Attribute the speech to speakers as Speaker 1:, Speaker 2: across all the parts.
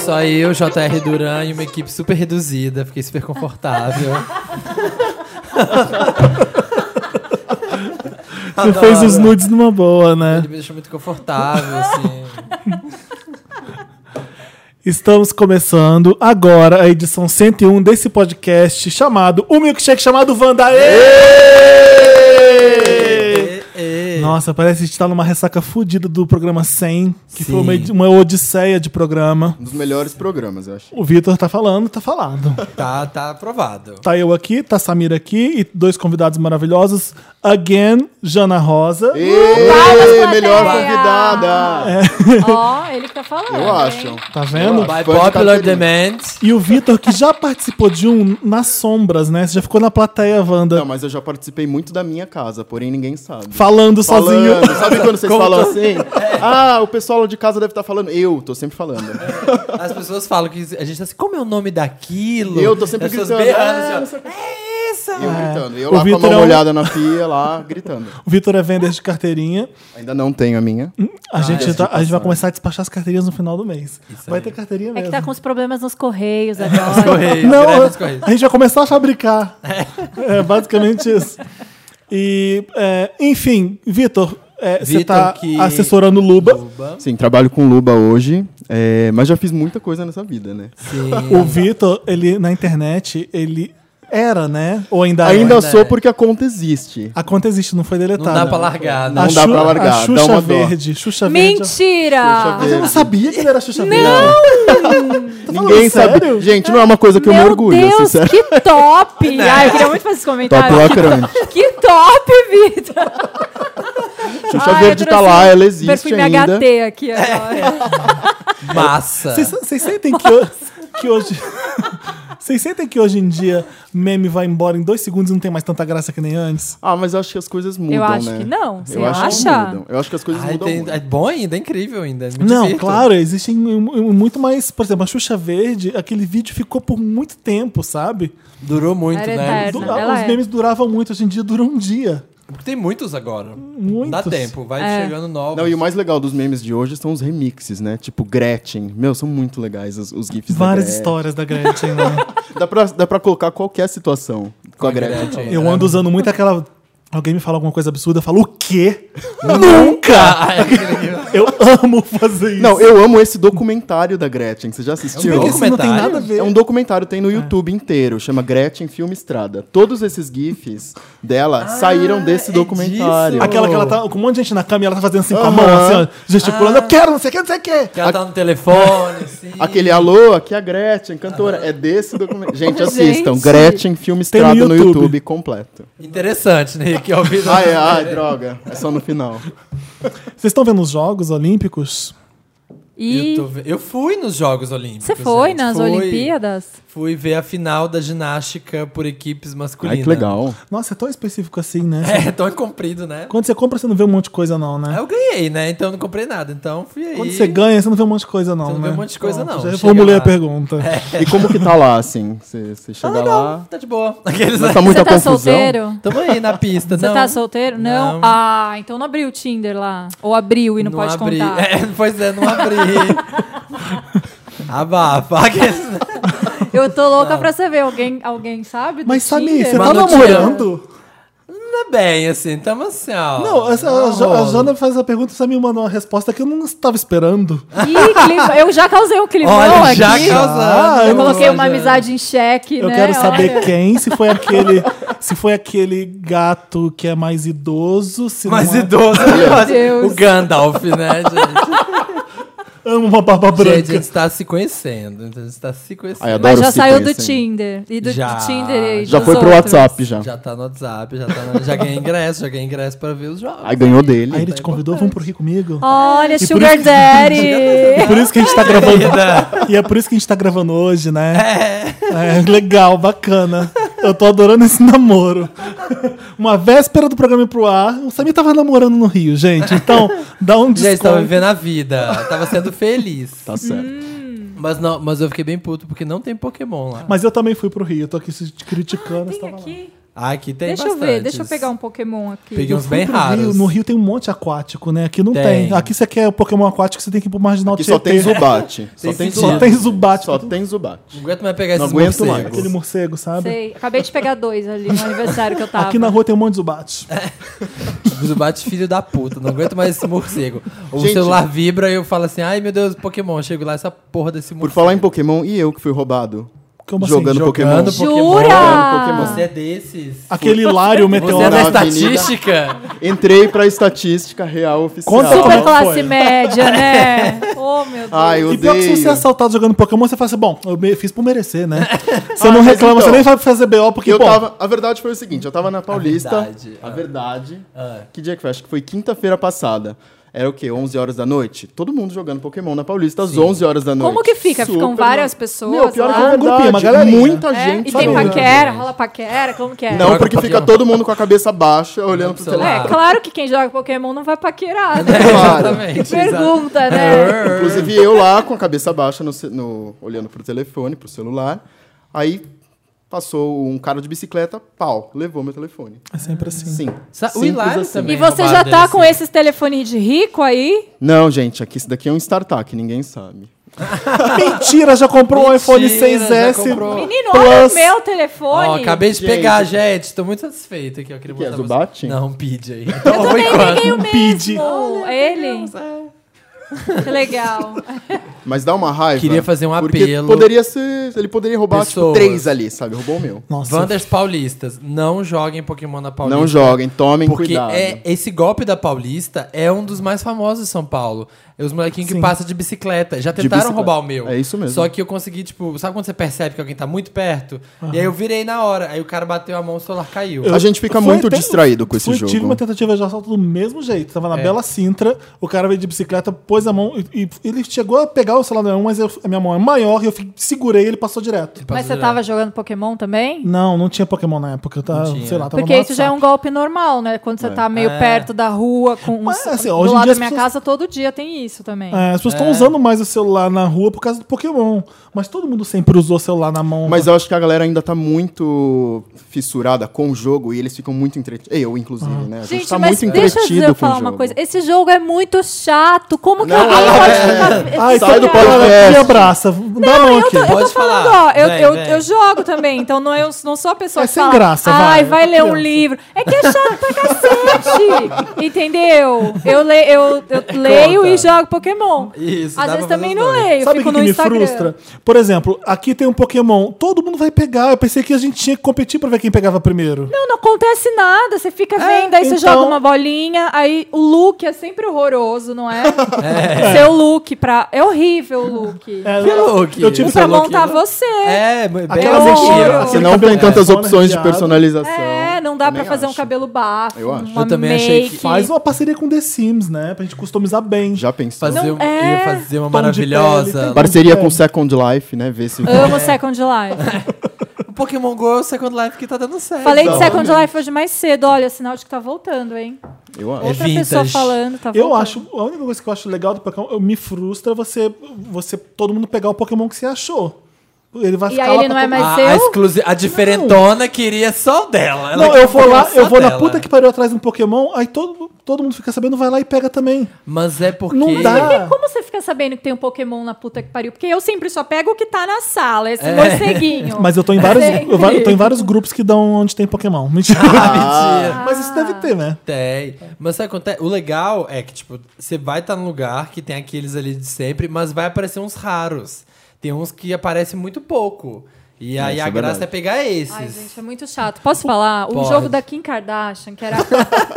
Speaker 1: só eu, JR Duran e uma equipe super reduzida. Fiquei super confortável.
Speaker 2: Você fez os nudes numa boa, né?
Speaker 1: Ele me deixou muito confortável, assim.
Speaker 2: Estamos começando agora a edição 101 desse podcast chamado O Milkshake chamado Wanda. Ê!
Speaker 1: Ê, ê.
Speaker 2: Nossa, parece que a gente tá numa ressaca fodida do programa 100, que
Speaker 1: Sim.
Speaker 2: foi uma, edi- uma odisseia de programa.
Speaker 3: Um dos melhores programas, eu acho.
Speaker 2: O Vitor tá falando, tá falado.
Speaker 1: Tá, tá aprovado.
Speaker 2: Tá eu aqui, tá Samira aqui e dois convidados maravilhosos. Again, Jana Rosa.
Speaker 3: Ê, melhor
Speaker 4: plateia!
Speaker 2: É.
Speaker 3: convidada!
Speaker 4: Ó, ele que tá falando.
Speaker 3: Eu acho.
Speaker 4: hein?
Speaker 2: Tá vendo?
Speaker 3: Fã
Speaker 1: By
Speaker 3: de
Speaker 1: popular
Speaker 3: Caterina.
Speaker 1: demand.
Speaker 2: E o Vitor, que já participou de um Nas Sombras, né? Você já ficou na plateia, Wanda.
Speaker 3: Não, mas eu já participei muito da minha casa, porém ninguém sabe.
Speaker 2: Falando sozinho.
Speaker 3: Falando. Sabe quando vocês falam assim? Ah, o pessoal lá de casa deve estar falando. Eu tô sempre falando.
Speaker 1: As pessoas falam que a gente tá assim, como é o nome daquilo?
Speaker 3: Eu tô sempre
Speaker 1: As pessoas
Speaker 3: gritando,
Speaker 1: berrando,
Speaker 3: "É,
Speaker 1: assim, ó,
Speaker 3: não sei
Speaker 1: é isso!
Speaker 3: Eu gritando. Eu
Speaker 2: O
Speaker 3: lá com a
Speaker 2: Vitor é
Speaker 3: mão
Speaker 2: um-
Speaker 3: molhada na pia, lá gritando.
Speaker 2: O Vitor é vender de carteirinha.
Speaker 3: Ainda não tenho a minha.
Speaker 1: Ah,
Speaker 2: A, gente tá- a gente vai começar a despachar as carteirinhas no final do mês.
Speaker 1: é tipo assim. Isso
Speaker 2: vai
Speaker 1: aí.
Speaker 2: ter carteirinha
Speaker 4: É
Speaker 2: mesmo.
Speaker 4: que tá com os problemas nos correios agora.
Speaker 1: Correio,
Speaker 2: Não,
Speaker 1: direto nos
Speaker 2: a-
Speaker 1: correios.
Speaker 2: a gente vai começar a fabricar. É, basicamente isso. E, é, enfim, Vitor, é, você
Speaker 1: Vitor,
Speaker 2: tá
Speaker 1: que-
Speaker 2: assessorando o Luba.
Speaker 1: Luba.
Speaker 3: Sim, trabalho com Luba hoje, é, mas já fiz muita coisa nessa vida, né?
Speaker 1: Sim.
Speaker 2: O Vitor, ele na internet, ele era, né? Ou ainda,
Speaker 3: Ainda
Speaker 2: é.
Speaker 3: sou porque a conta existe.
Speaker 2: A conta existe, não foi
Speaker 1: Não
Speaker 2: deletada.
Speaker 1: dá pra largar, né?
Speaker 3: Não
Speaker 2: A
Speaker 3: dá
Speaker 2: Xu-
Speaker 3: pra largar,
Speaker 2: A
Speaker 3: dá
Speaker 2: Xuxa
Speaker 3: uma dó.
Speaker 2: Verde. Xuxa Verde.
Speaker 4: Mentira!
Speaker 2: Mas eu não sabia que ele era Xuxa Verde. falando
Speaker 3: Ninguém sabe.
Speaker 2: Ah, sério?
Speaker 3: Gente, não é uma coisa que eu me
Speaker 4: Meu
Speaker 3: orgulho,
Speaker 4: Deus,
Speaker 3: sincero.
Speaker 4: que top! Ai, eu queria muito fazer esse
Speaker 3: Top
Speaker 4: comentário.
Speaker 3: lacrante.
Speaker 4: Que top, Vitor!
Speaker 3: Xuxa
Speaker 4: Ai,
Speaker 3: Verde
Speaker 4: eu
Speaker 3: tá
Speaker 4: trouxe
Speaker 3: lá, ela existe
Speaker 4: Perfume
Speaker 3: ainda.
Speaker 4: HT aqui agora.
Speaker 1: Massa.
Speaker 2: Vocês vocês sentem que, ho- que hoje. Vocês sentem que hoje em dia meme vai embora em dois segundos e não tem mais tanta graça que nem antes?
Speaker 3: Ah, mas eu acho que as coisas mudam,
Speaker 4: Eu acho
Speaker 3: né?
Speaker 4: que não. Você
Speaker 3: eu acho que
Speaker 4: acha?
Speaker 3: mudam. Eu acho que as coisas
Speaker 1: Ai,
Speaker 3: mudam
Speaker 1: tem-
Speaker 3: muito.
Speaker 1: é bom ainda, é incrível ainda. me
Speaker 2: não,
Speaker 1: divirto.
Speaker 2: claro, existem mu- muito mais. Por exemplo, a Xuxa Verde, aquele vídeo ficou por muito tempo, sabe?
Speaker 1: Durou muito,
Speaker 4: Era
Speaker 1: né?
Speaker 4: eterno.
Speaker 2: Du-
Speaker 4: ela
Speaker 2: os
Speaker 4: é.
Speaker 2: memes duravam muito, hoje em dia duram um dia.
Speaker 1: Porque tem muitos agora.
Speaker 2: Muitos.
Speaker 1: Dá tempo, vai
Speaker 4: É.
Speaker 1: chegando novos.
Speaker 3: Não, e o mais legal dos memes de hoje são os remixes, né? Tipo Gretchen. Meu, são muito legais os, os GIFs
Speaker 2: Várias
Speaker 3: da Gretchen.
Speaker 2: histórias da Gretchen, né?
Speaker 3: Dá pra, dá pra colocar qualquer situação com a Gretchen.
Speaker 2: Eu
Speaker 1: né?
Speaker 2: ando usando muito aquela. Alguém me fala alguma coisa absurda, eu falo, o quê?
Speaker 1: nunca! Ah, é incrível.
Speaker 2: Eu amo fazer isso.
Speaker 3: Não, eu amo esse documentário da Gretchen. Você já assistiu?
Speaker 1: É um
Speaker 2: Porque isso não tem
Speaker 1: documentário?
Speaker 2: nada a ver.
Speaker 3: É um documentário, tem no YouTube inteiro, chama Gretchen Filme Estrada. Todos esses GIFs dela saíram desse
Speaker 1: é
Speaker 3: documentário.
Speaker 1: disso.
Speaker 2: Aquela que ela tá com um monte de gente na cama e ela tá fazendo assim com a mão, assim, ó, gesticulando.
Speaker 1: Ah.
Speaker 2: Eu quero, não sei o que, não sei o que.
Speaker 1: Que ela tá no telefone, assim.
Speaker 3: Aquele alô, aqui é a Gretchen, cantora. É desse documento. Gente, assistam.
Speaker 4: Gente.
Speaker 3: Gretchen Filme
Speaker 2: no
Speaker 3: Estrada no
Speaker 2: YouTube.
Speaker 3: YouTube completo.
Speaker 1: Interessante, né? Que ouvido.
Speaker 3: Ai, ai, droga. É só no final.
Speaker 2: Vocês estão vendo os Jogos Olímpicos?
Speaker 4: E
Speaker 1: Eu, tô ve- eu fui nos Jogos Olímpicos.
Speaker 4: você foi
Speaker 1: gente,
Speaker 4: nas
Speaker 1: fui.
Speaker 4: Olimpíadas?
Speaker 1: Fui ver a final da ginástica por equipes masculinas.
Speaker 3: Ai, que legal.
Speaker 2: Nossa, é tão específico assim, né?
Speaker 1: É, tão comprido, né?
Speaker 2: Quando você compra, você não vê um monte de coisa, não,
Speaker 1: Aí
Speaker 2: né?
Speaker 1: Eu ganhei, né? Então eu não comprei nada. Então fui aí.
Speaker 2: Quando você ganha, você não vê um monte de coisa, não,
Speaker 1: Você não
Speaker 2: né?
Speaker 1: vê um monte de coisa, não.
Speaker 2: Já
Speaker 1: Chega lá.
Speaker 2: formulei
Speaker 1: É.
Speaker 2: a pergunta.
Speaker 3: E como que tá lá, assim? Você você
Speaker 1: Tá
Speaker 3: chega
Speaker 1: legal,
Speaker 3: lá.
Speaker 1: tá de boa. Aqueles
Speaker 3: Mas tá muita
Speaker 4: Você tá
Speaker 3: confusão.
Speaker 4: solteiro?
Speaker 1: Tamo aí na pista,
Speaker 4: Você
Speaker 1: não.
Speaker 4: tá solteiro? Não.
Speaker 1: Não.
Speaker 4: Ah, então não abriu o Tinder lá. Ou abriu e não, pode
Speaker 1: abri.
Speaker 4: contar.
Speaker 1: É, pois é, não abri. Abafa. Aqueles-
Speaker 4: Eu tô louca pra saber. Alguém, alguém sabe? do
Speaker 2: Mas, Samir,
Speaker 4: Tinder?
Speaker 2: você tá
Speaker 1: Mas não
Speaker 2: namorando?
Speaker 1: Tá bem, assim, tamo assim, ó.
Speaker 2: Não, essa- a, Jo- a
Speaker 1: rola.
Speaker 2: Jana faz a pergunta e você me mandou uma resposta que eu não estava esperando.
Speaker 4: Ih, clima, eu já causei um climão
Speaker 1: Olha,
Speaker 4: aqui.
Speaker 1: já
Speaker 2: Ah,
Speaker 1: causando.
Speaker 4: eu coloquei uma amizade em xeque,
Speaker 2: Eu
Speaker 4: né?
Speaker 2: quero saber
Speaker 4: Olha.
Speaker 2: quem, se foi aquele. se foi aquele gato que é mais idoso, se
Speaker 1: Mais
Speaker 2: não é-
Speaker 1: idoso. um
Speaker 4: Deus.
Speaker 1: o Gandalf, né, gente?
Speaker 2: Amo uma barba branca.
Speaker 1: Gente, a gente tá se conhecendo. então A gente tá se conhecendo.
Speaker 3: Ai, adoro
Speaker 4: Mas já
Speaker 3: se
Speaker 4: saiu do
Speaker 3: conhecer.
Speaker 4: Tinder. E do,
Speaker 1: Já.
Speaker 4: do Tinder e
Speaker 3: Já
Speaker 4: dos
Speaker 3: foi pro
Speaker 4: outros.
Speaker 3: WhatsApp já.
Speaker 1: Já tá no WhatsApp, já, tá no- já ganhei ingresso, já ganhei ingresso pra ver os jogos.
Speaker 3: Aí ganhou dele.
Speaker 2: Aí ele te convidou, vamos por aqui comigo?
Speaker 4: Olha, Sugar
Speaker 2: isso- E
Speaker 4: Daddy.
Speaker 2: por isso que a gente tá gravando. e é por isso que a gente tá gravando hoje, né? É. legal, bacana. Eu tô adorando esse namoro. Uma véspera do programa ir pro ar, o Samir tava namorando no Rio, gente. Então, dá um
Speaker 1: Já estava
Speaker 2: desconto.
Speaker 1: vivendo a vida, tava sendo feliz.
Speaker 3: Tá certo.
Speaker 1: Mas, não, mas eu fiquei bem puto porque não tem Pokémon lá.
Speaker 2: Mas eu também fui pro Rio, eu tô aqui se criticando. você
Speaker 4: Tem
Speaker 2: tava lá.
Speaker 4: aqui.
Speaker 1: Ah, aqui tem
Speaker 4: deixa eu ver, deixa eu pegar um Pokémon aqui.
Speaker 1: Peguei uns
Speaker 2: fui
Speaker 1: bem
Speaker 2: pro
Speaker 1: raros.
Speaker 2: Rio, no Rio tem um monte aquático, né? Aqui não tem.
Speaker 1: Tem.
Speaker 2: Aqui você quer o Pokémon aquático, você tem que ir pro Marginal
Speaker 3: Que só tem
Speaker 2: Tietê.
Speaker 3: Zubat. Só
Speaker 1: Tem
Speaker 3: tem
Speaker 1: sentido.
Speaker 2: Só
Speaker 3: Zubat.
Speaker 2: tem Zubat.
Speaker 3: Só tem Zubat.
Speaker 1: Não aguento mais pegar
Speaker 3: Não
Speaker 1: esses
Speaker 3: aguento
Speaker 1: morcegos.
Speaker 3: mais.
Speaker 2: Aquele morcego, sabe?
Speaker 4: Sei, acabei de pegar dois ali no aniversário que eu tava.
Speaker 2: Aqui na rua tem um monte de Zubat.
Speaker 3: É.
Speaker 1: Zubat, filho da puta. Não aguento mais esse morcego. O
Speaker 3: Gente.
Speaker 1: celular vibra e eu falo assim, ai meu Deus, Pokémon. Chego lá, essa porra desse
Speaker 3: Por
Speaker 1: morcego.
Speaker 3: falar em Pokémon, e eu que fui roubado.
Speaker 2: Como assim?
Speaker 3: jogando Pokémon.
Speaker 1: Jogando Pokémon.
Speaker 4: Jura?
Speaker 1: Você é desses.
Speaker 2: Aquele Hilário
Speaker 1: Você é
Speaker 2: Meteoro.
Speaker 1: da
Speaker 3: na
Speaker 1: estatística?
Speaker 3: Entrei pra estatística real oficial.
Speaker 2: Conta
Speaker 4: Super
Speaker 2: Não, como-
Speaker 4: classe
Speaker 2: foi.
Speaker 4: média, né? oh, meu Deus.
Speaker 3: Ai, eu
Speaker 2: E pior que se
Speaker 3: odeio.
Speaker 2: você é assaltado jogando Pokémon, você fala assim, bom, eu me- fiz por merecer, né? Você
Speaker 3: Ah,
Speaker 2: não
Speaker 3: mas
Speaker 2: reclama,
Speaker 3: então,
Speaker 2: você nem vai fazer BO, porque,
Speaker 3: eu
Speaker 2: pô,
Speaker 3: tava, a verdade foi o seguinte, eu tava na Paulista. A verdade.
Speaker 2: é.
Speaker 1: verdade, ah. Ah.
Speaker 3: Que dia que foi? Acho que foi quinta-feira passada. Era o quê? 11 horas da noite? Todo mundo jogando Pokémon na Paulista às 11 horas da noite.
Speaker 4: Como que fica? Ficam
Speaker 3: Super
Speaker 4: várias
Speaker 3: no-
Speaker 4: pessoas
Speaker 3: Meu, pior
Speaker 4: lá?
Speaker 3: que é
Speaker 2: Um grupinho,
Speaker 3: verdade.
Speaker 2: uma galerinha.
Speaker 3: Muita
Speaker 4: É?
Speaker 3: gente. né?
Speaker 4: E tem
Speaker 3: jogando.
Speaker 4: paquera, rola paquera, como que é?
Speaker 3: Não,
Speaker 1: Joga
Speaker 3: porque fica
Speaker 1: Pokémon.
Speaker 3: todo mundo com a cabeça baixa, olhando pro
Speaker 1: Sei lá.
Speaker 3: celular.
Speaker 4: É, claro que quem joga Pokémon não vai paquerar, né?
Speaker 3: Claro.
Speaker 1: Exatamente.
Speaker 4: Pergunta, né?
Speaker 1: É, exato.
Speaker 3: Inclusive eu lá com a cabeça baixa, no, ce- no- olhando pro telefone, pro celular. Aí passou um cara de bicicleta, pau, levou meu telefone.
Speaker 2: é sempre assim.
Speaker 3: Sim.
Speaker 1: Sa- o
Speaker 3: Simples
Speaker 1: Hilário
Speaker 3: assim.
Speaker 1: também.
Speaker 4: E você já
Speaker 1: roubado
Speaker 4: tá
Speaker 1: desse.
Speaker 4: com esses telefones de rico aí?
Speaker 3: Não, gente, aqui isso daqui é um startup, ninguém sabe.
Speaker 2: Mentira, já comprou
Speaker 1: Mentira,
Speaker 2: um iPhone
Speaker 1: já
Speaker 2: 6S.
Speaker 1: comprou.
Speaker 4: Menino, olha
Speaker 2: Plus.
Speaker 4: o meu telefone.
Speaker 1: Ó, acabei de
Speaker 3: Gente.
Speaker 1: pegar, gente. Tô muito satisfeito aqui. Eu queria
Speaker 3: Que que é,
Speaker 1: botar você-
Speaker 3: Zubat?
Speaker 1: Não, um pide aí.
Speaker 4: Eu também peguei o
Speaker 2: Um pid.
Speaker 4: mesmo. É Ele? Que legal.
Speaker 3: Mas dá uma raiva.
Speaker 1: Queria fazer um
Speaker 3: porque
Speaker 1: apelo.
Speaker 3: Poderia ser. Ele poderia roubar tipo,
Speaker 1: Pessoas.
Speaker 3: três ali, sabe? Roubou o meu.
Speaker 2: Nossa,
Speaker 1: Wanders paulistas, não joguem Pokémon na Paulista.
Speaker 3: Não joguem, tomem
Speaker 1: Porque
Speaker 3: cuidado.
Speaker 1: é, esse golpe da Paulista é um dos mais famosos de São Paulo. É os molequinhos que
Speaker 2: Sim.
Speaker 1: passam de bicicleta. Já tentaram
Speaker 3: bicicleta.
Speaker 1: roubar o meu.
Speaker 3: É isso mesmo.
Speaker 1: Só que eu consegui, tipo, sabe quando você percebe que alguém tá muito perto? E aí eu virei na hora. Aí o cara bateu a mão, o celular caiu.
Speaker 3: A gente fica
Speaker 2: Foi,
Speaker 3: muito
Speaker 2: tem-
Speaker 3: distraído com esse
Speaker 2: fui-
Speaker 3: jogo. É.
Speaker 2: Tive uma tentativa de assalto do mesmo jeito. Tava na Bela Sintra, o cara veio de bicicleta, pôs a mão e, e ele chegou a pegar o celular da minha mão, mas eu- a minha mão é maior e eu fi- segurei e ele passou direto.
Speaker 4: Mas você tava jogando Pokémon também?
Speaker 2: Não, não tinha Pokémon na época. Eu tava,
Speaker 1: Não tinha.
Speaker 2: sei lá, tava
Speaker 4: Porque
Speaker 2: no
Speaker 4: isso já é um
Speaker 2: WhatsApp.
Speaker 4: golpe normal, né? Quando você tá meio perto da rua, com
Speaker 2: Mas,
Speaker 4: um-
Speaker 2: assim,
Speaker 4: do
Speaker 2: hoje em
Speaker 4: lado
Speaker 2: dia
Speaker 4: da
Speaker 2: as
Speaker 4: minha
Speaker 2: pessoas-
Speaker 4: casa todo dia tem isso também.
Speaker 2: É, as pessoas estão usando mais o celular na rua por causa do Pokémon. Mas todo mundo sempre usou o celular na mão.
Speaker 3: Mas eu acho que a galera ainda tá muito fissurada com o jogo e eles ficam muito entretidos. Eu, inclusive, né? A gente,
Speaker 4: Gente,
Speaker 3: tá
Speaker 4: mas
Speaker 3: muito
Speaker 4: deixa
Speaker 3: entretido
Speaker 4: eu
Speaker 3: com o
Speaker 4: falar
Speaker 3: jogo.
Speaker 4: uma coisa. Esse jogo é muito chato. Como que
Speaker 3: Não,
Speaker 4: alguém
Speaker 3: é.
Speaker 4: pode ficar...
Speaker 2: Ai,
Speaker 3: Sai
Speaker 2: sai
Speaker 3: do
Speaker 2: do podcast.
Speaker 3: podcast.
Speaker 2: Me abraça. Dá um a mão aqui.
Speaker 4: Eu tô
Speaker 1: Pode
Speaker 4: falando,
Speaker 1: falar.
Speaker 4: ó, eu,
Speaker 1: Vem,
Speaker 4: eu,
Speaker 1: vem.
Speaker 4: eu jogo também, então não, eu não sou a pessoa
Speaker 2: É
Speaker 4: que
Speaker 2: sem
Speaker 4: fala,
Speaker 2: graça, vai,
Speaker 4: ai,
Speaker 2: é pra
Speaker 4: vai ler um
Speaker 2: criança."
Speaker 4: livro. É que é chato pra cacete, entendeu? Eu, le, eu, eu leio e jogo Pokémon.
Speaker 1: É, Isso,
Speaker 4: Às
Speaker 1: dá
Speaker 4: vezes
Speaker 1: pra
Speaker 4: também
Speaker 1: fazer os
Speaker 4: não é.
Speaker 1: dois.
Speaker 4: leio,
Speaker 2: Sabe o
Speaker 4: fico
Speaker 2: que,
Speaker 4: no
Speaker 2: que me
Speaker 4: Instagram.
Speaker 2: frustra? Por exemplo, aqui tem um Pokémon, todo mundo vai pegar. Eu pensei que a gente tinha que competir pra ver quem pegava primeiro.
Speaker 4: Não, não acontece nada, você fica vendo, aí você
Speaker 2: então-
Speaker 4: joga uma bolinha, aí o look é sempre horroroso, não é? Seu look pra... é horrível o look.
Speaker 2: É,
Speaker 1: Que look.
Speaker 2: Eu tive
Speaker 4: Um
Speaker 1: Seu
Speaker 4: pra
Speaker 2: que
Speaker 1: look
Speaker 4: montar você.
Speaker 1: É, bem
Speaker 2: Aquela
Speaker 1: bem-
Speaker 4: mentira.
Speaker 1: mentira.
Speaker 3: Ah, Você
Speaker 2: Aquele
Speaker 3: não
Speaker 2: cabelo
Speaker 3: tem tantas
Speaker 2: arrepiado.
Speaker 3: opções de personalização.
Speaker 4: É, não dá pra
Speaker 3: Também
Speaker 4: fazer um
Speaker 3: acho.
Speaker 4: cabelo bafo.
Speaker 3: Eu acho.
Speaker 4: Uma
Speaker 1: Eu também achei
Speaker 4: make.
Speaker 1: que-
Speaker 2: Faz uma parceria com The Sims, né? Pra gente customizar bem.
Speaker 3: Já pensou?
Speaker 1: Fazer
Speaker 4: Não,
Speaker 1: um-
Speaker 4: é.
Speaker 1: Eu ia fazer uma
Speaker 2: Tom de
Speaker 1: maravilhosa.
Speaker 2: pele.
Speaker 3: Parceria com Second Life, né? Ver se.
Speaker 4: Amo Second Life.
Speaker 1: O Pokémon GO é o Second Life que tá dando certo.
Speaker 4: Falei de Second Life hoje mais cedo. Olha, sinal de que tá voltando, hein?
Speaker 3: Eu acho.
Speaker 4: Outra
Speaker 1: vintage.
Speaker 4: pessoa falando, tá voltando.
Speaker 2: Eu acho, a única coisa que eu acho legal do Pokémon, eu me frustra você, você todo mundo pegar o Pokémon que você achou. Ele vai
Speaker 4: E
Speaker 2: ficar
Speaker 4: aí
Speaker 2: lá
Speaker 4: ele
Speaker 2: pra
Speaker 4: não é
Speaker 2: todo-
Speaker 4: mais
Speaker 1: a,
Speaker 4: seu?
Speaker 1: a, exclusi- a diferentona queria só o dela. Ela
Speaker 2: Ah, Não, eu vou
Speaker 1: queria
Speaker 2: lá,
Speaker 1: só
Speaker 2: eu vou na
Speaker 1: dela.
Speaker 2: puta que pariu atrás de um Pokémon, aí todo, todo mundo fica sabendo, vai lá e pega também.
Speaker 1: Mas é porque.
Speaker 2: Não dá.
Speaker 4: Por que- como você fica sabendo que tem um Pokémon na puta que pariu? Porque eu sempre só pego o que tá na sala, esse morceguinho.
Speaker 2: Mas eu tô em vários,
Speaker 4: Sempre.
Speaker 2: eu, va- eu tô em vários grupos que dão onde tem Pokémon. Mentira.
Speaker 1: Ah, mentira.
Speaker 2: Mas isso deve ter, né?
Speaker 1: Tem. Mas sabe o que acontece? O legal é que, tipo, você vai estar num lugar que tem aqueles ali de sempre, mas vai aparecer uns raros. Tem uns que aparecem muito pouco. E aí
Speaker 3: isso
Speaker 1: a
Speaker 3: é
Speaker 1: graça
Speaker 3: verdade.
Speaker 1: é pegar esses.
Speaker 4: Ai, gente, é muito chato. Posso falar? O
Speaker 1: Pode.
Speaker 4: jogo da Kim Kardashian, que era.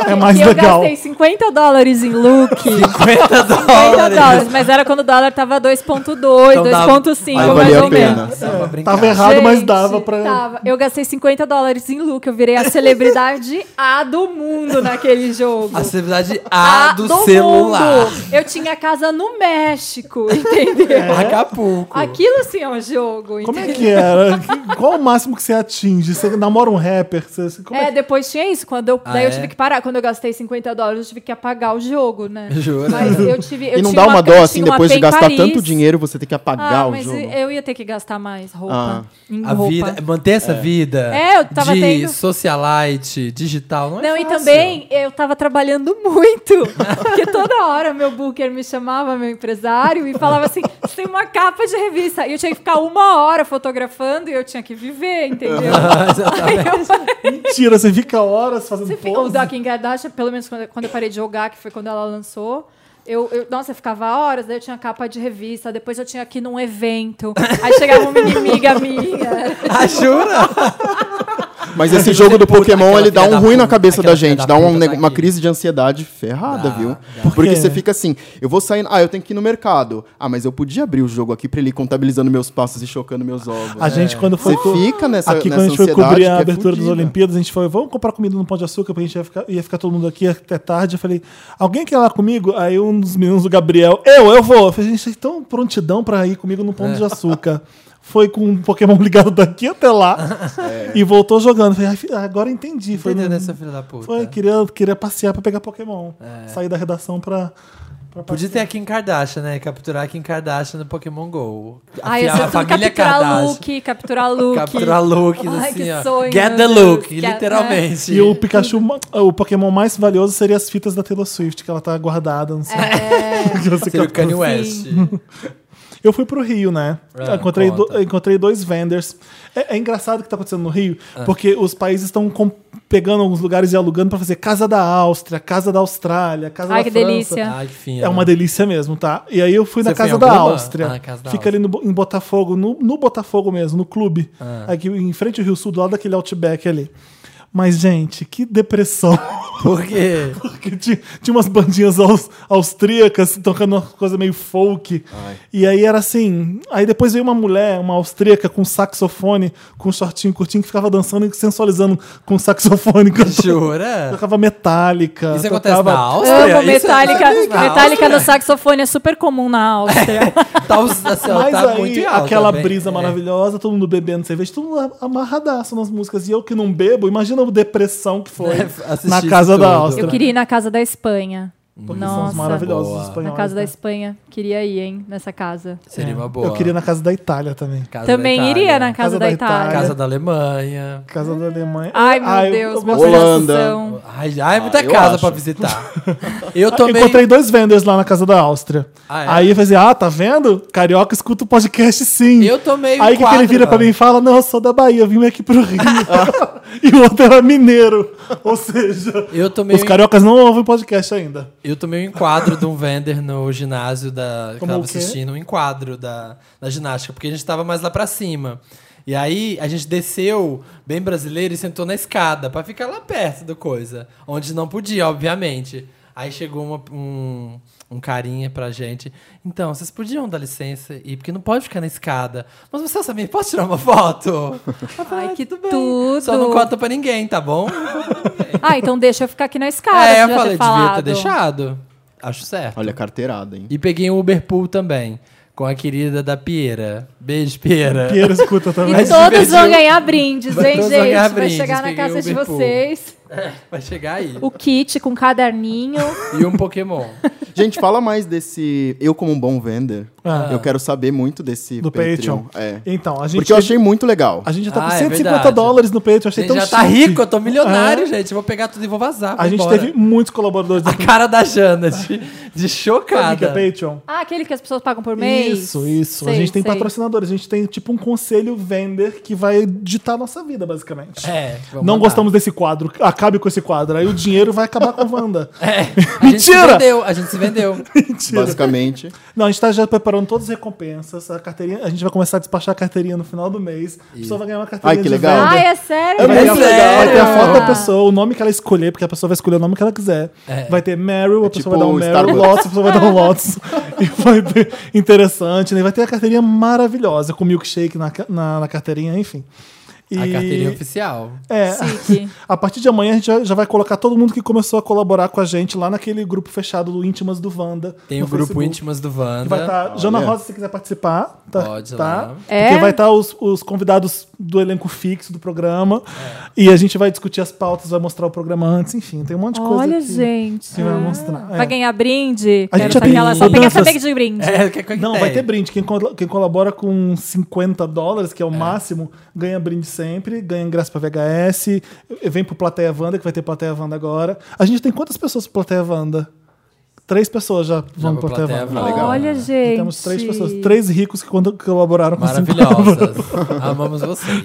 Speaker 2: É mais
Speaker 4: que
Speaker 2: legal.
Speaker 4: Eu gastei 50 dólares em look.
Speaker 1: 50
Speaker 4: 50
Speaker 1: dólares.
Speaker 4: dólares, mas era quando o dólar tava 2.2,
Speaker 1: Então dá-
Speaker 4: 2.5,
Speaker 3: Aí
Speaker 4: mais
Speaker 3: valia a
Speaker 4: ou
Speaker 3: pena.
Speaker 4: menos.
Speaker 2: É,
Speaker 1: Dá pra brincar.
Speaker 2: Tava errado, mas
Speaker 4: Gente,
Speaker 2: dava pra.
Speaker 4: tava. Eu gastei 50 dólares em look. Eu virei a celebridade A do mundo naquele jogo.
Speaker 1: A celebridade A, do,
Speaker 4: mundo.
Speaker 1: celular.
Speaker 4: Eu tinha casa no México, entendeu?
Speaker 1: Acapulco.
Speaker 4: Aquilo sim é um jogo,
Speaker 2: Como é
Speaker 4: entendeu?
Speaker 2: que era? namora? Que- Qual o máximo que você atinge? Você namora um rapper? Você, você- como é
Speaker 4: É,
Speaker 2: que-
Speaker 4: depois tinha isso. Quando eu,
Speaker 1: Ah,
Speaker 4: daí
Speaker 1: é?
Speaker 4: eu tive que parar. Quando eu gastei 50 dólares, eu tive que apagar o jogo, né?
Speaker 1: Jura?
Speaker 4: Mas eu tive. Eu
Speaker 3: e não
Speaker 4: tinha
Speaker 3: dá uma dó
Speaker 4: eu
Speaker 3: assim
Speaker 4: tinha uma
Speaker 3: depois de
Speaker 4: Pay
Speaker 3: gastar
Speaker 4: Paris.
Speaker 3: tanto dinheiro você tem que
Speaker 4: Ah,
Speaker 3: apagar o
Speaker 4: mas
Speaker 3: jogo.
Speaker 4: eu ia ter que gastar mais
Speaker 3: Ah.
Speaker 4: roupa. Em
Speaker 1: A
Speaker 4: roupa.
Speaker 1: vida, manter essa vida
Speaker 4: É, eu tava
Speaker 1: de
Speaker 4: tendo-
Speaker 1: socialite, digital, não é
Speaker 4: Não, e
Speaker 1: fácil.
Speaker 4: também eu tava trabalhando muito. Porque toda hora meu booker me chamava, meu empresário, e falava assim: você tem uma capa de revista. E eu tinha que ficar uma hora fotografando e eu tinha que viver, entendeu? Aí eu-
Speaker 2: Mentira, você fica horas fazendo
Speaker 4: É. Você fica- o
Speaker 2: pose.
Speaker 4: da Kim Kardashian, pelo menos quando, quando eu parei de jogar, que foi quando ela lançou. Eu, eu- nossa, eu ficava horas, daí eu tinha capa de revista, depois eu tinha aqui num evento. Aí chegava uma inimiga minha.
Speaker 1: Ah, jura?
Speaker 3: Mas esse
Speaker 2: é
Speaker 3: jogo do Pokémon,
Speaker 1: aquela
Speaker 3: ele dá
Speaker 1: filha
Speaker 3: um
Speaker 1: da
Speaker 3: ruim na
Speaker 1: puta,
Speaker 3: cabeça
Speaker 1: aquela
Speaker 3: da
Speaker 1: filha
Speaker 3: gente.
Speaker 1: da
Speaker 3: Dá um
Speaker 1: puta
Speaker 3: neg-
Speaker 1: tá
Speaker 3: uma
Speaker 1: aqui.
Speaker 3: crise de ansiedade ferrada,
Speaker 1: Dá,
Speaker 3: viu?
Speaker 1: dá.
Speaker 2: quê?
Speaker 3: Porque você fica assim, eu vou sair... Ah, eu tenho que ir no mercado. Ah, mas eu podia abrir o jogo aqui pra ele ir contabilizando meus passos e chocando meus ovos.
Speaker 2: A gente, quando foi.
Speaker 3: Você fica nessa
Speaker 2: Aqui,
Speaker 3: nessa
Speaker 2: quando a gente foi
Speaker 3: ansiedade
Speaker 2: cobrir a
Speaker 3: que é
Speaker 2: abertura das
Speaker 3: fudida.
Speaker 2: Olimpíadas, a gente foi, vamos comprar comida no Pão de Açúcar, porque a gente ia ficar, ia ficar todo mundo aqui até tarde. Eu falei, alguém quer ir lá comigo? Aí um dos meninos do Gabriel, eu, eu vou. Eu falei, gente, vocês estão prontidão pra ir comigo no Pão
Speaker 1: É.
Speaker 2: de Açúcar. Foi com um Pokémon ligado daqui até lá
Speaker 3: É.
Speaker 2: e voltou jogando. Eu Falei, "Ai, fi- agora eu entendi. Foi,
Speaker 1: Entendeu
Speaker 2: no-
Speaker 1: essa filha da puta?
Speaker 2: foi queria, queria passear pra pegar Pokémon. Sair da redação pra. pra
Speaker 1: É. Podia ter a Kim Kardashian, né? Capturar a Kim Kardashian no Pokémon GO.
Speaker 4: Ai, eu
Speaker 1: Afiar
Speaker 4: sou tudo capturar look, capturar look.
Speaker 1: Capturar looks,
Speaker 4: Ai,
Speaker 1: assim,
Speaker 4: que
Speaker 1: ó.
Speaker 4: sonho,
Speaker 1: Get
Speaker 4: meu
Speaker 1: the
Speaker 4: Deus.
Speaker 1: look,
Speaker 4: Get-
Speaker 1: literalmente.
Speaker 2: E o Pikachu, o Pokémon mais valioso seria as fitas da Taylor Swift, que ela tá guardada, não sei. Você
Speaker 1: Seria o
Speaker 2: captou.
Speaker 1: Kanye West.
Speaker 2: Eu fui pro Rio, né?
Speaker 1: Ah,
Speaker 2: encontrei, do-
Speaker 1: conta.
Speaker 2: encontrei dois vendors. É, é engraçado o que tá acontecendo no Rio,
Speaker 1: Ah.
Speaker 2: porque os países estão com- pegando alguns lugares e alugando pra fazer casa da Áustria, casa da Austrália, casa
Speaker 4: Ai,
Speaker 2: da
Speaker 4: que
Speaker 2: França.
Speaker 4: delícia.
Speaker 1: Ai, que fina.
Speaker 2: É uma delícia mesmo, tá? E aí eu fui na
Speaker 1: Você foi em
Speaker 2: casa da
Speaker 1: alguma?
Speaker 2: Áustria.
Speaker 1: Ah, casa da
Speaker 2: Fica ali no Bo- em Botafogo, no, no Botafogo mesmo, no clube.
Speaker 1: Ah.
Speaker 2: Aqui em frente ao Rio Sul, do lado daquele Outback ali. Mas, gente, que depressão.
Speaker 1: Por quê?
Speaker 2: Porque tinha, tinha umas bandinhas aus- austríacas tocando uma coisa meio folk. E aí era assim. Aí depois veio uma mulher, uma austríaca, com saxofone, com um shortinho curtinho, que ficava dançando e sensualizando com saxofone. cantando.
Speaker 1: Jura?
Speaker 2: Tocava metálica.
Speaker 1: Isso acontece
Speaker 2: tocava...
Speaker 1: na Áustria? Isso-
Speaker 4: Amo,
Speaker 1: é
Speaker 4: metálica.
Speaker 1: isso na
Speaker 4: Metálica no
Speaker 1: Áustria?
Speaker 4: saxofone é super comum na Áustria.
Speaker 1: Tá, os- assim, ó,
Speaker 2: Mas
Speaker 1: tá muito
Speaker 2: aí,
Speaker 1: em alta,
Speaker 2: aquela
Speaker 1: bem-
Speaker 2: brisa
Speaker 1: é.
Speaker 2: maravilhosa, todo mundo bebendo cerveja, todo mundo amarradaço nas músicas. E eu que não bebo, imagina a depressão que foi
Speaker 1: assistir
Speaker 2: na
Speaker 1: isso
Speaker 2: casa da
Speaker 1: tudo.
Speaker 2: Áustria.
Speaker 4: Eu queria ir na casa da Espanha.
Speaker 2: Hum. Porque são os
Speaker 4: Nossa.
Speaker 2: maravilhosos
Speaker 1: Boa.
Speaker 2: espanhóis.
Speaker 4: Na casa da
Speaker 2: né?
Speaker 4: Espanha. Queria ir, hein, nessa casa.
Speaker 1: Seria uma boa.
Speaker 2: Eu queria ir na casa da Itália também.
Speaker 1: Casa da
Speaker 4: É. Também
Speaker 1: Itália.
Speaker 4: iria na casa, da, Itália.
Speaker 1: Casa da Alemanha.
Speaker 2: Casa da Alemanha.
Speaker 4: Ai, meu
Speaker 2: eu-
Speaker 4: Deus, é
Speaker 2: eu
Speaker 4: meu
Speaker 2: gosto-
Speaker 3: Holanda.
Speaker 4: coração.
Speaker 1: Ai, ai,
Speaker 4: Ah,
Speaker 1: muita
Speaker 3: eu
Speaker 1: casa
Speaker 3: acho.
Speaker 1: pra visitar. Eu também.
Speaker 2: Encontrei dois vendors lá na casa da Áustria.
Speaker 1: Ah, é?
Speaker 2: Aí eu falei assim, ah, tá vendo? Carioca escuta o podcast sim.
Speaker 1: Eu tomei um
Speaker 2: Aí o que, que ele
Speaker 1: quadro,
Speaker 2: vira pra
Speaker 1: mano.
Speaker 2: mim e fala, não, eu sou da Bahia, eu vim aqui pro Rio. e o outro era mineiro. Ou seja,
Speaker 1: Eu tomei
Speaker 2: os
Speaker 1: um-
Speaker 2: cariocas não ouvem podcast ainda.
Speaker 1: Eu tomei um enquadro de um vender no ginásio da, que eu
Speaker 2: Como
Speaker 1: tava
Speaker 2: o quê?
Speaker 1: assistindo, um enquadro da, da ginástica, porque a gente tava mais lá pra cima. E aí a gente desceu bem brasileiro e sentou na escada pra ficar lá perto do coisa, onde não podia, obviamente. Aí chegou uma- um, um carinha pra gente. Então, vocês podiam dar licença e porque não pode ficar na escada. Mas você Samir, posso tirar uma foto? Eu falei,
Speaker 4: Ai,
Speaker 1: "Ah,
Speaker 4: que
Speaker 1: Só não
Speaker 4: tudo."
Speaker 1: conta pra ninguém, tá bom?
Speaker 4: Ah, então deixa eu ficar aqui na escada.
Speaker 1: é,
Speaker 4: você
Speaker 1: eu
Speaker 4: já
Speaker 1: falei,
Speaker 4: ter falado.
Speaker 1: devia ter deixado. Acho certo.
Speaker 3: Olha a carteirada, hein?
Speaker 1: E peguei um Uberpool também, com a querida da Pieira. Beijo, Pieira.
Speaker 2: Pinheiro escuta
Speaker 4: E
Speaker 2: também.
Speaker 1: Mas
Speaker 4: todos
Speaker 1: divertiu.
Speaker 4: vão ganhar brindes, hein,
Speaker 1: Todos
Speaker 4: gente?
Speaker 1: vão ganhar
Speaker 4: Vai
Speaker 1: brindes,
Speaker 4: chegar na
Speaker 1: peguei
Speaker 4: casa
Speaker 1: o
Speaker 4: de
Speaker 1: Uber Pool.
Speaker 4: vocês.
Speaker 1: Vai chegar aí.
Speaker 4: O kit com caderninho.
Speaker 1: E um Pokémon.
Speaker 3: Gente, fala mais desse... Eu como um bom vender.
Speaker 2: Ah.
Speaker 3: Eu quero saber muito desse
Speaker 2: Do Patreon.
Speaker 3: É.
Speaker 2: Então, a gente...
Speaker 3: Porque eu achei muito legal.
Speaker 2: A gente já tá
Speaker 1: Ah,
Speaker 2: com
Speaker 1: é
Speaker 2: 150
Speaker 1: verdade.
Speaker 2: dólares no Patreon, achei
Speaker 1: Gente,
Speaker 2: tão
Speaker 1: já tá
Speaker 2: chique.
Speaker 1: rico, eu tô milionário,
Speaker 2: É.
Speaker 1: gente. Eu Vou pegar tudo e vou vazar.
Speaker 2: A
Speaker 1: vou
Speaker 2: gente
Speaker 1: embora.
Speaker 2: teve um. muitos colaboradores
Speaker 1: A cara da Jana, de, de
Speaker 2: Amiga
Speaker 1: chocada.
Speaker 2: é Patreon.
Speaker 4: Ah, aquele que as pessoas pagam por mês.
Speaker 2: Isso, isso. a
Speaker 4: Sei,
Speaker 2: gente tem
Speaker 4: sei.
Speaker 2: patrocinadores, a gente tem tipo um conselho vender que vai ditar a nossa vida, basicamente.
Speaker 1: É, vamos
Speaker 2: Não
Speaker 1: mandar.
Speaker 2: gostamos desse quadro, acabe com esse quadro. Aí o dinheiro vai acabar com a Wanda.
Speaker 1: É, a gente se
Speaker 2: Mentira!
Speaker 1: vendeu, a gente se vendeu.
Speaker 3: Basicamente.
Speaker 2: Não, a gente tá já preparando todas as recompensas. A, carteirinha, a gente vai começar a despachar a carteirinha no final do mês. A pessoa vai ganhar uma carteirinha
Speaker 3: Ai,
Speaker 2: de
Speaker 3: que legal.
Speaker 2: venda.
Speaker 4: Ah, é sério?
Speaker 2: Vai ter, a,
Speaker 1: sério?
Speaker 2: vai ter a foto da
Speaker 4: Ah.
Speaker 2: pessoa, o nome que ela escolher, porque a pessoa vai escolher o nome que ela quiser. Vai ter Meryl, a pessoa
Speaker 3: É. tipo
Speaker 2: vai dar um Meryl,
Speaker 3: Starbucks.
Speaker 2: Lotus, a pessoa vai dar um Lotus. e vai ter interessante, né? Vai ter a carteirinha maravilhosa, com milkshake na, ca- na, na carteirinha, enfim. E,
Speaker 1: A carteirinha oficial.
Speaker 2: É,
Speaker 4: Chique.
Speaker 2: a partir de amanhã a gente já, já vai colocar todo mundo que começou a colaborar com a gente lá naquele grupo fechado do Íntimas do Wanda.
Speaker 1: Tem
Speaker 2: no
Speaker 1: o grupo
Speaker 2: Facebook.
Speaker 1: Íntimas do Wanda.
Speaker 2: Que Vai tá- estar. Jana
Speaker 3: Olha.
Speaker 2: Rosa, se quiser participar, tá?
Speaker 1: Pode
Speaker 2: tá?
Speaker 1: lá.
Speaker 4: É?
Speaker 2: Porque vai estar os, os convidados do elenco fixo do programa.
Speaker 1: É.
Speaker 2: E a gente vai discutir as pautas, vai mostrar o programa antes, enfim, tem um monte de coisa.
Speaker 4: Olha,
Speaker 2: que-
Speaker 4: gente.
Speaker 2: que vai mostrar, é.
Speaker 4: Vai ganhar brinde.
Speaker 2: A
Speaker 4: Quero
Speaker 2: gente já
Speaker 4: saber
Speaker 2: tem
Speaker 4: aquela- só pegar
Speaker 2: mudanças.
Speaker 4: saber de brinde.
Speaker 1: É, que, que
Speaker 2: Não,
Speaker 1: tem?
Speaker 2: vai ter brinde. Quem, col- quem colabora com 50 dólares, que é o máximo, ganha brinde sempre, ganha ingresso pra VHS, vem pro Plateia Wanda, que vai ter Plateia Wanda agora. A gente tem quantas pessoas pro Plateia Wanda? Três pessoas já vão pro
Speaker 1: pra Plateia
Speaker 2: Plateia Wanda.
Speaker 1: Wanda. legal.
Speaker 4: Olha, gente.
Speaker 2: Temos três pessoas, três ricos que quando- colaboraram com 50 dólares.
Speaker 1: Maravilhosas. Amamos vocês.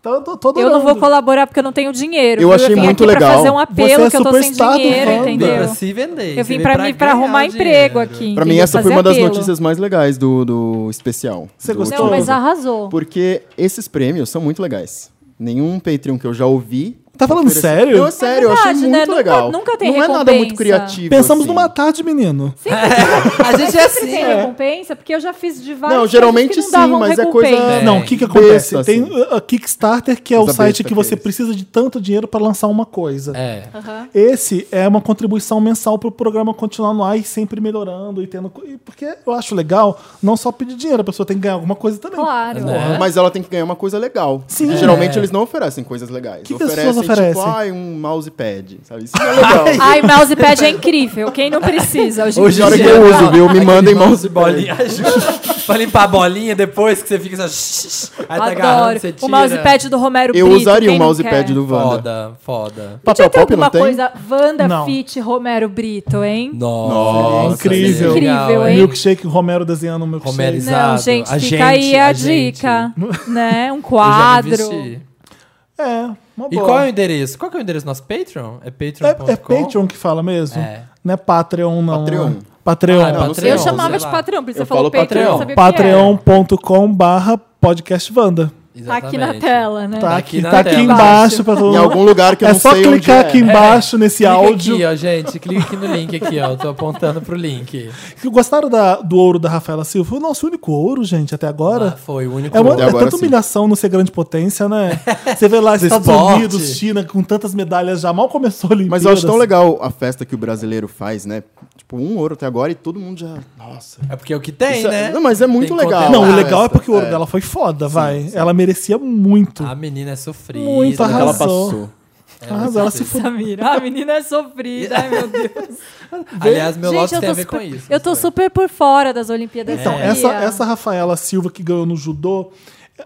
Speaker 2: Então, eu tô- tô
Speaker 4: Eu não
Speaker 2: adorando.
Speaker 4: vou colaborar porque eu não tenho dinheiro.
Speaker 3: Eu
Speaker 4: viu?
Speaker 3: achei
Speaker 4: vim
Speaker 3: muito
Speaker 4: aqui
Speaker 3: legal.
Speaker 4: Pra fazer um apelo
Speaker 2: Você é
Speaker 4: que eu tô sem
Speaker 2: superstar do
Speaker 4: dinheiro,
Speaker 2: Wanda.
Speaker 1: Vem pra
Speaker 4: entendeu?
Speaker 1: se vender.
Speaker 4: Eu
Speaker 1: você
Speaker 4: vim
Speaker 1: vem
Speaker 4: pra, mim pra
Speaker 1: ganhar
Speaker 4: arrumar
Speaker 1: dinheiro.
Speaker 4: emprego aqui.
Speaker 3: Pra mim,
Speaker 4: entendeu?
Speaker 3: essa foi
Speaker 4: Fazer
Speaker 3: uma das
Speaker 4: apelo.
Speaker 3: notícias mais legais do, do especial.
Speaker 2: Você
Speaker 3: do
Speaker 2: gostou?
Speaker 4: Não,
Speaker 3: último
Speaker 4: mas
Speaker 2: Gostoso.
Speaker 4: arrasou.
Speaker 3: Porque esses prêmios são muito legais. Nenhum Patreon que eu já ouvi.
Speaker 2: Tá falando
Speaker 3: oferece-
Speaker 2: sério?
Speaker 3: Não, é sério, eu
Speaker 4: verdade,
Speaker 3: achei
Speaker 4: né?
Speaker 3: muito
Speaker 4: Nunca-
Speaker 3: legal.
Speaker 4: nunca tem
Speaker 3: Não é nada muito
Speaker 4: recompensa.
Speaker 3: criativo.
Speaker 2: Pensamos
Speaker 3: assim.
Speaker 2: numa tarde, menino.
Speaker 1: A gente é
Speaker 4: Mas sempre
Speaker 1: assim.
Speaker 4: tem
Speaker 1: né?
Speaker 4: recompensa, porque eu já fiz de várias
Speaker 3: Não,
Speaker 4: coisas
Speaker 3: geralmente
Speaker 4: que não
Speaker 3: sim,
Speaker 4: davam
Speaker 3: mas é
Speaker 4: recompensa.
Speaker 3: coisa.
Speaker 1: É.
Speaker 2: Não, o que, que acontece?
Speaker 3: Besta,
Speaker 2: Tem
Speaker 3: assim.
Speaker 2: uh, a Kickstarter, que é o
Speaker 3: Coisa
Speaker 2: site
Speaker 3: besta
Speaker 2: que você
Speaker 3: aqueles.
Speaker 2: precisa de tanto dinheiro para lançar uma coisa.
Speaker 1: É.
Speaker 4: Aham.
Speaker 2: Esse é uma contribuição mensal para o programa continuar no ar e sempre melhorando e tendo. co- e Porque eu acho legal não só pedir dinheiro, a pessoa tem que ganhar alguma coisa também.
Speaker 4: Claro.
Speaker 1: Né?
Speaker 3: É. Mas ela tem que ganhar uma coisa legal.
Speaker 2: Sim.
Speaker 3: E
Speaker 2: É.
Speaker 3: geralmente eles não oferecem coisas legais.
Speaker 2: Que que as
Speaker 3: oferecem,
Speaker 2: pessoas oferecem?
Speaker 3: tipo, ai, um mousepad, sabe? Isso não é legal.
Speaker 4: Ai, mousepad é incrível. Quem não precisa hoje em
Speaker 1: Hoje
Speaker 3: Na
Speaker 1: é
Speaker 3: hora
Speaker 4: dia?
Speaker 3: que eu uso, viu? Me mandem
Speaker 1: mouse
Speaker 3: mousepad.
Speaker 1: bolinha. pra limpar a bolinha depois que você fica assim. Aí tá agarrando,
Speaker 4: Adoro.
Speaker 1: você tira.
Speaker 4: O mousepad do Romero
Speaker 3: Eu
Speaker 4: Brito,
Speaker 3: usaria
Speaker 4: quem
Speaker 3: o
Speaker 4: não
Speaker 3: mousepad
Speaker 4: quer?
Speaker 3: do Wanda.
Speaker 1: Foda, foda.
Speaker 3: Papel
Speaker 4: Podia ter
Speaker 3: pop
Speaker 4: alguma
Speaker 3: não tem?
Speaker 4: coisa Wanda
Speaker 2: Não.
Speaker 4: Fit Romero Brito, hein?
Speaker 1: Nossa,
Speaker 2: Incrível.
Speaker 1: seria
Speaker 4: Incrível, hein?
Speaker 2: É Milkshake, Romero desenhando o milkshake.
Speaker 1: Romerizado.
Speaker 4: Não,
Speaker 1: Exato.
Speaker 4: gente,
Speaker 1: A
Speaker 4: fica
Speaker 1: gente,
Speaker 4: aí a,
Speaker 1: a gente.
Speaker 4: dica, né?
Speaker 1: Eu já
Speaker 4: Um
Speaker 1: me
Speaker 4: quadro.
Speaker 1: vesti.
Speaker 2: É, uma boa.
Speaker 1: E qual é o endereço? Qual que é o endereço do nosso Patreon? É patreon.com?
Speaker 2: É, é Patreon que fala mesmo?
Speaker 1: É.
Speaker 2: Não é Patreon, não.
Speaker 3: Patreon.
Speaker 2: né? Patreon.
Speaker 1: Ah, é
Speaker 3: Não, não sei
Speaker 4: Eu
Speaker 3: não,
Speaker 4: chamava
Speaker 1: sei
Speaker 4: de
Speaker 1: lá.
Speaker 4: patrão, porque você
Speaker 3: Eu
Speaker 4: falou
Speaker 3: falo
Speaker 4: Patreon, eu não
Speaker 1: Patreon.
Speaker 4: sabia o que era.
Speaker 2: patreon.com barra podcast Wanda.
Speaker 4: Tá
Speaker 1: Exatamente.
Speaker 4: aqui na tela, né?
Speaker 2: Tá
Speaker 1: aqui
Speaker 2: aqui,
Speaker 1: na
Speaker 2: tá aqui
Speaker 1: tela.
Speaker 2: embaixo pra todo
Speaker 3: Em
Speaker 2: mundo.
Speaker 3: algum lugar que eu
Speaker 2: é
Speaker 3: não
Speaker 2: só
Speaker 3: sei onde
Speaker 2: clicar
Speaker 3: é.
Speaker 2: aqui embaixo nesse
Speaker 1: Clica
Speaker 2: áudio.
Speaker 1: aqui, ó, gente. Clica aqui no link aqui, ó. Eu tô apontando pro link.
Speaker 2: Gostaram da- do ouro da Rafaela Silva? Foi o nosso único ouro, gente, até
Speaker 1: Ah,
Speaker 2: agora.
Speaker 1: foi o único.
Speaker 2: É, uma,
Speaker 1: outro.
Speaker 2: é
Speaker 3: agora
Speaker 2: tanta
Speaker 3: sim.
Speaker 2: humilhação não ser grande potência, né? Você vê lá Estados
Speaker 1: esporte.
Speaker 2: Unidos, China, com tantas medalhas já, mal começou a Olimpíada.
Speaker 3: Mas eu acho tão legal a festa que o brasileiro faz, né? Tipo, um ouro até agora e todo mundo já. Nossa.
Speaker 1: É porque é o que tem,
Speaker 3: Isso é-
Speaker 1: né?
Speaker 3: Não, mas é
Speaker 1: Tem
Speaker 3: muito legal.
Speaker 1: conteúdo.
Speaker 2: Não, o
Speaker 3: Ah,
Speaker 2: legal é
Speaker 3: essa,
Speaker 2: porque o ouro
Speaker 3: é.
Speaker 2: dela foi foda, vai. Ela merecia muito.
Speaker 1: A menina é sofrida.
Speaker 2: Muito
Speaker 1: Ela-
Speaker 3: Ela
Speaker 2: Arrasou.
Speaker 3: passou.
Speaker 2: Arrasou, ela se fudeu.
Speaker 4: Samira, a menina é sofrida, ai meu Deus.
Speaker 1: Aliás, meu
Speaker 4: Gente,
Speaker 1: lote
Speaker 4: eu
Speaker 1: tem a
Speaker 4: tô
Speaker 1: ver com
Speaker 4: super,
Speaker 1: isso.
Speaker 4: eu tô super por fora das Olimpíadas.
Speaker 2: Então,
Speaker 1: É.
Speaker 4: sabia?
Speaker 2: essa, essa Rafaela Silva que ganhou no judô,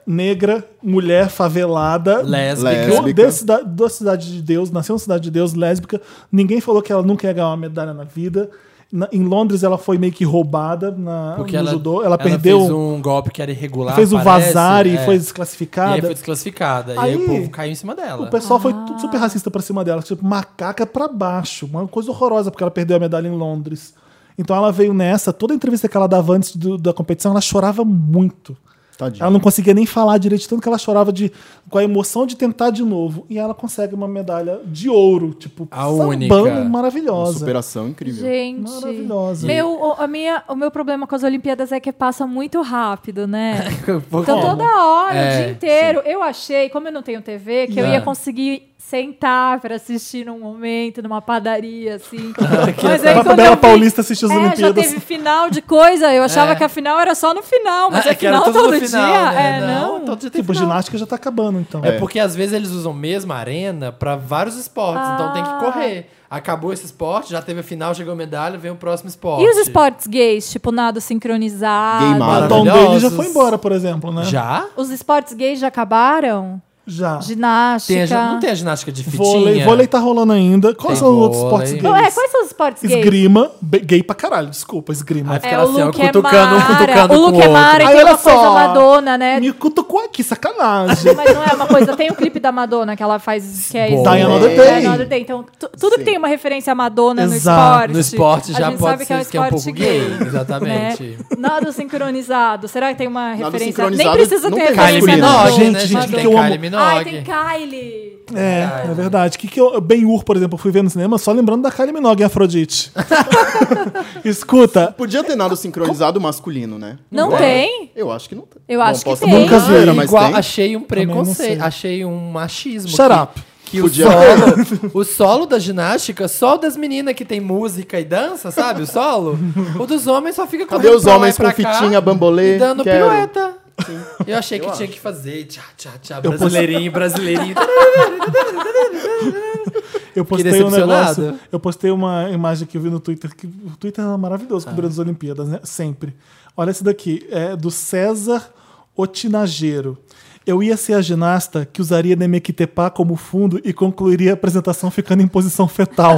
Speaker 2: negra, mulher favelada,
Speaker 1: Lésbica.
Speaker 3: Lésbica.
Speaker 2: Eu, da, cida- da Cidade de Deus, nasceu na Cidade de Deus, lésbica. Ninguém falou que ela nunca ia ganhar uma medalha na vida. Na- em Londres, ela foi meio que roubada na,
Speaker 1: Porque
Speaker 2: no
Speaker 1: ela,
Speaker 2: judô. Ela, perdeu.
Speaker 1: fez um golpe que era irregular.
Speaker 2: fez o
Speaker 1: parece,
Speaker 2: vazar e
Speaker 1: é. E
Speaker 2: foi
Speaker 1: aí
Speaker 2: desclassificada.
Speaker 1: foi desclassificada. E aí
Speaker 2: Aí-
Speaker 1: o povo caiu em cima dela.
Speaker 2: O pessoal foi tudo super racista pra cima dela, tipo, macaca pra baixo. Uma coisa horrorosa, porque ela perdeu a medalha em Londres. Então ela veio nessa, toda entrevista que ela dava antes do- da competição, ela chorava muito.
Speaker 3: Tadinho.
Speaker 2: Ela não conseguia nem falar direito, tanto que ela chorava de, com a emoção de tentar de novo. E ela consegue uma medalha de ouro, tipo,
Speaker 1: A única. Um
Speaker 2: sambando,
Speaker 3: Uma
Speaker 2: maravilhosa.
Speaker 3: superação incrível.
Speaker 4: Gente,
Speaker 2: Maravilhosa.
Speaker 4: meu, o, a minha, o meu problema com as Olimpíadas é que passa muito rápido, né?
Speaker 1: Foi como?
Speaker 4: Então toda hora,
Speaker 1: É,
Speaker 4: o dia inteiro. Eu achei, como eu não tenho TV, que eu
Speaker 1: É.
Speaker 4: ia conseguir sentar pra assistir num momento, numa padaria, assim.
Speaker 1: Que
Speaker 4: Mas
Speaker 1: essa-
Speaker 4: aí
Speaker 2: A
Speaker 4: quando
Speaker 2: Bela
Speaker 4: eu vi,
Speaker 2: Paulista assistiu as
Speaker 4: é, já
Speaker 2: Olimpíadas.
Speaker 4: teve final de coisa, eu achava
Speaker 1: É.
Speaker 4: que a final era só no final, mas
Speaker 1: É,
Speaker 4: é
Speaker 1: que era
Speaker 4: final
Speaker 1: todo
Speaker 4: todo
Speaker 1: no
Speaker 4: dia.
Speaker 1: final, né?
Speaker 4: É,
Speaker 1: Não,
Speaker 4: não.
Speaker 1: todo dia tem
Speaker 2: Tipo,
Speaker 1: final.
Speaker 2: ginástica já tá acabando, então.
Speaker 1: É porque às vezes eles usam a mesma arena pra vários esportes, então tem que
Speaker 4: Ah.
Speaker 1: correr. Acabou esse esporte, já teve a final, chegou a medalha, vem o próximo esporte.
Speaker 4: E os esportes gays, tipo nado sincronizado?
Speaker 3: Gay
Speaker 2: O
Speaker 3: maravilhosos.
Speaker 2: batom dele já foi embora, por exemplo, né?
Speaker 1: Já?
Speaker 4: Os esportes gays já acabaram?
Speaker 2: Já.
Speaker 1: Ah,
Speaker 4: Ginástica.
Speaker 1: Tem a, gin- não tem a ginástica de fitinha?
Speaker 2: Vôlei, vôlei tá rolando ainda. Quais
Speaker 1: Tem
Speaker 2: são os outros
Speaker 1: vôlei.
Speaker 2: esportes gays?
Speaker 4: Não, é, quais são os esportes gays?
Speaker 2: Esgrima. Be- Gay pra caralho, desculpa, esgrima.
Speaker 1: Aí fica
Speaker 4: É,
Speaker 1: ela
Speaker 4: o
Speaker 1: assim, ó,
Speaker 4: Luke é
Speaker 1: cutucando um,
Speaker 4: Mara.
Speaker 1: cutucando
Speaker 4: O
Speaker 1: com
Speaker 4: Luke é
Speaker 1: outro.
Speaker 4: Mara e
Speaker 2: Aí,
Speaker 4: tem
Speaker 2: olha
Speaker 4: uma coisa
Speaker 2: só.
Speaker 4: Madonna, né?
Speaker 2: Me cutucou aqui, sacanagem.
Speaker 4: Mas não é uma coisa. Tem o clipe da Madonna que ela faz. Que é
Speaker 1: Boa.
Speaker 4: Esgrima,
Speaker 2: Die Another
Speaker 4: Die
Speaker 2: Day.
Speaker 4: Another Day. Então, tu- tudo que
Speaker 3: Sim.
Speaker 4: tem uma referência à Madonna
Speaker 2: Exato.
Speaker 4: no esporte.
Speaker 1: No esporte
Speaker 4: a
Speaker 1: já
Speaker 4: gente
Speaker 1: pode
Speaker 4: sabe que é um
Speaker 1: ser que é um pouco
Speaker 4: esporte
Speaker 1: gay.
Speaker 4: gay. né?
Speaker 1: Exatamente.
Speaker 4: Nado sincronizado. Será que tem uma referência? Nem
Speaker 3: sincronizado
Speaker 4: precisa
Speaker 3: não
Speaker 4: ter
Speaker 3: tem
Speaker 1: Kylie
Speaker 4: referência.
Speaker 3: masculino.
Speaker 4: à
Speaker 1: Minogue,
Speaker 4: Madonna,
Speaker 2: Gente,
Speaker 1: né?
Speaker 2: gente,
Speaker 1: Mas
Speaker 2: que
Speaker 1: é tem
Speaker 2: eu amo.
Speaker 1: Kylie Minogue.
Speaker 4: Ai, tem Kylie.
Speaker 2: É, é verdade. Que que eu, ben Hur, por exemplo, eu fui ver no cinema só lembrando da Kylie Minogue. Eu Afrodite. Escuta,
Speaker 3: Podia ter nada sincronizado masculino, né?
Speaker 4: Não
Speaker 1: É.
Speaker 3: Agora,
Speaker 4: tem?
Speaker 3: Eu acho que não tem.
Speaker 4: Eu acho que
Speaker 3: posso
Speaker 4: tem.
Speaker 3: estar
Speaker 2: Nunca
Speaker 3: zoeira,
Speaker 2: vi.
Speaker 3: mas
Speaker 1: Igual,
Speaker 3: tem.
Speaker 1: achei um
Speaker 2: Também não sei.
Speaker 1: preconceito, achei um machismo.
Speaker 2: Shut
Speaker 1: que-
Speaker 2: up.
Speaker 1: Que o
Speaker 3: Podia-
Speaker 1: solo, o solo da ginástica, só o das meninas que tem música e dança, sabe? O solo. O dos homens só fica
Speaker 3: Cadê
Speaker 1: correndo
Speaker 3: os
Speaker 1: pra lá
Speaker 3: homens
Speaker 1: e pra
Speaker 3: com
Speaker 1: cá
Speaker 3: fitinha, bambolê?
Speaker 1: E dando
Speaker 3: Quero.
Speaker 1: pirueta. Eu achei que tinha que fazer tchá, tchá, tchá,
Speaker 2: Eu pus-
Speaker 1: brasileirinho, brasileirinho.
Speaker 2: Eu postei
Speaker 1: Fiquei
Speaker 2: um
Speaker 1: decepcionado.
Speaker 2: negócio. Eu postei uma imagem que eu vi no Twitter, que o Twitter é
Speaker 3: Tá.
Speaker 2: maravilhoso cobrindo as Olimpíadas, né? Sempre. Olha esse daqui, é do César Otinageiro. Eu ia ser a ginasta que usaria Nemequitepá como fundo e concluiria a apresentação ficando em posição fetal.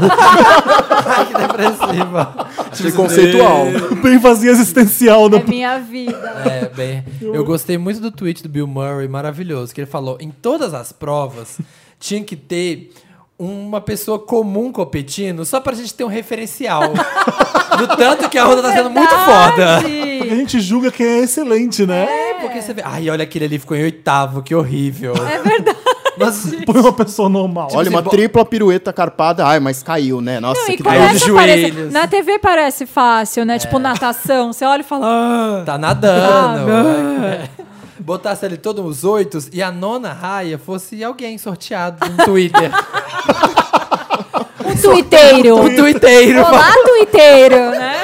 Speaker 1: Ai, que depressiva.
Speaker 3: Achei conceitual.
Speaker 2: Bem vazia existencial.
Speaker 4: É
Speaker 2: né?
Speaker 4: minha vida.
Speaker 1: É, bem. Eu gostei muito do tweet do Bill Murray, maravilhoso, que ele falou: em todas as provas tinha que ter uma pessoa comum competindo, só pra gente ter um referencial. do tanto que a Honda tá sendo muito foda.
Speaker 2: Porque a gente julga quem é excelente, né?
Speaker 1: É, porque você vê. Ai, olha aquele ali ficou em oitavo, que horrível. É verdade. Mas,
Speaker 2: Põe uma pessoa normal.
Speaker 3: Olha,
Speaker 1: Tipo
Speaker 3: uma
Speaker 1: assim, bo-
Speaker 3: tripla pirueta carpada. Ai, mas caiu, né? Nossa,
Speaker 4: Não, e é
Speaker 3: que
Speaker 2: tá
Speaker 1: começa-
Speaker 3: dor.
Speaker 1: os
Speaker 4: começa a parecer.
Speaker 1: joelhos.
Speaker 4: Na TV parece fácil, né?
Speaker 1: É.
Speaker 4: Tipo natação. Você olha e fala. "Ah".
Speaker 1: Tá nadando. né? Botasse ali todos os oitos e a nona raia fosse alguém sorteado no Twitter.
Speaker 2: Ah,
Speaker 4: Um tuiteiro.
Speaker 1: o Twitter.
Speaker 4: Olá, tuiteiro, né?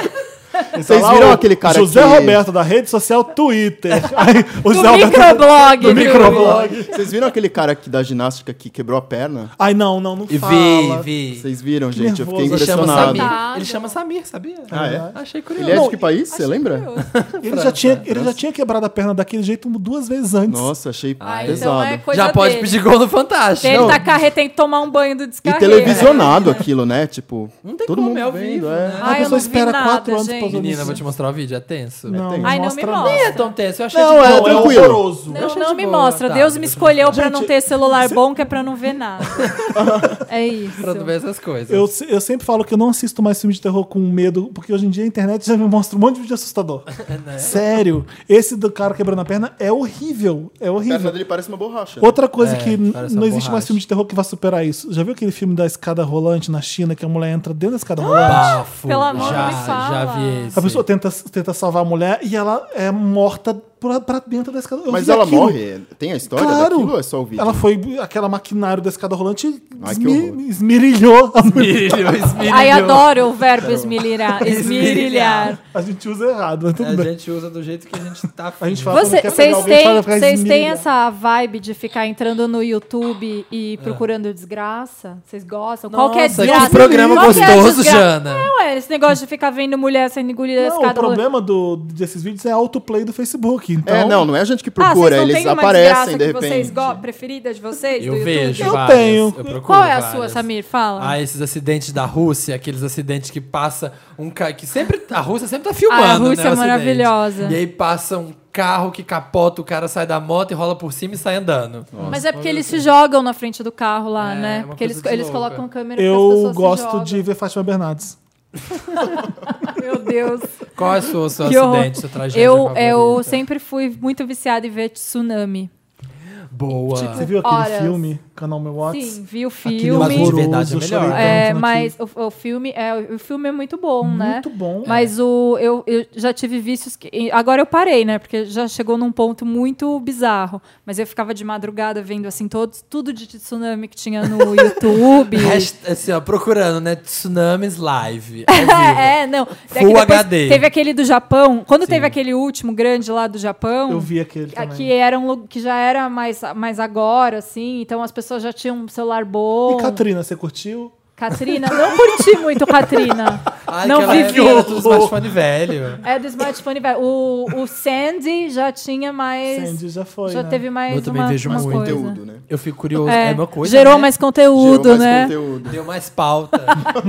Speaker 3: Vocês
Speaker 2: Tá lá
Speaker 3: viram
Speaker 2: o
Speaker 3: aquele cara
Speaker 2: José
Speaker 3: que...
Speaker 2: Roberto, da rede social Twitter. Aí, o José
Speaker 4: Do
Speaker 2: Roberto-
Speaker 4: microblog.
Speaker 2: Do
Speaker 4: do-
Speaker 2: microblog.
Speaker 3: Vocês viram aquele cara aqui da ginástica que quebrou a perna?
Speaker 2: Ai, não, não, não
Speaker 1: E
Speaker 2: fala.
Speaker 1: vi, vi.
Speaker 3: Vocês viram, gente? Eu fiquei
Speaker 2: nervoso.
Speaker 1: Ele chama
Speaker 3: impressionado.
Speaker 1: Samir.
Speaker 4: Coitado.
Speaker 1: Ele chama Samir, sabia?
Speaker 3: Ah, é?
Speaker 1: Achei curioso.
Speaker 3: Ele é
Speaker 2: Não,
Speaker 3: de que país? Você
Speaker 4: é
Speaker 3: lembra?
Speaker 2: Ele, já tinha, ele já tinha quebrado a perna daquele jeito duas vezes antes.
Speaker 3: Nossa, achei
Speaker 4: Ah, então
Speaker 3: pesado.
Speaker 4: é coisa
Speaker 1: Já pode
Speaker 4: dele.
Speaker 1: pedir gol no Fantástico.
Speaker 4: Ele
Speaker 1: Não,
Speaker 4: tá carreta tem que tomar um banho do
Speaker 3: E
Speaker 4: descarrego.
Speaker 3: televisionado aquilo, né? Tipo,
Speaker 1: Não tem
Speaker 3: todo
Speaker 1: como,
Speaker 3: mundo
Speaker 1: é ao
Speaker 3: vendo,
Speaker 1: vivo,
Speaker 3: é.
Speaker 1: né?
Speaker 2: A
Speaker 4: Ai, eu
Speaker 2: pessoa
Speaker 4: não vi
Speaker 2: espera
Speaker 4: nada,
Speaker 2: quatro anos pra
Speaker 4: gente.
Speaker 1: Menina, eu vou te mostrar o vídeo, é tenso.
Speaker 2: Não,
Speaker 3: tem.
Speaker 4: Ai, não
Speaker 2: mostra
Speaker 4: me
Speaker 2: nada.
Speaker 1: Não
Speaker 4: mostra.
Speaker 1: é tão tenso, eu achei
Speaker 3: Não,
Speaker 1: de
Speaker 3: é
Speaker 1: boa.
Speaker 2: Não, é
Speaker 3: tranquilo.
Speaker 2: horroroso.
Speaker 1: Eu
Speaker 4: Não,
Speaker 1: achei
Speaker 4: não
Speaker 1: de
Speaker 4: me
Speaker 1: boa,
Speaker 4: mostra.
Speaker 1: tá,
Speaker 4: Deus me
Speaker 1: beleza.
Speaker 4: escolheu pra não ter celular bom, que é pra não ver nada. É isso.
Speaker 1: Pra tu ver essas coisas.
Speaker 2: Eu, se- eu sempre falo que eu não assisto mais filme de terror com medo, porque hoje em dia a internet já me mostra um monte de vídeo assustador.
Speaker 3: Né?
Speaker 2: Sério. Esse do cara quebrando a perna é horrível. É
Speaker 3: A perna
Speaker 2: horrível.
Speaker 3: dele parece uma borracha.
Speaker 2: Outra coisa
Speaker 1: É,
Speaker 2: que n-
Speaker 1: parece
Speaker 2: não
Speaker 1: uma
Speaker 2: existe mais
Speaker 1: borracha.
Speaker 2: filme de terror que vai superar isso. Já viu aquele filme da escada rolante na China, que a mulher entra dentro da escada rolante?
Speaker 1: Bafo.
Speaker 4: Pelo amor,
Speaker 1: já,
Speaker 4: não me fala.
Speaker 1: já vi
Speaker 3: Ah,
Speaker 1: esse.
Speaker 2: A pessoa tá tenta, tenta salvar a mulher e ela é morta pra, pra dentro da escada. Eu
Speaker 3: Mas
Speaker 2: vi
Speaker 3: ela
Speaker 2: aquilo.
Speaker 3: morre? Tem a história
Speaker 2: Claro.
Speaker 3: daquilo ou é só o vídeo?
Speaker 2: Ela foi aquela maquinário da escada rolante e
Speaker 3: Ai, que
Speaker 2: esmi-
Speaker 3: horror.
Speaker 2: esmirilhou a mulher.
Speaker 1: Esmirilhou, esmirilhou.
Speaker 4: Ai, adoro o verbo esmirilhar. Esmirilhar.
Speaker 2: A gente usa errado, mas tudo
Speaker 1: A
Speaker 2: bem.
Speaker 1: gente usa do jeito que a gente tá afim.
Speaker 2: A gente fala- Quando
Speaker 4: Você-
Speaker 2: quer
Speaker 4: Vocês
Speaker 2: pegar alguém, fala
Speaker 4: têm,
Speaker 2: pra
Speaker 4: vocês têm
Speaker 2: esmirilhar.
Speaker 4: essa vibe de ficar entrando no YouTube e procurando desgraça? Vocês gostam? Qual que é a
Speaker 1: Nossa,
Speaker 4: desgraça?
Speaker 1: que programa
Speaker 4: Qual que é a
Speaker 1: gostoso,
Speaker 4: desgraça?
Speaker 1: Jana.
Speaker 4: Não, é esse negócio de ficar vendo mulher sendo engolida na
Speaker 2: Não, o
Speaker 4: escada.
Speaker 2: problema do, desses vídeos é autoplay do Facebook. Então,
Speaker 3: É, não, não é a gente que
Speaker 4: Ah, vocês
Speaker 3: procura,
Speaker 4: não
Speaker 3: eles
Speaker 4: têm uma
Speaker 3: aparecem
Speaker 4: desgraça
Speaker 3: de
Speaker 4: que vocês
Speaker 3: repente.
Speaker 4: gostam, preferida de vocês? do
Speaker 1: Eu
Speaker 4: YouTube?
Speaker 1: vejo
Speaker 2: Eu
Speaker 1: várias,
Speaker 2: tenho.
Speaker 1: eu procuro
Speaker 4: Qual é a
Speaker 1: várias.
Speaker 4: sua, Samir? Fala.
Speaker 1: Ah, esses acidentes da Rússia, aqueles acidentes que passa um carro que sempre a Rússia sempre tá
Speaker 4: Ah,
Speaker 1: filmando,
Speaker 4: a
Speaker 1: né, o
Speaker 4: Rússia é
Speaker 1: acidente.
Speaker 4: maravilhosa.
Speaker 1: E aí passa um carro que capota, o cara sai da moto e rola por cima e sai andando.
Speaker 4: Mas é porque eles se jogam na frente do carro lá,
Speaker 1: É,
Speaker 4: né?
Speaker 1: uma
Speaker 4: Porque
Speaker 1: coisa
Speaker 4: eles,
Speaker 1: de
Speaker 4: eles
Speaker 1: louco,
Speaker 4: colocam
Speaker 1: é.
Speaker 4: câmera porque as
Speaker 2: eu
Speaker 4: pessoas se
Speaker 2: gosto
Speaker 4: jogam.
Speaker 2: de ver Fátima Bernardes.
Speaker 4: Meu Deus.
Speaker 1: Qual é o seu, seu
Speaker 4: Que horror.
Speaker 1: acidente, sua tragédia
Speaker 4: eu, eu
Speaker 1: favorita?
Speaker 4: sempre fui muito viciada em ver tsunami.
Speaker 1: Boa.
Speaker 4: Tipo,
Speaker 2: Você viu aquele
Speaker 4: Horas.
Speaker 2: filme, Canal Meu Watts?
Speaker 4: Sim, vi o
Speaker 2: Aquele
Speaker 1: Mas
Speaker 4: filme.
Speaker 1: de verdade é
Speaker 2: horroroso, eu chorei
Speaker 1: melhor.
Speaker 4: É,
Speaker 2: tanto
Speaker 4: mas o, o filme é o filme é muito bom,
Speaker 2: naquilo.
Speaker 4: né?
Speaker 2: Muito bom.
Speaker 4: Mas o, eu, eu já tive vícios que. e Agora eu parei, né? Porque já chegou num ponto muito bizarro. Mas eu ficava de madrugada vendo assim todos, tudo de tsunami que tinha no YouTube.
Speaker 1: Hasht- assim, ó, procurando, né? Tsunamis live.
Speaker 4: É, é, não. É que
Speaker 1: Full
Speaker 4: depois
Speaker 1: HD.
Speaker 4: Teve aquele do Japão. Quando
Speaker 1: Sim.
Speaker 4: teve aquele último grande lá do Japão.
Speaker 2: Eu vi aquele
Speaker 4: a-
Speaker 2: também.
Speaker 4: Que, era um, lu- que já era mais, mais agora, assim, então as pessoas já tinham um celular bom.
Speaker 2: E Katrina, você curtiu?
Speaker 4: Catrina, não curti muito Catrina.
Speaker 1: Ai,
Speaker 4: não
Speaker 2: é
Speaker 1: aquela
Speaker 4: vivi.
Speaker 1: época era do smartphone velho.
Speaker 4: É do smartphone velho. O, o Sandy já tinha mais.
Speaker 2: Sandy já foi.
Speaker 4: já
Speaker 2: né?
Speaker 4: teve mais
Speaker 1: Eu também
Speaker 4: uma,
Speaker 1: vejo
Speaker 4: uma
Speaker 1: mais
Speaker 4: coisa.
Speaker 3: Conteúdo, né?
Speaker 1: Eu fico curioso. É,
Speaker 4: É,
Speaker 1: uma coisa,
Speaker 4: gerou
Speaker 1: né?
Speaker 4: mais conteúdo,
Speaker 3: Gerou mais
Speaker 4: né?
Speaker 3: conteúdo.
Speaker 1: Deu mais pauta.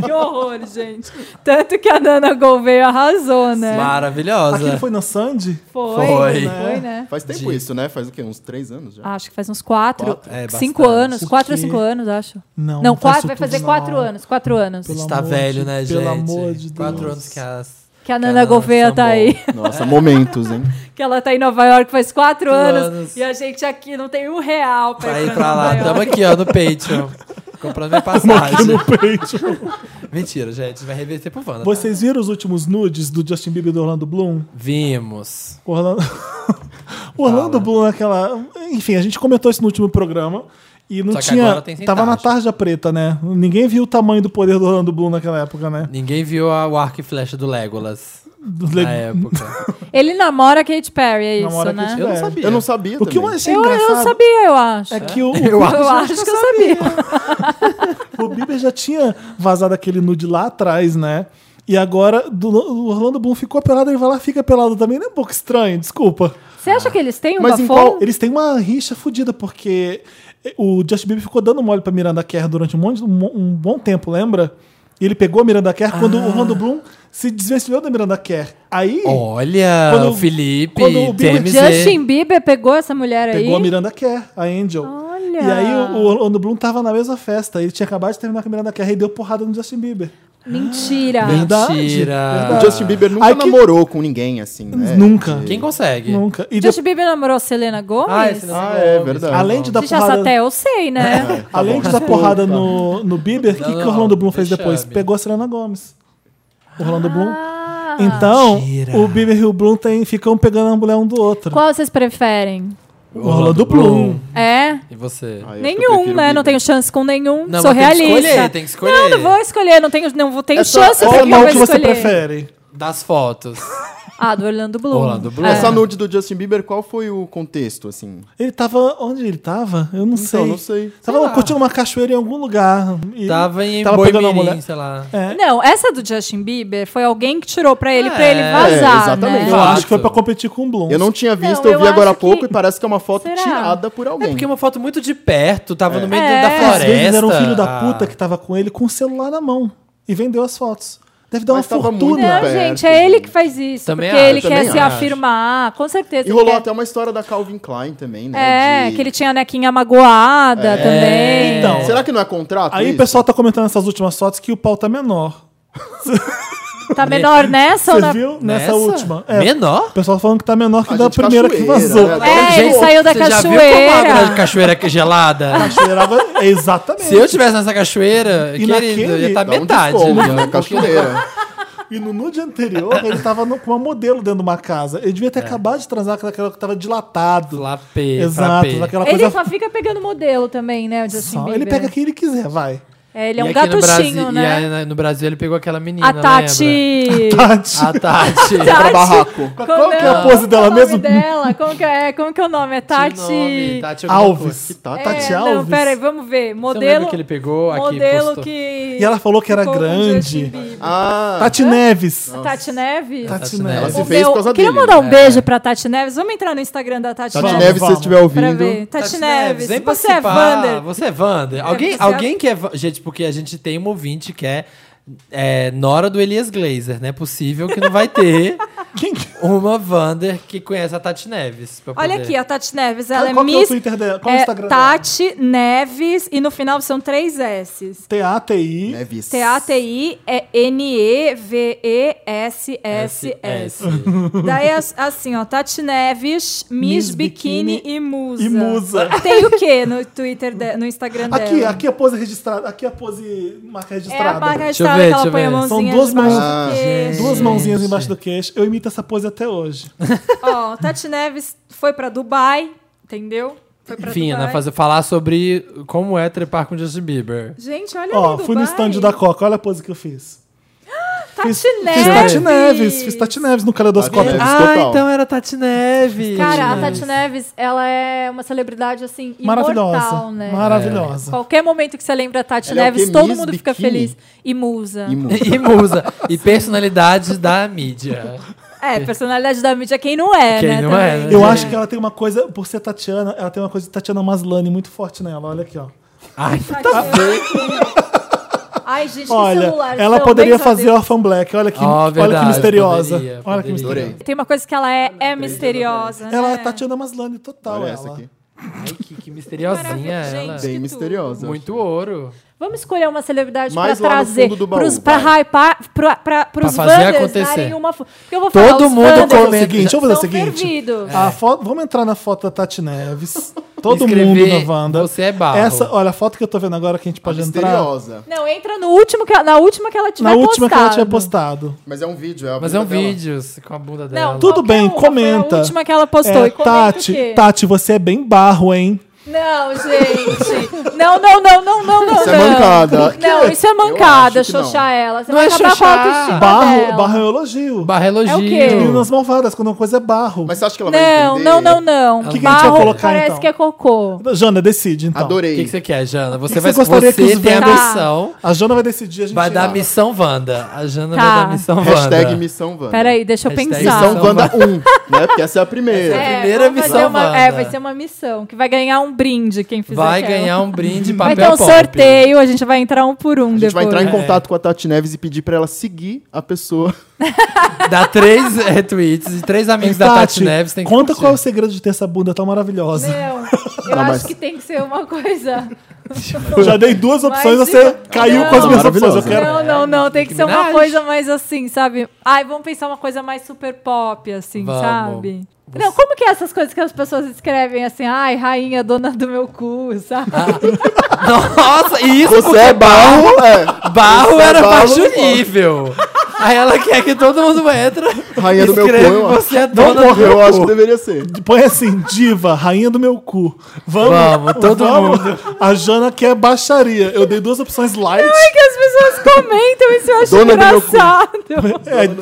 Speaker 4: Que horror, gente. Tanto que a Nana Gouveia arrasou, né?
Speaker 1: Maravilhosa.
Speaker 2: Aquele foi na Sandy?
Speaker 4: Foi,
Speaker 1: Foi,
Speaker 4: foi,
Speaker 1: né?
Speaker 4: né? Ah,
Speaker 3: Faz tempo isso, né? Faz o quê? Uns três anos já?
Speaker 4: Acho que faz uns quatro,
Speaker 1: Quatro? É,
Speaker 4: cinco
Speaker 1: bastante.
Speaker 4: anos, quatro ou
Speaker 2: Porque-
Speaker 4: cinco anos, acho.
Speaker 2: Não,
Speaker 4: Não,
Speaker 2: não faz
Speaker 4: quatro, vai
Speaker 2: isso tudo,
Speaker 4: fazer
Speaker 2: não.
Speaker 4: quatro anos, quatro anos.
Speaker 1: A gente
Speaker 2: Pelo
Speaker 1: tá
Speaker 2: amor
Speaker 1: velho,
Speaker 2: de-
Speaker 1: né, gente?
Speaker 2: pelo amor de
Speaker 1: Quatro
Speaker 2: Deus.
Speaker 1: anos que as...
Speaker 4: Que a
Speaker 1: que
Speaker 4: Nana
Speaker 2: né? é
Speaker 4: Gouveia tá
Speaker 1: sambou.
Speaker 4: aí.
Speaker 3: Nossa, momentos, hein?
Speaker 4: Que ela tá em Nova York faz quatro
Speaker 1: Quatro
Speaker 4: anos,
Speaker 1: anos.
Speaker 4: e a gente aqui não tem um real pra,
Speaker 1: Pra
Speaker 4: ir pra
Speaker 1: ir pra
Speaker 4: Nova
Speaker 1: lá.
Speaker 4: York.
Speaker 1: Tamo aqui, ó, no Patreon. comprando minha
Speaker 2: Aqui
Speaker 1: passagem.
Speaker 2: no peito.
Speaker 1: Mentira, gente. Vai reverter pro Wanda. tá?
Speaker 2: Vocês viram os últimos nudes do Justin Bieber e do Orlando Bloom?
Speaker 1: Vimos.
Speaker 2: O Orlando, o Orlando Bloom naquela. Enfim, a gente comentou isso no último programa. E não
Speaker 1: Só que
Speaker 2: tinha.
Speaker 1: agora tem sem
Speaker 2: Tava na
Speaker 1: tarja.
Speaker 2: tarja preta, né? Ninguém viu o tamanho do poder do Orlando Bloom naquela época, né?
Speaker 1: Ninguém viu a- o arco e flecha do Legolas
Speaker 2: Do
Speaker 1: na
Speaker 2: Lego-
Speaker 1: época.
Speaker 4: Ele namora a Kate Perry, é isso,
Speaker 2: Namora a
Speaker 4: né?
Speaker 2: Katy
Speaker 1: Eu não
Speaker 2: É.
Speaker 1: sabia.
Speaker 3: Eu não sabia
Speaker 2: O que eu
Speaker 3: também.
Speaker 2: achei
Speaker 4: Eu,
Speaker 2: é engraçado
Speaker 4: eu sabia, eu acho.
Speaker 2: é que o,
Speaker 1: Eu acho.
Speaker 4: Eu acho que eu sabia.
Speaker 2: o Bieber já tinha vazado aquele nude lá atrás, né? E agora do- o Orlando Bloom ficou pelado, ele vai lá e fica pelado também. Não é um pouco estranho, desculpa.
Speaker 4: Você acha que eles têm uma
Speaker 2: Mas em
Speaker 4: fome?
Speaker 2: Assim, qual- eles têm uma rixa fodida, porque o Justin Bieber ficou dando mole pra Miranda Kerr durante um, monte, um, mo- um bom tempo, lembra? E ele pegou a Miranda Kerr quando
Speaker 4: Ah.
Speaker 2: o Orlando Bloom se desvencilhou da Miranda Kerr. Aí
Speaker 1: Olha,
Speaker 2: Quando-
Speaker 1: o Felipe,
Speaker 2: quando o Bill
Speaker 1: TMZ.
Speaker 4: Justin Bieber pegou essa mulher aí?
Speaker 2: pegou a Miranda Kerr, a Angel.
Speaker 4: Olha.
Speaker 2: E aí o, o Orlando Bloom tava na mesma festa. Ele tinha acabado de terminar com a Miranda Kerr e deu porrada no Justin Bieber.
Speaker 1: Mentira.
Speaker 4: Mentira.
Speaker 2: Verdade.
Speaker 3: O Justin Bieber nunca
Speaker 2: Ai, que-
Speaker 3: namorou com ninguém, assim,
Speaker 1: É,
Speaker 3: né?
Speaker 2: Nunca.
Speaker 1: Quem consegue?
Speaker 2: Nunca. E
Speaker 4: Justin Bieber namorou a Selena Gomez?
Speaker 1: Ah, esse não
Speaker 3: Ah, é verdade.
Speaker 2: Além de dar
Speaker 4: Gente, essa
Speaker 2: porrada-
Speaker 4: até eu sei,
Speaker 1: É.
Speaker 4: né?
Speaker 2: Além de dar porrada no, no Bieber, o que,
Speaker 1: Não,
Speaker 2: que o
Speaker 1: não,
Speaker 2: Orlando Bloom fez
Speaker 1: deixa
Speaker 2: depois?
Speaker 1: eu ver.
Speaker 2: Pegou a Selena Gomes. O Orlando Bloom.
Speaker 4: Ah.
Speaker 2: Então,
Speaker 1: Mentira.
Speaker 2: o Bieber e o Bloom tem, ficam pegando a mulher um do outro.
Speaker 4: Qual vocês preferem?
Speaker 2: O Orlando Bloom.
Speaker 4: É?
Speaker 1: E você?
Speaker 3: Ah, eu acho que eu
Speaker 4: Nenhum,
Speaker 3: prefiro
Speaker 4: né?
Speaker 3: o
Speaker 4: Não
Speaker 3: Bieber.
Speaker 4: tenho chance com nenhum.
Speaker 1: Não, mas tem
Speaker 4: Sou
Speaker 1: que
Speaker 4: realista.
Speaker 1: escolher, tem que escolher.
Speaker 4: Não, não vou escolher. Não tenho, não vou, tenho chance.
Speaker 2: Qual
Speaker 4: porque eu
Speaker 2: mal
Speaker 4: vou
Speaker 2: que você
Speaker 4: escolher.
Speaker 2: prefere?
Speaker 1: Das fotos.
Speaker 4: Ah, do Orlando Bloom.
Speaker 1: Orlando Bloom.
Speaker 3: Essa nude do Justin Bieber, qual foi o contexto, assim?
Speaker 2: Ele tava. Onde ele tava? Eu não sei.
Speaker 3: Então, não sei.
Speaker 2: Tava lá, curtindo uma cachoeira em algum lugar. E
Speaker 1: Tava em
Speaker 2: tava
Speaker 1: Boi
Speaker 2: pegando a
Speaker 1: Mirim,
Speaker 2: mulher.
Speaker 1: sei lá.
Speaker 2: É.
Speaker 4: Não, essa do Justin Bieber foi alguém que tirou pra ele,
Speaker 1: É,
Speaker 4: pra ele vazar,
Speaker 3: é, exatamente.
Speaker 4: né?
Speaker 2: Eu acho que foi
Speaker 1: Exato.
Speaker 2: pra competir com o Bloom.
Speaker 3: Eu não tinha visto,
Speaker 4: Não,
Speaker 3: eu vi
Speaker 4: eu
Speaker 3: agora há
Speaker 4: acho
Speaker 3: pouco
Speaker 4: que-
Speaker 3: e parece que é uma foto
Speaker 4: Será?
Speaker 3: tirada por alguém.
Speaker 1: É porque é uma foto muito de perto, tava no meio
Speaker 4: É.
Speaker 1: da
Speaker 4: Às
Speaker 2: Às
Speaker 1: floresta.
Speaker 2: vezes era um filho da
Speaker 1: Ah.
Speaker 2: puta que tava com ele com o celular na mão e vendeu as fotos. Deve dar
Speaker 3: Mas
Speaker 2: uma
Speaker 3: tava muito
Speaker 2: fortuna.
Speaker 4: Não,
Speaker 3: perto,
Speaker 4: gente, é ele que faz isso.
Speaker 1: Também
Speaker 4: porque
Speaker 1: acho,
Speaker 4: ele quer
Speaker 3: também
Speaker 4: se
Speaker 1: acho.
Speaker 4: afirmar, com certeza.
Speaker 3: E
Speaker 4: ele
Speaker 3: rolou
Speaker 4: quer-
Speaker 3: até uma história da Calvin Klein também,
Speaker 2: um
Speaker 3: né?
Speaker 4: É,
Speaker 3: de-
Speaker 4: que ele tinha a nequinha magoada
Speaker 1: É.
Speaker 4: também.
Speaker 2: Então,
Speaker 3: Será que não é contrato?
Speaker 2: Aí o
Speaker 3: isso?
Speaker 2: pessoal tá comentando essas últimas fotos que o pau tá menor.
Speaker 4: Tá
Speaker 1: Né?
Speaker 4: menor nessa ou
Speaker 2: Você
Speaker 4: na...
Speaker 2: viu nessa, última? É.
Speaker 1: Menor?
Speaker 2: O pessoal falando que tá menor que
Speaker 3: A
Speaker 2: da
Speaker 3: gente
Speaker 2: primeira que
Speaker 3: cachoeira,
Speaker 2: vazou.
Speaker 3: né?
Speaker 4: É, ele
Speaker 1: Gente,
Speaker 4: saiu da
Speaker 1: você Já viu como a água da
Speaker 4: cachoeira.
Speaker 1: cachoeira gelada?
Speaker 2: Cheirava- é exatamente.
Speaker 1: Se eu tivesse nessa cachoeira,
Speaker 2: E
Speaker 1: querido,
Speaker 2: naquele,
Speaker 1: ia estar
Speaker 3: Dá um
Speaker 1: tá metade. né?
Speaker 3: desconto
Speaker 1: viu?
Speaker 3: na cachoeira.
Speaker 2: E no nude anterior, ele tava no- com uma modelo dentro de uma casa. Ele devia ter acabado de transar com aquela que tava dilatado.
Speaker 1: Lapê,
Speaker 2: Exato,
Speaker 1: frapê.
Speaker 2: aquela
Speaker 4: Ele
Speaker 2: coisa.
Speaker 4: só fica pegando modelo também, né, o Justin
Speaker 2: Só-
Speaker 4: Bieber.
Speaker 2: ele pega quem ele quiser, vai.
Speaker 4: É, ele é
Speaker 1: E
Speaker 4: um
Speaker 1: aqui no
Speaker 4: gatuchinho,
Speaker 1: Brasil- E
Speaker 4: né?
Speaker 1: aí, na- no Brasil ele pegou aquela menina,
Speaker 4: A Tati...
Speaker 1: Ah,
Speaker 2: Tati.
Speaker 1: lembra? A Tati.
Speaker 4: Tati.
Speaker 3: Pra barraco.
Speaker 2: Qual que é a
Speaker 4: não,
Speaker 2: pose dela
Speaker 4: qual que é o
Speaker 2: mesmo?
Speaker 4: nome dela? Como que é, como que é o nome? É Tati...
Speaker 1: Nome, Tati alguma coisa.
Speaker 2: Alves.
Speaker 3: Tá,
Speaker 4: É,
Speaker 3: tá.
Speaker 2: Tati
Speaker 4: Não,
Speaker 2: Alves?
Speaker 4: peraí, vamos ver.
Speaker 1: Você não lembra
Speaker 4: Modelo,
Speaker 1: que ele pegou aqui
Speaker 4: modelo
Speaker 1: postou.
Speaker 4: que...
Speaker 2: E ela falou que era
Speaker 4: ficou com o
Speaker 2: grande.
Speaker 4: Justin Bieber.
Speaker 3: Ah,
Speaker 1: Tá
Speaker 2: Tati Neves.
Speaker 4: Tati Neves?
Speaker 2: Tati
Speaker 1: Tati Neves.
Speaker 2: Neves.
Speaker 3: se
Speaker 4: O
Speaker 3: fez
Speaker 4: meu-
Speaker 3: por causa
Speaker 4: Queria
Speaker 3: dele.
Speaker 4: mandar
Speaker 2: né?
Speaker 4: um beijo pra Tati Neves. Vamos entrar no Instagram da Tati,
Speaker 3: Tati
Speaker 2: Vamos,
Speaker 3: Neves, se
Speaker 2: vamos.
Speaker 3: estiver
Speaker 4: pra
Speaker 3: ouvindo.
Speaker 4: ver. Tati, Neves,
Speaker 1: vem
Speaker 4: você é
Speaker 1: participar.
Speaker 4: Wander.
Speaker 1: Você é Wander. Alguém,
Speaker 4: você é-
Speaker 1: alguém que é. Va- Gente, porque a gente tem um ouvinte que é, é Nora do Elias Glazer, né? É possível que não vai ter
Speaker 2: Quem que-
Speaker 1: uma Wander que conhece a Tati Neves. pra
Speaker 4: Olha
Speaker 1: poder-
Speaker 4: aqui, a Tati Neves, ela
Speaker 2: Qual que
Speaker 4: é Miss...
Speaker 2: é o Twitter dela? Qual é o
Speaker 4: é
Speaker 2: Instagram
Speaker 4: Tati Neves e no final são três S.
Speaker 2: dela? T-A-T-I.
Speaker 3: Neves.
Speaker 4: T-A-T-I é N-E-V-E-S-S-S. Daí, as- assim, ó, Tati Neves, Miss,
Speaker 2: Miss
Speaker 4: Biquíni
Speaker 2: Bikini
Speaker 4: e Musa.
Speaker 2: e Musa.
Speaker 4: Tem o quê no Twitter, de- no Instagram
Speaker 2: Aqui,
Speaker 4: dela?
Speaker 2: aqui é a pose registrada. Aqui é a pose marca
Speaker 4: É a
Speaker 2: registrada.
Speaker 4: marca
Speaker 1: Deixa eu
Speaker 4: estrada
Speaker 1: ver,
Speaker 4: que ela
Speaker 1: deixa eu
Speaker 4: põe a
Speaker 1: ver.
Speaker 2: São
Speaker 4: mãozinha
Speaker 2: duas
Speaker 4: debaixo do
Speaker 1: Ah,
Speaker 2: mãos- Duas
Speaker 4: queixo.
Speaker 1: Gente.
Speaker 2: mãozinhas embaixo do queixo. Eu imito essa pose até hoje.
Speaker 4: Ó, Tati Neves foi pra Dubai, entendeu? Foi pra
Speaker 1: Enfim,
Speaker 4: Dubai.
Speaker 1: né, fazer, falar sobre como é trepar com Justin Bieber.
Speaker 4: Gente, olha
Speaker 2: Ó,
Speaker 4: ali Dubai.
Speaker 2: fui no stand da Coca. Olha a pose que eu fiz.
Speaker 4: Tati
Speaker 2: Fiz,
Speaker 4: Neves.
Speaker 2: fiz Tati Neves. Fiz Tati Neves no caleidoscópio.
Speaker 3: Tati Neves.
Speaker 1: ah,
Speaker 3: total.
Speaker 1: então era Tati Neves.
Speaker 4: Cara, a Tati Neves, ela é uma celebridade, assim,
Speaker 2: Maravilhosa.
Speaker 4: imortal, né?
Speaker 2: Maravilhosa.
Speaker 4: Qualquer momento que você lembra a Tati
Speaker 3: Ela é o
Speaker 4: Neves,
Speaker 3: quê?
Speaker 4: todo
Speaker 3: Miss
Speaker 4: mundo fica
Speaker 3: Biquíni?
Speaker 4: feliz. E musa.
Speaker 3: E mu-
Speaker 1: E musa. E personalidade da mídia.
Speaker 4: É, personalidade da mídia, quem não é,
Speaker 1: Quem
Speaker 4: né?
Speaker 1: não
Speaker 4: também.
Speaker 1: é, né?
Speaker 2: Eu acho que ela tem uma coisa, por ser Tatiana, ela tem uma coisa de Tatiana Maslany muito forte nela. Olha aqui, ó.
Speaker 1: Ai,
Speaker 4: Ai, gente, que
Speaker 2: tá Olha,
Speaker 4: celular.
Speaker 2: ela poderia fazer Orphan Black. Olha que,
Speaker 1: Ó,
Speaker 2: olha que
Speaker 1: Ah, verdade,
Speaker 2: misteriosa.
Speaker 1: poderia,
Speaker 2: Olha que
Speaker 1: poderia.
Speaker 2: misteriosa.
Speaker 3: Adorei.
Speaker 4: Tem uma coisa que ela é, é misteriosa, né?
Speaker 2: Ela é Tatiana Maslany total,
Speaker 3: Olha
Speaker 2: ela.
Speaker 3: essa aqui.
Speaker 1: ai, que, que misteriosinha
Speaker 4: Maravilha,
Speaker 1: ela.
Speaker 4: gente.
Speaker 3: Bem
Speaker 4: que tudo.
Speaker 3: misteriosa.
Speaker 1: Muito ouro.
Speaker 4: Vamos escolher uma celebridade para
Speaker 3: Mais lá no
Speaker 4: trazer,
Speaker 3: fundo do baú,
Speaker 4: para
Speaker 3: vai.
Speaker 4: hypar, para os
Speaker 1: Pra fazer
Speaker 4: Wanders
Speaker 1: acontecer.
Speaker 4: darem uma foto. Porque eu vou falar,
Speaker 1: Todo
Speaker 4: os
Speaker 1: mundo
Speaker 4: Wanders
Speaker 2: Vamos fazer o
Speaker 1: comenta.
Speaker 2: seguinte, vamos fazer o
Speaker 4: são
Speaker 2: seguinte.
Speaker 4: fervidos.
Speaker 2: A foto- vamos entrar na foto da Tati Neves. Todo
Speaker 1: Escrever,
Speaker 2: mundo na Wanda.
Speaker 1: você é barro.
Speaker 2: Essa, olha, a foto que eu tô vendo agora que a gente
Speaker 3: A
Speaker 2: pode entrar.
Speaker 3: misteriosa.
Speaker 4: Não, entra no último que- na última que ela tiver
Speaker 2: Na última que ela tiver
Speaker 4: postado.
Speaker 2: postado.
Speaker 3: Mas é um vídeo, é a
Speaker 1: Mas é um
Speaker 3: bunda dela.
Speaker 1: vídeo com a bunda dela.
Speaker 4: Não,
Speaker 2: Tudo
Speaker 4: qualquer
Speaker 2: bem,
Speaker 4: uma, foi
Speaker 2: comenta.
Speaker 4: A última que ela postou.
Speaker 2: É,
Speaker 4: e comenta o
Speaker 2: Tati,
Speaker 4: quê?
Speaker 2: Tati, você é bem barro, hein?
Speaker 4: Não, gente. Não, não, não, não, não, não.
Speaker 3: Isso é
Speaker 4: não.
Speaker 3: mancada.
Speaker 4: Não, isso é
Speaker 3: Eu
Speaker 4: mancada,
Speaker 3: acho que não.
Speaker 4: xoxar ela. Você
Speaker 1: Não é
Speaker 4: vai acabar com a
Speaker 1: xoxar.
Speaker 4: autoestima
Speaker 2: Barro,
Speaker 4: dela.
Speaker 2: barro é um elogio.
Speaker 1: Barra elogio.
Speaker 4: É o quê?
Speaker 2: Meninas malvadas, quando uma coisa é barro.
Speaker 3: Mas você acha que ela vai
Speaker 4: Não,
Speaker 3: entender?
Speaker 4: não, não, não.
Speaker 2: que a gente vai
Speaker 4: Barro
Speaker 2: colocar,
Speaker 4: parece
Speaker 2: então?
Speaker 4: que é cocô.
Speaker 2: Jana, decide, então.
Speaker 1: O
Speaker 3: Adorei.
Speaker 1: que, que você quer, Jana? Você
Speaker 2: que
Speaker 1: vai
Speaker 2: você gostaria que
Speaker 1: você
Speaker 2: os
Speaker 1: tem a
Speaker 4: Wanders-
Speaker 1: missão.
Speaker 2: A Jana vai decidir, a gente
Speaker 1: Vai dar
Speaker 2: Ah,
Speaker 1: missão Wanda. A Jana
Speaker 4: Tá.
Speaker 1: vai dar missão Wanda.
Speaker 3: Hashtag Missão Wanda.
Speaker 4: Peraí, deixa eu
Speaker 1: Hashtag
Speaker 4: pensar.
Speaker 3: Missão
Speaker 1: Tá.
Speaker 3: Wanda 1, né? Porque essa é a primeira.
Speaker 1: É. Primeira
Speaker 4: vamos fazer
Speaker 1: missão,
Speaker 4: uma,
Speaker 1: Wanda.
Speaker 4: É, vai ser uma missão, que vai ganhar um brinde quem fizer
Speaker 1: Vai
Speaker 4: aquela.
Speaker 1: ganhar um brinde papel
Speaker 4: Vai ter um
Speaker 1: pop.
Speaker 4: sorteio, a gente vai entrar um por um
Speaker 3: A gente
Speaker 4: depois.
Speaker 3: vai entrar em
Speaker 1: É.
Speaker 3: contato com a Tati Neves e pedir pra ela seguir a pessoa.
Speaker 1: Dá três retweets e três amigos da Tati, Neves tem que
Speaker 2: conta
Speaker 1: curtir.
Speaker 2: qual é o segredo de ter essa bunda tão maravilhosa.
Speaker 4: Não, eu
Speaker 3: Não,
Speaker 4: acho
Speaker 3: mas-
Speaker 4: que tem que ser uma coisa.
Speaker 2: Eu já dei duas opções,
Speaker 4: Mas
Speaker 2: você
Speaker 4: então-
Speaker 2: caiu
Speaker 4: Não.
Speaker 2: com as minhas opções.
Speaker 3: Maravilhosa.
Speaker 2: Eu quero.
Speaker 4: Não, não, não. Tem que ser uma
Speaker 1: Minaj.
Speaker 4: coisa mais assim, sabe? Ai, vamos pensar uma coisa mais super pop, assim,
Speaker 1: Vamos.
Speaker 4: sabe? Não, como que é essas coisas que as pessoas escrevem assim? Ai, rainha, dona do meu cu, sabe?
Speaker 1: Ah. Nossa, e isso
Speaker 3: Você é barro, é.
Speaker 1: barro
Speaker 3: Você é
Speaker 1: era
Speaker 3: barro,
Speaker 1: baixo
Speaker 3: não pode.
Speaker 1: nível. Aí ela quer que todo mundo entra.
Speaker 3: Rainha do meu
Speaker 1: escreve
Speaker 3: cu, eu acho.
Speaker 1: Você é
Speaker 2: Não
Speaker 1: dona do
Speaker 2: morreu.
Speaker 1: meu
Speaker 3: Eu acho
Speaker 1: cu.
Speaker 3: que deveria ser.
Speaker 2: Põe assim, diva, rainha do meu cu. Vamos,
Speaker 1: Vamos, todo
Speaker 2: mundo. A Jana quer baixaria. Eu dei duas opções light.
Speaker 4: É que as pessoas comentam isso, eu acho
Speaker 3: Dona do meu cu.
Speaker 4: engraçado.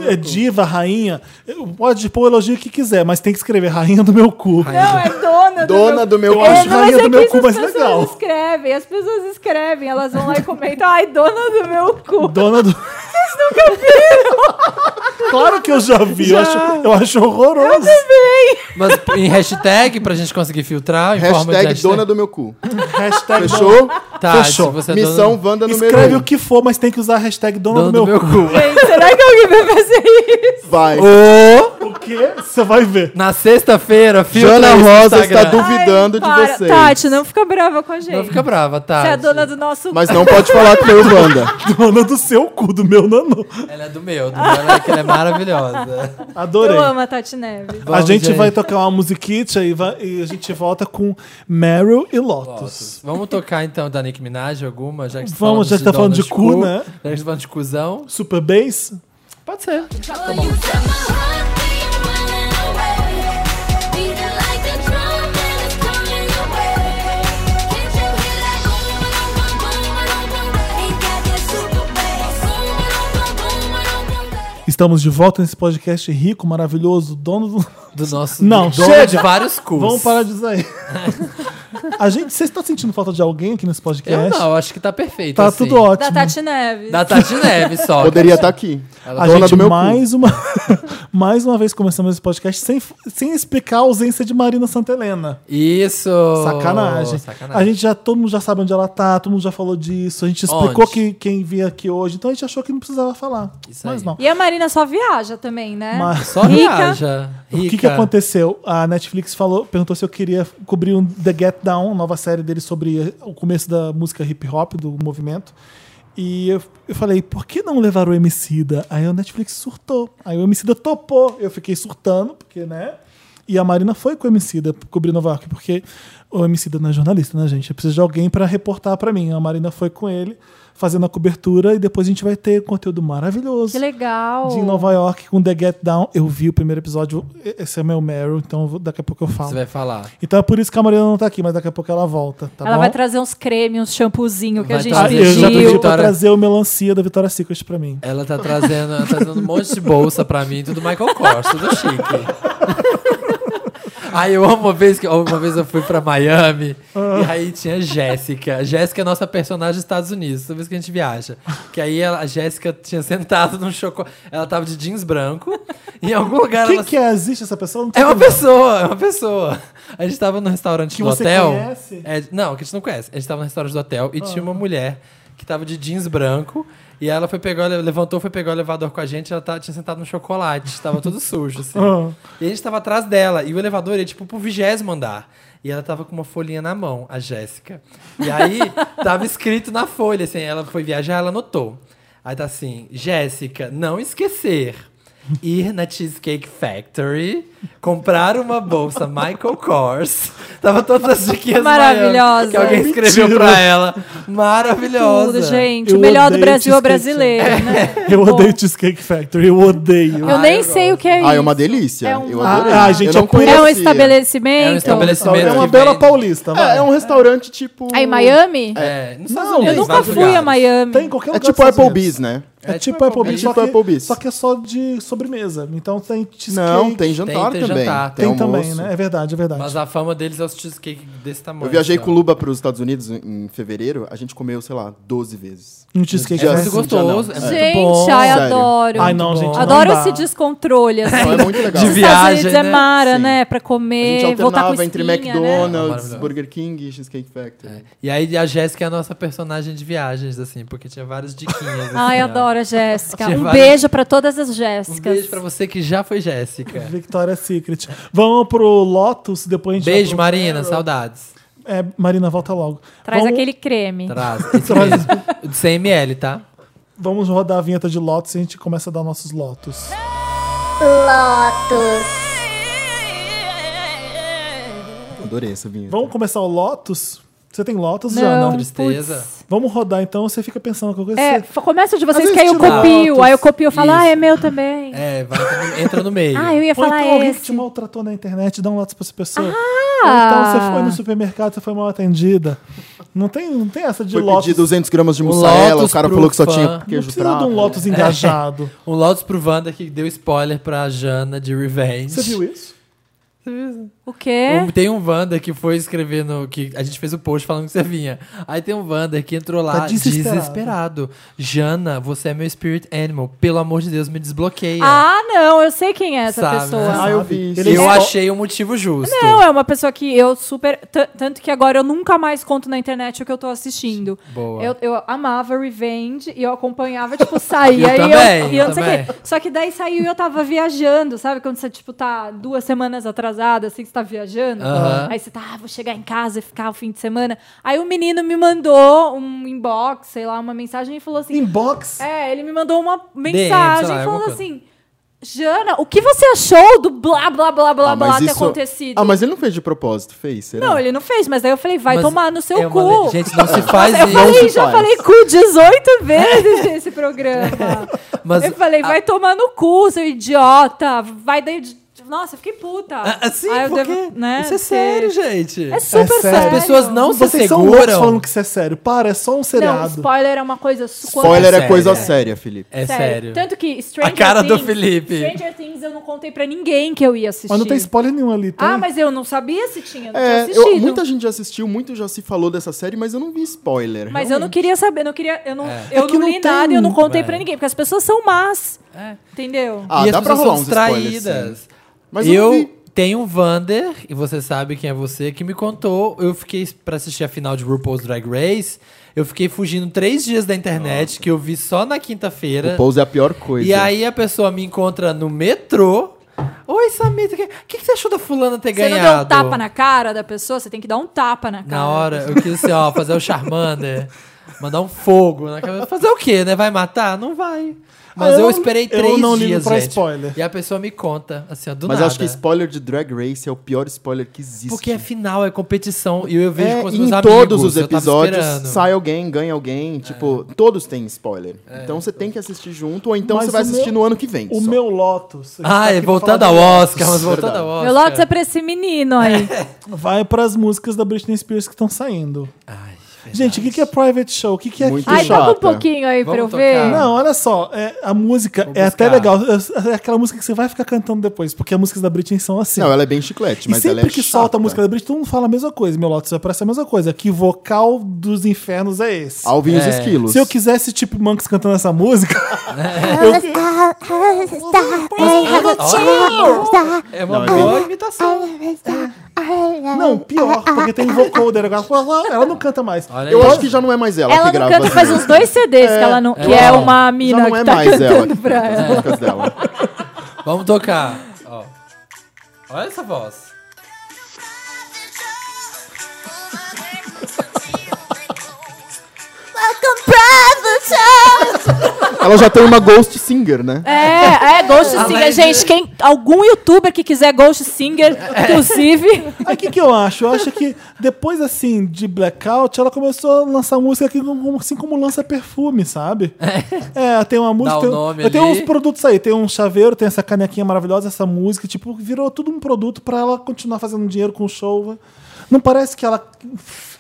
Speaker 2: É, é diva, rainha. Eu- Pode pôr o elogio que quiser, mas tem que escrever rainha do meu cu.
Speaker 4: Não, é dona do
Speaker 3: Dona
Speaker 4: meu
Speaker 3: do meu
Speaker 2: Eu
Speaker 3: cu.
Speaker 2: acho
Speaker 4: É, não, mas
Speaker 2: rainha
Speaker 4: é
Speaker 2: do
Speaker 4: que
Speaker 2: meu
Speaker 4: isso
Speaker 2: cu mais
Speaker 4: as pessoas
Speaker 2: legal.
Speaker 4: escrevem, as pessoas escrevem, elas vão lá e comentam, ai, dona do meu cu.
Speaker 2: Dona do. Vocês nunca viram? Claro que eu já vi. Eu acho, eu acho horroroso.
Speaker 1: Mas em hashtag, pra gente conseguir filtrar, em forma de
Speaker 3: Hashtag
Speaker 1: hashtag.
Speaker 3: dona do meu cu.
Speaker 2: Hashtag
Speaker 3: Fechou?
Speaker 1: Tá,
Speaker 2: Fechou.
Speaker 1: se você é
Speaker 3: Missão
Speaker 1: dona,
Speaker 3: Wanda número
Speaker 2: Escreve
Speaker 3: 1.
Speaker 2: o que for, mas tem que usar a hashtag dona,
Speaker 1: dona
Speaker 2: do meu cu.
Speaker 1: cu.
Speaker 4: Gente, será que alguém vai fazer isso?
Speaker 3: Vai.
Speaker 1: Ô,
Speaker 2: O quê? Você vai ver.
Speaker 1: na sexta-feira, filtra
Speaker 3: Jana
Speaker 1: isso no
Speaker 3: Rosa
Speaker 1: Instagram.
Speaker 3: está du- Duvidando de
Speaker 4: Ai, para.
Speaker 3: vocês.
Speaker 4: Tati, não fica brava com a gente.
Speaker 1: Não fica brava, tá?
Speaker 4: Você é a dona do nosso
Speaker 3: Mas não pode falar que foi o Wanda.
Speaker 2: Dona do seu cu, do meu nano.
Speaker 1: Ela é do meu, do meu, é que ela é maravilhosa.
Speaker 2: Adorei.
Speaker 4: Eu amo a Tati Neves.
Speaker 2: A
Speaker 1: Vamos,
Speaker 2: gente
Speaker 1: gente.
Speaker 2: vai tocar uma musiquita e, vai- e a gente volta com Meryl e Lotus.
Speaker 1: Vamos tocar então da Nick Minaj alguma, já que
Speaker 2: Vamos, já que tá falando de cu, né?
Speaker 1: Já que tá falando de cuzão.
Speaker 2: Super Bass?
Speaker 1: Pode ser.
Speaker 5: Oh, you set my heart beating wild and away. Beating like the drum and it's coming away. Can't you hear that boom, boom, boom, boom, boom, boom? Ain't got that super bass. Boom, boom, boom, boom, boom, boom.
Speaker 2: Estamos de volta nesse podcast rico, maravilhoso, dono do.
Speaker 1: Do nosso
Speaker 2: Não,
Speaker 1: dono
Speaker 2: chega.
Speaker 1: de vários cus.
Speaker 2: Vamos parar disso aí. A gente, vocês estão sentindo falta de alguém aqui nesse podcast?
Speaker 1: Eu não, acho que tá perfeito.
Speaker 2: Tá
Speaker 1: assim.
Speaker 2: tudo ótimo.
Speaker 4: Da Tati Neves.
Speaker 1: Da Tati Neves só.
Speaker 3: Poderia estar aqui.
Speaker 2: A
Speaker 3: Dona
Speaker 2: gente
Speaker 3: do meu cu.
Speaker 2: mais uma, mais uma vez começamos esse podcast sem, sem explicar a ausência de Marina Santelena.
Speaker 1: Isso.
Speaker 2: Sacanagem.
Speaker 1: Sacanagem.
Speaker 2: A gente já, todo mundo já sabe onde ela tá, todo mundo já falou disso, a gente explicou
Speaker 1: Onde?
Speaker 2: que, quem vinha aqui hoje, então a gente achou que não precisava falar.
Speaker 1: Isso
Speaker 2: mas
Speaker 1: aí.
Speaker 2: não.
Speaker 4: E a Marina só viaja também, né?
Speaker 2: Mas-
Speaker 1: Só
Speaker 4: Rica.
Speaker 1: viaja.
Speaker 2: O
Speaker 1: Rica.
Speaker 2: que, que aconteceu? A Netflix falou, perguntou se eu queria cobrir um The Get Down, nova série dele sobre eh, o começo da música hip hop, do movimento. E eu, eu falei, por que não levar o Emicida? Aí a Netflix surtou. Aí o Emicida topou. Eu fiquei surtando, porque, né? E a Marina foi com o Emicida cobrir Nova York, porque o Emicida não é jornalista, né, gente? Eu preciso de alguém para reportar para mim. A Marina foi com ele, fazendo a cobertura, e depois a gente vai ter conteúdo maravilhoso
Speaker 4: Que legal.
Speaker 2: de Nova York com The Get Down. Eu vi o primeiro episódio, esse é meu Meryl, então eu vou- daqui a pouco eu
Speaker 1: Você
Speaker 2: falo.
Speaker 1: vai falar.
Speaker 2: Então é por isso que a Mariana não tá aqui, mas daqui a pouco ela volta, tá
Speaker 4: Ela
Speaker 2: bom?
Speaker 4: vai trazer uns cremes, uns shampoozinho que a
Speaker 1: Vai
Speaker 4: gente
Speaker 2: ah,
Speaker 1: trazer.
Speaker 2: eu já pedi
Speaker 4: pediu.
Speaker 2: pra
Speaker 1: Vitória.
Speaker 2: trazer o melancia da Vitória Secret pra mim.
Speaker 1: Ela tá trazendo, ela tá trazendo um monte de bolsa pra mim, tudo Michael Kors, tudo chique. Aí eu amo uma vez que uma vez eu fui pra Miami
Speaker 2: Ah.
Speaker 1: e aí tinha Jéssica. Jéssica é nossa personagem dos Estados Unidos, toda vez que a gente viaja. Que aí ela- a Jéssica tinha sentado num chocolate. Ela tava de jeans branco. E em algum lugar
Speaker 2: Quem
Speaker 1: ela.
Speaker 2: que é? Existe essa pessoa? Não tô
Speaker 1: É uma
Speaker 2: entendendo.
Speaker 1: pessoa, é uma pessoa. A gente tava no restaurante
Speaker 2: Que
Speaker 1: do
Speaker 2: você
Speaker 1: hotel.
Speaker 2: conhece?
Speaker 1: É, não, que a gente não conhece. A gente tava no restaurante do hotel e tinha uma mulher que que tava de jeans branco. E ela foi pegar, o ele- levantou, foi pegar o elevador com a gente, ela tá- tinha sentado no chocolate, tava todo sujo, assim.
Speaker 2: Ah.
Speaker 1: E a gente tava atrás dela, e o elevador ia, tipo, pro vigésimo andar. E ela tava com uma folhinha na mão, a Jéssica. E aí, tava escrito na folha, assim, ela foi viajar, ela anotou. Aí tá assim, Jéssica, não esquecer. Ir na Cheesecake Factory, comprar uma bolsa Michael Kors. Tava todas as diquinhas
Speaker 4: Maravilhosa.
Speaker 1: Miami Que alguém escreveu
Speaker 2: Mentira.
Speaker 1: pra ela. Maravilhosa.
Speaker 4: Tudo, gente.
Speaker 2: Eu
Speaker 4: o melhor do
Speaker 2: odeio
Speaker 4: Brasil é
Speaker 2: cheesecake.
Speaker 4: o brasileiro, né?
Speaker 2: Eu
Speaker 4: Bom.
Speaker 2: odeio Cheesecake Factory, eu odeio.
Speaker 4: Eu
Speaker 1: Ah,
Speaker 4: nem
Speaker 1: eu
Speaker 4: sei o que é isso.
Speaker 3: Ah, é uma delícia.
Speaker 4: É um-
Speaker 3: Eu adorei.
Speaker 2: Ah, gente,
Speaker 3: eu não
Speaker 2: é pura-
Speaker 4: É um
Speaker 3: conhecia.
Speaker 4: estabelecimento?
Speaker 1: É um estabelecimento.
Speaker 2: É uma
Speaker 1: que
Speaker 2: bela
Speaker 1: vende-
Speaker 2: paulista, vai.
Speaker 3: É, é um restaurante tipo.
Speaker 4: É em Miami?
Speaker 1: É, nos Estados
Speaker 2: Não,
Speaker 1: Unidos,
Speaker 4: Eu
Speaker 2: em
Speaker 4: nunca
Speaker 1: vários
Speaker 4: fui a
Speaker 1: lugares.
Speaker 4: Miami.
Speaker 2: Tem em qualquer
Speaker 3: É
Speaker 2: lugar
Speaker 3: tipo
Speaker 2: dos Estados
Speaker 3: Applebee's, né?
Speaker 2: Unidos. É tipo Applebee's,
Speaker 3: É
Speaker 2: só,
Speaker 3: tipo
Speaker 2: que-
Speaker 3: Applebee's.
Speaker 2: só que é só de sobremesa. Então tem cheesecake.
Speaker 3: Não, tem jantar
Speaker 1: tem
Speaker 3: também.
Speaker 1: jantar.
Speaker 2: Tem também,
Speaker 3: almoço.
Speaker 2: né? É verdade, é verdade.
Speaker 1: Mas a fama deles é os cheesecake desse tamanho.
Speaker 3: Eu viajei
Speaker 1: assim,
Speaker 3: com
Speaker 1: ó.
Speaker 3: o Luba para os Estados Unidos em em fevereiro. A gente comeu, sei lá, 12 vezes.
Speaker 2: Um cheesecake.
Speaker 1: É
Speaker 3: Já
Speaker 2: né?
Speaker 1: muito
Speaker 3: Sim,
Speaker 1: gostoso.
Speaker 3: já
Speaker 1: É
Speaker 3: não.
Speaker 1: muito bom.
Speaker 4: Gente, ai,
Speaker 3: Sério.
Speaker 4: adoro.
Speaker 2: Ai, não, gente. não
Speaker 4: Adoro
Speaker 2: dá.
Speaker 4: esse descontrole, assim.
Speaker 3: Então é muito legal.
Speaker 1: De
Speaker 4: Os
Speaker 1: vi-
Speaker 4: Estados
Speaker 1: Viagem,
Speaker 4: Unidos é
Speaker 1: né?
Speaker 4: mara,
Speaker 3: Sim.
Speaker 4: né? Pra
Speaker 3: A gente
Speaker 4: comer, voltar com
Speaker 3: alternava
Speaker 4: espinha,
Speaker 3: entre
Speaker 4: Né?
Speaker 3: McDonald's,
Speaker 1: né?
Speaker 3: Burger King e Cheesecake Factory.
Speaker 1: E aí a Jéssica é a nossa personagem de viagens, assim, porque tinha várias diquinhas. assim,
Speaker 4: Ai,
Speaker 1: ó.
Speaker 4: adoro a Jéssica.
Speaker 1: Tinha
Speaker 4: Um
Speaker 1: várias-
Speaker 4: beijo pra todas as
Speaker 1: Um
Speaker 4: Jéssicas.
Speaker 1: beijo pra você que já foi Jéssica.
Speaker 2: É. Victoria's Secret. Vamos pro Lotus, depois a gente.
Speaker 1: Beijo,
Speaker 2: vai
Speaker 1: Marina, saudades.
Speaker 2: pro... É, Marina, volta logo.
Speaker 4: Traz
Speaker 2: vamos,
Speaker 4: aquele creme.
Speaker 1: Traz. Isso mesmo. De 100 ml, tá?
Speaker 2: Vamos rodar a vinheta de Lotus e a gente começa a dar nossos Lotus.
Speaker 3: Adorei essa vinheta.
Speaker 2: Vamos começar o Lotus? Você tem Lotus,
Speaker 4: Não,
Speaker 2: Jana?
Speaker 1: Tristeza.
Speaker 4: putz.
Speaker 2: Vamos rodar então, você fica pensando qualquer coisa.
Speaker 4: É,
Speaker 2: você-
Speaker 4: f- começa de
Speaker 2: Às
Speaker 4: vocês que aí
Speaker 2: vezes
Speaker 4: eu
Speaker 2: tira
Speaker 4: copio.
Speaker 1: fotos.
Speaker 4: Aí eu copio e falo, ah, é
Speaker 1: Isso.
Speaker 4: meu também.
Speaker 1: É, vai, entra no meio.
Speaker 4: Ah, eu ia
Speaker 2: Ou
Speaker 4: falar
Speaker 2: então alguém que
Speaker 4: esse. Ah!
Speaker 2: te maltratou na internet, dá um Lotus pra essa pessoa. Ou então você foi no supermercado, você foi mal atendida. Não tem, não tem essa de
Speaker 3: Foi
Speaker 2: Lotus.
Speaker 3: pedir 200 gramas de
Speaker 1: O
Speaker 3: mussarela, o
Speaker 1: Lotus
Speaker 3: cara
Speaker 1: pro
Speaker 3: falou que só
Speaker 1: fã.
Speaker 3: tinha
Speaker 2: não
Speaker 3: queijo
Speaker 2: precisa de
Speaker 3: prato.
Speaker 2: um
Speaker 1: É.
Speaker 2: Lotus engajado.
Speaker 1: Um Lotus pro Wanda que deu spoiler pra Jana de Revenge.
Speaker 2: Você viu isso?
Speaker 4: O quê?
Speaker 1: Um- tem um Wander que foi escrevendo. Que a gente fez o post falando que você vinha. Aí tem um Wander que entrou lá
Speaker 2: Tá desesperado.
Speaker 1: desesperado. Jana, você é meu spirit animal. Pelo amor de Deus, me desbloqueia.
Speaker 4: Ah, não, eu sei quem é essa
Speaker 1: Sabe, né?
Speaker 4: pessoa.
Speaker 3: Ah, eu
Speaker 2: Sabe?
Speaker 3: vi isso.
Speaker 2: Ele
Speaker 1: eu
Speaker 2: é-
Speaker 1: achei o motivo justo.
Speaker 4: Não, é uma pessoa que eu super. t- Tanto que agora eu nunca mais conto na internet o que eu tô assistindo.
Speaker 1: Boa.
Speaker 4: Eu, eu amava Revenge e eu acompanhava, tipo, saía
Speaker 1: Eu
Speaker 4: e
Speaker 1: também,
Speaker 4: eu, e eu não
Speaker 1: eu
Speaker 4: sei o quê.
Speaker 1: também.
Speaker 4: Só que daí saiu e eu tava viajando, sabe? Quando você, tipo, tá duas semanas atrasada, assim, que você tá viajando.
Speaker 1: Aham.
Speaker 4: Aí você tá, ah, vou chegar em casa e ficar o fim de semana. Aí o menino me mandou um inbox, sei lá, uma mensagem e falou assim:
Speaker 2: Inbox?
Speaker 4: é, ele me mandou uma
Speaker 1: sei lá,
Speaker 4: mensagem
Speaker 1: alguma
Speaker 4: falando
Speaker 1: coisa.
Speaker 4: assim: Jana, o que você achou do blá blá blá blá
Speaker 3: Ah,
Speaker 4: blá
Speaker 3: mas
Speaker 4: ter
Speaker 3: isso-
Speaker 4: acontecido?
Speaker 3: Ah, mas ele não fez de propósito, fez? Será?
Speaker 4: Não, ele não fez, mas daí eu falei: vai
Speaker 1: É. Mas
Speaker 4: tomar no seu
Speaker 1: é uma
Speaker 4: cu.
Speaker 1: le- Gente, não se faz
Speaker 4: eu
Speaker 1: isso.
Speaker 4: falei,
Speaker 3: se
Speaker 4: já
Speaker 3: faz.
Speaker 4: falei cu 18 vezes nesse programa.
Speaker 1: Mas-
Speaker 4: eu falei, vai tomar no cu, seu idiota. Vai daí. de- Nossa, eu fiquei puta.
Speaker 1: Ah, Assim,
Speaker 4: Aí eu
Speaker 1: porque
Speaker 4: devo, né,
Speaker 1: isso é
Speaker 4: ter-
Speaker 1: sério, gente.
Speaker 4: É super
Speaker 2: É sério.
Speaker 4: sério.
Speaker 1: As pessoas não se
Speaker 2: Vocês são loucos
Speaker 1: seguram.
Speaker 2: falando que isso é sério. Para, é só um
Speaker 4: Não,
Speaker 2: seriado.
Speaker 4: spoiler é uma coisa super.
Speaker 3: Spoiler é
Speaker 1: Sério,
Speaker 3: coisa
Speaker 1: é.
Speaker 3: séria, Felipe.
Speaker 1: É sério.
Speaker 4: Tanto que Stranger
Speaker 1: A cara do
Speaker 4: Things,
Speaker 1: Felipe.
Speaker 4: Stranger Things eu não contei pra ninguém que eu ia assistir.
Speaker 2: mas não tem spoiler nenhum ali, tá?
Speaker 4: Ah, mas eu não sabia se tinha, não
Speaker 3: É,
Speaker 4: tinha assistido.
Speaker 3: eu- muita gente já assistiu, muito já se falou dessa série, mas eu não vi spoiler.
Speaker 4: Mas eu não queria saber, não queria, eu não, eu
Speaker 2: É que
Speaker 4: não li
Speaker 2: não tem-
Speaker 4: nada e eu não contei
Speaker 1: É.
Speaker 4: pra ninguém, porque as pessoas são más,
Speaker 1: É.
Speaker 4: entendeu?
Speaker 3: Ah,
Speaker 1: e
Speaker 3: dá
Speaker 1: as
Speaker 3: pra
Speaker 1: pessoas são
Speaker 3: rolar uns spoilers.
Speaker 1: distraídas.
Speaker 3: sim. Mas eu,
Speaker 1: eu
Speaker 3: não vi.
Speaker 1: tenho um Vander, e você sabe quem é você, que me contou. Eu fiquei pra assistir a final de RuPaul's Drag Race. Eu fiquei fugindo três dias da internet, que eu vi só na quinta-feira.
Speaker 3: O Pose é a pior coisa.
Speaker 1: E aí a pessoa me encontra no metrô. Oi, Samita, o que, que, que você achou da fulana ter
Speaker 4: Você
Speaker 1: ganhado?
Speaker 4: não deu um tapa na cara da pessoa, você tem que dar um tapa na cara.
Speaker 1: Na hora, eu quis assim, ó, fazer o Charmander. Mandar um fogo na cabeça. Fazer o quê, né? Vai matar? Não vai. Mas
Speaker 2: Ah, eu
Speaker 1: eu,
Speaker 2: não-
Speaker 1: esperei
Speaker 2: eu
Speaker 1: três
Speaker 2: não ligo
Speaker 1: dias,
Speaker 2: pra
Speaker 1: gente.
Speaker 2: spoiler.
Speaker 1: E a pessoa me conta, assim, ó, do
Speaker 3: Mas
Speaker 1: nada.
Speaker 3: eu acho que spoiler de Drag Race é o pior spoiler que existe.
Speaker 1: Porque é final, é competição. E eu vejo
Speaker 3: É,
Speaker 1: com os
Speaker 3: e
Speaker 1: meus
Speaker 3: em
Speaker 1: amigos.
Speaker 3: todos os
Speaker 1: eu tava
Speaker 3: episódios
Speaker 1: tá esperando. É.
Speaker 3: sai alguém, ganha alguém. Tipo, todos têm spoiler. Então você tem que assistir junto, ou então
Speaker 2: Mas
Speaker 3: você vai
Speaker 2: o meu-
Speaker 3: assistir no ano que vem.
Speaker 2: O
Speaker 3: só.
Speaker 2: meu Lotus. a gente tá
Speaker 1: Ah,
Speaker 2: aqui
Speaker 1: é,
Speaker 2: pra
Speaker 1: voltando
Speaker 2: falar
Speaker 1: ao
Speaker 2: de
Speaker 1: Oscar, mas voltando
Speaker 3: Verdade.
Speaker 1: ao Oscar.
Speaker 4: Meu Lotus é pra esse menino aí.
Speaker 2: Vai pras músicas da Britney Spears que estão saindo.
Speaker 1: Ai, verdade.
Speaker 2: Gente, o que, que é private show? O que, que é
Speaker 3: Muito
Speaker 2: aquilo?
Speaker 4: Ai, toca um
Speaker 3: chata.
Speaker 4: pouquinho aí pra
Speaker 1: Vamos
Speaker 4: eu ver.
Speaker 1: tocar.
Speaker 2: Não, olha só, é, a música
Speaker 1: Vou
Speaker 2: é até
Speaker 1: buscar.
Speaker 2: legal. É, é aquela música que você vai ficar cantando depois, porque as músicas da Britney são assim.
Speaker 3: Não, ela é bem chiclete,
Speaker 2: e
Speaker 3: mas ela
Speaker 2: sempre
Speaker 3: é
Speaker 2: que
Speaker 3: chata.
Speaker 2: solta a música da Britney, todo mundo fala a mesma coisa. Meu Lotus vai parecer a mesma coisa. Que vocal dos infernos é esse?
Speaker 3: Alvin e os
Speaker 1: É.
Speaker 3: esquilos.
Speaker 2: Se eu quisesse Chip Monks cantando essa música,
Speaker 3: é
Speaker 1: Olha, é uma boa imitação.
Speaker 2: é Não, pior, porque tem um vocoder agora. Ela não canta mais.
Speaker 1: Olha
Speaker 3: Eu
Speaker 1: aí.
Speaker 3: acho que já não é mais ela,
Speaker 4: Ela
Speaker 3: que
Speaker 4: não
Speaker 3: grava.
Speaker 4: canta faz uns dois CDs que ela não. Que é
Speaker 1: Uau.
Speaker 4: uma
Speaker 3: Já
Speaker 4: mina
Speaker 3: não é
Speaker 4: que tá
Speaker 3: mais ela.
Speaker 4: cantando
Speaker 3: que
Speaker 4: pra
Speaker 3: canta as
Speaker 4: ela.
Speaker 3: músicas dela.
Speaker 1: Vamos tocar. Ó. Olha essa voz.
Speaker 3: Ela já tem uma ghost singer, né?
Speaker 4: É, é Ghost
Speaker 1: Ah,
Speaker 4: Singer.
Speaker 1: mas-
Speaker 4: Gente, quem, algum youtuber que quiser Ghost Singer, inclusive.
Speaker 2: Aí o que, que eu acho? Eu acho que depois, assim, de Blackout, ela começou a lançar música que, como- assim como lança perfume, sabe? É, tem uma música.
Speaker 1: o
Speaker 2: tem-
Speaker 1: nome
Speaker 2: eu tenho
Speaker 1: ali.
Speaker 2: uns produtos aí, tem um chaveiro, tem essa canequinha maravilhosa, essa música, tipo, virou tudo um produto pra ela continuar fazendo dinheiro com o show. Não parece que ela.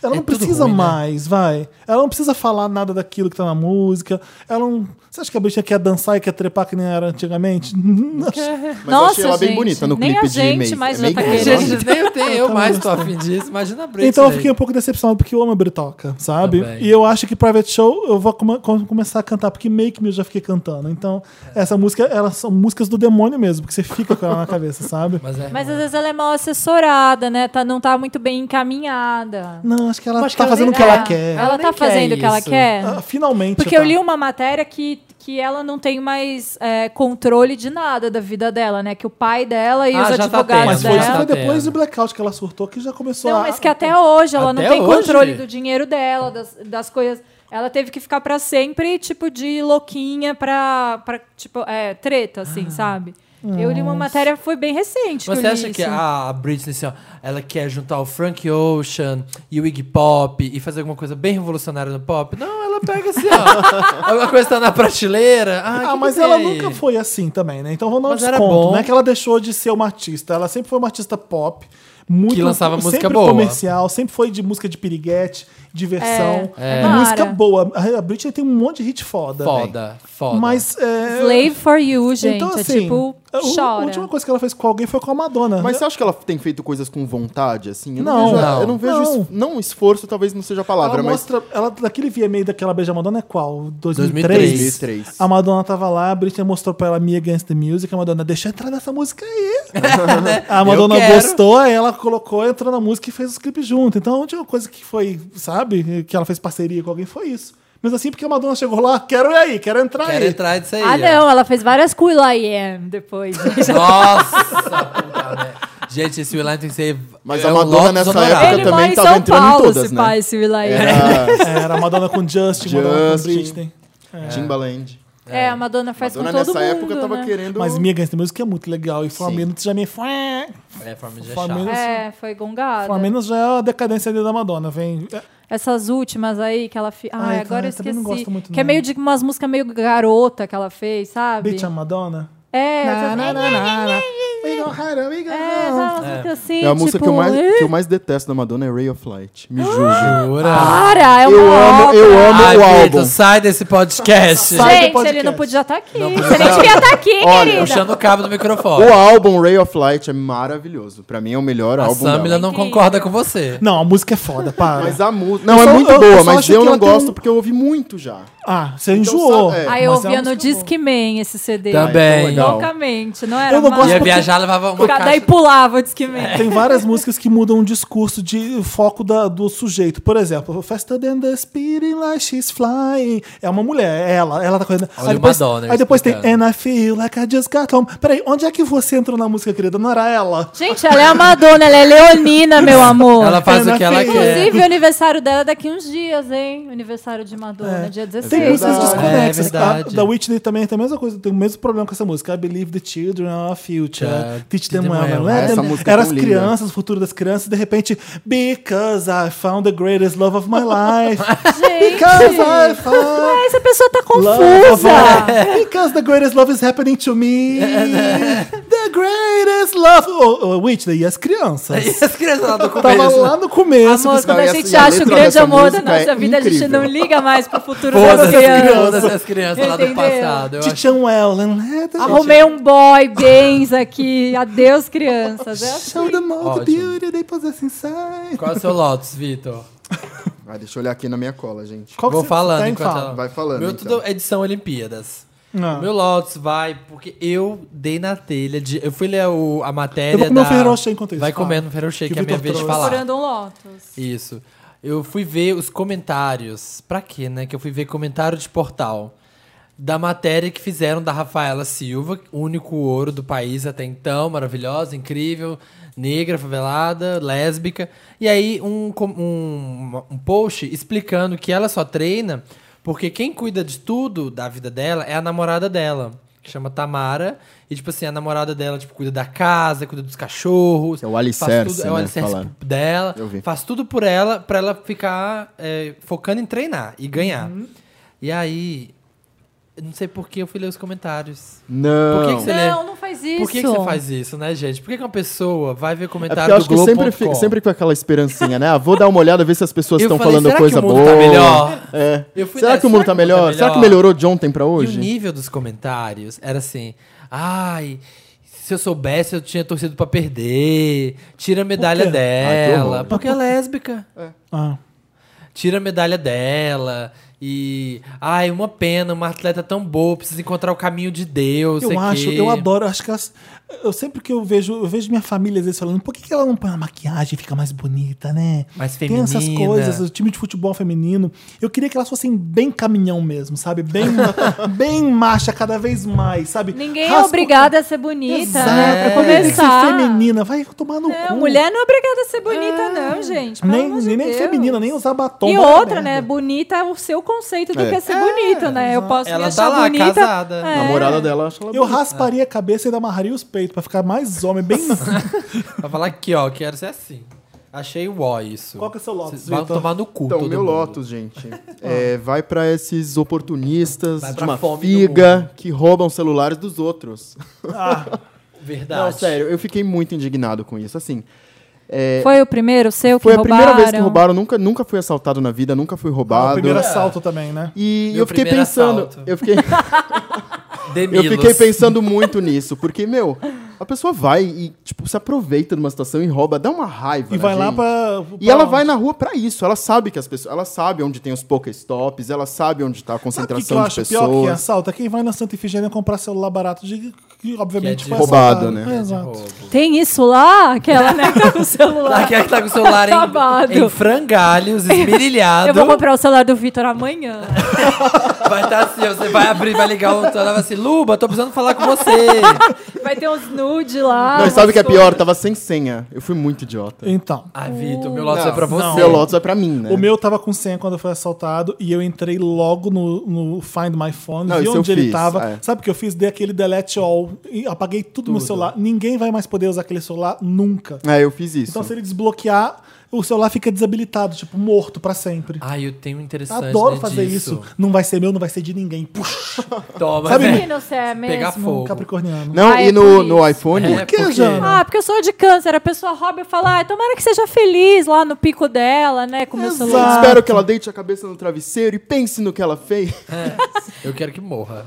Speaker 2: Ela
Speaker 1: É
Speaker 2: não
Speaker 1: tudo
Speaker 2: precisa
Speaker 1: ruim, né?
Speaker 2: mais, vai. Ela não precisa falar nada daquilo que tá na música. Ela não. Você acha que a bichinha quer dançar e quer trepar que nem era antigamente? Não acho.
Speaker 3: Mas eu achei ela bem bonita no
Speaker 4: nem
Speaker 3: clipe
Speaker 4: a
Speaker 3: de
Speaker 4: gente
Speaker 3: Maze.
Speaker 4: mais
Speaker 3: É
Speaker 4: já tá
Speaker 3: Maze,
Speaker 4: querendo.
Speaker 1: Gente, nem eu tenho, eu mais tô afim disso. Imagina a Britney.
Speaker 2: Tá Então eu fiquei um pouco decepcionado porque eu amo a Britoca, sabe?
Speaker 1: Também.
Speaker 2: E eu acho que Private Show eu vou come- com- começar a cantar, porque Make Me eu já fiquei cantando. Então, essa música, elas são músicas do demônio mesmo, porque você fica com ela na cabeça, sabe?
Speaker 1: Mas é.
Speaker 4: Mas às vezes ela é mal assessorada, né? Tá, não tá muito bem encaminhada.
Speaker 2: Não, acho que ela
Speaker 1: Acho
Speaker 2: tá
Speaker 1: que ela
Speaker 2: fazendo o
Speaker 1: nem
Speaker 2: que ela
Speaker 4: É,
Speaker 2: quer.
Speaker 4: Ela,
Speaker 1: Ela
Speaker 4: tá
Speaker 1: nem
Speaker 4: fazendo
Speaker 1: quer
Speaker 4: o que ela
Speaker 1: isso.
Speaker 4: quer.
Speaker 2: Ah, finalmente.
Speaker 4: Porque eu
Speaker 2: tá.
Speaker 4: li um uma matéria que, que ela não tem mais é, controle de nada da vida dela, né? Que o pai dela e
Speaker 1: Ah,
Speaker 4: os
Speaker 1: já tá tendo.
Speaker 4: advogados
Speaker 2: Mas foi,
Speaker 1: Já tá
Speaker 2: foi
Speaker 4: dela.
Speaker 2: depois
Speaker 1: tendo.
Speaker 2: do blackout que ela surtou que já começou
Speaker 4: Não,
Speaker 2: a.
Speaker 4: mas que até hoje ela não
Speaker 1: Até
Speaker 4: tem
Speaker 1: hoje?
Speaker 4: controle do dinheiro dela, das, das coisas. Ela teve que ficar pra sempre, tipo, de louquinha pra, pra tipo, é, treta, assim, sabe? Eu li uma matéria, foi bem recente.
Speaker 1: Mas
Speaker 4: que
Speaker 1: Ah. você
Speaker 4: eu li
Speaker 1: acha que
Speaker 4: isso.
Speaker 1: a Britney, assim, ó, ela quer juntar o Frank Ocean e o Iggy Pop e fazer alguma coisa bem revolucionária no pop? Não, ela pega assim, ó. alguma coisa tá na prateleira. Ah, que
Speaker 2: Ah,
Speaker 1: que
Speaker 2: mas
Speaker 1: tem
Speaker 2: ela
Speaker 1: aí?
Speaker 2: nunca foi assim também, né? Então vamos dar um
Speaker 1: Mas era
Speaker 2: desconto.
Speaker 1: bom.
Speaker 2: Não é que ela deixou de ser uma artista. Ela sempre foi uma artista pop. Muito,
Speaker 1: Que lançava música
Speaker 2: sempre
Speaker 1: boa.
Speaker 2: comercial, sempre foi de música de piriguete, diversão.
Speaker 4: É.
Speaker 2: E música
Speaker 4: Para.
Speaker 2: boa. A- A Britney tem um monte de hit foda. né?
Speaker 1: Foda, foda.
Speaker 2: Mas. É...
Speaker 4: Slave for You, gente.
Speaker 2: Então,
Speaker 4: é
Speaker 2: assim,
Speaker 4: tipo,
Speaker 2: a- o- A
Speaker 4: chora.
Speaker 2: última coisa que ela fez com alguém foi com a Madonna.
Speaker 3: Mas você acha que ela tem feito coisas com vontade, assim? Eu
Speaker 2: Não,
Speaker 3: vejo,
Speaker 1: não.
Speaker 3: Eu não vejo
Speaker 2: Não.
Speaker 3: es- não esforço, talvez não seja a palavra,
Speaker 2: ela
Speaker 3: mas
Speaker 2: mostra. Ela, daquele VMA daquela Beija Madonna é qual? 2003?
Speaker 1: 2003.
Speaker 3: 2003.
Speaker 2: A Madonna tava lá, a Britney mostrou pra ela Me Against the Music. A Madonna, deixa eu entrar nessa música aí. a Madonna
Speaker 1: Eu quero.
Speaker 2: gostou, aí ela colocou, entrou na música e fez os clipes junto. Então, a última coisa que foi, sabe, que ela fez parceria com alguém foi isso. Mas assim, porque a Madonna chegou lá, quero ir aí, quero entrar
Speaker 1: Quero
Speaker 2: aí.
Speaker 1: entrar disso aí.
Speaker 4: Ah,
Speaker 1: ó.
Speaker 4: não, ela fez várias Cool I Am depois.
Speaker 1: Nossa, puta merda. Gente, esse Will tem que ser.
Speaker 3: Mas
Speaker 1: é
Speaker 3: a
Speaker 1: um
Speaker 3: Madonna
Speaker 1: Lotus
Speaker 3: nessa
Speaker 1: honorário.
Speaker 3: época
Speaker 4: Ele
Speaker 3: também
Speaker 4: mora em
Speaker 3: tava
Speaker 4: São
Speaker 3: entrando em
Speaker 4: Paulo,
Speaker 3: todas,
Speaker 4: se
Speaker 3: né?
Speaker 4: faz esse Will I Am.
Speaker 3: Era
Speaker 2: É, Era a Madonna com Justin, Madonna com
Speaker 3: Justin.
Speaker 2: Britney.
Speaker 3: Timbaland.
Speaker 4: É, a Madonna faz
Speaker 3: Madonna
Speaker 4: com todo
Speaker 3: nessa
Speaker 4: mundo,
Speaker 3: época tava
Speaker 4: né?
Speaker 3: querendo...
Speaker 2: Mas Me Against the Music é muito legal. E Flamengo já me...
Speaker 1: É, forma de
Speaker 2: Flamengo-
Speaker 1: achar.
Speaker 4: É, foi gongada.
Speaker 2: Flamengo já é a decadência ali da Madonna. Vem...
Speaker 4: Essas últimas aí que ela fez.
Speaker 2: Ai,
Speaker 4: Ai, agora
Speaker 2: cara,
Speaker 4: eu
Speaker 2: eu também
Speaker 4: esqueci.
Speaker 2: não gosto muito,
Speaker 4: que é
Speaker 2: não.
Speaker 4: meio de umas músicas meio garota que ela fez, sabe?
Speaker 2: Beat a Madonna.
Speaker 4: É,
Speaker 2: Na,
Speaker 4: essas,
Speaker 2: na, na, na, Ah. na. We go harder, we go
Speaker 4: é, sabe,
Speaker 2: home.
Speaker 4: umas músicas assim,
Speaker 3: É a
Speaker 4: tipo...
Speaker 3: música que, eu mais,
Speaker 4: "Eh,
Speaker 3: que eu mais detesto da Madonna é Ray of Light. Me julgue.
Speaker 1: Jura?
Speaker 4: Para, é uma
Speaker 3: Eu amo,
Speaker 4: obra.
Speaker 3: eu amo
Speaker 1: Ah, Ai,
Speaker 3: o
Speaker 1: Vitor,
Speaker 3: álbum.
Speaker 1: sai desse podcast.
Speaker 2: Sai do
Speaker 4: Gente, ele
Speaker 2: podcast.
Speaker 4: não podia estar aqui.
Speaker 1: Não podia
Speaker 4: Você nem
Speaker 1: tá.
Speaker 4: devia estar aqui,
Speaker 3: Olha,
Speaker 4: querida.
Speaker 1: Puxando o cabo do microfone.
Speaker 3: O álbum Ray of Light é maravilhoso. Pra mim é o melhor
Speaker 1: A
Speaker 3: álbum dela.
Speaker 1: Samila não concorda com você.
Speaker 2: Não, a música é foda, para.
Speaker 3: Mas a música... Não,
Speaker 2: Eu
Speaker 3: é
Speaker 2: só-
Speaker 3: muito
Speaker 2: eu- eu
Speaker 3: boa,
Speaker 2: só
Speaker 3: mas
Speaker 2: acho
Speaker 3: eu
Speaker 2: que
Speaker 3: não
Speaker 2: ela tem
Speaker 3: gosto
Speaker 2: um-
Speaker 3: porque eu ouvi muito já. é
Speaker 2: Ah, você enjoou.
Speaker 3: sabe- é.
Speaker 4: Aí eu
Speaker 2: Mas é
Speaker 4: ouvia
Speaker 2: uma
Speaker 4: no
Speaker 2: música boa.
Speaker 4: Discman esse CD.
Speaker 1: Também.
Speaker 3: legal.
Speaker 4: Loucamente, não era?
Speaker 2: Eu não
Speaker 4: uma-
Speaker 2: gosto
Speaker 1: Ia
Speaker 2: porque- É.
Speaker 1: viajar, levava uma
Speaker 4: Cada-
Speaker 1: caixa.
Speaker 4: Daí pulava o Discman.
Speaker 2: Tem várias músicas que mudam o discurso de o foco da- do sujeito. Por exemplo, Faster Than the Speeding Like She's Flying. É uma mulher, é ela, ela tá correndo.
Speaker 1: Olha o
Speaker 2: depois,
Speaker 1: Madonna
Speaker 2: aí depois tem
Speaker 1: explicando.
Speaker 2: And I Feel Like I Just Got Home. Peraí, onde é que você entrou na música, querida? Não era ela.
Speaker 4: Gente, ela é a Madonna, ela é leonina, meu amor.
Speaker 1: Ela faz o que ela
Speaker 2: Inclusive,
Speaker 1: quer.
Speaker 4: Inclusive, o aniversário dela é daqui uns dias, hein? O aniversário de Madonna, dia 16.
Speaker 2: Tem músicas
Speaker 3: verdade.
Speaker 1: É
Speaker 2: desconexas. A-
Speaker 1: verdade.
Speaker 2: da Whitney também tem a mesma coisa, tem o mesmo problema com essa música. I believe the children are our future.
Speaker 1: Ah,
Speaker 2: Teach them well. and let
Speaker 3: Essa
Speaker 2: them-
Speaker 3: música é
Speaker 2: Era
Speaker 3: tão
Speaker 2: as
Speaker 3: linda.
Speaker 2: crianças, o futuro das crianças, e de repente, because I found the greatest love of my life.
Speaker 4: Gente,
Speaker 2: because I found
Speaker 4: essa pessoa tá
Speaker 2: love of
Speaker 4: confusa.
Speaker 2: my Because the greatest love is happening to me. the greatest love. Oh, oh, Whitney, e as crianças?
Speaker 1: E as crianças lá do
Speaker 2: Tava
Speaker 1: começo.
Speaker 2: lá no começo.
Speaker 4: Amor,
Speaker 3: Fiscal,
Speaker 4: quando a
Speaker 3: e a-
Speaker 4: gente
Speaker 3: e a
Speaker 4: acha o
Speaker 3: letra
Speaker 4: grande
Speaker 3: dessa
Speaker 4: amor da
Speaker 3: música
Speaker 4: nossa
Speaker 3: é
Speaker 4: vida, a gente
Speaker 3: incrível.
Speaker 4: não liga mais pro futuro das
Speaker 1: Foda-se as crianças,
Speaker 4: crianças.
Speaker 1: essas crianças lá do
Speaker 4: Entendeu?
Speaker 1: passado. Eu acho
Speaker 2: Teach them well and let them
Speaker 4: Arrumei um boy, bens aqui. Adeus, crianças. É assim.
Speaker 2: show them all
Speaker 1: Ótimo.
Speaker 2: the beauty they possess inside.
Speaker 1: Qual é o seu Lotus, Vitor?
Speaker 3: Ah, deixa eu olhar aqui na minha cola, gente.
Speaker 2: Qual que
Speaker 1: Vou
Speaker 2: você-
Speaker 1: falando
Speaker 2: tá em
Speaker 1: enquanto
Speaker 2: fala?
Speaker 1: ela...
Speaker 3: Vai falando,
Speaker 1: Meu tudo
Speaker 3: então.
Speaker 1: edição Olimpíadas.
Speaker 2: Ah.
Speaker 1: O meu Lotus vai, porque eu dei na telha de. Eu fui ler o- a matéria.
Speaker 2: Eu vou comer um
Speaker 1: da-
Speaker 2: Ferrero Rocher enquanto isso,
Speaker 1: Vai
Speaker 2: fala.
Speaker 1: comendo um Ferrero Rocher,
Speaker 2: Que
Speaker 1: que, é a minha
Speaker 2: Vitor
Speaker 1: vez de
Speaker 2: trouxe.
Speaker 1: falar.
Speaker 4: Procurando um Lotus.
Speaker 1: Isso. Eu fui ver os comentários. Pra quê, né? Que eu fui ver comentário de portal. Da matéria que fizeram da Rafaela Silva, único ouro do país até então, maravilhosa, incrível, negra, favelada, lésbica. E aí, um, com- um, um post explicando que ela só treina porque quem cuida de tudo da vida dela é a namorada dela, que chama Tamara. E, tipo assim, a namorada dela tipo, cuida da casa, cuida dos cachorros.
Speaker 3: Que é o
Speaker 1: faz
Speaker 3: alicerce,
Speaker 1: tudo- é o
Speaker 3: né,
Speaker 1: alicerce
Speaker 3: falaram.
Speaker 1: dela,
Speaker 3: Eu vi.
Speaker 1: faz tudo por ela, pra ela ficar é, focando em treinar e ganhar. E aí, eu não sei por que eu fui ler os comentários.
Speaker 3: Não. É
Speaker 1: Por que que você lê?
Speaker 4: Não, não faz isso.
Speaker 1: Por que, que você faz isso, né, gente? Por que, que uma pessoa vai ver
Speaker 3: É
Speaker 1: comentário
Speaker 3: porque eu
Speaker 1: do
Speaker 3: acho que
Speaker 1: Globo?
Speaker 3: sempre, fica- sempre com aquela esperancinha, né? Ah, vou dar uma olhada, ver se as pessoas
Speaker 1: Eu
Speaker 3: estão
Speaker 1: falei,
Speaker 3: falando
Speaker 1: será
Speaker 3: coisa
Speaker 1: que o
Speaker 3: boa.
Speaker 1: mundo tá melhor?
Speaker 3: É.
Speaker 1: Eu fui
Speaker 3: será
Speaker 1: nessa,
Speaker 3: que o mundo tá melhor? Será que melhorou de ontem pra
Speaker 1: E o
Speaker 3: hoje?
Speaker 1: nível dos comentários era assim: ai, se eu soubesse, eu tinha torcido pra perder. Tira a medalha
Speaker 2: quê?
Speaker 1: dela.
Speaker 3: Ah, horror.
Speaker 1: porque ela é lésbica.
Speaker 2: Ah.
Speaker 1: tira a medalha dela. E. Ai, uma pena, uma atleta tão boa, precisa encontrar o caminho de Deus. sei
Speaker 2: Eu acho,
Speaker 1: quê.
Speaker 2: eu adoro, eu acho que elas, eu sempre que eu vejo, eu vejo minha família às vezes falando, por que, que ela não põe a maquiagem, e fica mais bonita, né?
Speaker 1: Mais
Speaker 2: Tem essas
Speaker 1: feminina.
Speaker 2: coisas, o time de futebol feminino. Eu queria que elas fossem bem caminhão mesmo, sabe? Bem, bem marcha cada vez mais, sabe?
Speaker 4: Ninguém
Speaker 2: Raspa
Speaker 4: é
Speaker 2: o-
Speaker 4: obrigada a ser bonita,
Speaker 2: Exato,
Speaker 4: né? Pra
Speaker 2: quando tem que ser
Speaker 4: começar.
Speaker 2: feminina, vai tomar no cu.
Speaker 4: Não, mulher não é obrigada a ser bonita, não, gente. Pelo
Speaker 2: nem,
Speaker 4: amor de
Speaker 2: nem, nem
Speaker 4: Deus.
Speaker 2: feminina, nem usar batom.
Speaker 4: E
Speaker 2: vai a
Speaker 4: outra, né?
Speaker 2: merda.
Speaker 4: Bonita é o seu conceito do
Speaker 3: É.
Speaker 4: que é ser bonito, né? Eu posso me
Speaker 1: Ela
Speaker 4: achar
Speaker 1: tá lá,
Speaker 4: bonita.
Speaker 1: casada.
Speaker 4: É.
Speaker 3: namorada dela, acho ela
Speaker 2: Eu
Speaker 3: bonita.
Speaker 2: rasparia a cabeça e amarraria os peitos pra ficar mais homem, bem.
Speaker 1: Pra falar aqui, ó, quero ser assim. Achei o isso.
Speaker 2: Qual que é o seu Lotus,
Speaker 1: Vocês Vão
Speaker 2: Vitor?
Speaker 1: tomar no cu,
Speaker 3: Então,
Speaker 1: todo
Speaker 3: meu
Speaker 1: mundo.
Speaker 3: Lotus, gente, é, vai pra esses oportunistas
Speaker 1: Vai
Speaker 3: de
Speaker 1: pra
Speaker 3: uma
Speaker 1: fome do
Speaker 3: figa que roubam celulares dos outros.
Speaker 2: ah,
Speaker 1: Verdade.
Speaker 3: Não, sério, eu fiquei muito indignado com isso. Assim, é,
Speaker 4: Foi o primeiro seu que
Speaker 3: foi a
Speaker 4: roubaram?
Speaker 3: primeira vez que roubaram, nunca, nunca fui assaltado na vida, nunca fui roubado.
Speaker 1: É.
Speaker 2: É o primeiro assalto também, né?
Speaker 3: E
Speaker 1: Meu
Speaker 3: eu fiquei
Speaker 1: primeiro
Speaker 3: pensando,
Speaker 1: assalto.
Speaker 3: eu fiquei, eu
Speaker 1: Demilos.
Speaker 3: fiquei pensando muito nisso, porque, meu, a pessoa vai e, tipo, se aproveita de uma situação e rouba, dá uma raiva.
Speaker 2: E
Speaker 3: na
Speaker 2: vai lá
Speaker 3: gente.
Speaker 2: pra.
Speaker 3: E ela vai na rua pra isso. Ela sabe que as pessoas. Ela sabe onde tem os poker stops, ela sabe onde tá a
Speaker 2: Sabe o que, que
Speaker 3: concentração
Speaker 2: eu
Speaker 3: de
Speaker 2: acho pior que
Speaker 3: pessoas.
Speaker 2: assalto? É quem vai na Santa Ifigênia comprar celular barato de que
Speaker 1: Que
Speaker 2: obviamente
Speaker 1: é de
Speaker 2: foi
Speaker 3: roubado,
Speaker 2: assaltado.
Speaker 3: né?
Speaker 2: É,
Speaker 1: de
Speaker 2: exato.
Speaker 1: roubo.
Speaker 4: Tem isso lá? Aquela, né? que Tá com o
Speaker 1: Lá
Speaker 4: celular.
Speaker 1: que é que tá com o celular
Speaker 4: Acabado.
Speaker 1: em, em frangalhos, esmirilhado.
Speaker 4: Eu vou comprar o celular do Vitor amanhã.
Speaker 1: Vai estar assim, ó, você vai abrir, vai ligar o outro, ela vai assim, Luba, tô precisando falar com você.
Speaker 4: Vai ter uns nude lá.
Speaker 3: Não, e sabe o que é
Speaker 4: umas
Speaker 3: pior? Tava sem senha. Eu fui muito idiota.
Speaker 2: Então.
Speaker 1: Ai, Vitor, meu Lotus
Speaker 3: Não,
Speaker 1: é pra você.
Speaker 2: não.
Speaker 3: Meu Lotus é pra mim, né?
Speaker 2: Então. O meu tava com senha quando eu fui assaltado e eu entrei logo no, no Find My Phone,
Speaker 3: Não,
Speaker 2: vi
Speaker 3: isso eu
Speaker 2: onde ele
Speaker 3: fiz,
Speaker 2: tava.
Speaker 3: é.
Speaker 2: Sabe o que eu fiz? Dei aquele delete all e apaguei tudo, no celular. Ninguém vai mais poder usar aquele celular nunca.
Speaker 3: É, eu fiz isso.
Speaker 2: Então se ele desbloquear, o celular fica desabilitado, tipo, morto pra sempre.
Speaker 1: Ai, eu tenho um interessante
Speaker 2: Adoro
Speaker 1: né,
Speaker 2: fazer
Speaker 1: disso.
Speaker 2: isso. Não vai ser meu, não vai ser de ninguém. Puxa,
Speaker 1: Toma,
Speaker 2: Sabe-
Speaker 1: né?
Speaker 4: Menino, você é mesmo.
Speaker 1: Pegar fogo.
Speaker 2: capricorniano.
Speaker 3: Não,
Speaker 4: Ah,
Speaker 3: e
Speaker 4: é
Speaker 3: no,
Speaker 4: por
Speaker 3: no
Speaker 4: isso.
Speaker 3: iPhone.
Speaker 1: É,
Speaker 2: que,
Speaker 1: porque-
Speaker 2: Jana?
Speaker 4: Ah, porque eu sou de câncer. A pessoa rouba e fala, ah, tomara que seja feliz lá no pico dela, né? Com o meu
Speaker 2: Exato.
Speaker 4: celular.
Speaker 3: Espero que ela deite a cabeça no travesseiro e pense no que ela fez.
Speaker 1: É, eu quero que morra.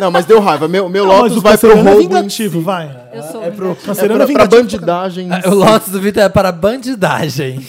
Speaker 3: Não, Ah, mas deu raiva. Meu, meu
Speaker 2: Não, mas
Speaker 3: Lotus
Speaker 2: o
Speaker 3: vai pro
Speaker 2: canceriano é
Speaker 3: roubo. em-
Speaker 2: vingativo, vai.
Speaker 4: Eu sou. né?
Speaker 3: É
Speaker 2: Canceriano
Speaker 3: pra,
Speaker 2: é
Speaker 3: pra
Speaker 2: vingativo.
Speaker 3: bandidagem.
Speaker 1: Ah, O Lotus do Vitor é para bandidagem.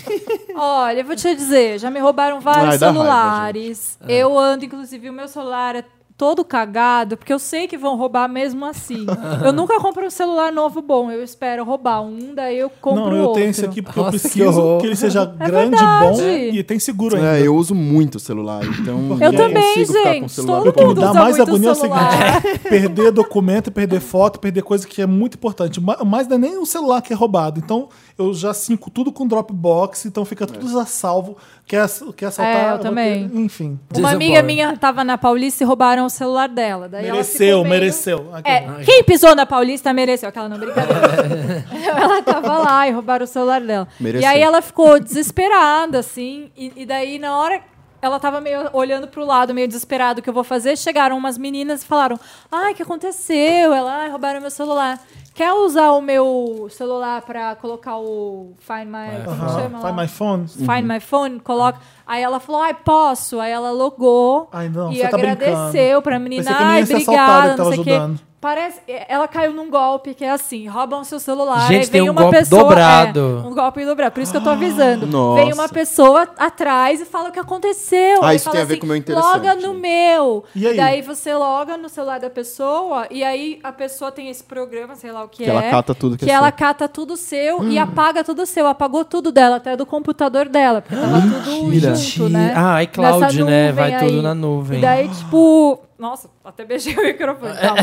Speaker 4: Olha, eu vou te dizer, já me roubaram vários
Speaker 3: Ai, dá raiva,
Speaker 4: celulares.
Speaker 2: É.
Speaker 4: eu ando, inclusive, o meu celular é todo cagado, porque eu sei que vão roubar mesmo assim. eu nunca compro um celular novo bom, eu espero roubar um, daí eu compro
Speaker 2: Não, eu
Speaker 4: outro.
Speaker 2: tenho esse aqui porque
Speaker 1: Nossa,
Speaker 2: eu
Speaker 1: que
Speaker 2: preciso
Speaker 1: horror.
Speaker 2: que ele seja grande,
Speaker 4: É verdade.
Speaker 2: bom e tem seguro ainda.
Speaker 3: É, eu uso muito o celular, então.
Speaker 2: Eu
Speaker 4: também,
Speaker 3: consigo ficar com o
Speaker 4: gente,
Speaker 3: celular
Speaker 4: todo
Speaker 2: O que me
Speaker 4: mundo
Speaker 2: dá
Speaker 4: usa
Speaker 2: mais
Speaker 4: muito
Speaker 2: agonia é o
Speaker 4: celular.
Speaker 2: seguinte: perder documento, perder foto, perder coisa que é muito importante. Ma- Mas não é nem o celular que é roubado. Então eu já cinco tudo com Dropbox, então fica tudo já salvo. Quer, ass- quer assaltar?
Speaker 4: É, eu
Speaker 2: vou
Speaker 4: também.
Speaker 2: ter- enfim.
Speaker 1: Jason
Speaker 4: Uma amiga
Speaker 1: Bourne.
Speaker 4: minha tava na Paulista e roubaram o celular dela. Daí ela
Speaker 2: mereceu,
Speaker 4: ficou meio-
Speaker 2: mereceu. Aqui.
Speaker 4: É, quem pisou na Paulista mereceu. Aquela não, brincadeira. ela tava lá e roubaram o celular dela.
Speaker 3: Mereceu.
Speaker 4: E aí ela ficou desesperada, assim. E, e daí, na hora, ela tava meio olhando pro lado, meio desesperado, o que eu vou fazer? Chegaram umas meninas e falaram, ai, o que aconteceu? Ela, ai, roubaram meu celular. Quer usar o meu celular pra colocar o Find My... Como
Speaker 2: É. Aham.
Speaker 4: chama lá?
Speaker 2: Ah, Find my phone.
Speaker 4: Find
Speaker 2: Uhum.
Speaker 4: my phone, coloca. Aí ela falou, ai, posso. Aí ela logou
Speaker 2: Ai, não,
Speaker 4: e
Speaker 2: você tá brincando.
Speaker 4: agradeceu pra menina.
Speaker 2: Pensei que a menina
Speaker 4: Ai,
Speaker 2: ia ser assaltada que
Speaker 4: obrigada, não
Speaker 2: tava
Speaker 4: sei o quê.
Speaker 2: ajudando.
Speaker 4: Parece, é, ela caiu num golpe que é assim, roubam seu celular,
Speaker 1: Gente,
Speaker 4: aí vem
Speaker 1: tem um
Speaker 4: uma
Speaker 1: golpe
Speaker 4: pessoa,
Speaker 1: dobrado.
Speaker 4: é, um golpe dobrado. Por isso que eu tô avisando.
Speaker 3: Nossa.
Speaker 4: Vem uma pessoa atrás e fala o que aconteceu.
Speaker 3: Ah,
Speaker 4: Aí
Speaker 3: isso
Speaker 4: fala
Speaker 3: tem a ver
Speaker 4: assim,
Speaker 3: com o meu interessante.
Speaker 4: Loga no meu.
Speaker 2: E aí?
Speaker 4: Daí você loga no celular da pessoa e aí a pessoa tem esse programa, sei lá o que,
Speaker 3: Que
Speaker 4: é.
Speaker 3: ela cata tudo que é
Speaker 4: ela
Speaker 3: seu.
Speaker 4: cata tudo seu
Speaker 1: Ah.
Speaker 4: e apaga tudo seu, apagou tudo dela, até do computador dela, porque tava tudo
Speaker 1: Ah, Mentira.
Speaker 4: junto, né?
Speaker 1: Ah, iCloud,
Speaker 4: Nessa
Speaker 1: né?
Speaker 4: nuvem
Speaker 1: Vai tudo
Speaker 4: aí.
Speaker 1: na nuvem.
Speaker 4: E daí, tipo. Nossa, até beijei o microfone. calma.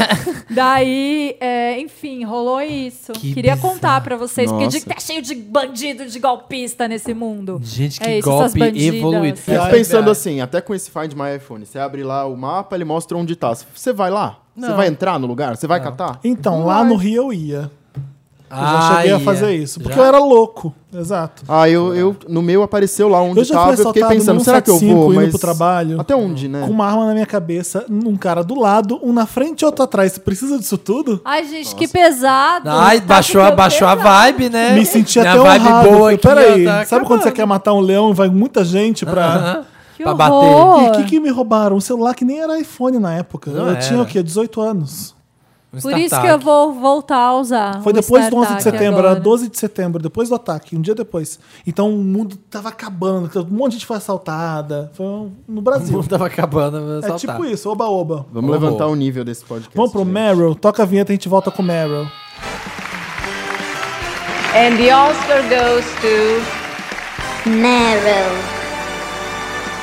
Speaker 4: daí, é, enfim, rolou isso.
Speaker 1: Que
Speaker 4: Queria
Speaker 1: bizarro.
Speaker 4: contar pra vocês, porque
Speaker 3: Nossa.
Speaker 4: de- tá cheio de bandido, de golpista nesse mundo.
Speaker 1: Gente, que
Speaker 4: É isso, essas
Speaker 1: golpe
Speaker 4: bandidas.
Speaker 1: evoluído.
Speaker 3: Eu fico
Speaker 2: Ai,
Speaker 3: pensando
Speaker 2: ai.
Speaker 3: assim, até com esse Find My iPhone, você abre lá o mapa, ele mostra onde tá. Você vai lá? Você
Speaker 1: Não.
Speaker 3: vai entrar no lugar? Você vai catar?
Speaker 2: Então, lá no Rio eu ia. Eu já
Speaker 1: Ah,
Speaker 2: cheguei a
Speaker 1: ia.
Speaker 2: fazer isso. Porque
Speaker 1: Já?
Speaker 2: eu era louco. Exato.
Speaker 3: Ah, eu, eu no meu apareceu lá onde
Speaker 2: É. Eu já fui
Speaker 3: tava, eu fiquei
Speaker 2: assaltado
Speaker 3: pensando,
Speaker 2: num
Speaker 3: será que eu
Speaker 2: 75
Speaker 3: vou?
Speaker 2: indo
Speaker 3: Mas
Speaker 2: pro trabalho.
Speaker 3: Até onde, né?
Speaker 2: Com uma arma na minha cabeça, um cara do lado, um na frente e outro atrás. Você precisa disso tudo?
Speaker 4: Ai, gente, que pesado.
Speaker 1: Ai,
Speaker 4: Tá
Speaker 1: baixou, a-
Speaker 4: ficando
Speaker 1: baixou a
Speaker 4: pesado.
Speaker 1: vibe, né?
Speaker 2: Me senti
Speaker 1: Minha
Speaker 2: até
Speaker 1: vibe
Speaker 2: honrado.
Speaker 1: boa
Speaker 2: Falei,
Speaker 1: aqui, ó,
Speaker 2: Peraí,
Speaker 1: tá
Speaker 2: sabe quando você
Speaker 1: acabando.
Speaker 2: quer matar um leão e vai muita gente pra...
Speaker 1: Aham.
Speaker 4: Que
Speaker 1: Pra
Speaker 4: horror.
Speaker 1: bater.
Speaker 2: E o que, que me roubaram? Um celular que nem era iPhone na época.
Speaker 1: Não
Speaker 2: eu tinha
Speaker 1: era.
Speaker 2: o quê? 18 anos.
Speaker 1: Um
Speaker 4: Por isso que
Speaker 1: startup.
Speaker 4: eu vou voltar a usar.
Speaker 2: Foi
Speaker 4: o
Speaker 2: depois do 11 de
Speaker 4: StarTAC
Speaker 2: setembro,
Speaker 4: um agora.
Speaker 2: era 12 de setembro, depois do ataque, um dia depois. Então o mundo tava acabando, um monte de gente foi assaltada. Foi um- no
Speaker 1: O
Speaker 2: Brasil.
Speaker 1: mundo tava acabando, eu
Speaker 2: É
Speaker 1: vou
Speaker 2: tipo
Speaker 1: saltar.
Speaker 2: isso, oba-oba.
Speaker 3: Vamos
Speaker 1: Horror.
Speaker 3: levantar o nível desse podcast. né?
Speaker 2: Vamos pro
Speaker 3: gente.
Speaker 2: Meryl, toca a vinheta e a gente volta com o Meryl.
Speaker 6: And the Oscar goes to
Speaker 5: Narrow.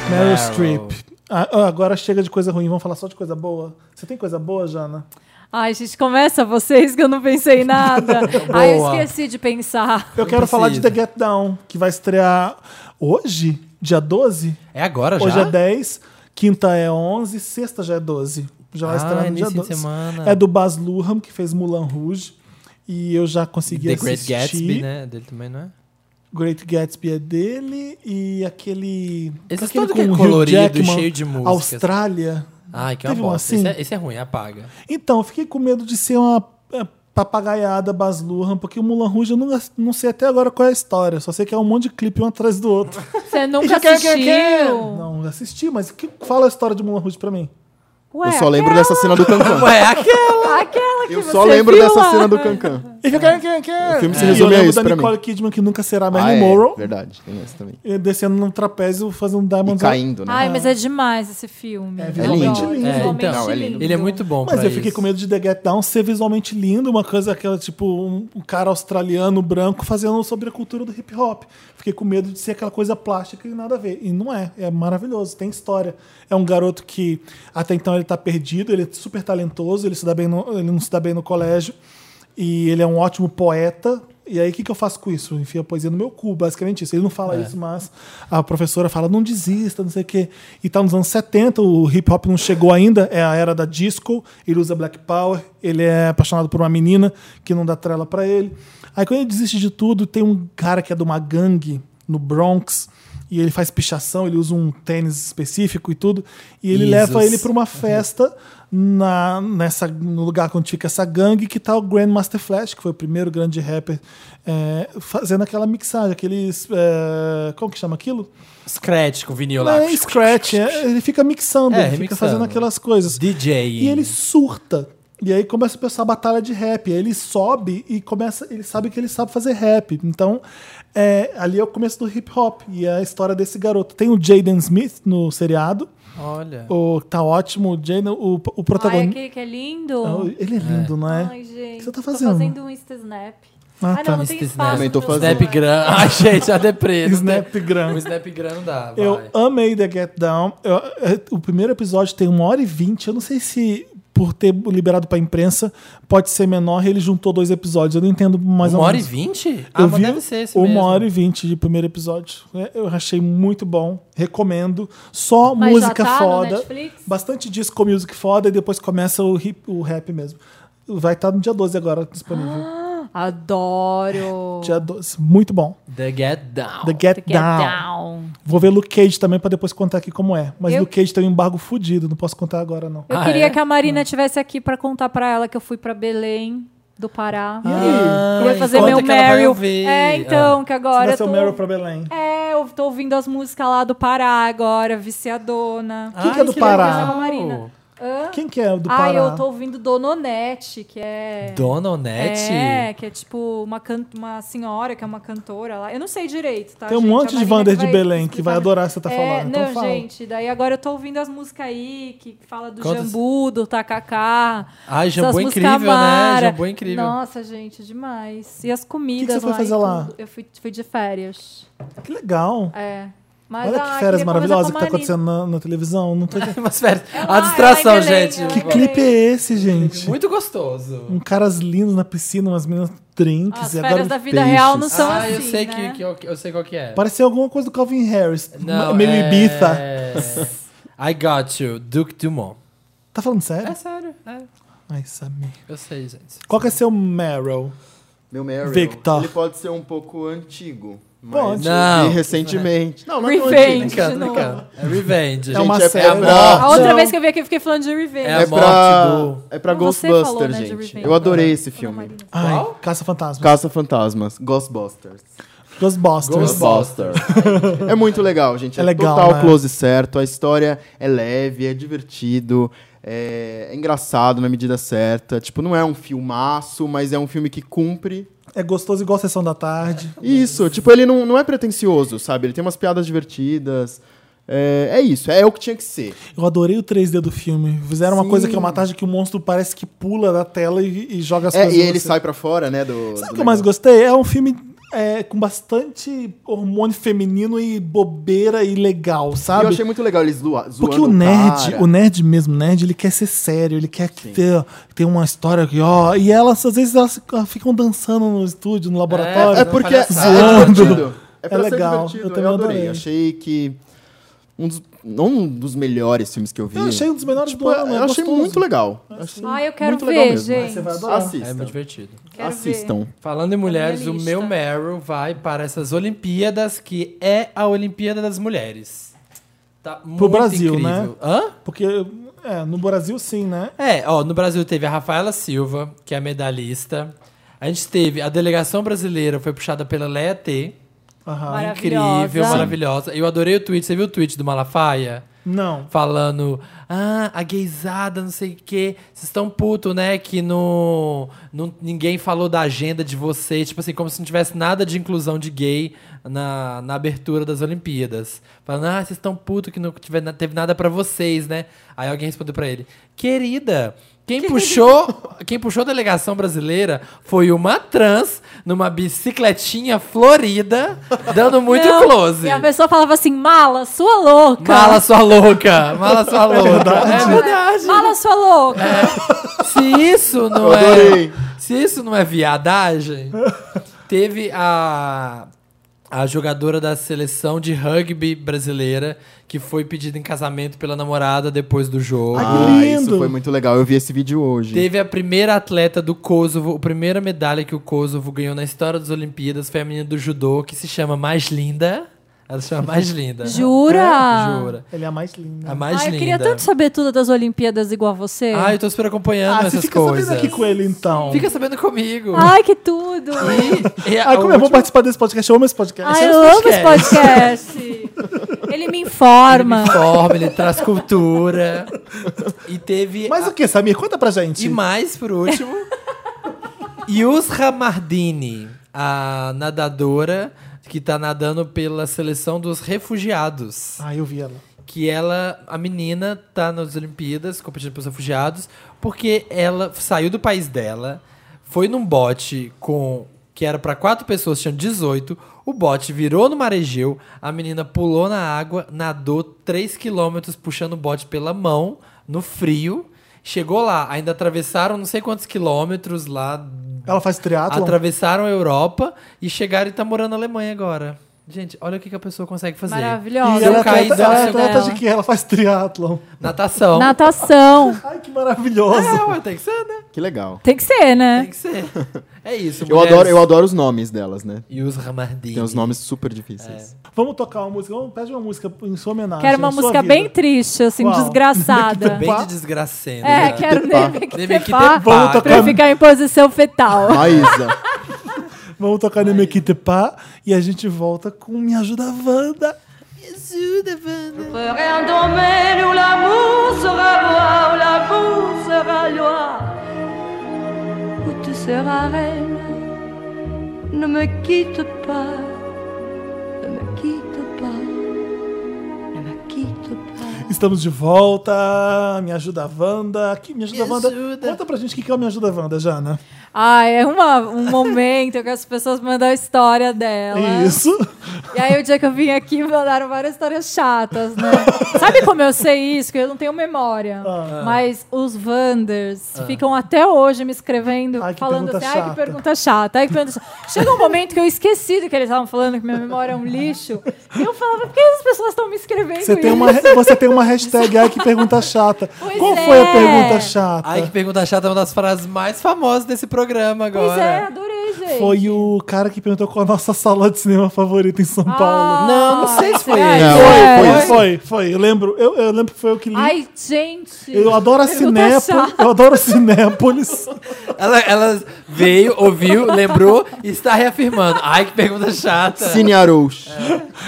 Speaker 2: Meryl
Speaker 1: Meryl.
Speaker 2: Streep. Ah, ah, agora chega de coisa ruim, vamos falar só de coisa boa. Você tem coisa boa, Jana?
Speaker 4: Ai, gente, começa vocês que eu não pensei em nada. Ai, eu
Speaker 1: Boa.
Speaker 4: esqueci de pensar.
Speaker 2: Eu quero falar de
Speaker 1: precisa.
Speaker 2: The Get Down, que vai estrear hoje, dia 12.
Speaker 1: É agora já?
Speaker 2: Hoje é 10, quinta é 11, sexta já é 12. Já vai
Speaker 1: Ah,
Speaker 2: estrear
Speaker 1: é
Speaker 2: no dia
Speaker 1: nesse fim de
Speaker 2: 12.
Speaker 1: semana.
Speaker 2: É do Baz Luhrmann, que fez Mulan Rouge. E eu já consegui
Speaker 1: The Great
Speaker 2: assistir.
Speaker 1: Gatsby, né? Dele também, não é?
Speaker 2: Great Gatsby é dele e aquele...
Speaker 1: Esse
Speaker 2: aquele
Speaker 1: todo que é
Speaker 2: com o Hugh
Speaker 1: colorido e
Speaker 2: Jackman,
Speaker 1: cheio de músicas.
Speaker 2: Austrália.
Speaker 1: Ai, que é uma
Speaker 2: Teve um
Speaker 1: bosta.
Speaker 2: assim?
Speaker 1: Esse, é, esse é ruim, apaga.
Speaker 2: Então, eu fiquei com medo de ser uma é, papagaiada Baz Luhrmann, porque o Mulan Rouge eu não, não sei até agora qual é a história. Só sei que é um monte de clipe um atrás do outro.
Speaker 4: Você nunca
Speaker 2: Quer, quer,
Speaker 4: assistiu?
Speaker 2: quer? Não, assisti, mas que fala a história de Mulan Rouge pra mim.
Speaker 4: Ué,
Speaker 3: Eu só lembro dessa cena do Cancan.
Speaker 2: É,
Speaker 1: Ué, aquela!
Speaker 4: Aquela É. que
Speaker 3: Eu
Speaker 4: você
Speaker 3: só lembro
Speaker 4: viu
Speaker 3: dessa
Speaker 4: lá.
Speaker 3: cena do Cancan.
Speaker 2: E fica, quer, quer.
Speaker 3: O filme se
Speaker 2: É, E
Speaker 3: resume
Speaker 2: eu
Speaker 3: a
Speaker 2: lembro
Speaker 3: isso
Speaker 2: da
Speaker 3: pra
Speaker 2: Nicole
Speaker 3: mim.
Speaker 2: Kidman, que nunca será
Speaker 3: Ah,
Speaker 2: Marilyn
Speaker 3: é,
Speaker 2: Monroe,
Speaker 3: verdade, tem essa também.
Speaker 2: e descendo num trapézio, fazendo um
Speaker 3: E
Speaker 2: Diamonds.
Speaker 3: caindo, né?
Speaker 4: Ai,
Speaker 2: Ah,
Speaker 4: mas é demais esse filme.
Speaker 2: É
Speaker 4: Eu
Speaker 2: visualmente
Speaker 4: adoro.
Speaker 2: lindo.
Speaker 1: É,
Speaker 4: Visualmente
Speaker 1: então,
Speaker 3: é lindo.
Speaker 1: Ele é muito bom
Speaker 2: Mas
Speaker 1: pra
Speaker 2: eu fiquei
Speaker 1: isso.
Speaker 2: com medo de The Get Down ser visualmente lindo, uma coisa aquela, tipo, um, um cara australiano branco fazendo sobre a cultura do hip hop. Fiquei com medo de ser aquela coisa plástica e nada a ver. E não é, é maravilhoso, tem história. É um garoto que até então ele tá perdido, ele é super talentoso, ele, se dá bem no- ele não se dá bem no colégio, e ele é um ótimo poeta. E aí, o que, que eu faço com isso? Enfio a poesia no meu cu, basicamente isso. Ele não fala isso, mas a professora fala, não desista, não sei o quê. E tá nos anos 70, o hip hop não chegou ainda, é a era da disco, ele usa Black Power, ele é apaixonado por uma menina que não dá trela pra ele. Aí quando ele desiste de tudo, tem um cara que é de uma gangue no Bronx, e ele faz pichação, ele usa um tênis específico e tudo, e ele
Speaker 1: Jesus.
Speaker 2: leva ele pra um
Speaker 1: Uhum.
Speaker 2: uma festa na, nessa, no lugar onde fica essa gangue, que tá o Grandmaster Flash, que foi o primeiro grande rapper, é, fazendo aquela mixagem, aqueles. é, como que chama aquilo?
Speaker 1: Scratch com vinil lá.
Speaker 2: É, scratch, é, ele fica mixando,
Speaker 1: É,
Speaker 2: ele fica
Speaker 1: remixando.
Speaker 2: fazendo aquelas coisas.
Speaker 1: DJ.
Speaker 2: E ele surta. E aí começa a pensar a batalha de rap. Aí ele sobe e começa. Ele sabe que ele sabe fazer rap. Então, é, ali é o começo do hip hop. E é a história desse garoto. Tem o Jaden Smith no seriado.
Speaker 1: Olha.
Speaker 2: O, tá ótimo, o Jaden, o, o
Speaker 4: Ai,
Speaker 2: protagonista.
Speaker 4: aquele que é lindo.
Speaker 1: Oh.
Speaker 2: Ele é lindo, não é?
Speaker 4: Ai, gente.
Speaker 2: o que você tá
Speaker 4: Tô
Speaker 2: fazendo?
Speaker 4: fazendo um Insta Snap.
Speaker 2: Ah,
Speaker 4: Ah, não,
Speaker 2: tá.
Speaker 4: não tem
Speaker 1: Insta
Speaker 4: espaço.
Speaker 1: Snap.
Speaker 3: Também tô
Speaker 4: pro meu
Speaker 3: fazendo.
Speaker 4: celular.
Speaker 1: Snapgram. Ai, gente, a deprê. não tem-
Speaker 2: Snapgram.
Speaker 1: né? O Snapgram não dá, vai.
Speaker 2: Eu amei The Get Down. Eu- eh, o primeiro episódio tem uma hora e vinte. Eu não sei se por ter liberado pra imprensa pode ser menor. Ele juntou dois episódios. Eu não entendo mais
Speaker 1: uma
Speaker 2: ou
Speaker 1: hora e
Speaker 2: menos.
Speaker 1: vinte? Ah,
Speaker 2: Eu
Speaker 1: mas
Speaker 2: vi
Speaker 1: deve ser esse
Speaker 2: uma
Speaker 1: mesmo.
Speaker 2: hora e vinte de primeiro episódio. É, Eu achei muito bom. Recomendo. Só
Speaker 4: Mas já
Speaker 2: música
Speaker 4: tá no
Speaker 2: foda.
Speaker 4: Netflix?
Speaker 2: Bastante disco music foda e depois começa o, hip, o rap mesmo. Vai estar no dia 12 agora disponível.
Speaker 4: Ah. Adoro.
Speaker 2: Dia 12. Muito bom.
Speaker 1: The Get Down.
Speaker 2: The Get,
Speaker 4: Oh, Get
Speaker 2: Down.
Speaker 4: down.
Speaker 2: Vou ver Luke Cage também pra depois contar aqui como é. Mas
Speaker 4: Eu-
Speaker 2: Luke Cage tem um embargo fudido, não posso contar agora não.
Speaker 4: Eu
Speaker 1: Ah,
Speaker 4: queria
Speaker 1: é?
Speaker 4: que a Marina estivesse aqui pra contar pra ela que eu fui pra Belém do Pará.
Speaker 1: Ah,
Speaker 4: eu ia fazer
Speaker 1: conta
Speaker 4: meu
Speaker 1: que ela vai
Speaker 4: Meryl.
Speaker 1: ouvir.
Speaker 4: É, então, que
Speaker 2: Você
Speaker 4: agora
Speaker 2: vai
Speaker 4: eu
Speaker 2: ser
Speaker 4: tô...
Speaker 2: o Meryl pra Belém.
Speaker 4: É, eu tô ouvindo as músicas lá do Pará agora, viciadona.
Speaker 1: Ah,
Speaker 2: que é do Pará?
Speaker 4: Marina. Hã?
Speaker 2: Quem que é do Pará?
Speaker 4: Ah, eu tô ouvindo Dononete, que é.
Speaker 1: Dona Onete?
Speaker 4: É, que é tipo uma, can... uma senhora que é uma cantora lá. Eu não sei direito, tá?
Speaker 2: Tem um
Speaker 4: gente?
Speaker 2: monte
Speaker 4: A
Speaker 2: de
Speaker 4: Marina
Speaker 2: Wander de Belém que
Speaker 4: explicar
Speaker 2: vai
Speaker 4: melhor.
Speaker 2: adorar o que você tá falando.
Speaker 4: não,
Speaker 2: Então fala.
Speaker 4: gente, daí agora eu tô ouvindo as músicas aí que fala do
Speaker 1: Quantas-
Speaker 4: jambu, do tacacá.
Speaker 1: Ai,
Speaker 4: essas
Speaker 1: jambu é
Speaker 4: músicas
Speaker 1: incrível, né?
Speaker 4: amara.
Speaker 1: Jambu é incrível.
Speaker 4: Nossa, gente, demais. E as comidas
Speaker 2: você foi
Speaker 4: lá e
Speaker 2: fazer lá?
Speaker 4: tudo. Eu fui, fui de férias.
Speaker 2: Que legal.
Speaker 4: É. Mas,
Speaker 2: Olha
Speaker 4: ah,
Speaker 2: que férias
Speaker 4: queria conversar
Speaker 2: maravilhosas
Speaker 4: com
Speaker 2: que
Speaker 4: a
Speaker 2: tá
Speaker 4: Marina.
Speaker 2: acontecendo na, na televisão. Não tô... que
Speaker 1: Umas férias.
Speaker 4: Ela-
Speaker 1: A distração,
Speaker 4: ela é Belém,
Speaker 1: gente.
Speaker 4: ela é Belém.
Speaker 2: clipe é esse, gente?
Speaker 1: Muito gostoso.
Speaker 2: Um caras lindos na piscina, umas meninas drinks.
Speaker 4: Ah, As
Speaker 2: e
Speaker 4: férias
Speaker 2: agora
Speaker 4: da vida
Speaker 3: peixes.
Speaker 4: real não são
Speaker 1: ah,
Speaker 4: assim,
Speaker 1: eu sei
Speaker 4: né?
Speaker 1: que, que eu, eu sei qual que é.
Speaker 2: Pareceu alguma coisa do Calvin Harris.
Speaker 1: Não,
Speaker 2: meio
Speaker 1: é-
Speaker 2: Ibiza.
Speaker 1: I got you, Duke Dumont.
Speaker 2: Tá falando sério?
Speaker 1: É sério, é.
Speaker 2: Ai, Samir.
Speaker 1: Eu sei, gente.
Speaker 2: Qual que é seu Meryl?
Speaker 3: Meu Meryl,
Speaker 2: Victor.
Speaker 3: ele pode ser um pouco antigo.
Speaker 2: Pode.
Speaker 3: Mas
Speaker 1: Não.
Speaker 3: eu vi recentemente. Não, não é tão antigo.
Speaker 4: Revenge, de
Speaker 1: Brincando,
Speaker 4: novo.
Speaker 1: brincando. É Revenge.
Speaker 3: Gente,
Speaker 2: É uma
Speaker 3: é,
Speaker 2: série.
Speaker 3: é pra,
Speaker 4: A outra
Speaker 2: Não.
Speaker 4: vez que eu vim aqui, eu fiquei falando de Revenge.
Speaker 1: É
Speaker 3: é
Speaker 1: a
Speaker 3: pra,
Speaker 1: morte
Speaker 3: é pra
Speaker 4: Você
Speaker 3: Ghostbusters,
Speaker 4: falou, né, de
Speaker 3: gente.
Speaker 4: Revenge.
Speaker 3: Eu adorei esse
Speaker 4: Foi na
Speaker 3: filme.
Speaker 4: Marina.
Speaker 2: Ai,
Speaker 1: Qual?
Speaker 2: Caça Fantasma.
Speaker 3: Caça Fantasmas, Ghostbusters.
Speaker 2: Ghostbusters.
Speaker 3: Ghostbusters. é muito legal, gente.
Speaker 2: É
Speaker 3: É,
Speaker 2: legal,
Speaker 3: total
Speaker 2: né?
Speaker 3: close certo. A história é leve, é divertido, é, é engraçado na medida certa. Tipo, não é um filmaço, mas é um filme que cumpre.
Speaker 2: É gostoso igual Sessão da Tarde.
Speaker 3: Isso, tipo, ele não, não é pretencioso, sabe? Ele tem umas piadas divertidas. É, é isso, é o que tinha que ser.
Speaker 2: Eu adorei o 3D do filme. Fizeram uma
Speaker 3: Sim.
Speaker 2: coisa que é uma tarde que o monstro parece que pula da tela e, e joga as
Speaker 3: É,
Speaker 2: coisas.
Speaker 3: e
Speaker 2: em
Speaker 3: ele
Speaker 2: você.
Speaker 3: sai pra fora, né? Do,
Speaker 2: Sabe
Speaker 3: do
Speaker 2: o que eu mais
Speaker 3: negócio.
Speaker 2: gostei? É um filme é, com bastante hormônio feminino e bobeira e legal,
Speaker 3: E eu
Speaker 2: sabe?
Speaker 3: achei muito legal eles zoa- zoando
Speaker 2: Porque o nerd,
Speaker 3: cara.
Speaker 2: o nerd mesmo, o nerd, ele quer ser sério, ele quer ter, ter uma história que, ó. E elas, às vezes, elas ficam- ficam dançando no estúdio, no laboratório.
Speaker 3: É
Speaker 1: Não
Speaker 3: porque é
Speaker 1: parece
Speaker 2: zoando.
Speaker 3: divertido. É, pra
Speaker 2: É
Speaker 3: ser
Speaker 2: legal.
Speaker 3: divertido.
Speaker 2: Eu também
Speaker 3: adorei.
Speaker 2: adorei.
Speaker 3: Achei que um dos, não um dos melhores filmes que eu vi.
Speaker 2: Eu achei um dos melhores
Speaker 3: Tipo,
Speaker 2: do ano. é
Speaker 3: eu achei
Speaker 2: gostoso.
Speaker 3: muito legal.
Speaker 4: Ah, eu quero
Speaker 3: Muito legal
Speaker 4: ver,
Speaker 3: mesmo.
Speaker 4: gente.
Speaker 2: Você vai adorar.
Speaker 3: Assistam.
Speaker 1: É muito divertido.
Speaker 4: tipo, Quero ver.
Speaker 3: Assistam.
Speaker 1: Falando em mulheres, o
Speaker 4: Tá minha
Speaker 1: meu
Speaker 4: lista.
Speaker 1: Meryl vai para essas Olimpíadas, que é a Olimpíada das Mulheres. Tá Pro muito
Speaker 2: Brasil,
Speaker 1: incrível.
Speaker 2: né?
Speaker 1: Hã?
Speaker 2: Porque, é, no Brasil, sim, né?
Speaker 1: É, ó, no Brasil teve a Rafaela Silva, que é a medalhista. A gente teve a delegação brasileira, foi puxada pela Leia T.
Speaker 2: Aham.
Speaker 4: Maravilhosa.
Speaker 1: Incrível, maravilhosa. Eu adorei o tweet. Você viu o tweet do Malafaia?
Speaker 2: Não.
Speaker 1: falando, ah, a gaysada, não sei o quê. Vocês estão puto, né? Que no, no, ninguém falou da agenda de vocês. Tipo assim, como se não tivesse nada de inclusão de gay na, na abertura das Olimpíadas. Falando, ah, vocês estão puto que não tiver, na- teve nada pra vocês, né? Aí alguém respondeu pra ele, querida. Quem puxou, quem puxou a delegação brasileira foi uma trans numa bicicletinha florida, dando muito
Speaker 4: Não,
Speaker 1: close.
Speaker 4: E a pessoa falava assim, mala, sua louca.
Speaker 1: Mala sua louca! Mala sua louca! É verdade!
Speaker 4: Mala, sua louca.
Speaker 2: É.
Speaker 1: Se isso não
Speaker 3: Eu adorei.
Speaker 1: é. Se isso não é viadagem, teve a. A jogadora da seleção de rugby brasileira que foi pedida em casamento pela namorada depois do jogo.
Speaker 2: Ai,
Speaker 3: Ah,
Speaker 2: Que lindo.
Speaker 3: isso foi muito legal. Eu vi esse vídeo hoje.
Speaker 1: Teve a primeira atleta do Kosovo, a primeira medalha que o Kosovo ganhou na história das Olimpíadas foi a menina do judô que se chama Mais Linda. Ela se chama Mais Linda. né?
Speaker 4: Jura?
Speaker 1: Jura.
Speaker 2: Ele é a mais linda.
Speaker 1: A mais
Speaker 4: Ai,
Speaker 1: linda.
Speaker 4: eu queria tanto saber tudo das Olimpíadas igual você.
Speaker 1: Ah, eu tô super acompanhando
Speaker 2: É. Ah, você
Speaker 1: essas
Speaker 2: fica
Speaker 1: coisas.
Speaker 2: sabendo aqui com ele, então.
Speaker 1: Fica sabendo comigo.
Speaker 4: Ai, que tudo.
Speaker 1: E, é e
Speaker 2: Ai,
Speaker 1: o
Speaker 2: Ah, como eu vou
Speaker 1: último-
Speaker 2: participar desse podcast? Eu amo esse é podcast.
Speaker 4: Ai,
Speaker 1: esse
Speaker 4: Ah, eu amo esse
Speaker 1: podcast.
Speaker 4: podcast. Ele me
Speaker 1: ele me
Speaker 4: informa.
Speaker 1: informa, ele traz cultura. E teve.
Speaker 2: Mas
Speaker 1: a-
Speaker 2: o que, Samir? Conta pra gente.
Speaker 1: E mais, por último. Yusra Mardini, a nadadora que tá nadando pela seleção dos refugiados.
Speaker 2: Ah, eu vi ela.
Speaker 1: que ela, a menina, tá nas Olimpíadas competindo pelos refugiados, porque ela saiu do país dela, foi num bote com que era pra quatro pessoas, tinha 18, o bote virou no maregeu, a menina pulou na água, nadou 3 quilômetros puxando o bote pela mão, no frio, chegou lá, ainda atravessaram não sei quantos quilômetros lá,
Speaker 2: Ela faz triatlon.
Speaker 1: atravessaram a Europa e chegaram e tá morando na Alemanha agora. Gente, olha o que, que a pessoa consegue fazer.
Speaker 4: Maravilhosa.
Speaker 2: E
Speaker 1: Eu
Speaker 2: ela é
Speaker 1: caí
Speaker 2: atleta,
Speaker 1: do
Speaker 2: ela é
Speaker 1: seu-
Speaker 2: atleta de quê? Ela faz triatlon.
Speaker 1: Natação.
Speaker 4: Natação.
Speaker 2: Ai, que maravilhosa.
Speaker 1: É, ué, tem que ser, né?
Speaker 3: Que legal.
Speaker 4: Tem que ser, né?
Speaker 1: Tem que ser. É isso,
Speaker 3: Eu adoro, eu adoro os nomes delas, né?
Speaker 1: E os Ramardini.
Speaker 3: Tem os nomes super difíceis.
Speaker 2: Vamos tocar uma música. Vamos, pede uma música em sua homenagem.
Speaker 4: Quero uma
Speaker 2: em Ah, sua
Speaker 4: música
Speaker 2: vida.
Speaker 4: bem triste, assim,
Speaker 2: Qual?
Speaker 4: desgraçada.
Speaker 1: Bem de desgracendo.
Speaker 4: É,
Speaker 1: né?
Speaker 4: quero
Speaker 3: Tepá.
Speaker 4: nem que
Speaker 1: Deve que
Speaker 4: tepá
Speaker 1: tepá.
Speaker 2: Vamos
Speaker 4: pra eu
Speaker 2: tocar-
Speaker 4: ficar em posição fetal.
Speaker 3: Maísa.
Speaker 2: Vamos tocar Nemequitepá e a gente volta com Me Ajuda Wanda.
Speaker 1: Isso,
Speaker 7: Rien d'emmène où l'amour sera roi, où l'amour sera loi, où tu seras reine. Ne me quitte pas, ne me quitte pas, ne me quitte pas.
Speaker 2: Estamos de volta. Me ajuda a Wanda. Que me ajuda
Speaker 1: Me
Speaker 2: a Wanda.
Speaker 1: ajuda.
Speaker 2: Conta pra gente o que que é o Me Ajuda a Wanda, Jana.
Speaker 4: Ai, é uma, um momento que as pessoas mandam a história dela.
Speaker 2: Isso.
Speaker 4: E aí, o dia que eu vim aqui, mandaram várias histórias chatas, né? Sabe como eu sei isso? Que eu não tenho memória.
Speaker 2: Ah.
Speaker 4: Mas os Wanders ficam até hoje me escrevendo,
Speaker 2: Ai, que
Speaker 4: falando
Speaker 2: pergunta
Speaker 4: assim: ai, que
Speaker 2: chata."
Speaker 4: pergunta chata. Ai, que pergunta chata. Chega um momento que eu esqueci do que eles estavam falando, que minha memória é um lixo. E eu falava: por que as pessoas estão me escrevendo
Speaker 2: Você tem,
Speaker 4: isso?
Speaker 2: uma, você tem uma hashtag ai que pergunta chata.
Speaker 4: Pois
Speaker 2: Qual
Speaker 4: é.
Speaker 2: foi a pergunta chata?
Speaker 1: Ai, que pergunta chata, é uma das frases mais famosas desse programa agora.
Speaker 4: Pois é, adorei, gente.
Speaker 2: Foi o cara que perguntou qual a nossa sala de cinema favorita em São
Speaker 4: Ah,
Speaker 2: Paulo.
Speaker 1: Não, não sei se foi
Speaker 4: será?
Speaker 1: ele.
Speaker 3: Não,
Speaker 4: É.
Speaker 3: foi,
Speaker 2: Foi,
Speaker 3: foi.
Speaker 2: foi, foi. Eu lembro. Eu, eu lembro que foi eu que li.
Speaker 4: Ai, gente.
Speaker 2: eu adoro a
Speaker 4: pergunta
Speaker 2: Cinépolis.
Speaker 4: chata.
Speaker 2: Eu adoro a Cinépolis.
Speaker 1: Ela, ela veio, ouviu, lembrou e está reafirmando. Ai, que pergunta
Speaker 4: Então.
Speaker 1: chata.
Speaker 3: Cine Arouche.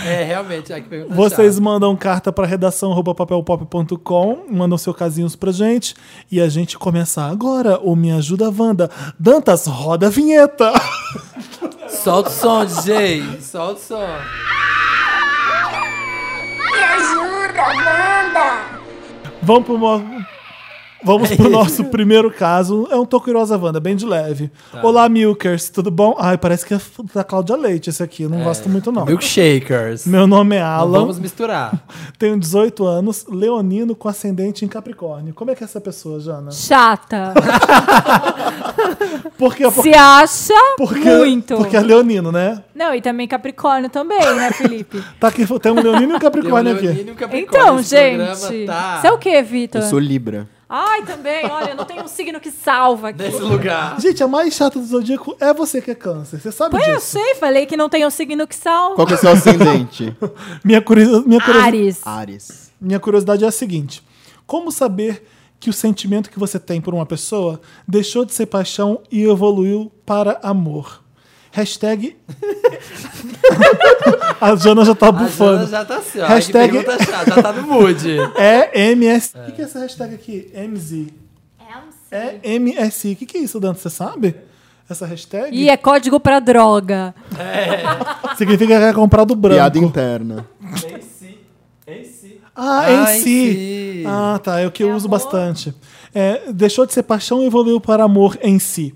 Speaker 1: É, realmente, ai, que pergunta
Speaker 2: Vocês
Speaker 1: chata.
Speaker 2: mandam carta para redação arroba papelpop.com, mandam seu casinhos pra gente e a gente começa agora o Me Ajuda Wanda. Dantas, roda a vinheta.
Speaker 1: Solta o som, DJ. Solta o som.
Speaker 2: Vamos pro, mo- Vamos
Speaker 1: É
Speaker 2: pro nosso primeiro caso. É um Tokurosa Wanda, bem de leve.
Speaker 1: Tá.
Speaker 2: Olá, Milkers, tudo bom? Ai, parece que é f- da Cláudia Leite esse aqui, não gosto muito não.
Speaker 1: Milkshakers.
Speaker 2: Meu nome é
Speaker 1: É. Não
Speaker 2: Alan,
Speaker 1: vamos misturar.
Speaker 2: tenho 18 anos, leonino com ascendente em Capricórnio. Como é que é essa pessoa, Jana?
Speaker 4: Chata.
Speaker 2: Porque, porque,
Speaker 4: Se acha
Speaker 2: porque,
Speaker 4: muito.
Speaker 2: porque é leonino, né?
Speaker 4: Não, e também Capricórnio também, né, Felipe?
Speaker 2: Tá aqui, tem um leonino e um
Speaker 3: é
Speaker 1: Tem
Speaker 2: capricórnio
Speaker 1: um
Speaker 2: aqui.
Speaker 1: Leonino e um Capricórnio.
Speaker 4: então,
Speaker 1: Esse
Speaker 4: gente.
Speaker 1: programa Tá
Speaker 4: Isso é o quê, Vitor?
Speaker 3: Eu sou Libra.
Speaker 4: Ai, também. Olha, eu não tenho um signo que salva aqui.
Speaker 1: Nesse lugar.
Speaker 2: Gente, a mais chata do Zodíaco é você que é câncer. Você sabe
Speaker 4: Pois eu
Speaker 2: disso.
Speaker 4: sei, falei que não tenho um signo que salva.
Speaker 3: Qual que é o seu ascendente?
Speaker 2: Minha, curiosi- minha, curiosi-
Speaker 4: Ares.
Speaker 3: Ah. Ares.
Speaker 2: minha curiosidade é a seguinte: como saber que o sentimento que você tem por uma pessoa deixou de ser paixão e evoluiu para amor? Hashtag. a Jana já tá
Speaker 1: A Jana
Speaker 2: bufando.
Speaker 1: já tá assim, ó.
Speaker 2: Hashtag-
Speaker 1: Ai, que pergunta chata. Já tá no mood.
Speaker 2: É MS. O que, que é essa hashtag aqui? MZ. É MSI. O que, que é isso, Dante? Você sabe? Essa hashtag?
Speaker 4: E é código pra droga.
Speaker 2: Significa que é comprado branco.
Speaker 3: Piada interna.
Speaker 1: Em si. Em si.
Speaker 2: Ah,
Speaker 1: Ah,
Speaker 2: em
Speaker 1: em
Speaker 2: si.
Speaker 1: si.
Speaker 2: Ah, tá. É o que eu uso bastante. É, deixou de ser paixão e evoluiu para amor em si.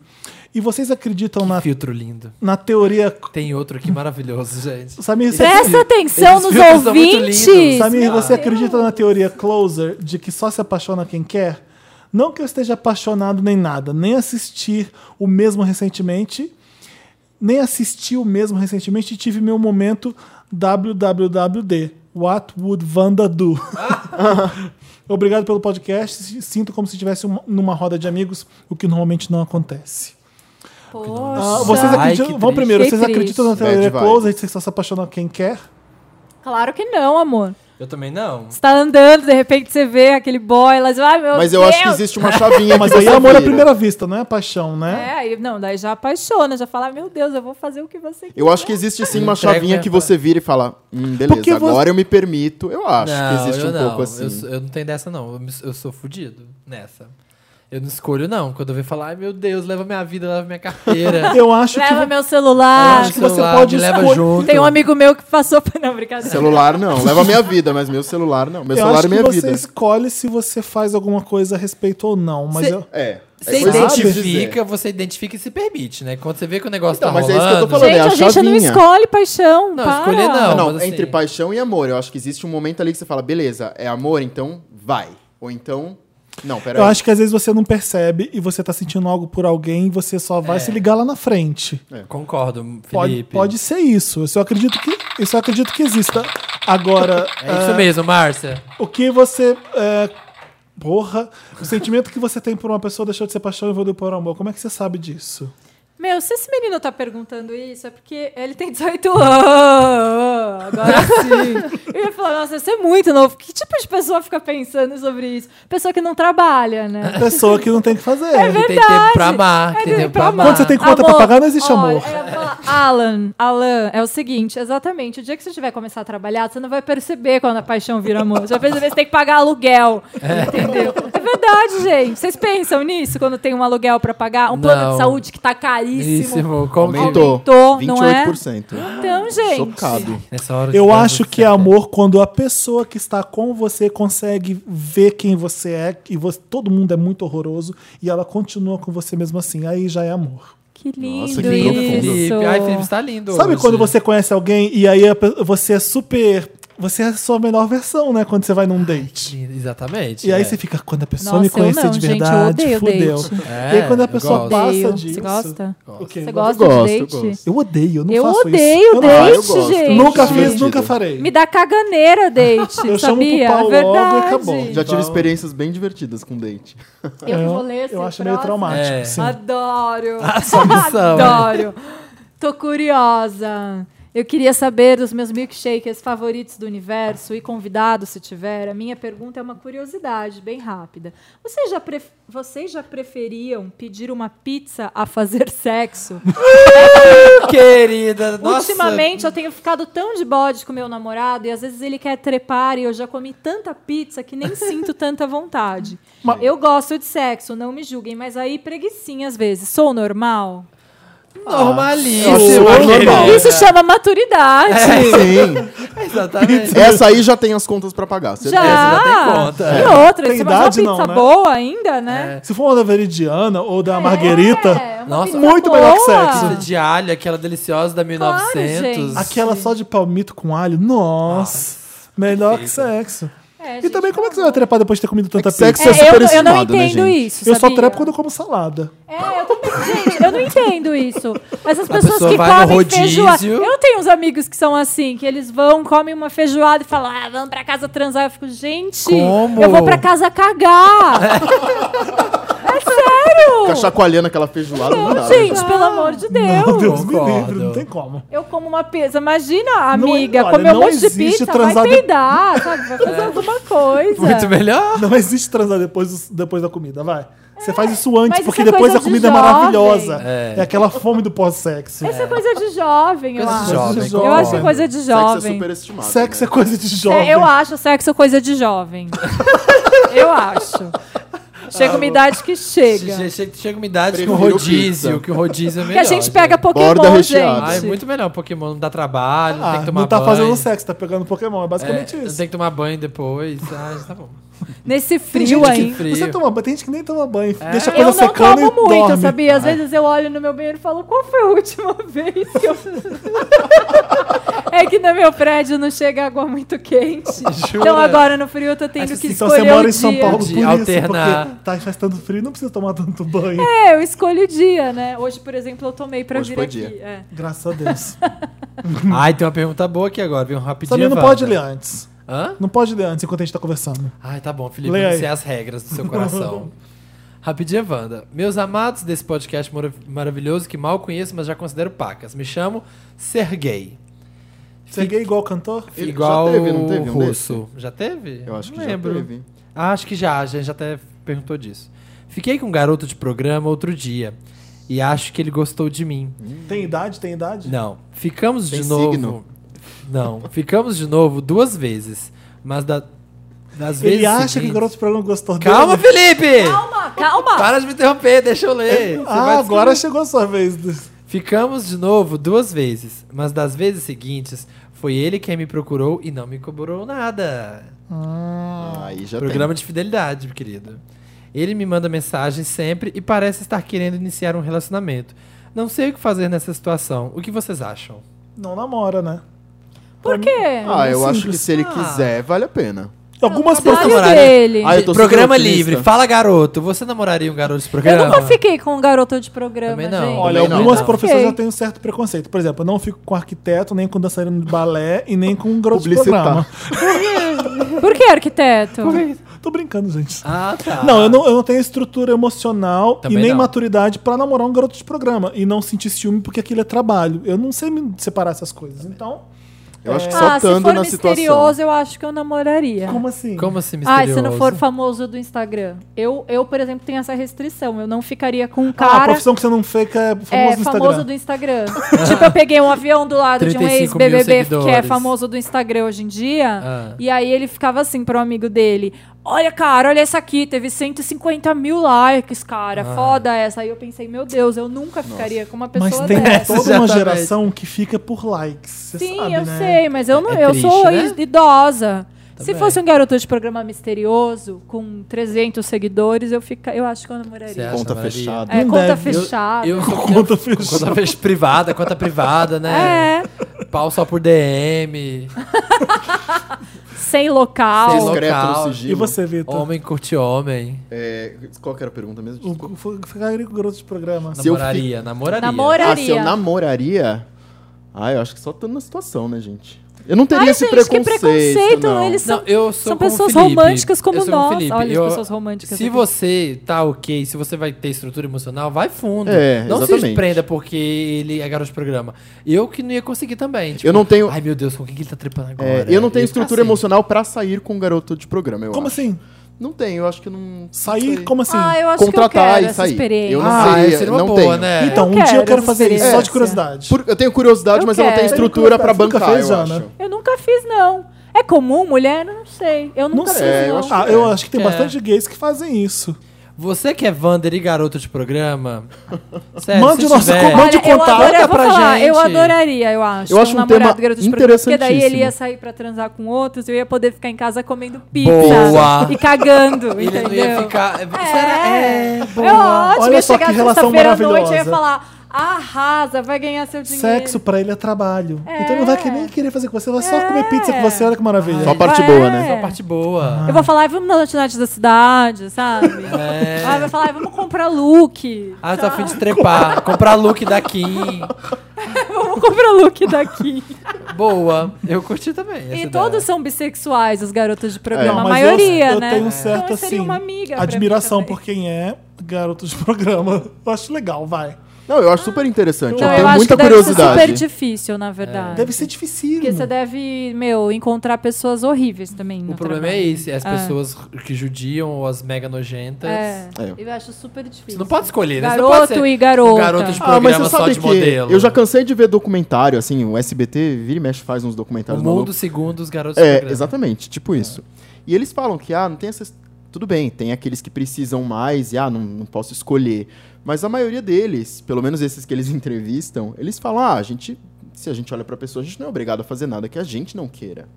Speaker 2: E vocês acreditam na,
Speaker 1: Filtro lindo.
Speaker 2: na teoria.
Speaker 1: Tem outro aqui maravilhoso, gente.
Speaker 2: Samir, você,
Speaker 4: Presta atenção
Speaker 1: esses
Speaker 4: nos
Speaker 1: filtros são muito lindos.
Speaker 4: ouvintes.
Speaker 2: Samir, você acredita na teoria closer de que só se apaixona quem quer? Não que eu esteja apaixonado nem nada, nem assistir o mesmo recentemente, nem assisti o mesmo recentemente e tive meu momento WWWD. What would Wanda do? Obrigado pelo podcast. Sinto como se estivesse um- numa roda de amigos, o que normalmente não acontece. Ah,
Speaker 4: Poxa.
Speaker 2: vocês
Speaker 1: Ai, que
Speaker 2: acreditam, vamos
Speaker 1: triste.
Speaker 2: primeiro,
Speaker 4: Que
Speaker 2: vocês
Speaker 4: triste.
Speaker 2: acreditam na
Speaker 3: Bad
Speaker 2: teoria
Speaker 3: vibes.
Speaker 2: closer de que só se apaixona quem quer?
Speaker 4: Claro que não, amor.
Speaker 1: Eu também não.
Speaker 4: Você tá andando, de repente você vê aquele boy, ela diz, ai meu
Speaker 3: Mas eu
Speaker 4: Deus.
Speaker 3: acho que existe uma chavinha
Speaker 2: Mas
Speaker 3: que
Speaker 2: aí é
Speaker 3: você
Speaker 2: amor à
Speaker 3: vira.
Speaker 2: primeira vista, não é paixão, né?
Speaker 4: É, aí, não, daí já apaixona, já fala, meu Deus, eu vou fazer o que você quer.
Speaker 3: Eu acho que existe sim
Speaker 1: Entrega
Speaker 3: uma
Speaker 1: né,
Speaker 3: chavinha
Speaker 1: minha
Speaker 3: que
Speaker 1: parte.
Speaker 3: você vira e fala, hum, beleza,
Speaker 2: Porque você-
Speaker 3: agora eu me permito. Eu acho
Speaker 1: não,
Speaker 3: que existe
Speaker 1: eu
Speaker 3: um
Speaker 1: não.
Speaker 3: pouco
Speaker 1: Eu,
Speaker 3: assim.
Speaker 1: sou- eu não tenho dessa, não. Eu, me- eu sou fudido nessa. Eu não escolho, não. Quando eu vejo falar, ai meu Deus, leva minha vida, leva minha carteira.
Speaker 2: Eu acho que.
Speaker 4: Leva meu
Speaker 1: leva
Speaker 3: Ah,
Speaker 4: celular.
Speaker 1: meu
Speaker 2: que você
Speaker 1: celular,
Speaker 2: pode
Speaker 1: me leva
Speaker 2: escolher-
Speaker 1: junto.
Speaker 4: Tem um amigo meu que passou por. Não, brincadeira.
Speaker 3: Celular não, leva minha vida, mas meu celular não. Meu
Speaker 2: Eu
Speaker 3: celular
Speaker 2: acho
Speaker 3: é
Speaker 2: que
Speaker 3: minha
Speaker 2: você
Speaker 3: vida.
Speaker 2: escolhe se você faz alguma coisa a respeito ou não, mas
Speaker 1: Cê-
Speaker 2: eu-
Speaker 3: É.
Speaker 1: Você
Speaker 3: é coisa de se
Speaker 1: identifica,
Speaker 3: dizer.
Speaker 1: você identifica e se permite, né? Quando você vê que o negócio
Speaker 3: Então,
Speaker 1: tá
Speaker 3: mas é
Speaker 1: rolando...
Speaker 3: isso que eu tô falando.
Speaker 4: Gente,
Speaker 3: é a
Speaker 4: a gente não
Speaker 3: chavinha.
Speaker 4: escolhe paixão.
Speaker 1: Não,
Speaker 4: para.
Speaker 1: escolher não.
Speaker 3: Não, Ah, não,
Speaker 1: mas assim-
Speaker 3: entre paixão e amor. Eu acho que existe um momento ali que você fala, beleza, é amor, então vai. Ou então. Não, peraí.
Speaker 2: eu acho que às vezes você não percebe e você tá sentindo algo por alguém e você só
Speaker 4: É.
Speaker 2: vai se ligar lá na frente.
Speaker 1: Concordo,
Speaker 2: Pode,
Speaker 1: Felipe.
Speaker 2: pode ser isso. Eu só acredito que, eu só acredito que exista. Agora.
Speaker 1: É isso
Speaker 2: ah,
Speaker 1: mesmo, Márcia.
Speaker 2: O que você. é, porra! O sentimento que você tem por uma pessoa deixou de ser paixão e evoluiu por amor. Como é que você sabe disso?
Speaker 4: Meu, se esse menino tá perguntando isso, é porque ele tem 18 anos. Agora sim. Eu ia falar, nossa, você é muito novo. Que tipo de pessoa fica pensando sobre isso? Pessoa que não trabalha, né?
Speaker 2: Pessoa que não tem o que fazer.
Speaker 1: Que tem tempo pra amar,
Speaker 4: É
Speaker 1: que tem
Speaker 4: de-
Speaker 1: tempo
Speaker 4: pra
Speaker 1: pra amar.
Speaker 4: amar.
Speaker 2: Quando você tem conta pra pagar, não existe
Speaker 4: olha,
Speaker 2: amor.
Speaker 4: eu ia falar, Alan, Alan, é o seguinte, exatamente. O dia que você tiver começar a trabalhar, você não vai perceber quando a paixão vira amor. Você vai perceber que você tem que pagar aluguel. Entendeu? É verdade, gente. Vocês pensam nisso quando tem um aluguel pra pagar? Um plano
Speaker 1: Não.
Speaker 4: de saúde que tá caríssimo.
Speaker 1: Isso, como que-
Speaker 3: Aumentou.
Speaker 4: Aumentou, não é?
Speaker 3: 28%.
Speaker 4: Então, gente.
Speaker 3: Chocado.
Speaker 1: Nessa hora de
Speaker 2: Eu
Speaker 1: casa,
Speaker 2: acho que é amor quando a pessoa que está com você consegue ver quem você é, e você- todo mundo é muito horroroso, e ela continua com você mesmo assim. Aí já é amor.
Speaker 4: Que lindo
Speaker 3: Nossa, que profundo.
Speaker 4: isso.
Speaker 1: Felipe. Ai, Felipe, você tá lindo.
Speaker 2: Sabe
Speaker 1: hoje.
Speaker 2: quando você conhece alguém e aí a pe- você é super. Você é a sua melhor versão, né? Quando você vai num date.
Speaker 1: Exatamente.
Speaker 2: E aí
Speaker 1: é.
Speaker 2: você fica, quando a pessoa
Speaker 4: Nossa,
Speaker 2: me
Speaker 4: eu
Speaker 2: conhecer
Speaker 4: não,
Speaker 2: de
Speaker 4: gente, eu
Speaker 2: verdade,
Speaker 4: odeio
Speaker 2: fudeu.
Speaker 4: date.
Speaker 1: É,
Speaker 2: e aí quando a
Speaker 1: eu
Speaker 2: pessoa
Speaker 1: gosto.
Speaker 2: passa
Speaker 4: Odeio.
Speaker 2: disso.
Speaker 4: Você gosta?
Speaker 2: O quê?
Speaker 4: Você
Speaker 2: Eu
Speaker 4: gosta
Speaker 3: gosto,
Speaker 4: de
Speaker 3: eu
Speaker 4: date?
Speaker 3: gosto.
Speaker 2: Eu odeio, eu não
Speaker 4: Eu
Speaker 2: faço
Speaker 4: odeio
Speaker 2: isso.
Speaker 3: Ah, eu
Speaker 4: date,
Speaker 3: gosto.
Speaker 4: gente.
Speaker 2: Nunca fiz,
Speaker 3: Divertido.
Speaker 2: nunca farei.
Speaker 4: Me dá caganeira, date.
Speaker 2: Eu chamo pro
Speaker 4: sabia?
Speaker 2: pau logo e
Speaker 4: Verdade.
Speaker 2: acabou.
Speaker 3: Já tive
Speaker 2: Então-
Speaker 3: experiências bem divertidas com date.
Speaker 4: Eu vou ler esse
Speaker 2: Eu acho meio
Speaker 4: um assim, próximo.
Speaker 2: traumático,
Speaker 1: É.
Speaker 2: sim.
Speaker 4: Adoro.
Speaker 1: sua missão, né?
Speaker 4: Adoro. Tô curiosa. Eu queria saber dos meus milkshakers favoritos do universo e convidado, se tiver. A minha pergunta é uma curiosidade, bem rápida. Vocês já, pref- Vocês já preferiam pedir uma pizza a fazer sexo?
Speaker 1: Querida, nossa.
Speaker 4: Ultimamente eu tenho ficado tão de bode com meu namorado e às vezes ele quer trepar e eu já comi tanta pizza que nem sinto tanta vontade. Eu gosto de sexo, não me julguem, mas aí preguicinha às vezes. Sou normal?
Speaker 1: Normalíssimo.
Speaker 3: Nossa, eu acho
Speaker 2: É.
Speaker 1: querida.
Speaker 3: normal.
Speaker 4: Isso chama
Speaker 1: É.
Speaker 4: maturidade.
Speaker 3: Sim.
Speaker 1: Exatamente.
Speaker 3: Essa aí já tem as contas pra pagar. certeza.
Speaker 4: Já.
Speaker 1: já tem conta, é.
Speaker 4: E outra,
Speaker 2: Tem
Speaker 4: você mais uma
Speaker 2: idade
Speaker 4: pizza
Speaker 2: não, né? É.
Speaker 4: boa ainda, né?
Speaker 2: Se for uma da Veridiana ou da Marguerita,
Speaker 4: É, uma
Speaker 1: Nossa,
Speaker 4: pizza
Speaker 2: muito melhor que sexo.
Speaker 1: Pizza de alho, aquela deliciosa da 1900.
Speaker 4: gente.
Speaker 2: aquela só de palmito com alho, nossa, melhor que sexo.
Speaker 4: É,
Speaker 2: e
Speaker 4: gente,
Speaker 2: também, como é que você vai trepar depois de ter comido tanta
Speaker 3: É que
Speaker 2: pizza?
Speaker 3: sexo
Speaker 4: É,
Speaker 3: é
Speaker 4: eu,
Speaker 3: super
Speaker 4: eu não
Speaker 3: estimado, né,
Speaker 4: entendo
Speaker 3: gente?
Speaker 4: isso.
Speaker 2: Eu só
Speaker 4: sabia?
Speaker 2: trepo quando eu como salada.
Speaker 4: É, eu também. Gente, eu não entendo isso. Mas as
Speaker 1: A
Speaker 4: pessoas
Speaker 1: pessoa
Speaker 4: que
Speaker 1: vai no
Speaker 4: comem
Speaker 1: rodízio.
Speaker 4: feijoada. Eu tenho uns amigos que são assim, que eles vão, comem uma feijoada e falam, ah, vamos pra casa transar. Eu fico, gente,
Speaker 1: Como?
Speaker 4: eu vou pra casa cagar. é
Speaker 3: Ficar
Speaker 4: sério.
Speaker 3: chacoalhando aquela feijoada, não dá. né,
Speaker 4: Gente,
Speaker 1: Ah,
Speaker 4: pelo amor de Deus.
Speaker 2: Meu Deus, me
Speaker 1: Concordo.
Speaker 2: livre, não tem como.
Speaker 4: Eu como uma pizza.
Speaker 1: é-
Speaker 4: Imagina, amiga,
Speaker 2: olha,
Speaker 4: comer um
Speaker 2: não
Speaker 4: monte de
Speaker 2: existe
Speaker 4: pizza,
Speaker 2: transar
Speaker 4: vai
Speaker 2: de-
Speaker 4: peidar, sabe? Vai fazer alguma coisa.
Speaker 1: É. Muito melhor.
Speaker 2: Não existe transar depois, do- depois da comida, vai. Você faz isso
Speaker 4: mas
Speaker 2: antes,
Speaker 4: isso
Speaker 2: porque
Speaker 4: é
Speaker 2: depois
Speaker 4: coisa
Speaker 2: a
Speaker 4: de
Speaker 2: comida é
Speaker 4: jovem.
Speaker 2: maravilhosa.
Speaker 1: É.
Speaker 2: É. aquela fome do pós-sexo.
Speaker 4: Isso é coisa de jovem, eu
Speaker 1: Coisa de
Speaker 4: acho.
Speaker 1: jovem.
Speaker 4: Eu acho que
Speaker 1: concordo.
Speaker 4: coisa de
Speaker 3: Sexo é
Speaker 4: jovem.
Speaker 3: super estimado.
Speaker 2: Sexo é
Speaker 3: né?
Speaker 2: coisa de jovem. Ah,
Speaker 4: É, eu acho sexo coisa de jovem. eu acho. Chega uma idade que
Speaker 1: Che-
Speaker 4: chega.
Speaker 1: che- Chega uma idade que o
Speaker 3: Prefiro
Speaker 1: rodízio,
Speaker 3: pizza.
Speaker 1: que o rodízio é
Speaker 4: Que
Speaker 1: melhor.
Speaker 4: a gente pega
Speaker 3: Borda
Speaker 4: Pokémon, gente.
Speaker 3: recheada.
Speaker 1: Ai, muito melhor. um Pokémon não dá trabalho, não
Speaker 2: Ah,
Speaker 1: tem que tomar
Speaker 2: não tá
Speaker 1: banho.
Speaker 2: fazendo sexo, tá pegando Pokémon. É basicamente
Speaker 1: É,
Speaker 2: isso.
Speaker 1: tem que tomar banho depois. Ah, tá bom.
Speaker 4: Nesse
Speaker 2: Tem
Speaker 4: frio
Speaker 2: gente
Speaker 4: aí.
Speaker 2: que- Você toma banho, tem gente que nem toma banho. Deixa a
Speaker 4: Eu
Speaker 2: coisa
Speaker 4: não
Speaker 2: secando
Speaker 4: tomo
Speaker 2: e
Speaker 4: muito,
Speaker 2: dorme.
Speaker 4: sabia? Às vezes eu olho no meu banheiro e falo, qual foi a última vez que eu... é que no meu prédio não chega água muito quente.
Speaker 1: Jura?
Speaker 4: Então agora no frio eu tô tendo que
Speaker 2: Então
Speaker 4: escolher
Speaker 2: você mora
Speaker 4: o
Speaker 2: em São
Speaker 4: dia.
Speaker 2: Paulo por
Speaker 1: De
Speaker 2: isso,
Speaker 1: alternar.
Speaker 2: porque tá, faz tanto frio, não precisa tomar tanto banho.
Speaker 4: É, eu escolho o dia, né? Hoje, por exemplo, eu tomei pra
Speaker 3: Hoje
Speaker 4: vir
Speaker 3: foi
Speaker 4: aqui.
Speaker 3: dia.
Speaker 4: é.
Speaker 2: Graças a Deus.
Speaker 1: Ai, tem uma pergunta boa aqui agora, viu? Rapidinho.
Speaker 2: Samir, não
Speaker 1: Wanda.
Speaker 2: pode ler antes.
Speaker 1: Hã?
Speaker 2: Não pode ler antes enquanto a gente tá conversando.
Speaker 1: Ai, tá bom, Felipe.
Speaker 2: Lê
Speaker 1: Não
Speaker 2: aí.
Speaker 1: sei as regras do seu coração. Rapidinha, Wanda. Meus amados desse podcast mora- maravilhoso que mal conheço, mas já considero pacas. Me chamo Sergei.
Speaker 2: Você é gay igual cantor?
Speaker 3: Ele- já
Speaker 1: igual
Speaker 3: teve, não teve um
Speaker 1: russo. já teve?
Speaker 3: Eu acho
Speaker 1: não
Speaker 3: que
Speaker 1: lembro.
Speaker 3: já teve.
Speaker 1: Ah, acho que já, a gente já até perguntou disso. Fiquei com um garoto de programa outro dia e acho que ele gostou de mim.
Speaker 2: Tem idade? Tem idade?
Speaker 1: Não, ficamos
Speaker 3: Tem
Speaker 1: de novo.
Speaker 3: signo?
Speaker 1: Não, ficamos de novo duas vezes, mas da, das vezes
Speaker 2: Ele acha que
Speaker 1: seguintes-
Speaker 2: o garoto do programa gostou dele. É.
Speaker 1: Calma, Felipe!
Speaker 4: Calma, calma.
Speaker 2: Tá,
Speaker 1: Para de me interromper, deixa eu ler. Você vai
Speaker 2: Ah, agora
Speaker 1: descobrir.
Speaker 2: chegou a sua vez. do-
Speaker 1: Ficamos de novo duas vezes, mas das vezes seguintes foi ele quem me procurou e não me cobrou nada.
Speaker 2: Ah,
Speaker 3: Aí já
Speaker 1: Programa de fidelidade, querido. Ele me manda mensagem sempre e parece estar querendo iniciar um relacionamento. Não sei o que fazer nessa situação. O que vocês acham?
Speaker 2: Não namora, né? é
Speaker 4: Por quê?
Speaker 3: tem. Ah, eu acho que
Speaker 2: Simples.
Speaker 3: se ele
Speaker 1: Ah.
Speaker 3: quiser, vale a pena.
Speaker 2: Algumas
Speaker 4: Olha
Speaker 2: pessoas...
Speaker 4: dele.
Speaker 3: Ah, eu tô sendo
Speaker 1: programa
Speaker 3: otimista.
Speaker 1: livre. Fala, garoto. Você namoraria um garoto de
Speaker 4: Eu
Speaker 1: programa?
Speaker 4: nunca fiquei com um garoto de programa,
Speaker 1: Também não.
Speaker 4: gente.
Speaker 2: Olha,
Speaker 3: Também não.
Speaker 2: algumas
Speaker 1: Não.
Speaker 2: profissões
Speaker 4: Ok.
Speaker 2: eu tenho certo preconceito. Por exemplo, eu não fico com arquiteto, nem com dançarino de balé e nem com um grosso de
Speaker 3: Publicitar.
Speaker 2: programa.
Speaker 4: Por que arquiteto?
Speaker 2: é Tô brincando, gente.
Speaker 1: Ah, tá.
Speaker 2: Não, eu não, eu não tenho estrutura emocional
Speaker 1: Também
Speaker 2: e nem
Speaker 1: não.
Speaker 2: maturidade pra namorar um garoto de programa e não sentir ciúme porque aquilo é trabalho. Eu não sei me separar essas coisas. Então,
Speaker 3: Eu acho que
Speaker 4: Ah, se
Speaker 3: saltando
Speaker 4: for
Speaker 3: na
Speaker 4: misterioso,
Speaker 3: situação.
Speaker 4: eu acho que eu namoraria.
Speaker 2: Como assim?
Speaker 1: Como assim,
Speaker 4: Ah,
Speaker 1: misterioso?
Speaker 4: se não for famoso do Instagram. Eu, eu, por exemplo, tenho essa restrição. Eu não ficaria com um
Speaker 2: Ah, a
Speaker 4: cara
Speaker 2: profissão que você não fica é famoso
Speaker 4: é,
Speaker 2: no
Speaker 4: famoso
Speaker 2: Instagram.
Speaker 4: do Instagram. tipo, eu peguei um avião do lado de um
Speaker 1: 35 mil
Speaker 4: ex-BBB que é
Speaker 1: seguidores.
Speaker 4: famoso do Instagram hoje em dia.
Speaker 1: Ah.
Speaker 4: E aí ele ficava assim pro amigo dele. Olha, cara, olha essa aqui. Teve 150 mil likes, cara.
Speaker 1: Ah.
Speaker 4: Foda essa. Aí eu pensei, meu Deus, eu nunca ficaria com uma pessoa
Speaker 2: Mas tem
Speaker 4: dessa.
Speaker 2: toda uma
Speaker 1: Exatamente.
Speaker 2: geração que fica por likes. Você
Speaker 4: Sim,
Speaker 2: sabe,
Speaker 4: eu
Speaker 2: né?
Speaker 4: sei, mas eu não,
Speaker 1: É
Speaker 4: eu
Speaker 1: triste,
Speaker 4: sou
Speaker 1: né?
Speaker 4: idosa. Se
Speaker 1: bem.
Speaker 4: fosse um garoto de programa misterioso, com 300 seguidores, eu, fica, eu acho que eu
Speaker 1: Você
Speaker 4: namoraria.
Speaker 1: acha,
Speaker 3: Conta
Speaker 1: Maria?
Speaker 3: fechada.
Speaker 4: É,
Speaker 2: Não
Speaker 4: conta
Speaker 2: deve. Eu-
Speaker 4: fechada.
Speaker 1: Eu sou
Speaker 2: Conta
Speaker 1: Conta
Speaker 2: fechada.
Speaker 1: fech- privada, conta privada, né?
Speaker 4: É,
Speaker 1: Pau só por DM.
Speaker 4: sem local.
Speaker 1: Sem
Speaker 3: Discreto
Speaker 1: local.
Speaker 3: no
Speaker 2: E
Speaker 3: sigilo.
Speaker 2: você, Vitor?
Speaker 1: Homem curte homem.
Speaker 3: É, qual que era a pergunta mesmo?
Speaker 2: O- o- Ficaria com o garoto de programa.
Speaker 3: Se eu fi-
Speaker 1: namoraria, namoraria.
Speaker 4: Namora-
Speaker 3: Ah, se eu
Speaker 4: Namoraria.
Speaker 3: namoraria? Ah, eu acho que só tô na situação, né, gente? Eu não teria
Speaker 4: Ai,
Speaker 3: esse
Speaker 4: gente, que
Speaker 3: preconceito,
Speaker 4: preconceito,
Speaker 3: não.
Speaker 4: eles-
Speaker 1: Não, eu sou
Speaker 4: São
Speaker 1: como
Speaker 4: pessoas
Speaker 1: Felipe.
Speaker 4: românticas como
Speaker 1: Eu sou
Speaker 4: nós.
Speaker 1: Felipe.
Speaker 4: Olha as
Speaker 1: Eu-
Speaker 4: pessoas românticas.
Speaker 1: Se
Speaker 4: aqui.
Speaker 1: você tá ok, se você vai ter estrutura emocional, vai fundo.
Speaker 3: É,
Speaker 1: não se
Speaker 3: exatamente.
Speaker 1: prenda porque ele é garoto de programa. Eu que não ia conseguir também. tipo,
Speaker 3: Eu não tenho-
Speaker 1: Ai, meu Deus, com quem que ele tá trepando agora?
Speaker 3: É, eu não tenho
Speaker 1: Ia ficar
Speaker 3: estrutura
Speaker 1: assim.
Speaker 3: emocional pra sair com um garoto de programa, eu
Speaker 2: Como
Speaker 3: acho.
Speaker 2: assim?
Speaker 3: Não tenho, eu acho que não... não
Speaker 2: Sair?
Speaker 3: sei.
Speaker 2: Como assim?
Speaker 4: Ah, eu acho
Speaker 3: Contratar
Speaker 4: que eu quero
Speaker 3: e
Speaker 4: essa
Speaker 3: sair.
Speaker 4: experiência.
Speaker 3: Eu não
Speaker 1: Ah,
Speaker 3: seria-
Speaker 1: seria uma
Speaker 3: não
Speaker 1: boa,
Speaker 3: tenho.
Speaker 1: né?
Speaker 2: Então, um
Speaker 4: Eu
Speaker 2: dia eu
Speaker 4: quero É.
Speaker 2: quero
Speaker 4: essa
Speaker 2: fazer isso, só de
Speaker 4: experiência.
Speaker 2: curiosidade.
Speaker 3: Por- eu tenho curiosidade,
Speaker 4: Eu
Speaker 3: mas eu não tenho
Speaker 4: quero.
Speaker 3: estrutura pra
Speaker 2: Você nunca
Speaker 3: bancar,
Speaker 2: fez,
Speaker 3: eu
Speaker 2: Ana?
Speaker 3: acho.
Speaker 4: Eu nunca fiz, não. É comum, mulher? Não sei. Eu
Speaker 2: Não
Speaker 4: nunca
Speaker 2: sei.
Speaker 3: É,
Speaker 4: fiz,
Speaker 3: eu
Speaker 4: não.
Speaker 3: acho
Speaker 2: Ah,
Speaker 3: que
Speaker 2: eu
Speaker 3: é.
Speaker 2: acho que tem bastante gays que fazem isso.
Speaker 1: Você que é Wander e garoto de programa. Sério,
Speaker 2: Mande
Speaker 1: se
Speaker 2: o nosso
Speaker 1: tiver,
Speaker 2: comando. Mande
Speaker 4: Olha, eu
Speaker 2: contar,
Speaker 4: adoro, eu
Speaker 1: conta
Speaker 4: vou
Speaker 1: pra
Speaker 4: falar,
Speaker 1: gente.
Speaker 4: eu adoraria, eu acho.
Speaker 3: Eu acho um
Speaker 4: namorado
Speaker 3: tema
Speaker 4: garoto de programa, Porque daí ele
Speaker 3: interessantíssimo.
Speaker 4: ia sair pra transar com outros e eu ia poder ficar em casa comendo pizza
Speaker 1: Boa.
Speaker 4: e cagando,
Speaker 1: Ele
Speaker 4: entendeu?
Speaker 1: não ia ficar. Será?
Speaker 4: É,
Speaker 1: É.
Speaker 4: é ótimo.
Speaker 2: Olha
Speaker 4: ia
Speaker 2: só
Speaker 4: chegar
Speaker 2: que relação
Speaker 4: sexta-feira à noite, eu ia
Speaker 2: maravilhosa.
Speaker 4: falar, arrasa, vai ganhar seu dinheiro.
Speaker 2: Sexo pra ele é trabalho.
Speaker 4: É.
Speaker 2: Então ele não vai que- nem querer fazer com você, vai só comer pizza com você, olha que maravilha.
Speaker 3: Só a parte
Speaker 4: É.
Speaker 3: boa, né?
Speaker 1: Só a parte boa.
Speaker 4: Eu vou falar, "Ai, vamos na lanchonete da cidade, sabe?
Speaker 1: É.
Speaker 4: Ah, vai falar, "Ai, vamos comprar look.
Speaker 1: Ah, tá a fim de trepar. Comprar look da Kim.
Speaker 4: Vamos comprar look daqui.
Speaker 1: Boa. Eu curti também.
Speaker 4: e
Speaker 1: essa
Speaker 4: todos
Speaker 1: ideia.
Speaker 4: são bissexuais, os garotos de programa.
Speaker 3: É.
Speaker 4: a
Speaker 2: é Mas eu-
Speaker 4: maioria,
Speaker 2: eu,
Speaker 4: né?
Speaker 2: tenho um certo,
Speaker 4: então,
Speaker 2: assim,
Speaker 4: seria uma amiga pra mim
Speaker 2: admiração
Speaker 4: também.
Speaker 2: por quem é garoto de programa. Eu acho legal, vai.
Speaker 3: Não, eu acho super interessante.
Speaker 4: Não,
Speaker 3: eu
Speaker 4: eu
Speaker 3: tenho
Speaker 4: acho
Speaker 3: muita
Speaker 4: que deve ser super
Speaker 3: curiosidade.
Speaker 4: difícil, na verdade.
Speaker 2: É. Deve ser dificílimo.
Speaker 4: Porque você deve, meu, encontrar pessoas horríveis também.
Speaker 1: O problema é esse, é
Speaker 4: Ah.
Speaker 1: as pessoas que judiam ou as mega nojentas.
Speaker 3: É.
Speaker 4: Eu acho super difícil.
Speaker 1: Você não pode escolher, né? Você não
Speaker 4: Garoto
Speaker 1: pode ser
Speaker 4: e garota.
Speaker 1: um garoto de
Speaker 3: Ah,
Speaker 1: programa
Speaker 3: mas você
Speaker 1: só
Speaker 3: sabe
Speaker 1: de
Speaker 3: que
Speaker 1: modelo.
Speaker 3: eu já cansei de ver documentário, assim, o SBT vira e mexe faz uns
Speaker 1: O
Speaker 3: documentários
Speaker 1: mundo
Speaker 3: malucos.
Speaker 1: segundo os garotos de
Speaker 3: Tá, É,
Speaker 1: programa.
Speaker 3: exatamente, tipo isso. E eles falam que, ah, não tem essas... Tudo bem, tem aqueles que precisam mais e, ah, não, não posso escolher. Mas a maioria deles, pelo menos esses que eles entrevistam, eles falam, ah, a gente... Se a gente olha pra pessoa, a gente não é obrigado a fazer nada que a gente não queira,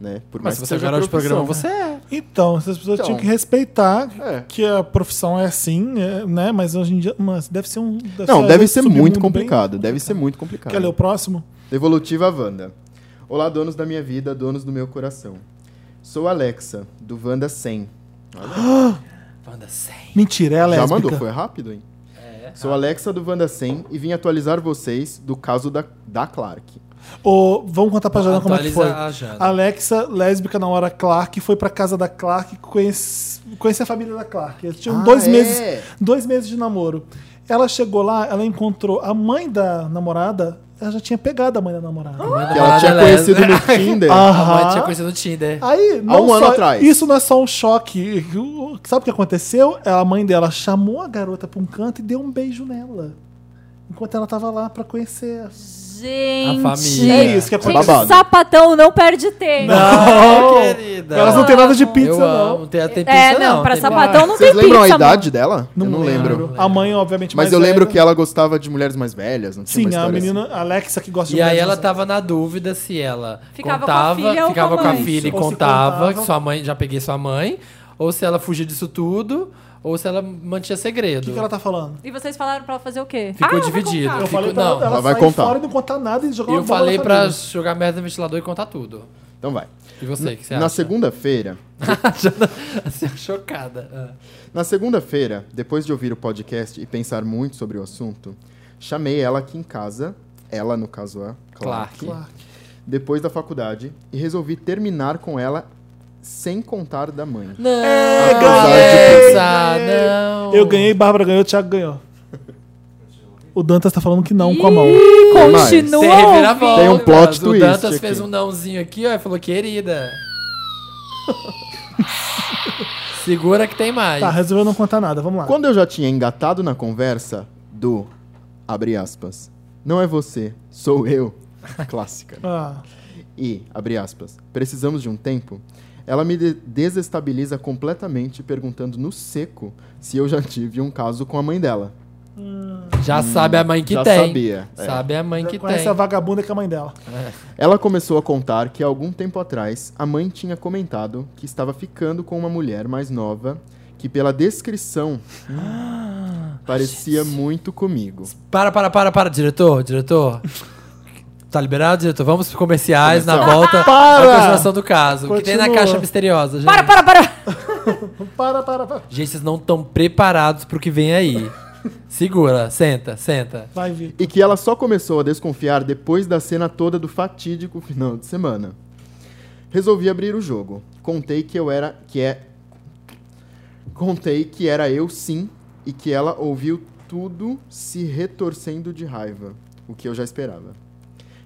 Speaker 3: né? Por
Speaker 1: Mas
Speaker 3: mais
Speaker 1: se
Speaker 3: que
Speaker 1: você é um
Speaker 3: seja
Speaker 1: garoto de
Speaker 3: profissão.
Speaker 1: programa, você é.
Speaker 2: Então, essas pessoas
Speaker 3: Então.
Speaker 2: tinham que respeitar
Speaker 3: É.
Speaker 2: que a profissão é assim, é, né? Mas hoje em dia. Mas deve ser um. Deve
Speaker 3: Não,
Speaker 2: um
Speaker 3: deve ser
Speaker 2: submundo
Speaker 3: muito
Speaker 2: bem-
Speaker 3: complicado. Deve ser muito complicado.
Speaker 2: Quer ler o próximo?
Speaker 3: Devolutiva Wanda. Olá, donos da minha vida, donos do meu coração. Sou Alexa, do Wanda 100.
Speaker 1: Manda 100.
Speaker 2: Mentira, é a
Speaker 3: Já
Speaker 2: lésbica. Ah.
Speaker 3: mandou, foi rápido, hein?
Speaker 4: É.
Speaker 3: Sou Alexa do Wanda 100 e vim atualizar vocês do caso da, da Clark.
Speaker 2: Ou vamos contar pra Jana como é que
Speaker 1: Atualiza
Speaker 2: foi.
Speaker 1: a Jana.
Speaker 3: Ah,
Speaker 2: Alexa, lésbica na hora Clark, foi pra casa da Clark, conhece, conhece a família da Clark. Eles tinham
Speaker 3: Ah,
Speaker 2: dois,
Speaker 3: é?
Speaker 2: meses, dois meses de namoro. Ela chegou lá, ela encontrou a mãe da namorada, ela já tinha pegado a mãe da namorada.
Speaker 3: Que
Speaker 1: Ah,
Speaker 3: ela tinha conhecido no Tinder.
Speaker 2: Ah.
Speaker 1: A mãe
Speaker 2: Aham.
Speaker 1: tinha conhecido no Tinder.
Speaker 2: Aí, não
Speaker 3: um ano
Speaker 2: só-
Speaker 3: atrás.
Speaker 2: Isso não é só um choque. O- Sabe o que aconteceu? A mãe dela chamou a garota pra um canto e deu um beijo nela. Enquanto ela tava lá pra conhecer.
Speaker 4: Gente.
Speaker 1: A família.
Speaker 2: É isso que
Speaker 4: Gente,
Speaker 2: aconteceu.
Speaker 3: Babado.
Speaker 4: sapatão não perde
Speaker 3: Ah,
Speaker 4: tempo.
Speaker 1: Não, querida.
Speaker 2: Elas não têm nada de pizza,
Speaker 1: eu
Speaker 2: não.
Speaker 1: amo, não tem, tem pizza
Speaker 4: É, não, pra
Speaker 1: tem
Speaker 4: sapatão não
Speaker 3: Vocês
Speaker 4: tem
Speaker 3: lembram
Speaker 4: pizza,
Speaker 3: a idade dela? eu não lembro.
Speaker 2: A mãe, obviamente,
Speaker 3: Mas
Speaker 2: mais
Speaker 3: eu lembro
Speaker 2: velha.
Speaker 3: que ela gostava de mulheres mais velhas. Não
Speaker 2: é Sim,
Speaker 3: tinha uma
Speaker 2: a
Speaker 3: história assim.
Speaker 2: menina Alexa que gosta de
Speaker 1: E aí
Speaker 2: mulheres assim.
Speaker 1: ela
Speaker 2: mais
Speaker 1: tava na dúvida se ela
Speaker 4: Ficava com a
Speaker 1: contava,
Speaker 4: filha ou
Speaker 1: ficava
Speaker 4: com a
Speaker 1: com a
Speaker 4: mãe.
Speaker 1: filha e
Speaker 2: Ou se
Speaker 1: contava
Speaker 2: contava.
Speaker 1: que sua mãe já peguei sua mãe, ou se ela fugia disso tudo, ou se ela mantinha
Speaker 2: O
Speaker 1: segredo.
Speaker 2: que, que ela tá falando?
Speaker 4: E vocês falaram pra ela fazer o quê?
Speaker 1: Ficou
Speaker 4: Ah, eu vou
Speaker 1: dividido.
Speaker 4: contar.
Speaker 2: Eu
Speaker 1: Ficou-
Speaker 2: falei pra
Speaker 1: não,
Speaker 2: ela, ela
Speaker 3: ela vai
Speaker 2: sair
Speaker 3: contar.
Speaker 2: fora e não contar nada e jogar uma
Speaker 1: eu
Speaker 2: bola
Speaker 1: falei
Speaker 2: na
Speaker 1: pra
Speaker 2: família.
Speaker 1: jogar merda no ventilador e contar tudo.
Speaker 3: dessa. Então vai.
Speaker 1: E você, o que você
Speaker 3: Na
Speaker 1: acha?
Speaker 3: segunda-feira,
Speaker 1: Você é chocada.
Speaker 3: Na segunda-feira, depois de ouvir o podcast e pensar muito sobre o assunto, chamei ela aqui em casa, ela no caso a Clark,
Speaker 1: Clark. Clark.
Speaker 3: depois da faculdade, e resolvi terminar com ela sem contar da mãe.
Speaker 1: Não,
Speaker 3: ganhei,
Speaker 1: apesar de pensar, não.
Speaker 2: Eu ganhei, Bárbara ganhou, o Thiago ganhou. O Dantas tá falando que não com a mão.
Speaker 4: Ih,
Speaker 3: mais?
Speaker 4: Continua.
Speaker 1: Reviravolta.
Speaker 3: Tem um plot
Speaker 1: O
Speaker 3: twist
Speaker 1: Dantas
Speaker 3: aqui.
Speaker 1: fez um nãozinho aqui, ó, e falou, querida. Segura que tem mais.
Speaker 2: Tá, resolveu não contar nada, vamos lá.
Speaker 3: Quando eu já tinha engatado na conversa do abre aspas, não é você, sou eu, clássica. né?
Speaker 2: Ah,
Speaker 3: E, abre aspas, precisamos de um tempo. Ela me de- desestabiliza completamente perguntando no seco se eu já tive um caso com a mãe dela.
Speaker 1: Já sabe a mãe que
Speaker 3: Hum, já
Speaker 1: tem.
Speaker 3: sabia. é.
Speaker 1: Sabe a mãe que
Speaker 2: conhece
Speaker 1: tem.
Speaker 2: a vagabunda que é a mãe dela.
Speaker 3: Ela começou a contar que algum tempo atrás a mãe tinha comentado que estava ficando com uma mulher mais nova que pela descrição hum, parecia muito comigo.
Speaker 1: Para, para, para, para, diretor, diretor. Tá liberado, diretor? Vamos pros comerciais, na
Speaker 3: Comercial.
Speaker 1: volta.
Speaker 2: Para!
Speaker 1: A continuação do caso. O que tem na
Speaker 2: Continua.
Speaker 1: caixa misteriosa, gente?
Speaker 4: Para, para, para.
Speaker 2: Para, para, para.
Speaker 1: Gente, vocês não estão preparados pro que vem aí. Segura, senta, senta.
Speaker 2: Vai, Vitor.
Speaker 3: E que ela só começou a desconfiar depois da cena toda do fatídico final de semana. Resolvi abrir o jogo. Contei que eu era. que é. Contei que era eu sim e que ela ouviu tudo se retorcendo de raiva, o que eu já esperava.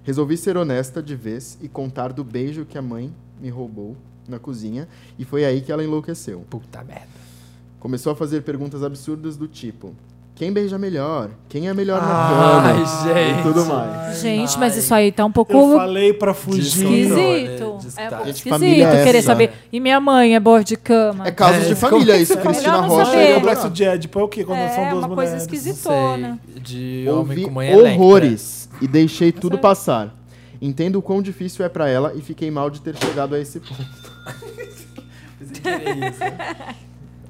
Speaker 3: Resolvi ser honesta de vez e contar do beijo que a mãe me roubou na cozinha e foi aí que ela enlouqueceu.
Speaker 1: Puta merda.
Speaker 3: Começou a fazer perguntas absurdas do tipo: quem beija melhor? Quem é melhor na
Speaker 1: Ai,
Speaker 3: cama?
Speaker 1: gente.
Speaker 3: e tudo mais.
Speaker 4: Gente, mas isso aí tá um pouco
Speaker 2: Eu falei pra fugir.
Speaker 1: Descontrole.
Speaker 4: esquisito.
Speaker 1: Diz que
Speaker 4: É
Speaker 1: tá.
Speaker 4: um pouco
Speaker 1: Gente,
Speaker 4: esquisito
Speaker 3: família é
Speaker 4: querer
Speaker 3: essa,
Speaker 4: saber.
Speaker 3: né?
Speaker 4: E minha mãe é boa de cama.
Speaker 3: É casos
Speaker 1: É,
Speaker 3: de
Speaker 1: como
Speaker 3: família,
Speaker 1: que
Speaker 3: isso.
Speaker 1: você
Speaker 3: Cristina
Speaker 4: fala?
Speaker 3: Rocha
Speaker 4: Melhor
Speaker 2: E
Speaker 4: não
Speaker 3: e
Speaker 2: o
Speaker 4: saber.
Speaker 2: abraço
Speaker 3: Abraço
Speaker 2: de Ed, pô, é o quê? Quando
Speaker 4: É,
Speaker 2: são duas mulheres.
Speaker 4: uma coisa
Speaker 1: Não
Speaker 4: esquisitona.
Speaker 1: sei. De homem
Speaker 3: Ouvi
Speaker 1: com mãe elétrica. é
Speaker 3: horrores e deixei tudo passar. Entendo o quão difícil é pra ela e fiquei mal de ter chegado a esse ponto.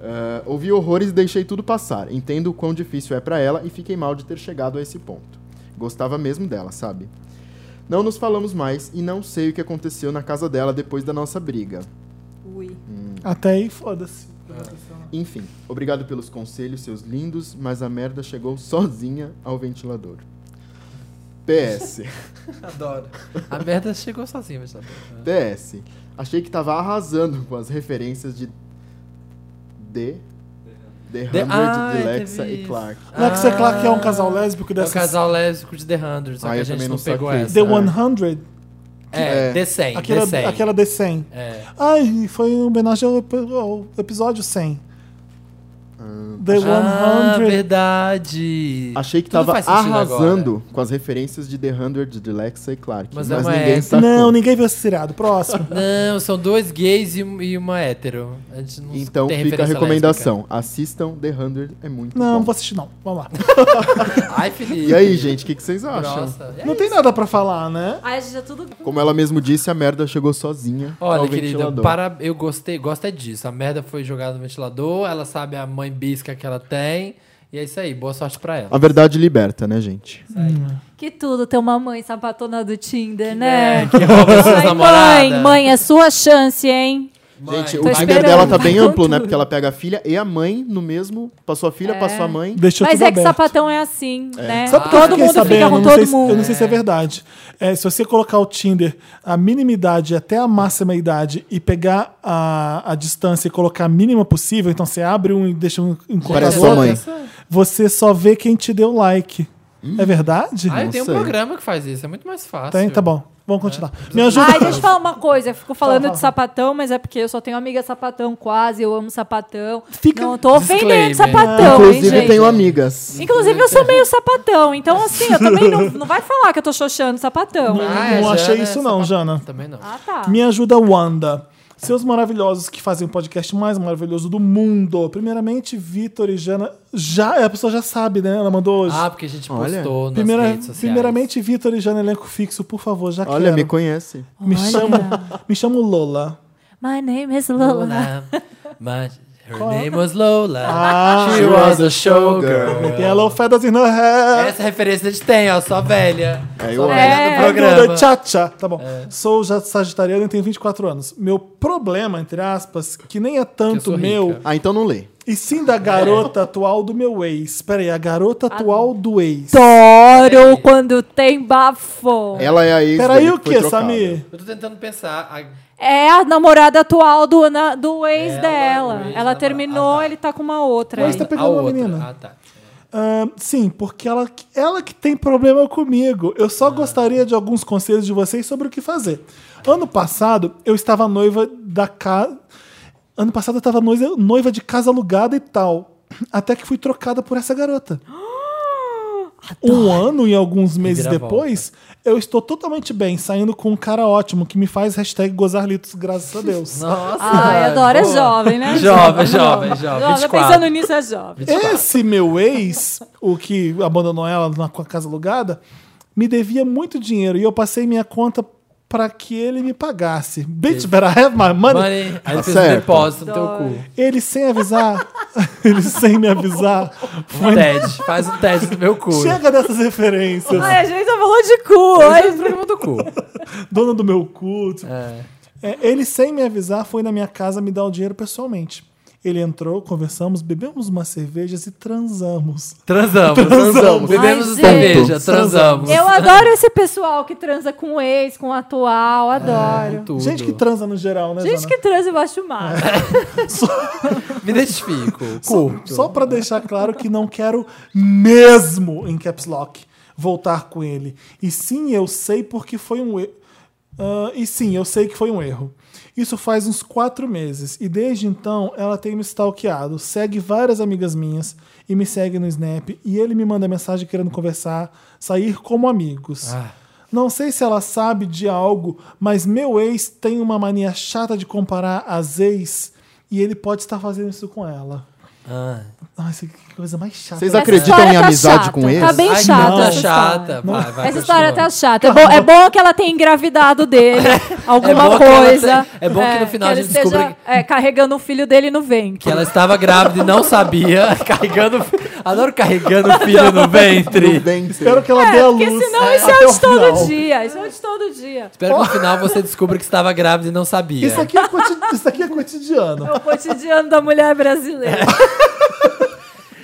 Speaker 3: Ah, ouvi horrores e deixei tudo passar. Entendo o quão difícil é pra ela e fiquei mal de ter chegado a esse ponto. Gostava mesmo dela, sabe? Não nos falamos mais e não sei o que aconteceu na casa dela depois da nossa briga.
Speaker 4: Ui.
Speaker 2: Até aí, foda-se.
Speaker 3: Enfim, obrigado pelos conselhos, seus lindos, mas a merda chegou sozinha ao ventilador. PS,
Speaker 1: Adoro. A merda chegou sozinha, mas tá bom.
Speaker 3: PS. Achei que tava arrasando com as referências de D, The
Speaker 1: The-
Speaker 3: Hundred,
Speaker 1: Ah,
Speaker 3: de
Speaker 1: teve
Speaker 3: Lexa e
Speaker 1: isso.
Speaker 3: Clark.
Speaker 2: Lex é claro que é um casal
Speaker 1: Ah.
Speaker 2: lésbico
Speaker 1: É o
Speaker 2: dessas.
Speaker 1: casal lésbico de The 100, só
Speaker 3: Ah,
Speaker 1: que a
Speaker 3: eu
Speaker 1: gente
Speaker 3: também
Speaker 1: não
Speaker 3: não
Speaker 1: pegou
Speaker 3: saquei.
Speaker 1: essa.
Speaker 2: The
Speaker 3: É.
Speaker 2: 100,
Speaker 1: É,
Speaker 3: É.
Speaker 1: The 100,
Speaker 2: aquela,
Speaker 1: The 100.
Speaker 2: aquela The 100.
Speaker 1: É.
Speaker 2: Ai, foi uma homenagem ao, epi- ao episódio 100. The 100.
Speaker 1: Ah, verdade.
Speaker 3: Achei que
Speaker 1: Tudo
Speaker 3: tava
Speaker 1: faz sentido
Speaker 3: arrasando com as referências de The Hundred, de Lexa e Clark.
Speaker 1: Mas
Speaker 3: Mas,
Speaker 1: é uma
Speaker 3: ninguém
Speaker 1: hétero.
Speaker 3: sacou.
Speaker 2: Não, ninguém viu esse seriado. Próximo.
Speaker 1: Não, são dois gays e, um- e uma hétero. A gente não
Speaker 3: Então
Speaker 1: tem
Speaker 3: fica a
Speaker 1: referência
Speaker 3: recomendação. Assistam The Hundred, é muito
Speaker 2: Não, não
Speaker 3: bom.
Speaker 2: vou assistir, não. Vamos lá.
Speaker 1: lésbica. Ai, Felipe.
Speaker 3: E aí, gente, o que, que vocês acham?
Speaker 1: Nossa. é
Speaker 2: Não tem nada pra falar, né?
Speaker 4: Ai, já tudo.
Speaker 3: Como ela mesmo disse, a merda chegou sozinha
Speaker 1: Olha,
Speaker 3: ao
Speaker 1: querida,
Speaker 3: ventilador.
Speaker 1: para... eu gostei, gosto é disso. A merda foi jogada no ventilador, ela sabe a mãe bisca que ela tem. E é isso aí, boa sorte pra ela.
Speaker 3: A verdade liberta, né, gente?
Speaker 4: Que tudo ter uma mãe sapatona do Tinder, né?
Speaker 1: Que rouba suas
Speaker 4: Ai, mãe,
Speaker 1: namoradas.
Speaker 4: mãe, é sua chance, hein?
Speaker 1: Mãe.
Speaker 3: gente,
Speaker 4: tô
Speaker 3: o Tinder
Speaker 4: esperando,
Speaker 3: dela tá
Speaker 4: tá
Speaker 3: bem
Speaker 4: com
Speaker 3: amplo, né?
Speaker 4: tudo. É.
Speaker 3: Porque ela pega a filha e a mãe no mesmo. Passou a filha, passou a mãe.
Speaker 2: Deixa
Speaker 4: Mas
Speaker 2: tudo
Speaker 4: é que
Speaker 2: aberto.
Speaker 4: sapatão é assim, né?
Speaker 2: Sabe por que eu
Speaker 4: todo
Speaker 2: fiquei
Speaker 4: mundo
Speaker 2: sabendo?
Speaker 4: fica
Speaker 2: Eu
Speaker 4: com
Speaker 2: não
Speaker 4: todo
Speaker 2: sei se-
Speaker 4: mundo.
Speaker 2: Eu não sei se é verdade. É, se você colocar o Tinder a mínima idade até a máxima idade e pegar a, a distância e colocar a mínima possível, então você abre um e deixa um
Speaker 3: Parece
Speaker 2: encurtador,
Speaker 3: sua mãe.
Speaker 2: você só vê quem te deu like. É verdade?
Speaker 1: Ah, eu tenho um
Speaker 3: sei.
Speaker 1: programa que faz isso, é muito mais fácil.
Speaker 2: Tem? Tá bom. Vamos continuar.
Speaker 1: É.
Speaker 2: Me ajuda.
Speaker 4: Ai, deixa eu falar uma coisa. Eu fico falando
Speaker 2: Fala.
Speaker 4: de sapatão, mas é porque eu só tenho amiga sapatão quase, eu amo sapatão.
Speaker 2: Fica-
Speaker 4: Não tô ofendendo
Speaker 1: Disclaimer.
Speaker 4: sapatão, Então, hein,
Speaker 3: Inclusive,
Speaker 4: gente?
Speaker 3: tenho amigas.
Speaker 4: Inclusive, eu sou meio sapatão, então assim, eu também não, não vai falar que eu tô xoxando sapatão.
Speaker 2: Não,
Speaker 1: Ah, é,
Speaker 2: não achei
Speaker 1: Jana,
Speaker 2: isso não,
Speaker 1: sapatão.
Speaker 2: Jana.
Speaker 1: Também não.
Speaker 4: Ah, tá.
Speaker 2: Me ajuda, Wanda. Seus maravilhosos que fazem o podcast mais maravilhoso do mundo. Primeiramente, Vitor e Jana. Já, a pessoa já sabe, né? Ela mandou hoje.
Speaker 1: Ah, porque a gente
Speaker 3: Olha.
Speaker 1: postou nas
Speaker 2: Primeira-
Speaker 1: redes sociais.
Speaker 2: primeiramente, Vitor e Jana, elenco fixo, por favor, já
Speaker 3: Olha,
Speaker 2: quero.
Speaker 3: me conhece.
Speaker 2: Me chamo, me chamo Lola.
Speaker 4: My name is Lola.
Speaker 1: Lola, mas her name was Lola.
Speaker 2: Ah,
Speaker 1: She was a showgirl.
Speaker 2: Yellow Feathers in her hair.
Speaker 1: Essa referência a gente tem, ó, só velha.
Speaker 3: É,
Speaker 1: só
Speaker 3: eu
Speaker 1: velha
Speaker 4: amo.
Speaker 1: do
Speaker 4: É.
Speaker 1: programa. É.
Speaker 2: Tcha-tcha. Tá bom. Sou já sagitariano e tenho 24 anos. Meu problema, entre aspas, que nem é tanto
Speaker 1: sou
Speaker 2: meu,
Speaker 1: rica.
Speaker 3: Ah, então não lê.
Speaker 2: e sim da garota atual do meu ex. Pera aí, a garota atual do ex.
Speaker 4: Adoro quando tem bafo.
Speaker 3: Ela é a ex.
Speaker 2: Pera aí
Speaker 3: dele
Speaker 2: o
Speaker 3: foi
Speaker 2: que,
Speaker 3: trocada.
Speaker 2: Samir?
Speaker 1: Eu tô tentando pensar. a-
Speaker 4: É a namorada atual do, na- do ex
Speaker 1: Ela,
Speaker 4: dela.
Speaker 1: o ex
Speaker 4: ela
Speaker 1: namora-
Speaker 4: terminou,
Speaker 1: Ah, tá.
Speaker 4: ele tá com uma outra.
Speaker 2: Mas
Speaker 4: aí.
Speaker 2: tá
Speaker 1: a
Speaker 2: pegando uma
Speaker 1: outra.
Speaker 2: menina.
Speaker 1: Ah, tá.
Speaker 2: Ah, sim, porque ela, ela que tem problema comigo. Eu só gostaria de alguns conselhos de vocês sobre o que fazer. Ano passado, eu estava noiva da casa. Ano passado, eu estava noiva, noiva de casa alugada e tal. Até que fui trocada por essa garota. Um ano e alguns meses
Speaker 1: Reviravolta.
Speaker 2: depois, eu estou totalmente bem, saindo com um cara ótimo que me faz hashtag gozarlitos, graças a Deus.
Speaker 1: Nossa.
Speaker 4: Ai, adoro, é
Speaker 1: boa.
Speaker 4: jovem, né?
Speaker 1: Jovem, jovem, jovem.
Speaker 4: Jovem,
Speaker 1: 24.
Speaker 4: pensando nisso, é jovem.
Speaker 2: Esse meu ex, o que abandonou ela na co- casa alugada, me devia muito dinheiro e eu passei minha conta pra que ele me pagasse. Bitch, better have my money.
Speaker 1: Money, aí ele fez um
Speaker 3: certo.
Speaker 1: depósito no teu
Speaker 4: Adoro.
Speaker 1: cu.
Speaker 2: Ele sem avisar, ele sem me avisar, foi
Speaker 1: Ted, faz um teste no meu cu.
Speaker 2: Chega dessas referências.
Speaker 4: Ai, a gente só falou de cu
Speaker 1: Hoje é o
Speaker 4: hoje.
Speaker 1: programa do cu.
Speaker 2: Dona do meu culto.
Speaker 1: É.
Speaker 2: É, ele, sem me avisar, foi na minha casa me dar o dinheiro pessoalmente. Ele entrou, conversamos, bebemos umas cervejas e transamos.
Speaker 1: Transamos.
Speaker 3: Transamos.
Speaker 1: Bebemos
Speaker 4: Ai,
Speaker 1: cerveja,
Speaker 3: gente.
Speaker 1: transamos.
Speaker 4: Eu adoro esse pessoal que transa com o ex, com o
Speaker 1: É.
Speaker 4: atual, adoro.
Speaker 1: Tudo.
Speaker 2: Gente que transa no geral, né,
Speaker 4: Gente
Speaker 2: Jana?
Speaker 4: que transa embaixo do mar.
Speaker 1: Me identifico.
Speaker 2: Só,
Speaker 1: Curto.
Speaker 2: só para deixar claro que não quero mesmo, em caps lock, voltar com ele. E sim, eu sei porque foi um erro. e sim, eu sei que foi um erro. Isso faz uns quatro meses. E desde então, ela tem me stalkeado, segue várias amigas minhas e me segue no Snap. E ele me manda mensagem querendo conversar, sair como amigos.
Speaker 1: Ah.
Speaker 2: Não sei se ela sabe de algo, mas meu ex tem uma mania chata de comparar as ex e ele pode estar fazendo isso com ela.
Speaker 1: Ah.
Speaker 2: Nossa, que coisa mais chata.
Speaker 3: Vocês
Speaker 4: Essa
Speaker 3: acreditam
Speaker 4: história
Speaker 3: em
Speaker 4: tá
Speaker 3: amizade
Speaker 4: chata,
Speaker 3: com eles?
Speaker 4: Tá bem
Speaker 1: Ai,
Speaker 4: chata.
Speaker 1: não,
Speaker 4: essa
Speaker 1: chata.
Speaker 4: história.
Speaker 1: Vai, vai,
Speaker 4: Essa história
Speaker 1: continua.
Speaker 4: tá chata. É bom, é bom que ela tenha engravidado dele, alguma
Speaker 1: É, bom que ela
Speaker 4: coisa.
Speaker 1: tem- é bom que no final a
Speaker 4: ele
Speaker 1: gente descubra
Speaker 4: esteja, é, carregando o filho dele no ventre.
Speaker 1: Que ela estava grávida e não sabia, carregando. Adoro carregando o filho no ventre.
Speaker 2: Espero que ela dê a luz.
Speaker 4: É, Porque senão isso
Speaker 2: até
Speaker 4: é
Speaker 2: o
Speaker 4: de todo
Speaker 2: final.
Speaker 4: dia. Isso é de todo dia.
Speaker 1: Espero que no final você descubra que estava grávida e não sabia.
Speaker 2: Isso aqui, é quotidi- isso aqui é cotidiano.
Speaker 4: É o cotidiano da mulher brasileira.
Speaker 1: É.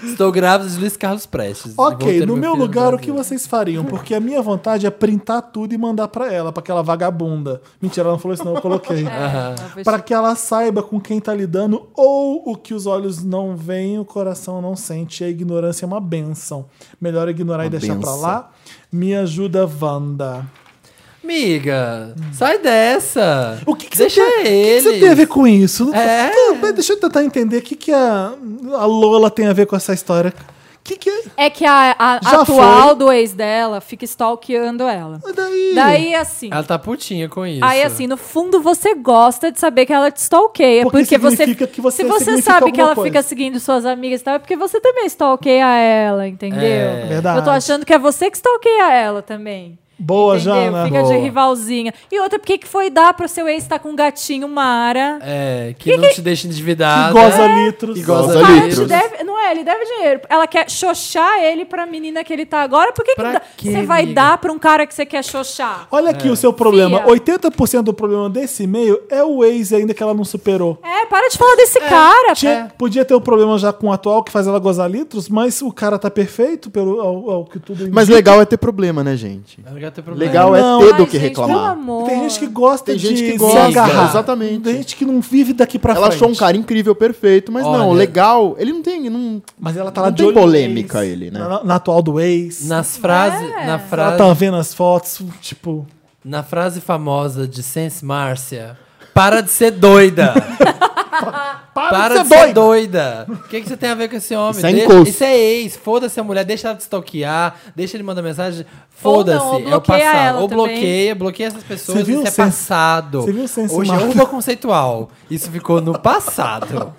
Speaker 1: Estou grávida de Luiz Carlos Prestes. e vou
Speaker 2: Ok,
Speaker 1: ter
Speaker 2: no meu
Speaker 1: filho
Speaker 2: lugar, o que
Speaker 1: Brasil.
Speaker 2: vocês fariam? Porque a minha vontade é printar tudo e mandar pra ela, pra aquela vagabunda. Mentira, ela não falou isso, não, eu coloquei.
Speaker 4: É.
Speaker 2: Pra que ela saiba com quem tá lidando, ou o que os olhos não veem, o coração não sente. E a ignorância é uma benção. Melhor ignorar e
Speaker 3: Uma
Speaker 2: deixar pra
Speaker 3: benção.
Speaker 2: lá. Me ajuda, Wanda.
Speaker 1: Miga, sai dessa.
Speaker 2: O que, que
Speaker 1: Deixa
Speaker 2: você, tem-
Speaker 1: eles.
Speaker 2: O que que, você tem a ver com isso?
Speaker 1: É.
Speaker 2: Tá, mas Deixa eu tentar entender o que, que a, a Lola tem a ver com essa história. O que, que é.
Speaker 4: É que a, a
Speaker 2: Já
Speaker 4: atual
Speaker 2: foi.
Speaker 4: do ex dela fica stalkeando ela.
Speaker 2: Daí.
Speaker 4: Daí, assim.
Speaker 1: Ela tá putinha com isso.
Speaker 4: Aí, assim, no fundo você gosta de saber que ela te stalkeia.
Speaker 2: Porque
Speaker 4: Porque, você,
Speaker 2: significa que você
Speaker 4: Se você
Speaker 2: significa
Speaker 4: sabe que
Speaker 2: alguma
Speaker 4: ela
Speaker 2: coisa.
Speaker 4: fica seguindo suas amigas e tal, é porque você também stalkeia ela, entendeu?
Speaker 1: É.
Speaker 2: Verdade.
Speaker 4: Eu tô achando que é você que stalkeia ela também.
Speaker 2: Boa,
Speaker 4: entendeu?
Speaker 2: Jana.
Speaker 4: Fica
Speaker 1: Boa.
Speaker 4: de rivalzinha. E outra, por que que foi dar pro seu ex estar com um gatinho Mara?
Speaker 1: É, que, não te deixa endividada.
Speaker 2: Que goza litros.
Speaker 1: E goza
Speaker 3: Goza
Speaker 4: Ah,
Speaker 3: litros.
Speaker 4: ele deve- não é, ele deve dinheiro. Ela quer xoxar ele pra menina que ele tá agora. Por que, que
Speaker 1: Pra
Speaker 4: dá-
Speaker 1: quê,
Speaker 4: você vai
Speaker 1: amiga?
Speaker 4: dar pra um cara que você quer xoxar?
Speaker 2: Olha
Speaker 3: É.
Speaker 2: aqui o seu problema.
Speaker 4: Fia.
Speaker 2: 80% do problema desse e-mail é o ex ainda que ela não superou.
Speaker 4: É, para de falar desse cara.
Speaker 2: Tinha-
Speaker 3: É.
Speaker 2: Podia ter o problema já com o atual que faz ela gozar litros, mas o cara tá perfeito pelo ao, ao que tudo indica.
Speaker 3: Mas legal é ter problema, né, gente?
Speaker 1: Ela quer ter problema.
Speaker 3: Legal
Speaker 2: Não.
Speaker 3: é ter
Speaker 4: Ai,
Speaker 3: do que
Speaker 4: gente, pelo
Speaker 3: reclamar.
Speaker 4: amor.
Speaker 2: Tem gente que gosta
Speaker 3: Tem gente
Speaker 2: de
Speaker 3: que
Speaker 2: se
Speaker 3: gosta,
Speaker 2: agarrar.
Speaker 3: exatamente.
Speaker 2: Tem gente que não vive daqui pra
Speaker 3: Ela
Speaker 2: frente.
Speaker 3: achou um cara incrível, perfeito, mas não,
Speaker 1: Olha.
Speaker 3: legal. Ele não tem. Não...
Speaker 2: Mas ela tá lá
Speaker 3: Não
Speaker 2: de
Speaker 3: tem
Speaker 2: olho no
Speaker 3: polêmica
Speaker 2: ex,
Speaker 3: ele, né?
Speaker 2: Na, na atual do ex.
Speaker 1: Nas frases. Na
Speaker 2: Ela
Speaker 1: frase.
Speaker 2: tá vendo as fotos, tipo.
Speaker 1: Na frase famosa de Sense Márcia, para de ser doida.
Speaker 2: Para,
Speaker 1: Para de ser doida. O que, que você tem a ver com esse homem?
Speaker 3: Isso é
Speaker 1: Deixa-
Speaker 3: encosto.
Speaker 1: isso é ex. Foda-se a mulher. Deixa ela te stalkear. Deixa ele mandar mensagem.
Speaker 4: Ou não,
Speaker 1: Foda-se.
Speaker 4: ou
Speaker 1: É o
Speaker 4: bloqueia
Speaker 1: passado.
Speaker 4: ela
Speaker 1: Ou
Speaker 4: também.
Speaker 1: bloqueia, bloqueia essas
Speaker 2: Você
Speaker 1: pessoas.
Speaker 2: viu
Speaker 1: Isso é
Speaker 2: o Sense-
Speaker 1: passado.
Speaker 2: Você viu o Sense
Speaker 1: Hoje é
Speaker 2: Márcia?
Speaker 1: urba conceitual. Isso ficou no passado.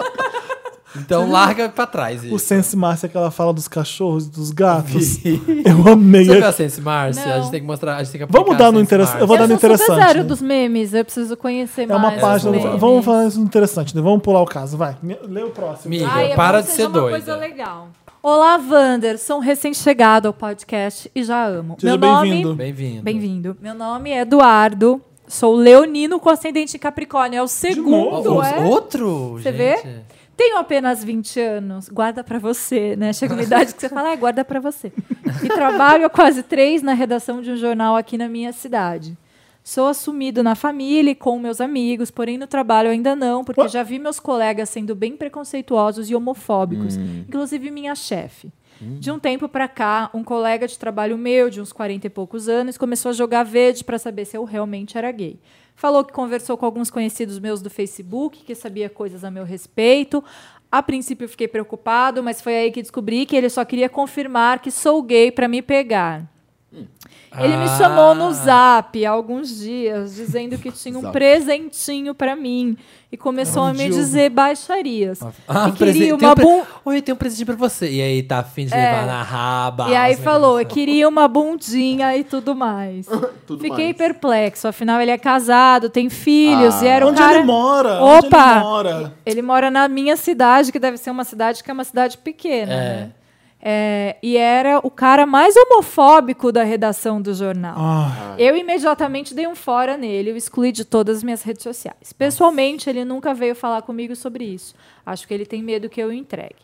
Speaker 1: Então larga pra trás
Speaker 2: O
Speaker 1: isso.
Speaker 2: Sense Márcia que ela fala dos cachorros e dos gatos. Eu amei.
Speaker 1: Você viu a Sense Márcia? A
Speaker 4: Não.
Speaker 1: gente tem que mostrar. A gente tem que
Speaker 2: Vamos
Speaker 1: aplicar
Speaker 2: dar no
Speaker 1: Sense
Speaker 2: interesse-
Speaker 1: Márcia.
Speaker 2: eu vou dar-
Speaker 4: eu
Speaker 2: no
Speaker 4: sou super
Speaker 2: interessante,
Speaker 4: zero
Speaker 2: né?
Speaker 4: dos memes, eu preciso conhecer
Speaker 2: É
Speaker 4: mais.
Speaker 2: uma página.
Speaker 1: memes.
Speaker 2: do- Vamos falar isso interessante, né? Vamos pular o caso, vai. Me- Lê o próximo.
Speaker 1: Amiga,
Speaker 4: Ai, é
Speaker 1: para de
Speaker 4: bom que
Speaker 1: ser
Speaker 4: seja uma
Speaker 1: doida.
Speaker 4: coisa legal. Olá, Wander. Sou um recém-chegado ao podcast e já amo.
Speaker 2: Seja
Speaker 4: Meu nome...
Speaker 2: bem-vindo.
Speaker 1: Bem-vindo.
Speaker 4: Bem-vindo. Meu nome é Eduardo. Sou leonino com ascendente em Capricórnio. É o segundo,
Speaker 2: novo?
Speaker 4: é?
Speaker 1: Outro?
Speaker 4: Você
Speaker 1: gente.
Speaker 4: vê? Tenho apenas 20 anos. Guarda pra você, né? Chega uma idade que você fala, ah, guarda pra você. E trabalho há quase três na redação de um jornal aqui na minha cidade. Sou assumido na família e com meus amigos, porém no trabalho ainda não, porque já vi meus colegas sendo bem preconceituosos e homofóbicos, inclusive minha chefe. De um tempo pra cá, um colega de trabalho meu, de uns 40 e poucos anos, começou a jogar verde pra saber se eu realmente era gay. Falou que conversou com alguns conhecidos meus do Facebook, que sabia coisas a meu respeito. A princípio eu fiquei preocupado, mas foi aí que descobri que ele só queria confirmar que sou gay pra me pegar. Ele me
Speaker 1: Ah.
Speaker 4: chamou no zap há alguns dias, dizendo que tinha um
Speaker 3: Zap.
Speaker 4: presentinho pra mim. E começou a me dizer baixarias.
Speaker 1: Ah,
Speaker 4: e
Speaker 1: um presente.
Speaker 4: queria
Speaker 1: Tem um
Speaker 4: uma
Speaker 1: pre-
Speaker 4: bunda.
Speaker 1: Oi, tem um presente pra você. E aí, tá afim de levar na raba.
Speaker 4: E aí
Speaker 1: uns
Speaker 4: falou,
Speaker 1: negócios.
Speaker 4: queria uma bundinha e tudo mais.
Speaker 3: Tudo
Speaker 4: Fiquei
Speaker 3: mais.
Speaker 4: perplexo, afinal ele é casado, tem filhos,
Speaker 3: Ah.
Speaker 4: e era um
Speaker 2: Onde
Speaker 4: cara...
Speaker 2: ele mora? Onde
Speaker 4: Opa!
Speaker 2: ele mora?
Speaker 4: Ele mora na minha cidade, que deve ser uma cidade que é uma cidade pequena. né? É, e era o cara mais homofóbico da redação do jornal.
Speaker 2: Ah,
Speaker 4: Eu imediatamente dei um fora nele, eu excluí de todas as minhas redes sociais. Pessoalmente, ele nunca veio falar comigo sobre isso. Acho que ele tem medo que eu o entregue.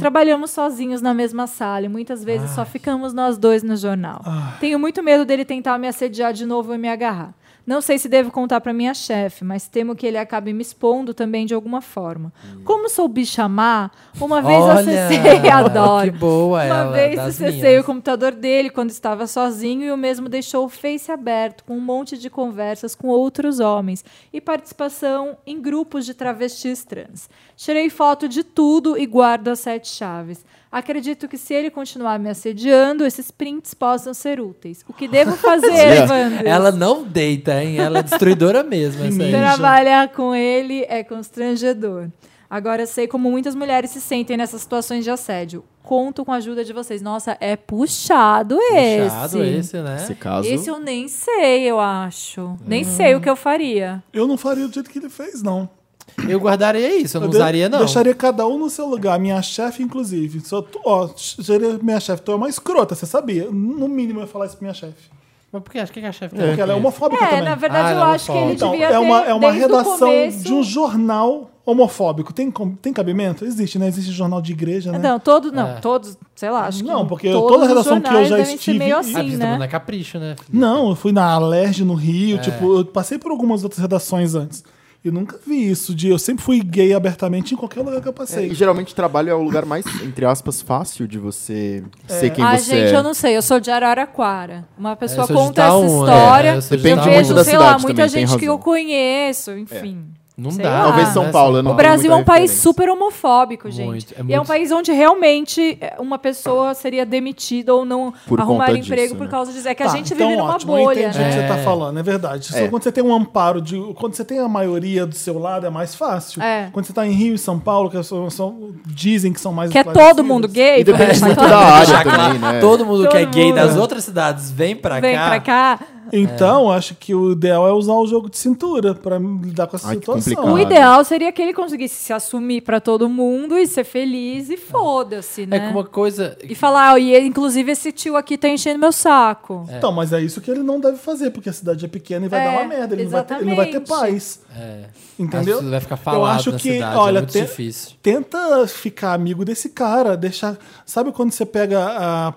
Speaker 4: Trabalhamos sozinhos na mesma sala e muitas vezes só ficamos nós dois no jornal. Tenho muito medo dele tentar me assediar de novo e me agarrar. Não sei se devo contar para minha chefe, mas temo que ele acabe me expondo também de alguma forma. Como sou bicha má, uma vez
Speaker 1: Olha,
Speaker 4: acessei, adoro.
Speaker 1: Que boa
Speaker 4: Uma
Speaker 1: ela.
Speaker 4: vez
Speaker 1: das
Speaker 4: acessei
Speaker 1: minhas.
Speaker 4: o computador dele quando estava sozinho e o mesmo deixou o Face aberto com um monte de conversas com outros homens e participação em grupos de travestis trans. Tirei foto de tudo e guardo as sete chaves. Acredito que se ele continuar me assediando, esses prints possam ser úteis. O que devo fazer,
Speaker 3: Yeah.
Speaker 4: Evandro?
Speaker 1: Ela não deita, hein? Ela é destruidora mesmo. essa aí.
Speaker 4: Trabalhar com ele é constrangedor. Agora sei como muitas mulheres se sentem nessas situações de assédio. Conto com a ajuda de vocês. Nossa, é puxado esse.
Speaker 1: Puxado esse, né?
Speaker 3: Esse caso.
Speaker 4: Esse eu nem sei, eu acho.
Speaker 1: É.
Speaker 4: Nem sei o que eu faria.
Speaker 2: eu não faria do jeito que ele fez, não.
Speaker 1: Eu guardaria isso, eu não
Speaker 2: de-
Speaker 1: usaria, não.
Speaker 2: Deixaria cada um no seu lugar, minha chefe, inclusive. Só tu, ó, seria minha chefe, tu é uma escrota, você sabia? No mínimo eu ia falar isso pra minha chefe.
Speaker 1: Mas por que? Acho que a chefe
Speaker 2: Porque ela é homofóbica
Speaker 4: É,
Speaker 2: também.
Speaker 4: na verdade,
Speaker 1: Ah,
Speaker 4: eu
Speaker 1: não,
Speaker 4: acho que ele
Speaker 1: foda.
Speaker 2: Então,
Speaker 4: devia
Speaker 2: é uma,
Speaker 4: ter,
Speaker 2: é uma
Speaker 4: desde o
Speaker 2: redação
Speaker 4: começo-
Speaker 2: de um jornal homofóbico. Tem, com- tem cabimento? Existe, né? Existe jornal de igreja, né?
Speaker 4: Não, todos, não,
Speaker 1: É.
Speaker 4: todos, sei lá, acho
Speaker 2: Não,
Speaker 4: que
Speaker 2: porque
Speaker 4: todos
Speaker 2: toda
Speaker 4: os
Speaker 2: redação que eu
Speaker 4: jornais
Speaker 2: já
Speaker 4: devem ser meio
Speaker 2: estive-
Speaker 1: Ah,
Speaker 4: assim,
Speaker 1: porque todo
Speaker 4: né?
Speaker 1: mundo é capricho, né? filho?
Speaker 2: Não, eu fui na Alerj no Rio, tipo, eu passei por algumas outras redações antes. Eu nunca vi isso de eu sempre fui gay abertamente em qualquer lugar que eu
Speaker 3: É,
Speaker 2: passei.
Speaker 3: e geralmente trabalho é o lugar mais, entre aspas, fácil de você ser quem
Speaker 4: ah,
Speaker 3: você
Speaker 4: gente,
Speaker 3: é.
Speaker 4: eu não sei, eu sou de Araraquara. Uma pessoa
Speaker 1: eu sou É, de
Speaker 4: É conta essa
Speaker 1: Itaúna,
Speaker 4: história.
Speaker 1: é, eu sou de
Speaker 4: eu
Speaker 3: Itaúna.
Speaker 4: vejo,
Speaker 3: Depende muito
Speaker 4: sei
Speaker 3: da
Speaker 4: lá,
Speaker 3: cidade
Speaker 4: muita
Speaker 3: também, tem
Speaker 4: gente que eu
Speaker 3: razão.
Speaker 4: conheço,
Speaker 3: É.
Speaker 4: enfim.
Speaker 1: Não
Speaker 4: Sei
Speaker 1: dá.
Speaker 4: lá. Talvez São
Speaker 1: né?
Speaker 3: Paulo, eu não
Speaker 4: O
Speaker 3: tenho
Speaker 4: Brasil é um
Speaker 3: muita
Speaker 4: país
Speaker 3: referência.
Speaker 4: super homofóbico, gente.
Speaker 1: Muito, é
Speaker 4: E é um
Speaker 1: muito.
Speaker 4: país onde realmente é, uma pessoa seria demitida ou não
Speaker 3: Por
Speaker 4: arrumar
Speaker 3: conta
Speaker 4: emprego
Speaker 3: disso,
Speaker 4: por
Speaker 3: né?
Speaker 4: causa disso. É que a
Speaker 2: Tá,
Speaker 4: gente
Speaker 2: então,
Speaker 4: vive numa
Speaker 2: ótimo, Eu
Speaker 4: bolha,
Speaker 2: entendi o que
Speaker 4: né?
Speaker 2: você tá falando, é verdade. Só
Speaker 3: É.
Speaker 2: quando você tem um amparo de. Quando você tem a maioria do seu lado, é mais fácil.
Speaker 4: É.
Speaker 2: Quando você tá em Rio e São Paulo, que as pessoas são- dizem que são mais
Speaker 4: Que é
Speaker 2: esclarecidas,
Speaker 4: todo mundo gay,
Speaker 3: E depende
Speaker 4: porque-
Speaker 3: muito
Speaker 1: Pra
Speaker 3: da área
Speaker 1: deixar claro,
Speaker 3: também, né?
Speaker 1: Todo mundo que é
Speaker 4: é Todo
Speaker 1: gay
Speaker 4: mundo.
Speaker 1: das outras cidades vem pra
Speaker 4: Vem
Speaker 1: cá.
Speaker 4: pra cá.
Speaker 2: Então, acho que o ideal é usar o jogo de cintura pra lidar com essa
Speaker 3: Ai, que
Speaker 2: situação.
Speaker 3: complicado.
Speaker 4: O
Speaker 3: Claro.
Speaker 4: ideal seria que ele conseguisse se assumir pra todo mundo e ser feliz e foda-se,
Speaker 1: É
Speaker 4: né?
Speaker 1: que uma coisa.
Speaker 4: E falar, ó, e inclusive esse tio aqui tá enchendo meu saco.
Speaker 2: Então, mas é isso que ele não deve fazer, porque a cidade é pequena e vai
Speaker 4: É,
Speaker 2: dar uma merda. Ele não, vai ter, ele não vai ter
Speaker 4: exatamente.
Speaker 2: paz.
Speaker 3: É.
Speaker 2: Entendeu?
Speaker 1: Acho que vai ficar falado na cidade, é muito
Speaker 2: te-
Speaker 1: difícil.
Speaker 2: tenta ficar amigo desse cara, deixar. Sabe quando você pega a.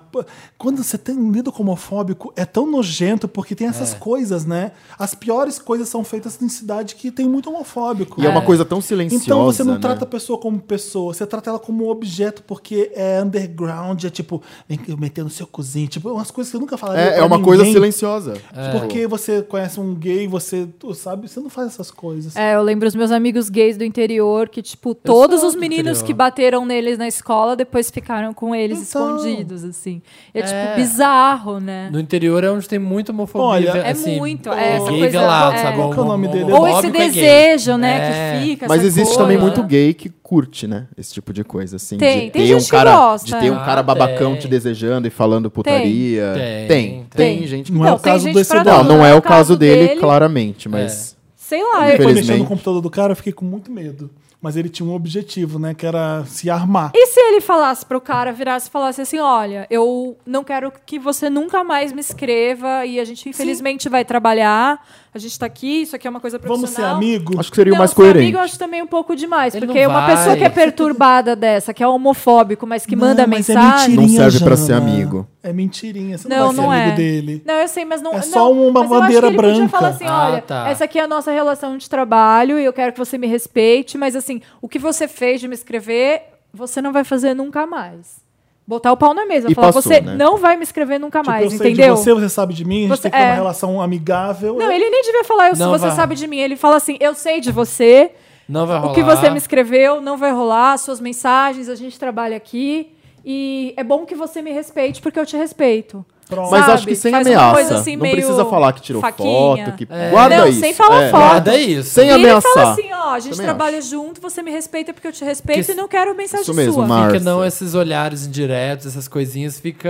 Speaker 2: Quando você tem lido com homofóbico, é tão nojento porque tem
Speaker 3: É.
Speaker 2: essas coisas, né? As piores coisas são feitas em cidade que tem muito homofóbico.
Speaker 3: E é uma coisa tão silenciosa.
Speaker 2: Então você não
Speaker 3: né?
Speaker 2: trata a pessoa como pessoa, você trata ela como um objeto, porque é underground, é tipo, vem que eu meter no seu cozinho, tipo, umas coisas que eu nunca falaria.
Speaker 3: É, é
Speaker 2: pra
Speaker 3: uma coisa
Speaker 2: ninguém. É.
Speaker 3: silenciosa. tipo,
Speaker 2: Porque você conhece um gay, você tu sabe, você não faz essas coisas.
Speaker 4: É, eu lembro os meus amigos gays do interior que, tipo, todos
Speaker 1: sou
Speaker 4: os
Speaker 1: do
Speaker 4: meninos
Speaker 1: interior.
Speaker 4: que bateram neles na escola depois ficaram com eles
Speaker 2: Então.
Speaker 4: escondidos, assim. É,
Speaker 1: É.
Speaker 4: tipo, bizarro, né?
Speaker 1: No interior é onde tem muita homofobia.
Speaker 2: Olha,
Speaker 1: ve-
Speaker 4: É
Speaker 1: assim,
Speaker 4: muito, é, essa
Speaker 1: gay
Speaker 4: coisa-
Speaker 1: velado,
Speaker 4: é.
Speaker 1: sabe?
Speaker 2: Qual que é o nome dele?
Speaker 4: Ou esse
Speaker 1: Homofóbico é gay.
Speaker 4: desejo, né,
Speaker 1: É.
Speaker 4: que fica.
Speaker 3: Mas
Speaker 4: essa
Speaker 3: existe
Speaker 4: coisa. é.
Speaker 3: também muito gay que curte, né? Esse tipo de coisa, assim.
Speaker 4: Tem,
Speaker 3: de
Speaker 4: tem
Speaker 3: ter
Speaker 4: gente
Speaker 3: um
Speaker 4: que
Speaker 3: cara,
Speaker 4: gosta,
Speaker 3: De ter um
Speaker 1: é.
Speaker 3: cara
Speaker 1: Ah,
Speaker 3: babacão
Speaker 1: tem.
Speaker 3: te desejando e falando putaria.
Speaker 1: Tem,
Speaker 3: Tem,
Speaker 4: tem.
Speaker 3: tem gente que
Speaker 2: Não é
Speaker 4: Não,
Speaker 2: o
Speaker 4: tem
Speaker 2: caso
Speaker 4: gente
Speaker 2: do esse
Speaker 4: pra um
Speaker 2: dela.
Speaker 3: Não,
Speaker 4: tudo,
Speaker 3: não é o caso dele, claramente, mas.
Speaker 4: Sei
Speaker 2: Ele foi
Speaker 4: lá, eu-
Speaker 2: mexendo
Speaker 3: Infelizmente.
Speaker 2: no computador do cara, eu fiquei com muito medo. Mas ele tinha um objetivo, né? Que era se armar.
Speaker 4: E se ele falasse pro cara, virasse e falasse assim: olha, eu não quero que você nunca mais me escreva e a gente infelizmente vai trabalhar, a gente tá aqui, isso aqui é uma coisa profissional.
Speaker 2: Vamos ser
Speaker 1: É.
Speaker 2: amigo?
Speaker 3: Acho que seria o
Speaker 4: Não,
Speaker 3: mais
Speaker 4: ser
Speaker 3: coerente.
Speaker 4: amigo eu acho também um pouco demais,
Speaker 1: Ele
Speaker 4: porque
Speaker 1: não
Speaker 4: uma
Speaker 1: vai.
Speaker 4: pessoa que é perturbada dessa, que é homofóbico, mas que
Speaker 2: Não,
Speaker 4: manda
Speaker 2: mas é
Speaker 4: mensagem.
Speaker 2: mentirinha,
Speaker 3: Não serve pra
Speaker 2: Jana.
Speaker 3: ser amigo.
Speaker 2: É mentirinha, você não,
Speaker 4: Não,
Speaker 2: vai
Speaker 4: não
Speaker 2: ser amigo
Speaker 4: é.
Speaker 2: dele.
Speaker 4: Não, eu sei, mas não.
Speaker 2: É só
Speaker 4: não,
Speaker 2: uma
Speaker 4: mas eu acho
Speaker 2: bandeira
Speaker 4: que ele podia
Speaker 2: branca.
Speaker 4: falar assim:
Speaker 1: Ah,
Speaker 4: olha,
Speaker 1: tá.
Speaker 4: essa aqui é a nossa relação de trabalho e eu quero que você me respeite, mas assim, o que você fez de me escrever, você não vai fazer nunca mais. botar o pau na mesa.
Speaker 3: E
Speaker 4: falar,
Speaker 3: passou,
Speaker 4: você
Speaker 3: né?
Speaker 4: não vai me escrever nunca
Speaker 2: Tipo,
Speaker 4: mais,
Speaker 2: eu sei
Speaker 4: entendeu?
Speaker 2: de você, você sabe de mim, a gente
Speaker 4: Você-
Speaker 2: tem que ter
Speaker 4: é.
Speaker 2: uma relação amigável. é
Speaker 4: Não, ele nem devia falar, eu, se
Speaker 1: Não
Speaker 4: você
Speaker 1: vai.
Speaker 4: sabe de mim. Ele fala assim, eu sei de você,
Speaker 1: Não vai rolar.
Speaker 4: o que você me escreveu não vai rolar, suas mensagens, a gente trabalha aqui. E é bom que você me respeite, porque eu te respeito.
Speaker 2: Pronto.
Speaker 3: Mas
Speaker 4: Sabe?
Speaker 3: acho que sem
Speaker 4: Faz uma coisa
Speaker 3: ameaça.
Speaker 4: assim,
Speaker 3: não
Speaker 4: meio
Speaker 3: precisa falar que tirou
Speaker 4: faquinha.
Speaker 3: foto, que
Speaker 1: É.
Speaker 3: guarda
Speaker 4: Não,
Speaker 3: isso.
Speaker 4: sem falar foto.
Speaker 1: Guarda isso.
Speaker 3: Sem
Speaker 4: e ele
Speaker 3: ameaçar.
Speaker 4: fala assim, ó, a gente
Speaker 3: Também
Speaker 4: trabalha junto, você me respeita porque eu te respeito
Speaker 1: Que-
Speaker 4: e não quero mensagem
Speaker 3: Isso mesmo,
Speaker 4: sua.
Speaker 3: Márcia.
Speaker 1: Fica não esses olhares indiretos, essas coisinhas, fica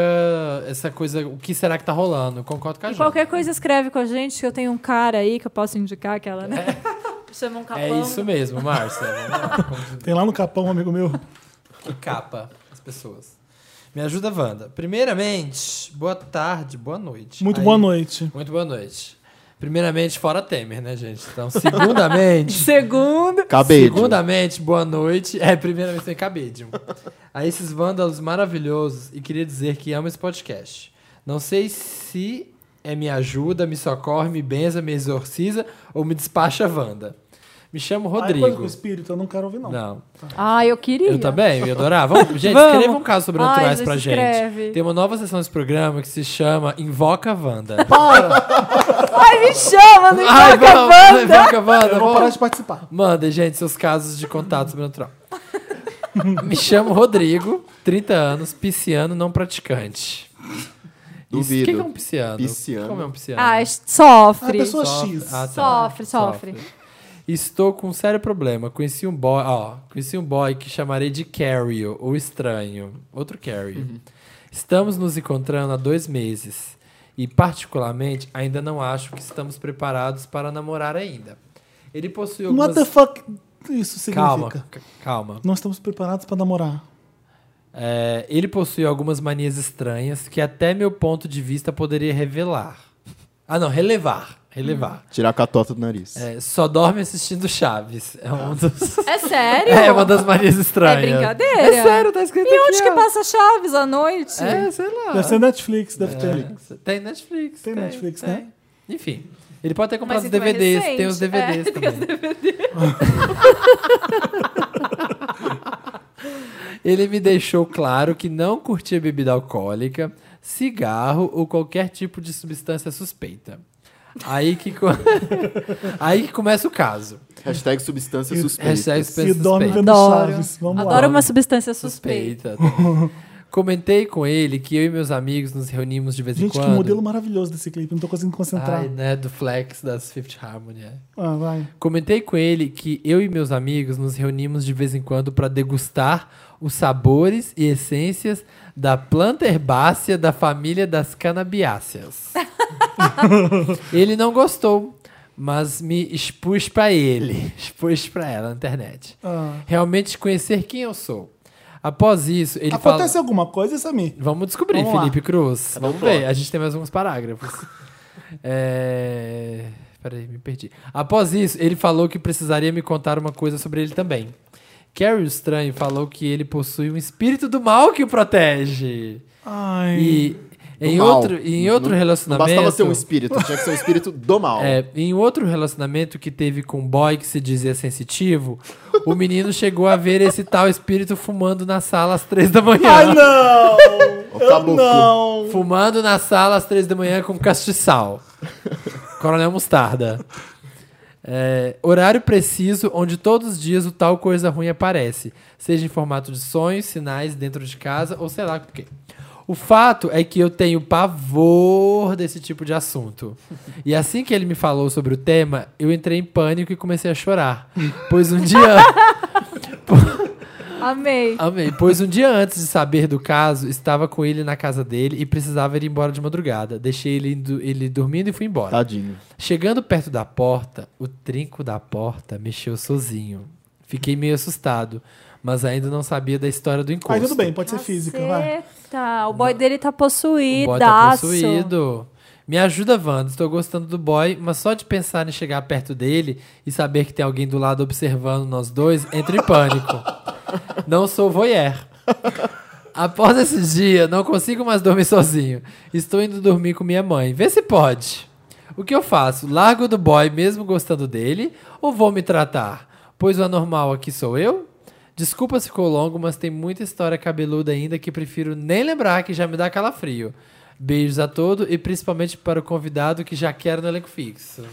Speaker 1: essa coisa, o que será que tá rolando? Eu Concordo com a
Speaker 4: E
Speaker 1: gente.
Speaker 4: qualquer coisa escreve com a gente, que eu tenho um cara aí que eu posso indicar aquela, né? Chama um capão.
Speaker 1: É isso mesmo, Márcia. Vamos lá, como
Speaker 2: Tem lá no capão um amigo meu.
Speaker 1: que capa as pessoas. Me ajuda, Wanda. Primeiramente, boa tarde, boa noite.
Speaker 2: Muito
Speaker 1: Aí,
Speaker 2: boa noite.
Speaker 1: Muito boa noite. Primeiramente, fora Temer, né, gente? Então, segundamente,
Speaker 4: Segundo.
Speaker 3: Cabelo.
Speaker 1: Segundamente, boa noite. É, primeiramente tem cabedium. A esses vândalos maravilhosos e queria dizer que amo esse podcast. Não sei se é me ajuda, me socorre, me benza, me exorciza ou me despacha Wanda. Me chamo
Speaker 2: Ai, coisa com
Speaker 1: Rodrigo.
Speaker 2: espírito, eu não quero ouvir, não.
Speaker 1: Não.
Speaker 4: Ah, eu queria.
Speaker 1: Eu também, eu ia adorar. Vamos, gente, um
Speaker 4: Vamos.
Speaker 1: escrevam casos sobrenaturais
Speaker 4: Ai,
Speaker 1: pra
Speaker 4: gente,
Speaker 1: gente.
Speaker 4: escreve.
Speaker 1: Tem uma nova sessão desse programa que se chama Invoca Wanda.
Speaker 4: Ai, me chama, né? não
Speaker 1: Ah.
Speaker 4: invoca a
Speaker 1: vamos,
Speaker 4: banda.
Speaker 1: Invoca Wanda.
Speaker 2: Eu vou
Speaker 1: vamos.
Speaker 2: parar de participar.
Speaker 1: Mandem, gente, seus casos de contato sobrenatural. Me chamo Rodrigo, 30 anos, pisciano não praticante. Isso, O
Speaker 3: Duvido.
Speaker 1: que que é um pisciano?
Speaker 3: Pisciano.
Speaker 1: Como é um pisciano?
Speaker 4: Ai,
Speaker 2: A
Speaker 4: Ah, sofre.
Speaker 2: pessoa
Speaker 1: Sofre.
Speaker 2: X.
Speaker 1: Ah, tá.
Speaker 4: Sofre, sofre.
Speaker 1: Estou com um sério problema. Conheci um boy, ó, conheci um boy que chamarei de Carrie, ou estranho. Outro Carrie.
Speaker 3: Uhum.
Speaker 1: Estamos nos encontrando há dois meses. E, particularmente, ainda não acho que estamos preparados para namorar ainda. Ele possui algumas...
Speaker 2: What the fuck isso significa?
Speaker 1: Calma, c- calma.
Speaker 2: Não estamos preparados pra namorar.
Speaker 1: É, ele possui algumas manias estranhas que até meu ponto de vista poderia revelar. Ah, não, relevar. Relevar.
Speaker 3: Tirar a catota do nariz.
Speaker 1: É, só dorme assistindo Chaves. É, um dos-
Speaker 4: É sério?
Speaker 1: é uma das manias
Speaker 4: É
Speaker 1: estranhas.
Speaker 4: brincadeira?
Speaker 1: É sério, tá escrito
Speaker 4: E onde
Speaker 1: aqui,
Speaker 4: que
Speaker 1: ó.
Speaker 4: passa Chaves à noite?
Speaker 1: É, sei lá.
Speaker 2: Deve ser Netflix, deve ter.
Speaker 1: É, tem Netflix.
Speaker 2: Tem Netflix,
Speaker 1: tem.
Speaker 2: né?
Speaker 1: Enfim. Ele pode ter comprado
Speaker 4: Mas
Speaker 1: os
Speaker 4: então é
Speaker 1: DVDs. tem
Speaker 4: recente.
Speaker 1: os DVDs
Speaker 4: É, tem
Speaker 1: também.
Speaker 4: os
Speaker 1: Ele me deixou claro que não curtia bebida alcoólica, cigarro ou qualquer tipo de substância suspeita. Aí que, co- Aí que começa o caso.
Speaker 3: Hashtag substância suspeita.
Speaker 1: Hashtag
Speaker 2: E dorme
Speaker 1: suspeita.
Speaker 2: vendo
Speaker 4: Adoro.
Speaker 2: Chaves. Vamos
Speaker 4: Adoro
Speaker 2: lá.
Speaker 4: uma substância suspeita.
Speaker 1: suspeita. Comentei com ele que eu e meus amigos nos reunimos de vez em
Speaker 2: Gente,
Speaker 1: quando.
Speaker 2: que modelo maravilhoso desse clipe. Não tô conseguindo concentrar.
Speaker 1: Ai, né, do Flex das Fifth Harmony. é.
Speaker 2: Ah, vai.
Speaker 1: Comentei com ele que eu e meus amigos nos reunimos de vez em quando para degustar os sabores e essências da planta herbácea da família das canabiáceas. ele não gostou, mas me expus para ele, expus para ela na internet.
Speaker 2: Ah.
Speaker 1: Realmente conhecer quem eu sou. Após isso, ele fala...
Speaker 2: Acontece alguma coisa, Samir?
Speaker 1: Vamos descobrir,
Speaker 2: Vamos lá.
Speaker 1: Felipe
Speaker 3: Então
Speaker 1: Cruz. Vamos ver. A gente tem mais alguns parágrafos. é... Peraí, me perdi. Após isso, ele falou que precisaria me contar uma coisa sobre ele também. Carrie o Estranho falou que ele possui um espírito do mal que o protege.
Speaker 2: Ai.
Speaker 1: E
Speaker 3: Do
Speaker 1: em
Speaker 3: mal.
Speaker 1: outro, em outro
Speaker 3: não,
Speaker 1: relacionamento.
Speaker 3: Não bastava ser um espírito, tinha que ser um espírito do mal.
Speaker 1: É, em outro relacionamento que teve com um boy que se dizia sensitivo, o menino chegou a ver esse tal espírito fumando na sala às três da manhã.
Speaker 2: Ai, não!
Speaker 3: Ó,
Speaker 2: Eu
Speaker 1: Tá
Speaker 3: caboclo.
Speaker 2: não!
Speaker 1: Fumando na sala às três da manhã com castiçal. Coronel Mostarda. É, horário preciso onde todos os dias o tal coisa ruim aparece. Seja em formato de sonhos, sinais dentro de casa ou sei lá o quê. O fato é que eu tenho pavor desse tipo de assunto. E assim que ele me falou sobre o tema, eu entrei em pânico e comecei a chorar. Pois um dia.
Speaker 4: Amei.
Speaker 1: Amei. Pois um dia antes de saber do caso, estava com ele na casa dele e precisava ir embora de madrugada. Deixei ele, indo- ele dormindo e fui embora.
Speaker 2: Tá.
Speaker 3: Tadinho.
Speaker 1: Chegando perto da porta, o trinco da porta mexeu sozinho. Fiquei meio assustado, mas ainda não sabia da história do encosto.
Speaker 2: Ai, tudo bem, pode ser física, vai.
Speaker 4: Caceta, O boy dele tá possuído.
Speaker 1: O boy tá possuído. Me ajuda, Wanda. Estou gostando do boy, mas só de pensar em chegar perto dele e saber que tem alguém do lado observando nós dois, entro em pânico. Não sou voyeur. Após esse dia, não consigo mais dormir sozinho. Estou indo dormir com minha mãe. Vê se pode. O que eu faço? Largo do boy mesmo gostando dele ou vou me tratar? Pois o anormal aqui sou eu? Desculpa se ficou longo, mas tem muita história cabeluda ainda que prefiro nem lembrar que já me dá calafrio. Beijos a todo e principalmente para o convidado que já quero no elenco fixo.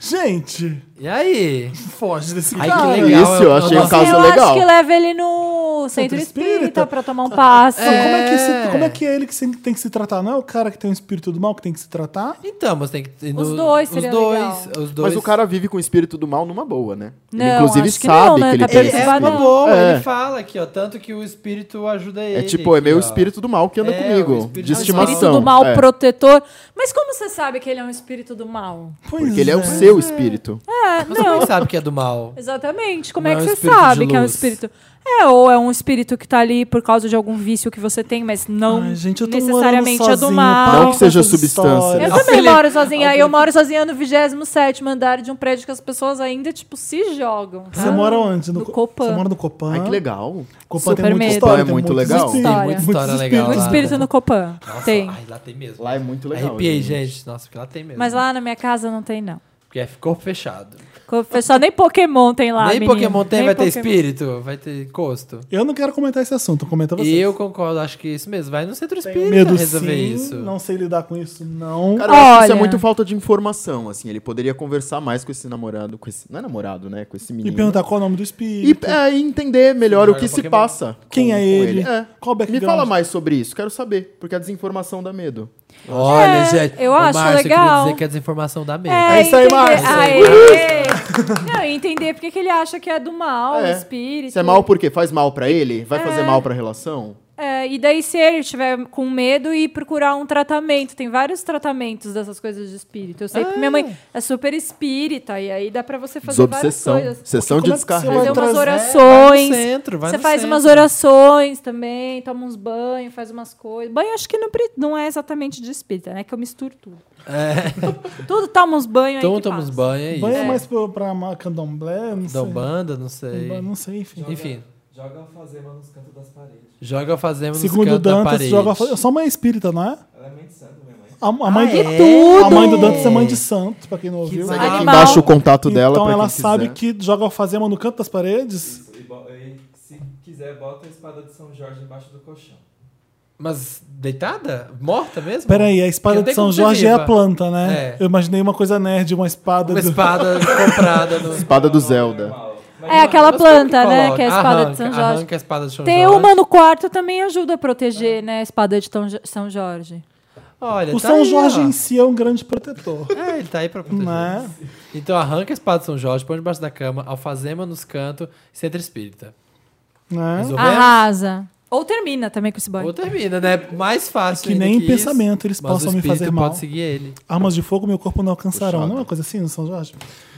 Speaker 2: Gente,
Speaker 1: E aí?
Speaker 2: foge desse
Speaker 1: Ai,
Speaker 2: cara.
Speaker 1: que É legal.
Speaker 3: Isso, eu achei um
Speaker 1: nosso-
Speaker 3: caso
Speaker 4: eu
Speaker 3: legal.
Speaker 4: acho que leva ele é no centro
Speaker 2: espírita.
Speaker 4: espírita, pra tomar um passo.
Speaker 2: Não, Como, é que
Speaker 1: É.
Speaker 2: se- como é que é ele que se- tem que se tratar? Não é o cara que tem o espírito do mal que tem que se tratar?
Speaker 1: Então, mas tem que.
Speaker 4: Os dois
Speaker 1: os
Speaker 4: seria
Speaker 1: dois,
Speaker 4: legal.
Speaker 1: os dois.
Speaker 3: Mas o cara vive com o espírito do mal numa boa, né? ele
Speaker 4: Não,
Speaker 3: inclusive
Speaker 4: acho que
Speaker 3: sabe
Speaker 4: não, né?
Speaker 3: que ele
Speaker 4: Tá
Speaker 3: tem
Speaker 1: Ele
Speaker 3: esse
Speaker 1: é
Speaker 4: Participar
Speaker 3: espírito.
Speaker 1: uma
Speaker 4: não.
Speaker 1: boa,
Speaker 3: É.
Speaker 1: ele fala aqui, ó. Tanto que o espírito ajuda ele.
Speaker 3: É tipo, é
Speaker 1: aqui,
Speaker 3: meio
Speaker 1: ó.
Speaker 3: espírito do mal que anda
Speaker 1: É, o
Speaker 3: comigo.
Speaker 1: espírito
Speaker 3: De
Speaker 1: do
Speaker 2: um
Speaker 1: mal.
Speaker 3: estimação.
Speaker 4: espírito do mal
Speaker 3: é.
Speaker 4: protetor. Mas como você sabe que ele é um espírito do mal?
Speaker 2: Pois
Speaker 3: Porque ele é o
Speaker 2: é.
Speaker 3: seu espírito.
Speaker 4: É,
Speaker 1: Mas como
Speaker 4: não.
Speaker 1: ele sabe que é do mal?
Speaker 4: Exatamente. Como
Speaker 1: Não
Speaker 4: é
Speaker 1: é
Speaker 4: que
Speaker 1: um
Speaker 4: você
Speaker 1: espírito de
Speaker 4: sabe que é um
Speaker 1: luz.
Speaker 4: espírito? É, ou é um espírito que tá ali por causa de algum vício que você tem, mas não
Speaker 2: Ai, gente, eu tô
Speaker 4: necessariamente
Speaker 2: morando
Speaker 4: é do
Speaker 2: sozinho, tá?
Speaker 4: mal.
Speaker 2: para
Speaker 3: Não que
Speaker 2: com
Speaker 3: seja
Speaker 2: essas
Speaker 3: substância. né?
Speaker 2: histórias.
Speaker 4: Eu
Speaker 1: Nossa,
Speaker 4: também
Speaker 1: ele-
Speaker 4: moro sozinha. Eu moro sozinha no 27 andar de um prédio que as pessoas ainda, tipo, se jogam.
Speaker 2: Você
Speaker 4: Ah.
Speaker 2: mora onde?
Speaker 4: No
Speaker 2: Co-
Speaker 4: Copan.
Speaker 2: Você mora no Copan.
Speaker 3: Ai, que legal.
Speaker 2: Copan
Speaker 4: Super
Speaker 2: tem muita
Speaker 4: medo.
Speaker 2: história.
Speaker 3: É muito
Speaker 2: muitos
Speaker 3: legal.
Speaker 2: espíritos,
Speaker 4: Tem muita
Speaker 2: muitos
Speaker 1: história
Speaker 2: espíritos.
Speaker 1: legal
Speaker 4: O
Speaker 1: lá. né?
Speaker 4: espírito no Copan.
Speaker 1: Nossa,
Speaker 4: tem.
Speaker 1: Ai, lá tem mesmo.
Speaker 3: Lá é muito legal.
Speaker 1: Arrepiei,
Speaker 3: gente.
Speaker 1: gente. Nossa, porque lá tem mesmo.
Speaker 4: Mas lá na minha casa não tem, não.
Speaker 1: Porque é- ficou fechado.
Speaker 4: Só nem Pokémon tem lá,
Speaker 1: Nem
Speaker 4: menino.
Speaker 1: Pokémon tem,
Speaker 4: Nem
Speaker 1: vai ter
Speaker 4: Pokémon.
Speaker 1: espírito, vai ter costo.
Speaker 2: Eu não quero comentar esse assunto, comenta você.
Speaker 1: Eu concordo, acho que é isso mesmo. Vai no centro espírita
Speaker 2: tenho medo
Speaker 1: resolver
Speaker 2: sim,
Speaker 1: isso.
Speaker 2: não sei lidar com isso, não.
Speaker 3: Cara, eu acho que isso é
Speaker 4: Olha.
Speaker 3: muito falta de informação, assim. Ele poderia conversar mais com esse namorado, com esse... Não é namorado, né? Com esse
Speaker 2: e
Speaker 3: menino.
Speaker 2: perguntar qual é o nome do espírito.
Speaker 3: E é, e entender melhor o
Speaker 1: Melhor
Speaker 3: que
Speaker 1: o
Speaker 3: se
Speaker 1: Pokémon.
Speaker 3: passa.
Speaker 2: Quem
Speaker 3: com-
Speaker 2: é
Speaker 3: com
Speaker 2: ele? Qual o
Speaker 3: Me
Speaker 2: background?
Speaker 3: fala mais sobre isso, quero saber. Porque a desinformação dá medo.
Speaker 1: Olha,
Speaker 4: É,
Speaker 1: gente.
Speaker 4: eu
Speaker 1: o
Speaker 4: acho
Speaker 1: Márcio, queria
Speaker 4: legal.
Speaker 1: dizer que a desinformação dá mesmo.
Speaker 4: É,
Speaker 3: É isso aí,
Speaker 4: entender-
Speaker 3: Márcio.
Speaker 4: Aê! Não, e entender porque que ele acha que é do mal, o
Speaker 3: É.
Speaker 4: espírito.
Speaker 3: Se é mal porque faz mal pra ele, vai fazer mal pra relação?
Speaker 4: É, e daí, se ele estiver com medo e procurar um tratamento, tem vários tratamentos dessas coisas de espírito. Eu sei que
Speaker 3: Ah.
Speaker 4: minha mãe é super espírita, e aí dá pra você fazer várias
Speaker 3: Desobsessão.
Speaker 4: coisas.
Speaker 3: Sessão de
Speaker 2: Como é que você
Speaker 3: descarrego.
Speaker 2: vai
Speaker 4: Fazer
Speaker 2: Outras-
Speaker 4: umas
Speaker 1: vai no
Speaker 4: orações.
Speaker 1: centro, vai
Speaker 4: você
Speaker 1: no
Speaker 4: faz
Speaker 1: centro.
Speaker 4: umas orações também, toma uns banhos, faz umas coisas. Banho acho que não, pre- não é exatamente de espírita, né? Que eu misturo tudo. Tudo toma uns banhos aí.
Speaker 1: Então
Speaker 4: que
Speaker 1: É. toma uns
Speaker 4: passa.
Speaker 1: banhos, é isso.
Speaker 2: Banha mais né? pra, pra ma- candomblé, não
Speaker 1: Dá
Speaker 2: sei.
Speaker 1: um banda, não sei.
Speaker 2: Umbanda, Não sei, enfim.
Speaker 1: Enfim. Joga a fazema nos cantos das paredes. Joga a fazema nos
Speaker 2: Segundo o
Speaker 1: cantos da
Speaker 2: Dantas,
Speaker 1: parede.
Speaker 2: joga fora. Só mãe espírita, não é? Ela é mãe de santo, minha mãe. A, a mãe
Speaker 1: Ah,
Speaker 2: do,
Speaker 1: é?
Speaker 2: a mãe do Dantas é mãe de
Speaker 1: Que
Speaker 2: santo, pra quem não ouviu.
Speaker 1: maravilha.
Speaker 3: Segue aqui
Speaker 4: Animal.
Speaker 3: embaixo o contato dela
Speaker 2: Então
Speaker 3: pra
Speaker 2: ela
Speaker 3: quem
Speaker 2: sabe
Speaker 3: quiser.
Speaker 2: que joga alfazema no canto das paredes?
Speaker 8: E, bo- e se quiser, bota a espada de São Jorge embaixo do colchão.
Speaker 1: Mas deitada? Morta mesmo?
Speaker 2: Peraí, a
Speaker 1: Porque
Speaker 2: espada
Speaker 1: não
Speaker 2: de
Speaker 1: tem
Speaker 2: São
Speaker 1: como ser
Speaker 2: Jorge é
Speaker 1: viva.
Speaker 2: a planta, né?
Speaker 1: É.
Speaker 2: Eu imaginei uma coisa nerd, uma espada.
Speaker 1: Uma
Speaker 2: do-
Speaker 1: espada comprada no.
Speaker 3: Espada do Zelda.
Speaker 4: É aquela
Speaker 1: Mas como que
Speaker 4: planta, né?
Speaker 1: coloca?
Speaker 4: Que é a espada
Speaker 1: Arranca-
Speaker 4: de São Jorge.
Speaker 1: Arranca a espada de São
Speaker 4: Ter
Speaker 1: Jorge.
Speaker 4: uma no quarto também ajuda a proteger, né? A espada de Tom- São Jorge.
Speaker 1: Olha,
Speaker 2: O
Speaker 1: tá
Speaker 2: São
Speaker 1: aí,
Speaker 2: Jorge
Speaker 1: ó.
Speaker 2: em si é um grande protetor.
Speaker 1: É, ele tá aí pra proteger.
Speaker 2: né?
Speaker 1: Então arranca a espada de São Jorge, põe debaixo da cama, alfazema nos cantos, centro espírita.
Speaker 2: né?
Speaker 1: Resolvemos?
Speaker 4: Ah, Arrasa. Ou termina também com esse banho.
Speaker 1: Ou termina, né? Mais fácil
Speaker 2: Que
Speaker 1: ainda
Speaker 2: nem em
Speaker 1: isso,
Speaker 2: pensamento eles
Speaker 1: mas
Speaker 2: possam
Speaker 1: o
Speaker 2: me
Speaker 1: espírito
Speaker 2: fazer mal.
Speaker 1: pode seguir ele.
Speaker 2: Armas de fogo, meu corpo não alcançarão.
Speaker 3: Puxado.
Speaker 2: Não é uma coisa assim, no São Jorge?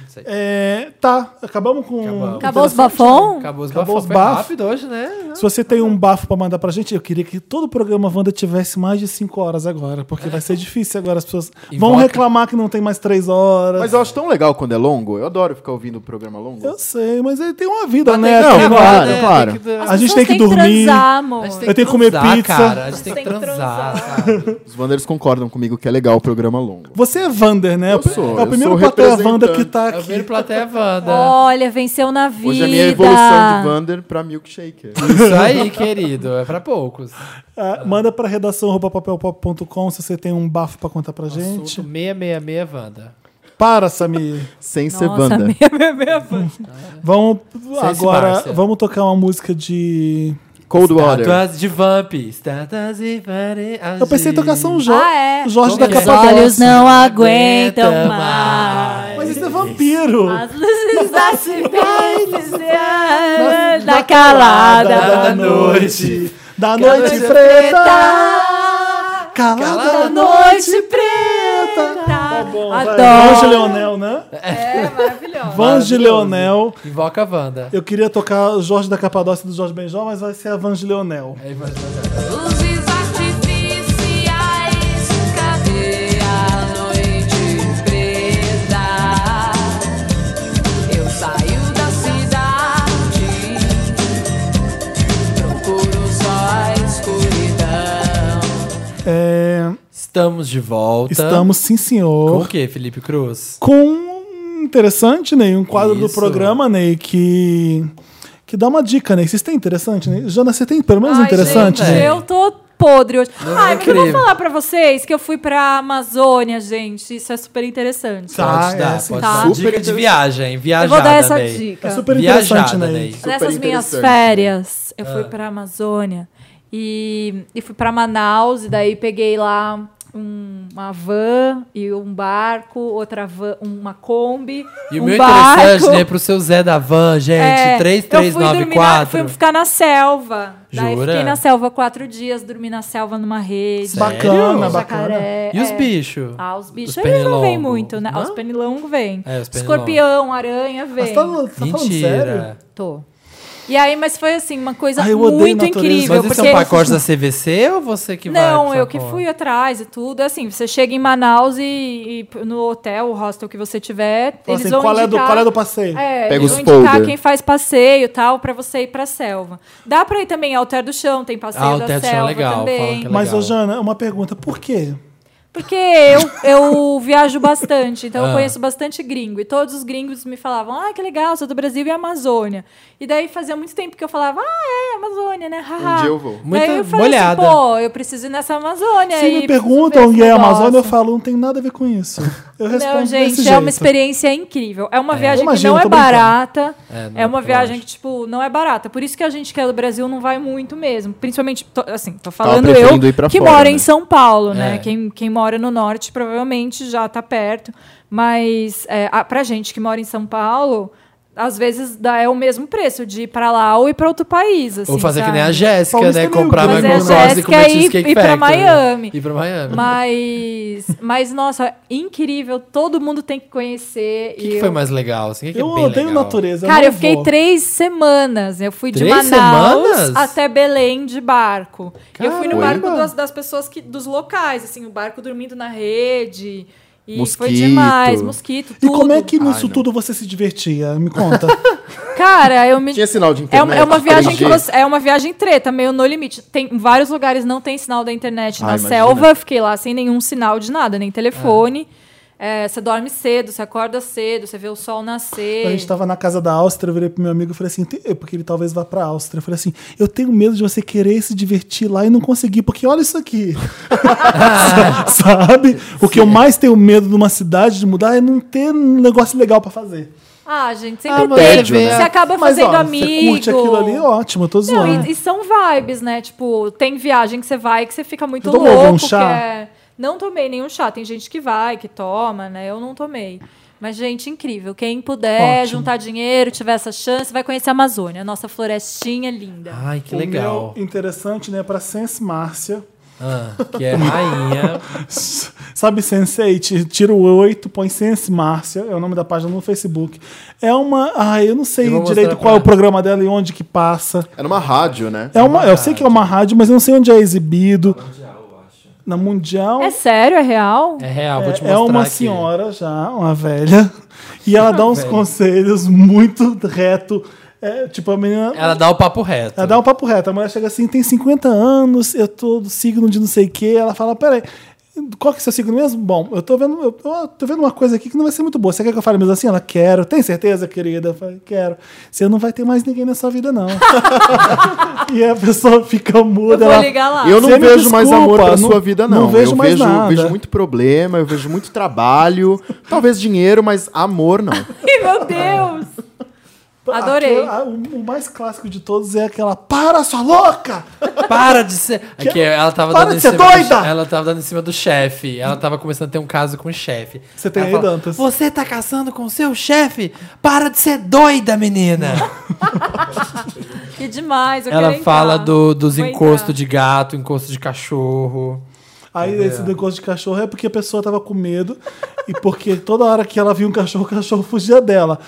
Speaker 1: sei.
Speaker 2: É, tá, acabamos com.
Speaker 1: Acabamos.
Speaker 4: Acabou os
Speaker 2: Interessante,
Speaker 4: bafão?
Speaker 1: Acabou os
Speaker 2: Acabou
Speaker 1: bafos.
Speaker 2: os
Speaker 1: Foi
Speaker 2: bafos.
Speaker 1: rápido hoje, né?
Speaker 2: Se você tem um bafo pra mandar pra gente, eu queria que todo o programa Wanda tivesse mais de 5 horas agora, porque vai ser difícil agora. As pessoas vão
Speaker 1: Invoca.
Speaker 2: reclamar que não tem mais 3 horas.
Speaker 3: Mas eu acho tão legal quando é longo. Eu adoro ficar ouvindo o programa longo.
Speaker 2: Eu sei, mas ele tem uma vida, né?
Speaker 1: Tem que
Speaker 2: Tem
Speaker 1: acabar,
Speaker 2: uma-
Speaker 3: claro,
Speaker 1: né?
Speaker 3: claro.
Speaker 1: Tem que-
Speaker 2: A gente tem que
Speaker 4: Vocês têm
Speaker 2: dormir.
Speaker 4: transar, amor.
Speaker 1: A gente
Speaker 2: Eu tenho que comer
Speaker 1: transar,
Speaker 2: pizza.
Speaker 1: Cara. A gente tem que transar. sabe?
Speaker 3: Os Wanders concordam comigo que é legal o programa longo.
Speaker 2: Você é Wander, né?
Speaker 3: Eu sou,
Speaker 2: é o
Speaker 3: eu
Speaker 2: primeiro
Speaker 3: sou o
Speaker 2: plateia Wanda que
Speaker 3: representante.
Speaker 2: tá
Speaker 1: É o
Speaker 2: aqui.
Speaker 1: primeiro plateia Wanda.
Speaker 4: Olha, venceu na vida.
Speaker 3: Hoje é a minha evolução de Wander pra Milkshaker.
Speaker 1: Isso aí, querido. É pra poucos.
Speaker 2: Ah, manda pra redação arroba papelpop.com se você tem um bafo pra contar pra gente.
Speaker 1: Assunto 666 é Wanda.
Speaker 2: Para, Samir.
Speaker 3: Sem ser
Speaker 4: Nossa,
Speaker 3: Wanda.
Speaker 4: minha, minha, minha fã.
Speaker 2: Vamos agora,
Speaker 1: Márcia.
Speaker 2: vamos tocar uma música de.
Speaker 3: Cold
Speaker 2: Tá,
Speaker 3: Water.
Speaker 1: Estátuas Tá, de Tá, Vamp. Estátuas de variedade.
Speaker 2: Eu pensei em tocar um São Jorge.
Speaker 4: Ah, é?
Speaker 2: Jorge da
Speaker 1: Como que é?
Speaker 4: Os
Speaker 2: Capa
Speaker 4: olhos
Speaker 2: Grossa.
Speaker 4: não aguentam
Speaker 1: Aguenta
Speaker 4: mais.
Speaker 2: Mas isso é vampiro.
Speaker 4: As luzes das cidades da, da calada.
Speaker 1: da noite.
Speaker 2: Da noite
Speaker 1: noite
Speaker 2: preta. Calada
Speaker 4: Da
Speaker 2: da
Speaker 4: noite preta.
Speaker 2: Vange
Speaker 4: Adoro.
Speaker 2: Leonel, né?
Speaker 4: É maravilhosa.
Speaker 2: Vange Leonel.
Speaker 1: Invoca a Wanda.
Speaker 2: Eu queria tocar Jorge da Capadócia do Jorge Benjó, mas vai ser a Vange Leonel.
Speaker 1: Aí vai-
Speaker 5: Luzes artificiais, cadê a noite preta? Eu saio da cidade, procuro só a escuridão.
Speaker 2: É,
Speaker 1: Estamos de volta.
Speaker 2: estamos, sim,
Speaker 1: Com
Speaker 2: senhor.
Speaker 1: o quê, Felipe Cruz?
Speaker 2: Com um interessante, Ney, um quadro do
Speaker 1: Isso.
Speaker 2: programa, Ney, que, que E dá uma dica, né? Vocês têm interessante, né? Jana, você tem pelo menos
Speaker 4: Ai,
Speaker 2: interessante?
Speaker 4: gente,
Speaker 1: né?
Speaker 4: eu tô podre hoje.
Speaker 1: Não,
Speaker 4: Ai,
Speaker 1: é
Speaker 4: mas eu vou
Speaker 1: incrível.
Speaker 4: falar pra vocês que eu fui pra Amazônia, gente. Isso é super interessante.
Speaker 2: Tá,
Speaker 1: Pode
Speaker 2: é,
Speaker 1: dar,
Speaker 2: sim.
Speaker 1: pode
Speaker 4: Tá.
Speaker 1: dar.
Speaker 3: Super
Speaker 1: Dica de
Speaker 3: interessante.
Speaker 1: viagem, viajada,
Speaker 4: eu vou dar essa
Speaker 1: Ney.
Speaker 4: dica.
Speaker 2: É super interessante,
Speaker 1: Viajada,
Speaker 2: né?
Speaker 1: Ney.
Speaker 4: Nessas minhas
Speaker 3: interessante.
Speaker 4: férias, eu
Speaker 1: É.
Speaker 4: fui pra Amazônia e, e fui pra Manaus, e daí peguei lá um- uma van e um barco, outra van, uma Kombi.
Speaker 1: E o
Speaker 4: um
Speaker 1: meu
Speaker 4: barco.
Speaker 1: interessante, né, pro seu Zé da Van, gente,
Speaker 4: É, Eu fui, dormir na,
Speaker 1: 3394.
Speaker 4: fui ficar na selva. Daí
Speaker 1: Jura?
Speaker 4: fiquei na selva quatro dias, dormi na selva numa rede.
Speaker 1: Sério?
Speaker 2: Bacana,
Speaker 1: Sério?
Speaker 2: bacana.
Speaker 4: Jacaré,
Speaker 1: E os
Speaker 4: é.
Speaker 1: bichos?
Speaker 4: Ah, os
Speaker 1: Os
Speaker 4: bichos eles não vêm
Speaker 1: pernilongo.
Speaker 4: muito, né? Ah, Os
Speaker 1: Não?
Speaker 4: pernilongos vêm.
Speaker 1: É, os pernilongo.
Speaker 4: Escorpião, aranha,
Speaker 2: Mas
Speaker 4: vem.
Speaker 2: você tá, você tá falando sério?
Speaker 1: Mentira.
Speaker 4: Tô. E aí, mas foi assim, uma coisa
Speaker 1: Ah,
Speaker 2: Ai, eu odeio
Speaker 4: muito
Speaker 2: natureza.
Speaker 4: incrível.
Speaker 1: Mas
Speaker 4: porque...
Speaker 1: isso é um pacote da CVC ou você que vai?
Speaker 4: Não,
Speaker 1: pra
Speaker 4: eu que
Speaker 1: São
Speaker 4: fui
Speaker 1: Paulo?
Speaker 4: atrás e tudo. Assim, você chega em Manaus e, e no hotel, o hostel que você tiver,
Speaker 2: Fala
Speaker 4: eles
Speaker 2: assim,
Speaker 4: vão
Speaker 2: qual, é do,
Speaker 4: indicar-
Speaker 2: qual é do passeio?
Speaker 4: É,
Speaker 3: Pega os
Speaker 4: eles vão indicar
Speaker 3: folder.
Speaker 4: quem faz passeio e tal, pra você ir pra selva. Dá pra ir também ao Ter do Chão, tem passeio
Speaker 1: Ah, o
Speaker 4: da
Speaker 1: Ter do Chão é
Speaker 4: selva
Speaker 1: legal, falam
Speaker 4: também.
Speaker 1: que é
Speaker 2: Mas, ô
Speaker 1: legal.
Speaker 2: Jana, uma pergunta. Por quê?
Speaker 4: Porque eu, eu viajo bastante, então
Speaker 1: Ah.
Speaker 4: eu conheço bastante gringo. E todos os gringos me falavam, ah, que legal, sou do Brasil e Amazônia. E daí fazia muito tempo que eu falava, ah, é, Amazônia, né?
Speaker 3: Um
Speaker 4: Haha.
Speaker 3: dia eu vou.
Speaker 1: Muito
Speaker 4: Daí eu falei
Speaker 1: molhada.
Speaker 4: assim, pô, eu preciso ir nessa Amazônia.
Speaker 2: Se
Speaker 4: aí,
Speaker 2: me
Speaker 4: preciso
Speaker 2: perguntam
Speaker 4: ver
Speaker 2: onde
Speaker 4: esse
Speaker 2: é a Amazônia, eu
Speaker 4: negócio."
Speaker 2: falo, não tem nada a ver com isso. Eu respondo
Speaker 4: Não,
Speaker 2: desse
Speaker 4: gente, é
Speaker 2: jeito.
Speaker 4: uma experiência incrível. É uma viagem
Speaker 2: Imagino,
Speaker 4: que não é
Speaker 2: tô brincando.
Speaker 4: barata.
Speaker 1: É,
Speaker 4: É,
Speaker 1: não,
Speaker 4: uma
Speaker 1: eu
Speaker 4: viagem
Speaker 1: acho.
Speaker 4: que, tipo, não é barata. Por isso que a gente que é do Brasil não vai muito mesmo. Principalmente, tô- assim, tô
Speaker 3: Tava
Speaker 4: falando eu
Speaker 3: preferindo ir pra
Speaker 4: que
Speaker 3: fora,
Speaker 4: mora
Speaker 3: né?
Speaker 4: em São Paulo, né?
Speaker 1: É.
Speaker 4: Quem, quem mora no norte provavelmente já tá perto. Mas é, a, pra gente que mora em São Paulo. Às vezes dá, é o mesmo preço de ir pra lá ou ir pra outro país. Assim,
Speaker 1: Ou fazer que nem a
Speaker 4: sabe?
Speaker 1: Jéssica,
Speaker 2: Paulista
Speaker 1: né?
Speaker 2: é meio
Speaker 1: Comprar
Speaker 2: grande.
Speaker 1: Michael
Speaker 2: Mas
Speaker 1: Kors
Speaker 2: é,
Speaker 1: e
Speaker 4: Jéssica
Speaker 1: comer
Speaker 4: e-
Speaker 1: Cheesecake
Speaker 4: e pra
Speaker 1: Factory.
Speaker 4: Miami.
Speaker 1: E pra Miami.
Speaker 4: Mas, mas, nossa, incrível. Todo mundo tem que conhecer.
Speaker 1: O que,
Speaker 4: e
Speaker 1: que
Speaker 4: eu-
Speaker 1: foi mais legal? Assim, o que que é
Speaker 2: Eu
Speaker 1: bem
Speaker 2: odeio
Speaker 1: legal?
Speaker 2: natureza.
Speaker 4: Cara,
Speaker 2: não
Speaker 4: eu fiquei
Speaker 2: vou.
Speaker 4: três semanas. Eu fui de
Speaker 1: Três
Speaker 4: Manaus
Speaker 1: semanas?
Speaker 4: até Belém de barco. E eu fui no
Speaker 3: Caramba.
Speaker 4: barco das, das pessoas que, dos locais, assim, o barco dormindo na rede. E foi
Speaker 3: Mosquito.
Speaker 4: demais, mosquito,
Speaker 2: E
Speaker 4: tudo.
Speaker 2: como é que
Speaker 3: Ai,
Speaker 2: nisso
Speaker 3: não.
Speaker 2: tudo você se divertia? Me conta.
Speaker 4: Cara, eu me.
Speaker 3: Tinha sinal de
Speaker 4: É
Speaker 3: internet.
Speaker 4: uma, é uma viagem que
Speaker 3: 3G.
Speaker 4: você- é uma viagem treta, meio no limite. Tem em vários lugares não tem sinal da internet
Speaker 3: Ah,
Speaker 4: na
Speaker 3: imagina.
Speaker 4: selva, fiquei lá sem nenhum sinal de nada, nem telefone. É, você dorme cedo, você acorda cedo, você vê o sol nascer.
Speaker 2: A gente tava na casa da Áustria, eu virei pro meu amigo e falei assim, "Tem- porque ele talvez vá pra Áustria. Eu falei assim, eu tenho medo de você querer se divertir lá e não conseguir, porque olha isso aqui. Sabe? O que eu mais tenho medo de uma cidade de mudar é não ter um negócio legal pra fazer.
Speaker 4: Ah, gente, sempre
Speaker 1: mas
Speaker 4: tem.
Speaker 1: você vê
Speaker 4: Você
Speaker 1: a-
Speaker 4: acaba
Speaker 2: Mas
Speaker 4: fazendo
Speaker 2: ó, você
Speaker 4: amigo.
Speaker 2: curte aquilo ali, ótimo, eu tô
Speaker 4: Não,
Speaker 2: zoando.
Speaker 4: e, e são vibes, né? Tipo, tem viagem que você vai que você fica muito
Speaker 2: Você tomou
Speaker 4: louco.
Speaker 2: algum chá?
Speaker 4: que é- Não tomei nenhum chá. Tem gente que vai, que toma, né? Eu não tomei. Mas, gente, incrível. Quem puder
Speaker 2: Ótimo.
Speaker 4: juntar dinheiro, tiver essa chance, vai conhecer a Amazônia, a nossa florestinha linda.
Speaker 1: Ai, que
Speaker 2: O
Speaker 1: legal.
Speaker 2: meu interessante, né, pra Sense Márcia.
Speaker 1: Ah, que é rainha.
Speaker 2: Sabe Sense8? Tira o 8, põe Sense Márcia, é o nome da página no Facebook. É uma. Ai, eu não sei
Speaker 1: Eu vou
Speaker 2: direito
Speaker 1: mostrar
Speaker 2: qual é o
Speaker 1: pra-
Speaker 2: programa dela e onde que passa.
Speaker 3: Era uma rádio, né?
Speaker 2: É uma, eu sei que é uma rádio, mas eu não sei onde é exibido. Na Mundial.
Speaker 4: É sério? É real?
Speaker 1: É real, vou te
Speaker 2: É,
Speaker 1: mostrar
Speaker 2: é uma
Speaker 1: aqui.
Speaker 2: senhora já, uma velha, e ela dá uns conselhos muito reto. É, tipo, a menina.
Speaker 1: Ela dá o papo reto.
Speaker 2: Ela dá um papo reto. A mulher chega assim, tem 50 anos, eu tô do signo de não sei o quê. Ela fala, peraí, qual que é o seu signo mesmo? Bom, eu tô vendo, eu, eu tô vendo uma coisa aqui que não vai ser muito boa. Você quer que eu fale mesmo assim? Ela, quero. Tem certeza, querida? Eu falei, quero. Você não vai ter mais ninguém na sua vida, não. e a pessoa fica
Speaker 4: Eu
Speaker 2: muda.
Speaker 4: vou
Speaker 2: ela-
Speaker 4: ligar lá.
Speaker 3: Eu não
Speaker 2: Você me
Speaker 3: vejo mais
Speaker 2: desculpa,
Speaker 3: amor pra
Speaker 2: não-
Speaker 3: sua vida, não.
Speaker 2: não vejo
Speaker 3: eu
Speaker 2: mais
Speaker 3: vejo,
Speaker 2: nada.
Speaker 3: vejo muito problema, eu vejo muito trabalho, talvez dinheiro, mas amor não.
Speaker 4: Ih, meu Deus! Adorei.
Speaker 2: Aquela- a- o, o mais clássico de todos é aquela, para, sua louca!
Speaker 1: Para de ser. É que ela tava
Speaker 2: Para
Speaker 1: dando
Speaker 2: de
Speaker 1: em
Speaker 2: ser
Speaker 1: cima do-
Speaker 2: doida!
Speaker 1: ela tava dando em cima do chefe. Ela tava começando a ter um caso com o chefe.
Speaker 2: Você tem
Speaker 1: Ela
Speaker 2: aí, Dantas?
Speaker 1: Você tá caçando com o seu chefe? Para de ser doida, menina!
Speaker 4: Que demais, eu
Speaker 1: ela
Speaker 4: quero
Speaker 1: fala
Speaker 4: entrar.
Speaker 1: do, dos
Speaker 4: Vou
Speaker 1: encostos
Speaker 4: entrar.
Speaker 1: de gato, encosto de cachorro.
Speaker 2: Aí esse negócio de cachorro é porque a pessoa tava com medo e porque toda hora que ela via um cachorro, o cachorro fugia dela.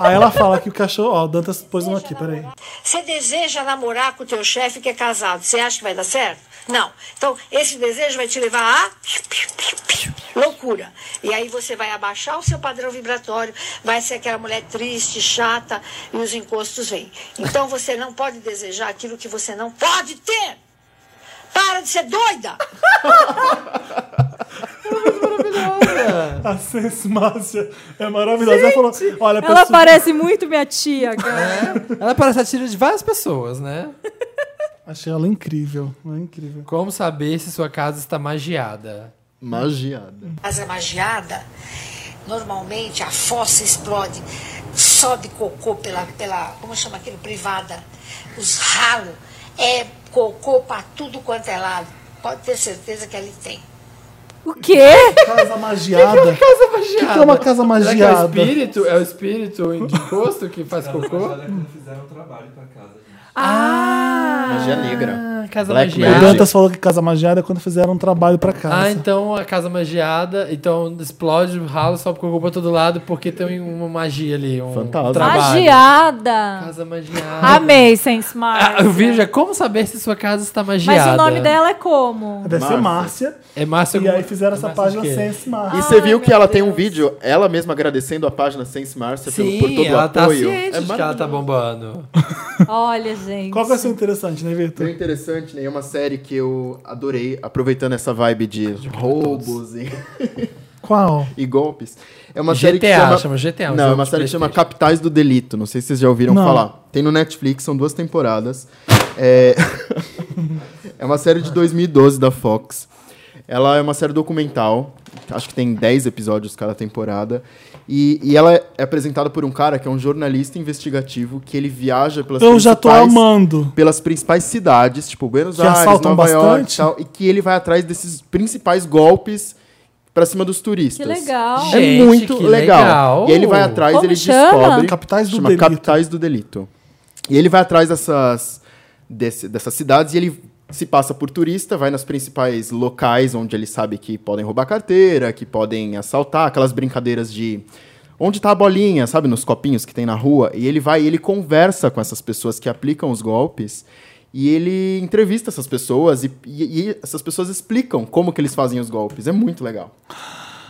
Speaker 2: Aí ela fala que o cachorro. Ó, o Dantas pôs um aqui, peraí.
Speaker 9: Você deseja namorar com o teu chefe que é casado. Você acha que vai dar certo? Não. Então, esse desejo vai te levar a loucura. E aí você vai abaixar o seu padrão vibratório, vai ser aquela mulher triste, chata, e os encostos vêm. Então, você não pode desejar aquilo que você não pode ter. Para de ser doida!
Speaker 2: A Sensmácia é maravilhosa. Ela falou: olha,
Speaker 4: Ela
Speaker 2: pessoal,
Speaker 4: parece muito minha tia, cara.
Speaker 2: É?
Speaker 1: Ela parece a tira de várias pessoas, né?
Speaker 2: achei ela incrível. Ela é incrível.
Speaker 1: Como saber se sua casa está magiada?
Speaker 3: Magiada.
Speaker 9: casa magiada, normalmente a fossa explode, sobe cocô pela, pela como chama aquilo, privada, os ralos, é cocô pra tudo quanto é lado. Pode ter certeza que ali tem.
Speaker 4: O quê?
Speaker 2: Casa magiada. O
Speaker 1: Casa magiada.
Speaker 2: que, que é uma
Speaker 1: Será que é
Speaker 2: casa
Speaker 1: o
Speaker 2: magiada?
Speaker 1: espírito? É o espírito de posto que faz cocô?
Speaker 8: Olha que não fizeram um trabalho pra casa, gente.
Speaker 4: Ah!
Speaker 3: Magia negra.
Speaker 1: Ah, casa
Speaker 3: Black
Speaker 2: O
Speaker 1: magiada.
Speaker 3: Magic.
Speaker 2: Dantas falou que casa magiada é quando fizeram um trabalho pra casa.
Speaker 1: Ah, então a casa magiada, então explode, ralo, sobe cocô pra todo lado, porque tem uma magia ali, um
Speaker 3: Fantasma.
Speaker 1: trabalho.
Speaker 4: Magiada!
Speaker 1: Casa magiada.
Speaker 4: Amei, sem smart.
Speaker 1: Ah, o vídeo é como saber se sua casa está magiada.
Speaker 4: Mas o nome dela é como?
Speaker 2: Deve ser Márcia.
Speaker 1: é Márcio.
Speaker 2: E aí fizeram essa
Speaker 1: Márcio
Speaker 2: página
Speaker 1: de quê?
Speaker 2: Sense
Speaker 3: E
Speaker 2: Márcia.
Speaker 3: você viu que
Speaker 4: meu
Speaker 3: ela tem um
Speaker 4: Deus.
Speaker 3: vídeo, ela mesma agradecendo a página Sense Márcia pelo-
Speaker 1: Sim,
Speaker 3: por todo o
Speaker 1: ela tá
Speaker 3: apoio. É
Speaker 1: ciente de que ela tá bombando.
Speaker 4: Olha, gente.
Speaker 2: Qual que é o seu interessante, né,
Speaker 3: Tão
Speaker 2: Vitor?
Speaker 3: interessante, né? É uma série que eu adorei, aproveitando essa vibe de roubos e,
Speaker 2: Qual?
Speaker 3: e golpes. É uma
Speaker 1: GTA,
Speaker 3: série que chama...
Speaker 1: chama GTA, um
Speaker 3: Não, é
Speaker 1: jogo
Speaker 3: uma
Speaker 1: de
Speaker 3: série que chama
Speaker 1: PlayStation.
Speaker 3: Capitais do Delito. Não sei se vocês já ouviram
Speaker 2: Não.
Speaker 3: falar. Tem no Netflix, são duas temporadas. É... é uma série de 2012 da Fox. Ela é uma série documental. Acho que tem 10 episódios cada temporada. E, e ela é apresentada por um cara que é um jornalista investigativo que ele viaja pelas
Speaker 2: Eu já tô
Speaker 3: principais
Speaker 2: amando.
Speaker 3: pelas principais cidades, tipo Buenos
Speaker 2: Que
Speaker 3: Aires,
Speaker 2: assaltam
Speaker 3: Nova York
Speaker 2: bastante?
Speaker 3: e tal, e que ele vai atrás desses principais golpes pra cima dos
Speaker 4: Que
Speaker 3: turistas.
Speaker 4: legal.
Speaker 3: É
Speaker 1: Gente,
Speaker 3: muito
Speaker 1: que
Speaker 3: legal.
Speaker 1: legal.
Speaker 3: E aí ele vai atrás,
Speaker 4: Como
Speaker 3: ele
Speaker 4: chama?
Speaker 3: descobre.
Speaker 2: Capitais do
Speaker 3: chama
Speaker 2: Delito.
Speaker 3: Capitais do Delito. E ele vai atrás dessas, desse- dessas cidades e ele se passa por turista, vai nas principais locais onde ele sabe que podem roubar carteira, que podem assaltar, aquelas brincadeiras de. Onde tá a bolinha, sabe? Nos copinhos que tem na rua. E ele vai e ele conversa com essas pessoas que aplicam os golpes. E ele entrevista essas pessoas e- e- e essas pessoas explicam como que eles fazem os golpes. É muito legal.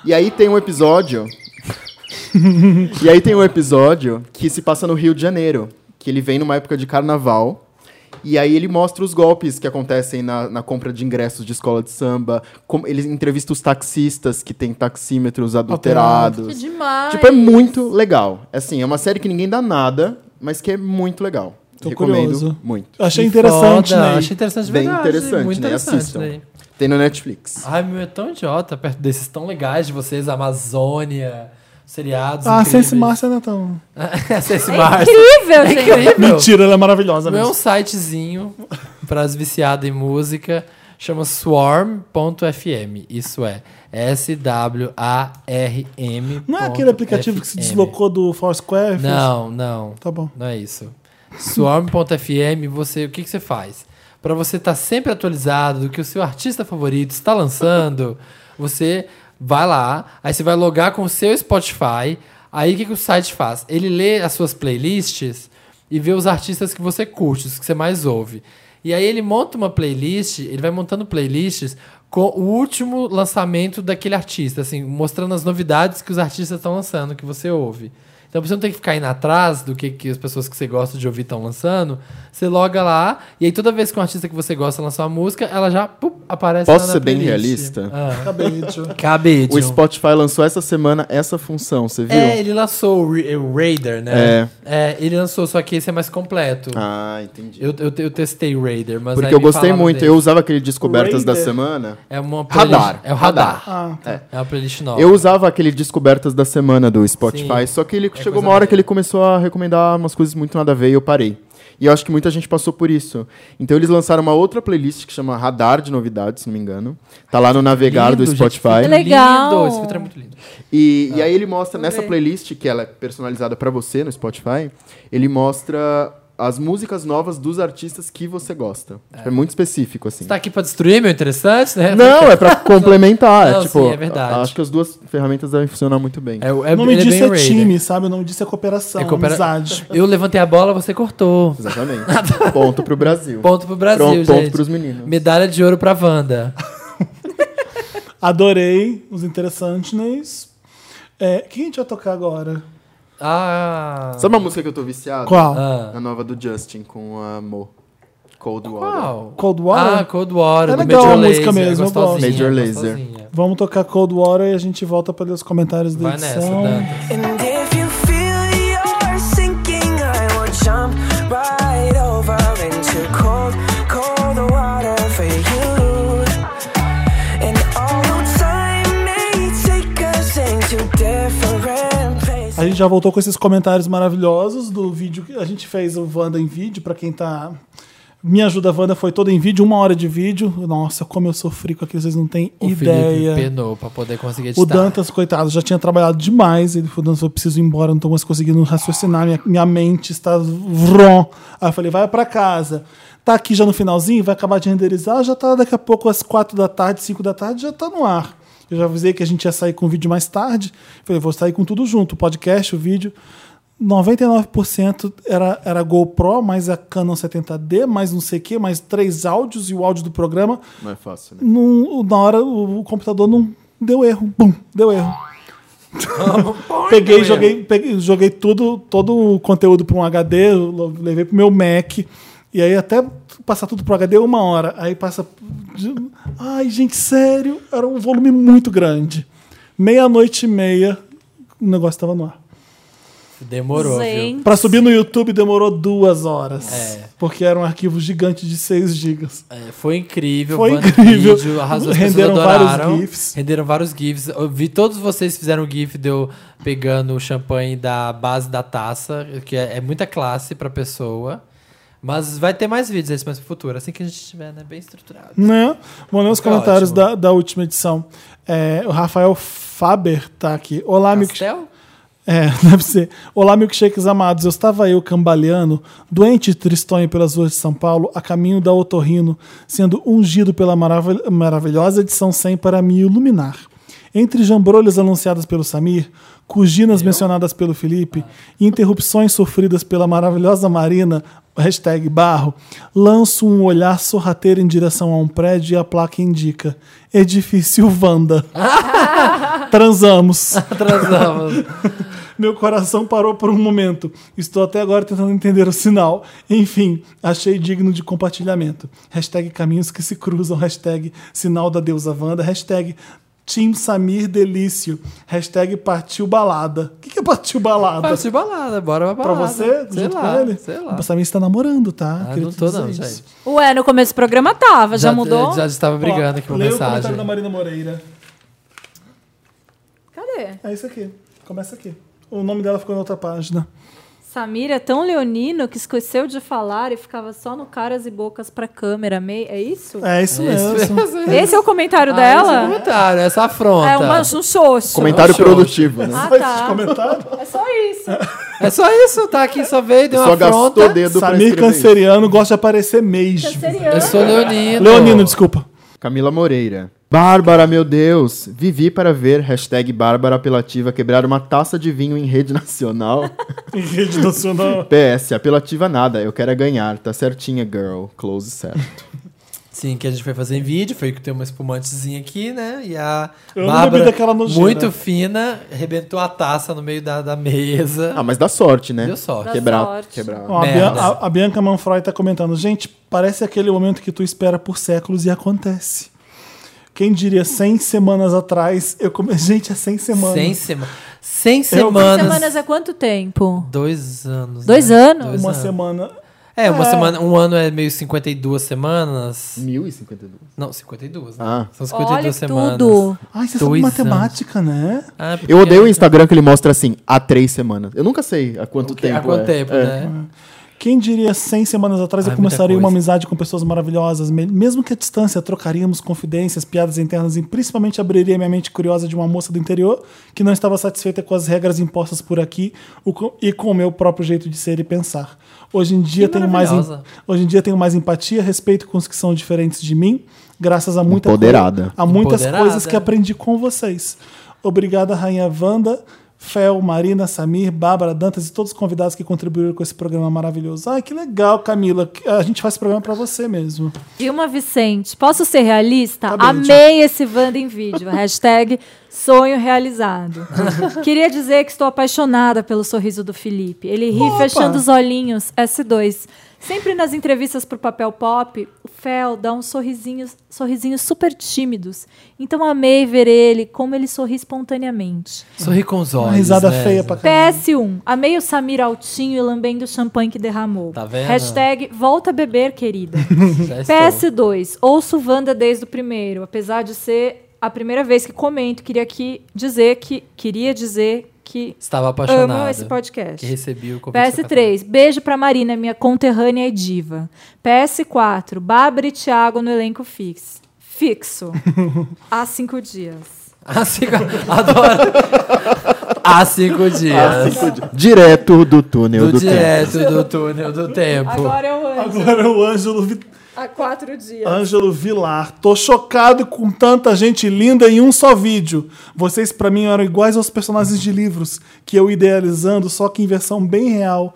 Speaker 3: E aí tem um episódio. e aí tem um episódio que se passa no Rio de Janeiro. Que ele vem numa época de carnaval. E aí ele mostra os golpes que acontecem na, na compra de ingressos de escola de samba. Como, ele entrevista os taxistas que têm taxímetros
Speaker 4: Que
Speaker 3: adulterados.
Speaker 4: demais.
Speaker 3: Tipo, é muito legal. Assim, é uma série que ninguém dá nada, mas que é muito legal.
Speaker 2: Tô
Speaker 3: Recomendo
Speaker 2: curioso. É
Speaker 3: muito.
Speaker 2: Achei interessante,
Speaker 1: Foda,
Speaker 2: né?
Speaker 1: Achei interessante,
Speaker 3: Bem
Speaker 1: verdade.
Speaker 3: interessante,
Speaker 1: muito
Speaker 3: né?
Speaker 1: interessante.
Speaker 3: Assistam.
Speaker 1: né?
Speaker 3: Tem no Netflix.
Speaker 1: Ai, meu, é tão idiota perto desses tão legais de vocês, Amazônia, seriados.
Speaker 2: Ah,
Speaker 1: incríveis.
Speaker 2: Sense Márcia não é tão.
Speaker 1: É, Sense
Speaker 4: É
Speaker 1: Márcia.
Speaker 4: incrível,
Speaker 1: É
Speaker 4: gente.
Speaker 1: incrível.
Speaker 2: Mentira, ela é maravilhosa
Speaker 1: Não é
Speaker 2: mesmo.
Speaker 1: um sitezinho para as viciadas em música, chama swarm.fm. Isso é S-W-A-R-M.
Speaker 2: Não é aquele aplicativo que se deslocou do Foursquare?
Speaker 1: um Não, não.
Speaker 2: Tá bom.
Speaker 1: Não é isso. Swarm.fm, você, o que, que você faz? Para você estar sempre atualizado do que o seu artista favorito está lançando, você vai lá, aí você vai logar com o seu Spotify. Aí o que, que o site faz? Ele lê as suas playlists e vê os artistas que você curte, os que você mais ouve. E aí ele monta uma playlist, ele vai montando playlists com o último lançamento daquele artista, assim, mostrando as novidades que os artistas estão lançando, que você ouve. Então você não tem que ficar indo atrás do que, que as pessoas que você gosta de ouvir estão lançando. Você loga lá, e aí toda vez que um artista que você gosta lançar uma música, ela já pum, aparece
Speaker 3: Posso
Speaker 1: lá na
Speaker 3: ser bem
Speaker 1: playlist.
Speaker 3: realista?
Speaker 1: Ah.
Speaker 2: Acabei,
Speaker 1: Cabe,
Speaker 3: O Spotify lançou essa semana essa função, você viu?
Speaker 1: É, ele lançou o, Ra- o Raider, né? É. Ele lançou, só que esse é mais completo.
Speaker 3: Ah, entendi.
Speaker 1: Eu, eu, eu testei o Raider, mas aí
Speaker 3: Porque eu
Speaker 1: me
Speaker 3: gostei
Speaker 1: falaram
Speaker 3: muito.
Speaker 1: dele.
Speaker 3: Eu usava aquele Descobertas da
Speaker 2: Raider.
Speaker 3: Semana.
Speaker 1: É uma playlist-
Speaker 3: Radar.
Speaker 1: É o radar.
Speaker 2: Ah, tá.
Speaker 1: É uma playlist nova.
Speaker 3: Eu usava aquele Descobertas da Semana do Spotify,
Speaker 1: Sim. É
Speaker 3: só que ele chegou
Speaker 1: coisa
Speaker 3: uma hora
Speaker 1: velha.
Speaker 3: que ele começou a recomendar umas coisas muito nada a ver e eu parei. E eu acho que muita gente passou por isso. Então eles lançaram uma outra playlist que chama Radar de Novidades, se não me engano. Tá lá no navegar
Speaker 1: Lindo,
Speaker 3: do
Speaker 1: gente,
Speaker 3: Spotify.
Speaker 1: filtro
Speaker 4: É legal.
Speaker 1: Lindo, esse filtro é muito lindo.
Speaker 3: E, e aí ele mostra, nessa
Speaker 4: ver.
Speaker 3: playlist, que ela é personalizada pra você no Spotify, ele mostra as músicas novas dos artistas que você gosta. É, muito específico, assim.
Speaker 1: Você tá aqui pra destruir, meu interessante, né?
Speaker 3: Não, é pra complementar.
Speaker 1: Não,
Speaker 3: é, tipo,
Speaker 1: sim, é verdade.
Speaker 3: a- Acho que as duas ferramentas devem funcionar muito bem.
Speaker 1: É, é,
Speaker 2: O nome
Speaker 1: ele
Speaker 2: disso
Speaker 1: bem
Speaker 2: é
Speaker 1: Raider.
Speaker 2: time, sabe? O nome disso é cooperação,
Speaker 1: É coopera-
Speaker 2: amizade.
Speaker 1: Eu levantei a bola, você cortou.
Speaker 3: Exatamente. ponto pro Brasil.
Speaker 1: Ah, tá. Ponto pro Brasil,
Speaker 3: Pronto,
Speaker 1: gente.
Speaker 3: ponto pros meninos.
Speaker 1: Medalha de ouro pra Wanda.
Speaker 2: Adorei os interessantes. É, quem a gente vai tocar agora?
Speaker 1: Ah.
Speaker 3: Sabe uma música que eu tô viciado?
Speaker 2: Qual?
Speaker 1: Ah.
Speaker 3: A nova do Justin com a Mo. Cold Water.
Speaker 1: Qual?
Speaker 2: Cold Water?
Speaker 1: Ah, Cold Water.
Speaker 2: É
Speaker 1: do
Speaker 2: legal
Speaker 1: Major
Speaker 2: a música
Speaker 1: Lazer,
Speaker 2: mesmo, eu gosto.
Speaker 1: gostosinha,
Speaker 3: Major Lazer.
Speaker 1: gostosinha.
Speaker 2: Vamos tocar Cold Water e a gente volta para ler os comentários da
Speaker 1: Vai nessa,
Speaker 2: edição.
Speaker 1: Dantas.
Speaker 5: And if you feel you're sinking, I will jump right over into cold, cold water for you. And although time may take us into different places.
Speaker 2: A gente já voltou com esses comentários maravilhosos do vídeo que a gente fez o Wanda em vídeo, pra quem tá. Me ajuda, Wanda foi toda em vídeo, uma hora de vídeo. Nossa, como eu sofri com aquilo, vocês não têm
Speaker 1: O
Speaker 2: ideia.
Speaker 1: Felipe penou pra poder conseguir editar.
Speaker 2: O Dantas, coitado, já tinha trabalhado demais. Ele falou, Dantas, eu preciso ir embora, não tô mais conseguindo raciocinar, minha, minha mente está vrom. Aí eu falei, vai pra casa. Tá aqui já no finalzinho, vai acabar de renderizar, já tá daqui a pouco às quatro da tarde, cinco da tarde, já tá no ar. Eu já avisei que a gente ia sair com o vídeo mais tarde. Eu Falei, vou sair com tudo junto, o podcast, o vídeo. 99% era, era GoPro, mais a Canon 70D, mais não sei o que, mais três áudios e o áudio do programa
Speaker 3: Não é fácil, né?
Speaker 2: não- na hora o, o computador não deu erro. Bum, deu erro. peguei, joguei, peguei- joguei tudo, todo o conteúdo para um HD, eu lo- levei pro meu Mac. E aí até passar tudo pro HD uma hora. Aí passa. Ai, gente, sério, era um volume muito grande. Meia-noite e meia, o negócio tava no ar.
Speaker 1: Demorou, viu?
Speaker 4: Gente.
Speaker 2: Pra subir no YouTube demorou duas horas.
Speaker 1: É.
Speaker 2: Porque era um arquivo gigante de 6 gigas.
Speaker 1: É, foi incrível.
Speaker 2: Foi
Speaker 1: o Wanda
Speaker 2: incrível.
Speaker 1: Vídeo, arrasou, as
Speaker 2: Renderam
Speaker 1: pessoas
Speaker 2: vários
Speaker 1: adoraram.
Speaker 2: gifs.
Speaker 1: Renderam vários GIFs. Eu vi todos vocês fizeram GIF de eu pegando o champanhe da base da taça, que é, é muita classe pra pessoa. Mas vai ter mais vídeos esse mais pro futuro, assim que a gente estiver né, bem estruturado.
Speaker 2: Né? Vou ler os
Speaker 1: Tá
Speaker 2: comentários
Speaker 1: ótimo.
Speaker 2: da, da última edição. É, o Rafael Faber tá aqui. Olá, milkshake.
Speaker 1: Castel?
Speaker 2: É, deve ser. Olá, milkshakes amados. Eu estava eu, cambaleando, doente e tristonho pelas ruas de São Paulo, a caminho da Otorrino, sendo ungido pela marav- maravilhosa edição 100 para me iluminar. Entre jambrolhas anunciadas pelo Samir, cuginas mencionadas pelo Felipe e interrupções sofridas pela maravilhosa Marina, hashtag barro, lanço um olhar sorrateiro em direção a um prédio e a placa indica Edifício Vanda. Transamos.
Speaker 1: Atrasamos.
Speaker 2: Meu coração parou por um momento. Estou até agora tentando entender o sinal. Enfim, achei digno de compartilhamento. Hashtag caminhos que se cruzam. Hashtag sinal da deusa Wanda. Hashtag Team Samir Delício. Hashtag partiu balada. O que, que é partiu balada?
Speaker 1: Partiu balada, bora pra
Speaker 2: Pra
Speaker 1: balada.
Speaker 2: você?
Speaker 1: Sei
Speaker 2: junto
Speaker 1: lá,
Speaker 2: com ele?
Speaker 1: sei lá.
Speaker 2: O Samir está namorando, tá?
Speaker 1: Ah,
Speaker 2: Queria
Speaker 1: não
Speaker 2: te
Speaker 1: tô
Speaker 2: dizer
Speaker 1: não,
Speaker 2: isso.
Speaker 1: gente.
Speaker 4: Ué, no começo do programa tava, já, mudou?
Speaker 1: Já estava brigando
Speaker 2: Ó,
Speaker 1: aqui por
Speaker 2: leia o comentário da
Speaker 1: mensagem.
Speaker 2: Marina Moreira.
Speaker 4: Cadê?
Speaker 2: É isso aqui. Começa aqui. O nome dela ficou na outra página.
Speaker 4: Samir é tão leonino que esqueceu de falar e ficava só no caras e bocas pra câmera. Mei... É isso?
Speaker 2: É isso
Speaker 1: Isso
Speaker 2: mesmo.
Speaker 4: Esse é o comentário
Speaker 1: Ah, esse
Speaker 4: dela?
Speaker 1: comentário, essa afronta.
Speaker 4: É uma, um xoxo.
Speaker 3: Comentário
Speaker 1: Show.
Speaker 3: produtivo, né?
Speaker 4: Ah,
Speaker 2: Foi esse
Speaker 4: tá.
Speaker 2: comentário?
Speaker 4: É só isso.
Speaker 1: É só isso, tá aqui, só veio, deu uma
Speaker 3: Só
Speaker 1: afronta.
Speaker 3: gastou dedo pra
Speaker 2: Samir
Speaker 3: escrever. isso.
Speaker 2: Canceriano gosta de aparecer mesmo.
Speaker 1: Eu
Speaker 4: Canceriano.
Speaker 1: sou Leonino.
Speaker 2: Leonino, desculpa.
Speaker 3: Camila Moreira. Bárbara, meu Deus! Vivi para ver, hashtag Bárbara apelativa, quebrar uma taça de vinho em rede nacional.
Speaker 2: Em rede nacional.
Speaker 3: PS, apelativa nada, eu quero é ganhar, tá certinha, girl. Close certo.
Speaker 1: Sim, que a gente foi fazer em vídeo, foi que tem uma espumantezinha aqui, né? E a
Speaker 2: Eu não
Speaker 1: Bárbara,
Speaker 2: bebi daquela nojeira.
Speaker 1: muito fina, arrebentou a taça no meio da, da mesa.
Speaker 3: Ah, mas dá sorte, né?
Speaker 1: Deu sorte.
Speaker 4: Dá
Speaker 3: Quebrar,
Speaker 4: sorte.
Speaker 3: quebrar.
Speaker 2: Ó, a,
Speaker 1: Merda.
Speaker 2: Bian- a- a Bianca Manfroy tá comentando. Gente, parece aquele momento que tu espera por séculos e acontece. Quem diria 100 semanas atrás, eu come... Gente, é 100 semanas.
Speaker 1: Sem, sema... Sem
Speaker 4: Duas
Speaker 1: semanas.
Speaker 4: semanas é quanto tempo?
Speaker 1: Dois anos.
Speaker 4: Dois
Speaker 1: né?
Speaker 4: anos?
Speaker 1: Dois
Speaker 2: Uma
Speaker 1: anos.
Speaker 2: semana.
Speaker 1: É, uma
Speaker 2: É.
Speaker 1: semana. Um ano é meio 52 semanas.
Speaker 3: 1052.
Speaker 1: Não, 52. Né?
Speaker 3: Ah.
Speaker 1: São 52
Speaker 4: Olha que
Speaker 1: semanas.
Speaker 4: tudo.
Speaker 2: Ai, você sabe
Speaker 1: Dois
Speaker 2: matemática, né?
Speaker 1: Ah,
Speaker 3: Eu
Speaker 1: porque-
Speaker 3: odeio o Instagram que ele mostra assim, há três semanas. Eu nunca sei há quanto tempo.
Speaker 1: Há quanto
Speaker 3: é.
Speaker 1: tempo,
Speaker 3: É.
Speaker 1: né?
Speaker 2: Quem diria 100 semanas atrás
Speaker 1: Ai,
Speaker 2: eu começaria
Speaker 1: Ah, é muita
Speaker 2: uma
Speaker 1: coisa.
Speaker 2: amizade com pessoas maravilhosas, me- mesmo que à distância trocaríamos confidências, piadas internas e principalmente abriria minha mente curiosa de uma moça do interior que não estava satisfeita com as regras impostas por aqui o co- e com o meu próprio jeito de ser e pensar. Hoje em dia
Speaker 1: Que
Speaker 2: tenho mais em-
Speaker 1: maravilhosa.
Speaker 2: hoje em dia tenho mais empatia, respeito com os que são diferentes de mim, graças a muita coi-
Speaker 3: Empoderada.
Speaker 2: a muitas
Speaker 1: Empoderada.
Speaker 2: coisas que aprendi com vocês. Obrigada, Rainha Wanda, Fel, Marina, Samir, Bárbara, Dantas e todos os convidados que contribuíram com esse programa maravilhoso. Ai, que legal, Camila. A gente faz esse programa pra você mesmo.
Speaker 4: Dilma Vicente, posso ser
Speaker 2: Tá
Speaker 4: realista?
Speaker 2: bem,
Speaker 4: Amei esse Wanda em vídeo. Hashtag Sonho realizado. Queria dizer que estou apaixonada pelo sorriso do Felipe. Ele ri fechando os olhinhos. S2. Sempre nas entrevistas pro Papel Pop, o Fel dá uns sorrisinhos, sorrisinhos super tímidos. Então amei ver ele, como ele sorri espontaneamente.
Speaker 1: Sorri com os olhos.
Speaker 2: Uma risada
Speaker 1: né?
Speaker 2: feia pra caramba.
Speaker 4: PS1. Amei o Samir altinho e lambendo o champanhe que derramou.
Speaker 1: Tá vendo?
Speaker 4: Hashtag volta a beber, querida.
Speaker 1: Já estou.
Speaker 4: PS2. Ouço Wanda desde o primeiro. Apesar de ser a primeira vez que comento, queria aqui dizer que. Queria dizer que
Speaker 1: Estava apaixonado.
Speaker 4: amo esse
Speaker 1: Que
Speaker 4: podcast.
Speaker 1: recebi o convite. da Catarina.
Speaker 4: PS3, beijo pra Marina, minha conterrânea e diva. PS4, Bárbara e Thiago no elenco fix, fixo. Há cinco dias.
Speaker 1: Há cinco... Adoro. Há cinco dias.
Speaker 3: Direto do túnel
Speaker 1: Do,
Speaker 3: do, tempo.
Speaker 1: direto do túnel do tempo.
Speaker 4: Agora é o anjo.
Speaker 2: Agora é o Ângelo, Vi-
Speaker 4: Há quatro dias.
Speaker 2: Ângelo Vilar. Tô chocado com tanta gente linda em um só vídeo. Vocês, pra mim, eram iguais aos personagens de livros que eu idealizando, só que em versão bem real.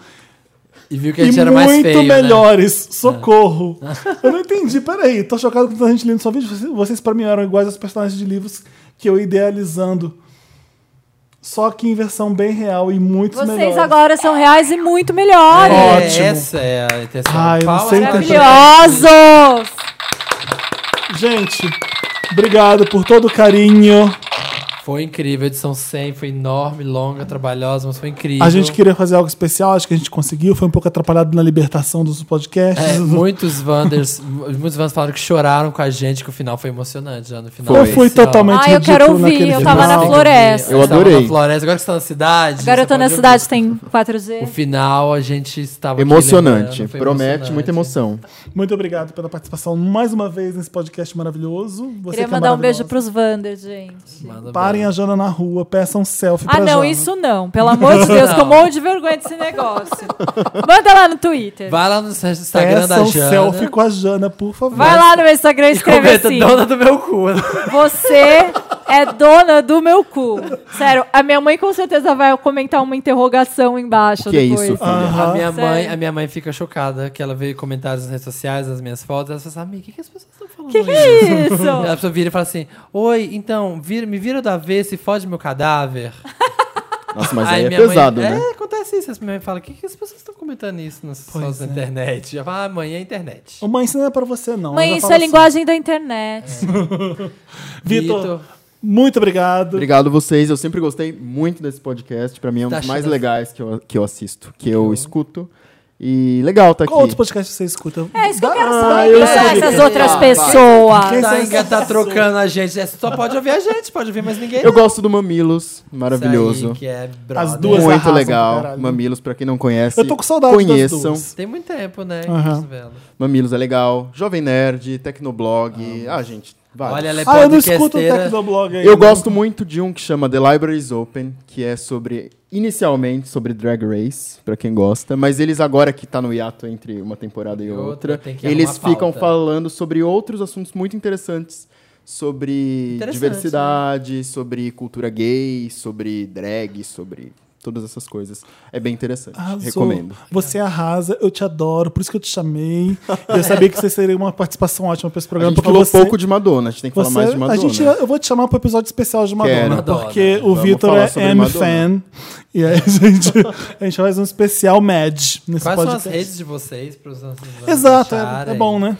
Speaker 1: E viu que a
Speaker 2: E
Speaker 1: gente era mais
Speaker 2: muito
Speaker 1: feio, né?
Speaker 2: melhores. Socorro. Eu não entendi. Peraí, tô chocado com tanta gente lendo só vídeo. Vocês- Vocês, pra mim, eram iguais aos personagens de livros que eu idealizando. Só que em versão bem real e muito
Speaker 4: Vocês
Speaker 2: melhores.
Speaker 4: agora são reais e muito melhores.
Speaker 1: É,
Speaker 2: Ótimo.
Speaker 1: Essa é a intenção.
Speaker 2: Ah, eu não
Speaker 1: Palmas
Speaker 2: sei
Speaker 1: pra
Speaker 2: interpretar.
Speaker 1: Catarina.
Speaker 4: Maravilhosos!
Speaker 2: Gente, obrigado por todo o carinho.
Speaker 1: Foi incrível, a edição 100 foi enorme, longa, trabalhosa, mas foi incrível.
Speaker 2: A gente queria fazer algo especial, acho que a gente conseguiu. Foi um pouco atrapalhado na libertação dos podcasts.
Speaker 1: É, muitos Wanders, muitos Wanders falaram que choraram com a gente, que o final foi emocionante já no final.
Speaker 2: eu
Speaker 3: Foi.
Speaker 2: fui
Speaker 1: Esse, ó,
Speaker 2: totalmente
Speaker 4: Ah, eu quero
Speaker 2: ridículo
Speaker 4: ouvir,
Speaker 2: naquele
Speaker 4: eu
Speaker 2: final.
Speaker 4: tava na floresta.
Speaker 3: Eu
Speaker 1: Vocês estavam
Speaker 3: adorei.
Speaker 1: Na floresta, agora que você tá na cidade.
Speaker 4: Agora eu
Speaker 1: você
Speaker 4: tô na
Speaker 1: pode
Speaker 4: cidade,
Speaker 1: ouvir.
Speaker 4: tem
Speaker 1: O
Speaker 4: 4G.
Speaker 1: final a gente estava. aqui
Speaker 3: Emocionante.
Speaker 1: lembrando, foi
Speaker 3: Promete muita
Speaker 1: emocionante.
Speaker 3: emoção.
Speaker 2: Muito obrigado pela participação mais uma vez nesse podcast maravilhoso. Você
Speaker 4: Queria
Speaker 2: que é
Speaker 4: mandar um beijo
Speaker 2: maravilhosa.
Speaker 4: pros Wander, gente.
Speaker 1: Manda
Speaker 2: Parem
Speaker 1: bem.
Speaker 2: a Jana na rua, peçam selfie
Speaker 4: Ah,
Speaker 2: pra
Speaker 4: não,
Speaker 2: Jana.
Speaker 4: isso não. Pelo amor de Deus,
Speaker 1: Não.
Speaker 4: que eu morro de vergonha desse negócio. Manda lá no Twitter. Vai,
Speaker 1: Vai lá no
Speaker 4: é
Speaker 1: Instagram da
Speaker 2: Peçam
Speaker 1: Jana.
Speaker 2: selfie com a Jana, por favor.
Speaker 4: lá no meu Instagram e
Speaker 1: e
Speaker 4: escreve
Speaker 1: comenta,
Speaker 4: assim.
Speaker 1: dona do meu cu.
Speaker 4: Você é dona do meu cu. Sério, a minha mãe com certeza vai comentar uma interrogação embaixo
Speaker 3: Que é
Speaker 4: depois.
Speaker 3: isso, filha?
Speaker 1: A minha,
Speaker 4: Sério.
Speaker 1: mãe, a minha mãe fica chocada que ela vê comentários nas redes sociais, nas minhas fotos. Ela fala assim, amiga, o que, que as pessoas estão falando?
Speaker 4: Que que
Speaker 1: isso?"
Speaker 4: é
Speaker 1: E
Speaker 4: isso?
Speaker 1: A pessoa vira e fala assim: Oi, então, vira- me vira do avesso e fode meu cadáver.
Speaker 3: Nossa, mas aí é
Speaker 1: Ah. minha mãe-
Speaker 3: pesado, né?
Speaker 1: É, acontece isso. As minha mãe fala: O que, que as pessoas estão comentando isso nas fotos da internet? Já fala: Ah, mãe, é a internet.
Speaker 2: é. Ô, Mãe, isso não é pra você, não. Eu já
Speaker 4: Mãe, isso
Speaker 2: falo
Speaker 4: é
Speaker 2: assim.
Speaker 4: linguagem da internet.
Speaker 2: Vitor, muito obrigado.
Speaker 3: Obrigado vocês. Eu sempre gostei muito desse podcast. Pra mim é um
Speaker 1: Tá
Speaker 3: dos mais
Speaker 1: achando-
Speaker 3: legais que eu, que eu assisto, que eu escuto. E legal tá aqui.
Speaker 2: Qual outros podcasts você escuta?
Speaker 4: É isso que eu
Speaker 2: Dá-
Speaker 4: quero
Speaker 2: Ah,
Speaker 4: saber.
Speaker 2: eu
Speaker 4: quem são
Speaker 2: sei.
Speaker 4: essas outras
Speaker 3: Ah, vai.
Speaker 4: pessoas.
Speaker 2: Quem são
Speaker 1: Tá,
Speaker 2: essas
Speaker 1: ainda tá
Speaker 2: pessoas?
Speaker 1: trocando a gente. Você só pode ouvir a gente, pode ouvir mais ninguém. não.
Speaker 3: Eu gosto do Mamilos, maravilhoso.
Speaker 1: Isso aí que é brother.
Speaker 2: As duas-
Speaker 3: Muito
Speaker 2: arrasam pra
Speaker 3: legal.
Speaker 1: né?
Speaker 2: caralho.
Speaker 3: Mamilos, pra quem não conhece,
Speaker 2: Eu tô com saudade das
Speaker 3: conheçam.
Speaker 2: duas.
Speaker 1: Tem muito tempo, né?
Speaker 2: Aham.
Speaker 1: Velo?
Speaker 3: Mamilos é legal. Jovem Nerd, Tecnoblog. Ah, gente, vai.
Speaker 1: Olha, ela é
Speaker 2: Ah, eu não escuto o
Speaker 1: podcasteira.
Speaker 2: Tecnoblog aí.
Speaker 3: Eu
Speaker 2: não.
Speaker 3: gosto muito de um que chama The Libraries Open, que é sobre, inicialmente, sobre Drag Race, pra quem gosta, mas eles agora que tá no hiato entre uma temporada e
Speaker 1: E outra,
Speaker 3: outra,
Speaker 1: tem que
Speaker 3: eles
Speaker 1: arrumar
Speaker 3: ficam
Speaker 1: pauta.
Speaker 3: falando sobre outros assuntos muito interessantes, sobre
Speaker 1: Interessante,
Speaker 3: diversidade, sobre cultura gay, sobre drag, sobre todas essas coisas. É bem interessante,
Speaker 2: Arrasou.
Speaker 3: recomendo.
Speaker 2: Você arrasa, eu te adoro, por isso que eu te chamei. E eu sabia que você seria uma participação ótima pra esse
Speaker 3: A
Speaker 2: programa.
Speaker 3: gente
Speaker 2: porque
Speaker 3: falou
Speaker 2: você,
Speaker 3: pouco de Madonna, a gente tem que falar
Speaker 2: você-
Speaker 3: mais de
Speaker 2: a
Speaker 3: Madonna.
Speaker 2: gente, é eu vou te chamar pro episódio especial de Madonna,
Speaker 3: Quero.
Speaker 1: Madonna.
Speaker 2: porque o
Speaker 3: Vamos
Speaker 2: Vitor
Speaker 3: falar
Speaker 2: é
Speaker 3: sobre
Speaker 2: M-fan.
Speaker 3: Madonna.
Speaker 2: E aí a gente, a gente faz um especial Mad
Speaker 1: Quais
Speaker 2: nesse
Speaker 1: são as
Speaker 2: podcast.
Speaker 1: redes de vocês para os nossos
Speaker 2: Exato, é,
Speaker 1: acharem?
Speaker 2: é bom, né?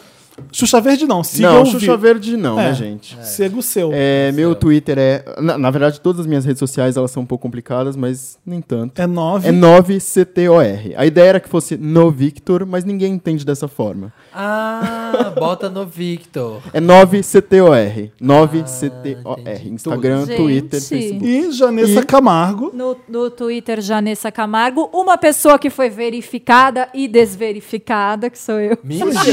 Speaker 2: Xuxa Verde não, siga
Speaker 3: Não,
Speaker 2: o
Speaker 3: Xuxa
Speaker 2: Vi-
Speaker 3: Verde não,
Speaker 2: É.
Speaker 3: né, gente?
Speaker 2: Siga o seu. É,
Speaker 3: É, meu Twitter é. Na, na verdade, todas as minhas redes sociais elas são um pouco complicadas, mas nem tanto.
Speaker 2: nove.
Speaker 3: É 9CTOR. A ideia era que fosse no Victor, mas ninguém entende dessa forma.
Speaker 1: Ah, bota no Victor.
Speaker 3: É 9CTOR. 9CTOR. Instagram,
Speaker 4: Ah, Gente.
Speaker 3: Twitter, Facebook.
Speaker 2: E Janessa
Speaker 3: E-
Speaker 2: Camargo.
Speaker 4: No, no Twitter, Janessa Camargo, uma pessoa que foi verificada e desverificada, que sou eu.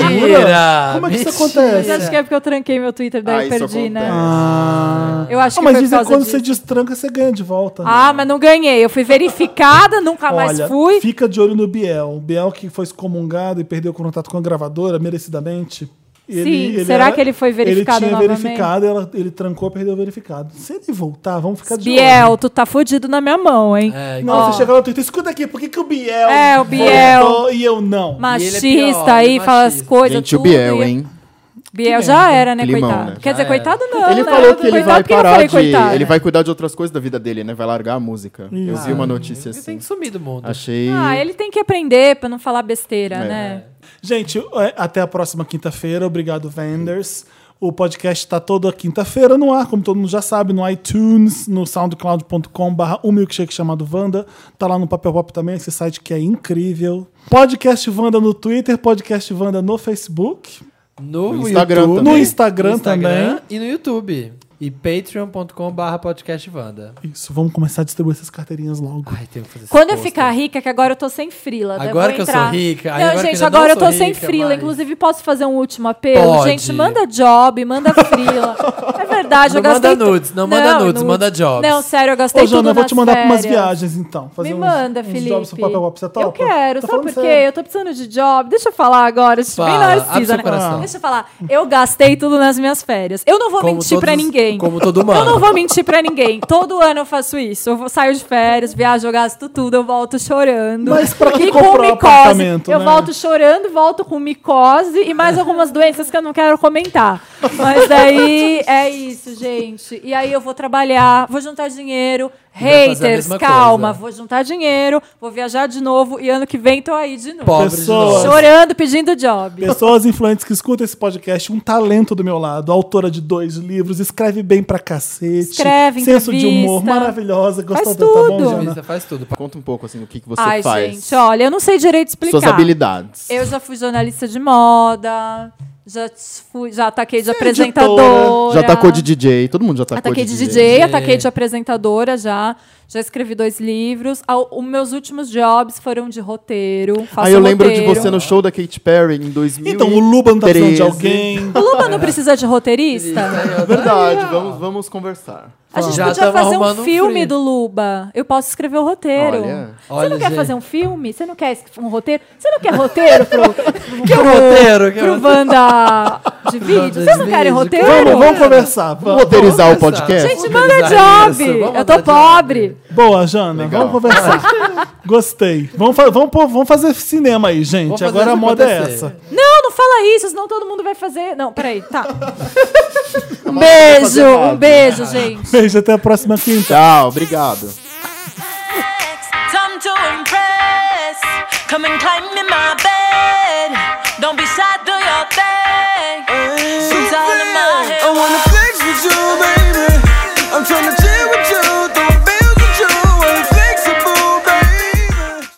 Speaker 1: Mentira!
Speaker 2: Como é que isso
Speaker 1: Mentira!
Speaker 2: acontece?
Speaker 4: Mas acho que é porque eu tranquei meu Twitter, daí
Speaker 3: Ah,
Speaker 4: eu
Speaker 3: isso
Speaker 4: perdi, né?
Speaker 3: acontece.
Speaker 2: Ah,
Speaker 4: Eu acho
Speaker 2: Ah, mas
Speaker 4: que foi por
Speaker 2: dizem que
Speaker 4: causa
Speaker 2: quando
Speaker 4: disso.
Speaker 2: você destranca, você ganha de volta. né?
Speaker 4: Ah, mas não ganhei. Eu fui verificada, nunca mais
Speaker 2: Olha,
Speaker 4: Ah, fui.
Speaker 2: Fica de olho no Biel. O Biel que foi excomungado e perdeu o contato com a gravadora, merecidamente.
Speaker 4: Sim, será que ele foi verificado
Speaker 2: Ele tinha
Speaker 4: novamente?
Speaker 2: verificado, ela- ele trancou, perdeu o verificado. Se ele voltar, vamos ficar de olho.
Speaker 4: Biel, tu tá fudido na minha mão, hein?
Speaker 1: É,
Speaker 2: Não, você chega lá no Twitter, escuta aqui, por que, que o Biel.
Speaker 4: É, o Biel.
Speaker 2: voltou E eu não.
Speaker 4: Machista
Speaker 1: E ele é pior,
Speaker 4: aí,
Speaker 1: ele é
Speaker 4: fala as
Speaker 1: machista.
Speaker 4: coisas.
Speaker 3: Gente, o
Speaker 4: tudo,
Speaker 3: Biel,
Speaker 4: e-
Speaker 3: hein?
Speaker 4: Biel já era, né,
Speaker 3: Climão,
Speaker 4: coitado?
Speaker 3: né?
Speaker 4: Quer dizer,
Speaker 1: Já
Speaker 4: coitado não,
Speaker 3: Ele
Speaker 4: né?
Speaker 3: falou que ele
Speaker 4: Coitado
Speaker 3: vai
Speaker 4: porque eu
Speaker 3: parar
Speaker 4: falei
Speaker 3: de.
Speaker 4: coitado.
Speaker 3: Ele vai cuidar de outras coisas da vida dele, né? Vai largar a música. Eu vi uma notícia
Speaker 1: Ele tem
Speaker 3: assim.
Speaker 1: que sumir do mundo.
Speaker 3: Achei.
Speaker 4: Ah, ele tem que aprender pra não falar besteira,
Speaker 3: É.
Speaker 4: né?
Speaker 2: Gente, é, até a próxima quinta-feira. Obrigado, Vendors. O podcast está toda quinta-feira no ar, como todo mundo já sabe, no iTunes, no soundcloud.com barra um milkshake chamado Wanda. Tá lá no Papel Pop também, esse site que é incrível. Podcast Wanda no Twitter, podcast Wanda no Facebook.
Speaker 1: No,
Speaker 3: No Instagram
Speaker 1: YouTube,
Speaker 2: também. No Instagram também.
Speaker 1: E no YouTube. E patreon.com.br podcastvanda.
Speaker 2: Isso, vamos começar a distribuir essas carteirinhas logo.
Speaker 1: Ai, tenho que fazer esse
Speaker 4: Quando eu
Speaker 1: pôster.
Speaker 4: ficar rica, que agora eu tô sem frila. daí
Speaker 1: Agora
Speaker 4: vou
Speaker 1: que eu sou
Speaker 4: entrar.
Speaker 1: rica, aí
Speaker 4: Não,
Speaker 1: agora que
Speaker 4: gente,
Speaker 1: eu não
Speaker 4: agora eu
Speaker 1: sou
Speaker 4: tô sem
Speaker 1: rica
Speaker 4: frila.
Speaker 1: mais.
Speaker 4: Inclusive, posso fazer um último apelo?
Speaker 1: Pode.
Speaker 4: Gente, manda job, manda frila. é verdade,
Speaker 1: Não
Speaker 4: eu gastei.
Speaker 1: manda
Speaker 4: tu-
Speaker 1: nudes, não manda nudes, manda jobs.
Speaker 4: Não, sério, eu gastei
Speaker 2: Ô, Jana,
Speaker 4: tudo
Speaker 2: eu vou
Speaker 4: nas
Speaker 2: te mandar pra umas
Speaker 4: férias.
Speaker 2: viagens, então. Fazer
Speaker 4: Me
Speaker 2: uns-
Speaker 4: manda,
Speaker 2: uns
Speaker 4: Felipe.
Speaker 2: jobs pro Papel Pop. Você
Speaker 4: eu
Speaker 2: topa?
Speaker 4: quero,
Speaker 2: Tô Tá
Speaker 4: sabe
Speaker 2: falando
Speaker 4: por quê?
Speaker 2: sério.
Speaker 4: Eu tô precisando de job. Deixa eu falar agora, isso bem
Speaker 1: Fala, abre
Speaker 4: narcisa,
Speaker 1: seu
Speaker 4: né?
Speaker 1: coração.
Speaker 4: Deixa eu falar. Eu gastei tudo nas minhas férias. Eu não vou
Speaker 1: Como
Speaker 4: mentir
Speaker 1: todos-
Speaker 4: pra ninguém.
Speaker 1: como todo humano.
Speaker 4: Eu não vou mentir pra ninguém. Todo ano eu faço isso. Eu vou- saio de férias, viajo, eu gasto tudo, eu volto chorando.
Speaker 2: Mas pra que
Speaker 4: E com
Speaker 2: comprar um apartamento,
Speaker 4: micose. Eu
Speaker 2: né?
Speaker 4: volto chorando, volto com micose e mais algumas doenças que eu não quero comentar. Mas daí é isso, gente. E aí eu vou trabalhar, vou juntar dinheiro.
Speaker 1: vai fazer a
Speaker 4: Haters,
Speaker 1: mesma
Speaker 4: calma,
Speaker 1: coisa.
Speaker 4: vou juntar dinheiro, vou viajar de novo e ano que vem tô aí de novo.
Speaker 1: Pobre
Speaker 2: Pessoas.
Speaker 1: de nós.
Speaker 4: Chorando, pedindo job.
Speaker 2: Pessoas influentes que escutam esse podcast, um talento do meu lado, autora de dois livros, escreve bem pra cacete.
Speaker 4: Escreve,
Speaker 2: Senso de humor,
Speaker 4: entrevista.
Speaker 2: maravilhosa. Gostou
Speaker 4: Faz
Speaker 2: dela, tá bom,
Speaker 4: tudo.
Speaker 2: Jana?
Speaker 1: Entrevista, Faz tudo.
Speaker 3: Conta um pouco assim do que, que você
Speaker 4: Ai,
Speaker 3: faz.
Speaker 4: gente, olha, eu não sei direito explicar.
Speaker 3: Suas habilidades.
Speaker 4: Eu já fui jornalista de moda, já fui, já ataquei de apresentadora.
Speaker 3: é Editora, Já tacou de DJ, todo mundo já tacou
Speaker 4: Ataquei
Speaker 3: de
Speaker 4: de DJ, ataquei de apresentadora já. Já escrevi dois livros. Ao- Os meus últimos jobs foram de roteiro. Faço
Speaker 3: Aí eu lembro de
Speaker 4: roteiro.
Speaker 3: você no show da Katy Perry em 2000.
Speaker 2: Então, o Luba não tá precisando de alguém.
Speaker 4: O Luba não precisa de roteirista?
Speaker 3: é Verdade, vamos, vamos conversar.
Speaker 4: A gente
Speaker 1: Já
Speaker 4: podia
Speaker 1: tamo
Speaker 4: fazer
Speaker 1: arrumando
Speaker 4: um
Speaker 1: um
Speaker 4: filme
Speaker 1: free.
Speaker 4: do Luba. Eu posso escrever o roteiro.
Speaker 3: Olha.
Speaker 4: Você
Speaker 1: Olha,
Speaker 4: não quer
Speaker 1: gente.
Speaker 4: fazer um filme? Você não quer es- um roteiro? Você não quer roteiro pro,
Speaker 1: Que é o roteiro? Que é o
Speaker 4: pro Wanda de vídeo?
Speaker 1: Wanda
Speaker 4: Vocês
Speaker 1: de
Speaker 4: não
Speaker 1: vídeo.
Speaker 4: querem roteiro?
Speaker 2: Vamos, vamos conversar.
Speaker 3: Vamos
Speaker 2: Vamos.
Speaker 3: roteirizar o
Speaker 1: Vamos conversar.
Speaker 3: podcast?
Speaker 4: Gente,
Speaker 1: Vamos
Speaker 4: manda
Speaker 1: organizar
Speaker 4: job!
Speaker 1: isso, vamos
Speaker 4: Eu tô
Speaker 1: mandar job.
Speaker 4: pobre.
Speaker 2: Boa, Jana.
Speaker 3: Legal.
Speaker 2: Vamos conversar. Gostei. Vamos, fa- vamos, pô- vamos fazer cinema aí, gente.
Speaker 1: Vamos fazer
Speaker 2: Agora a
Speaker 1: isso
Speaker 2: moda é
Speaker 1: acontecer.
Speaker 2: essa.
Speaker 4: Não, não fala isso, senão todo mundo vai fazer. Não, peraí, tá. Um
Speaker 3: fazer
Speaker 4: beijo,
Speaker 3: errado.
Speaker 4: um beijo, gente.
Speaker 2: Beijo, até a próxima quinta.
Speaker 3: Tchau, obrigado.
Speaker 7: Time to impress. Come and climb in my bed.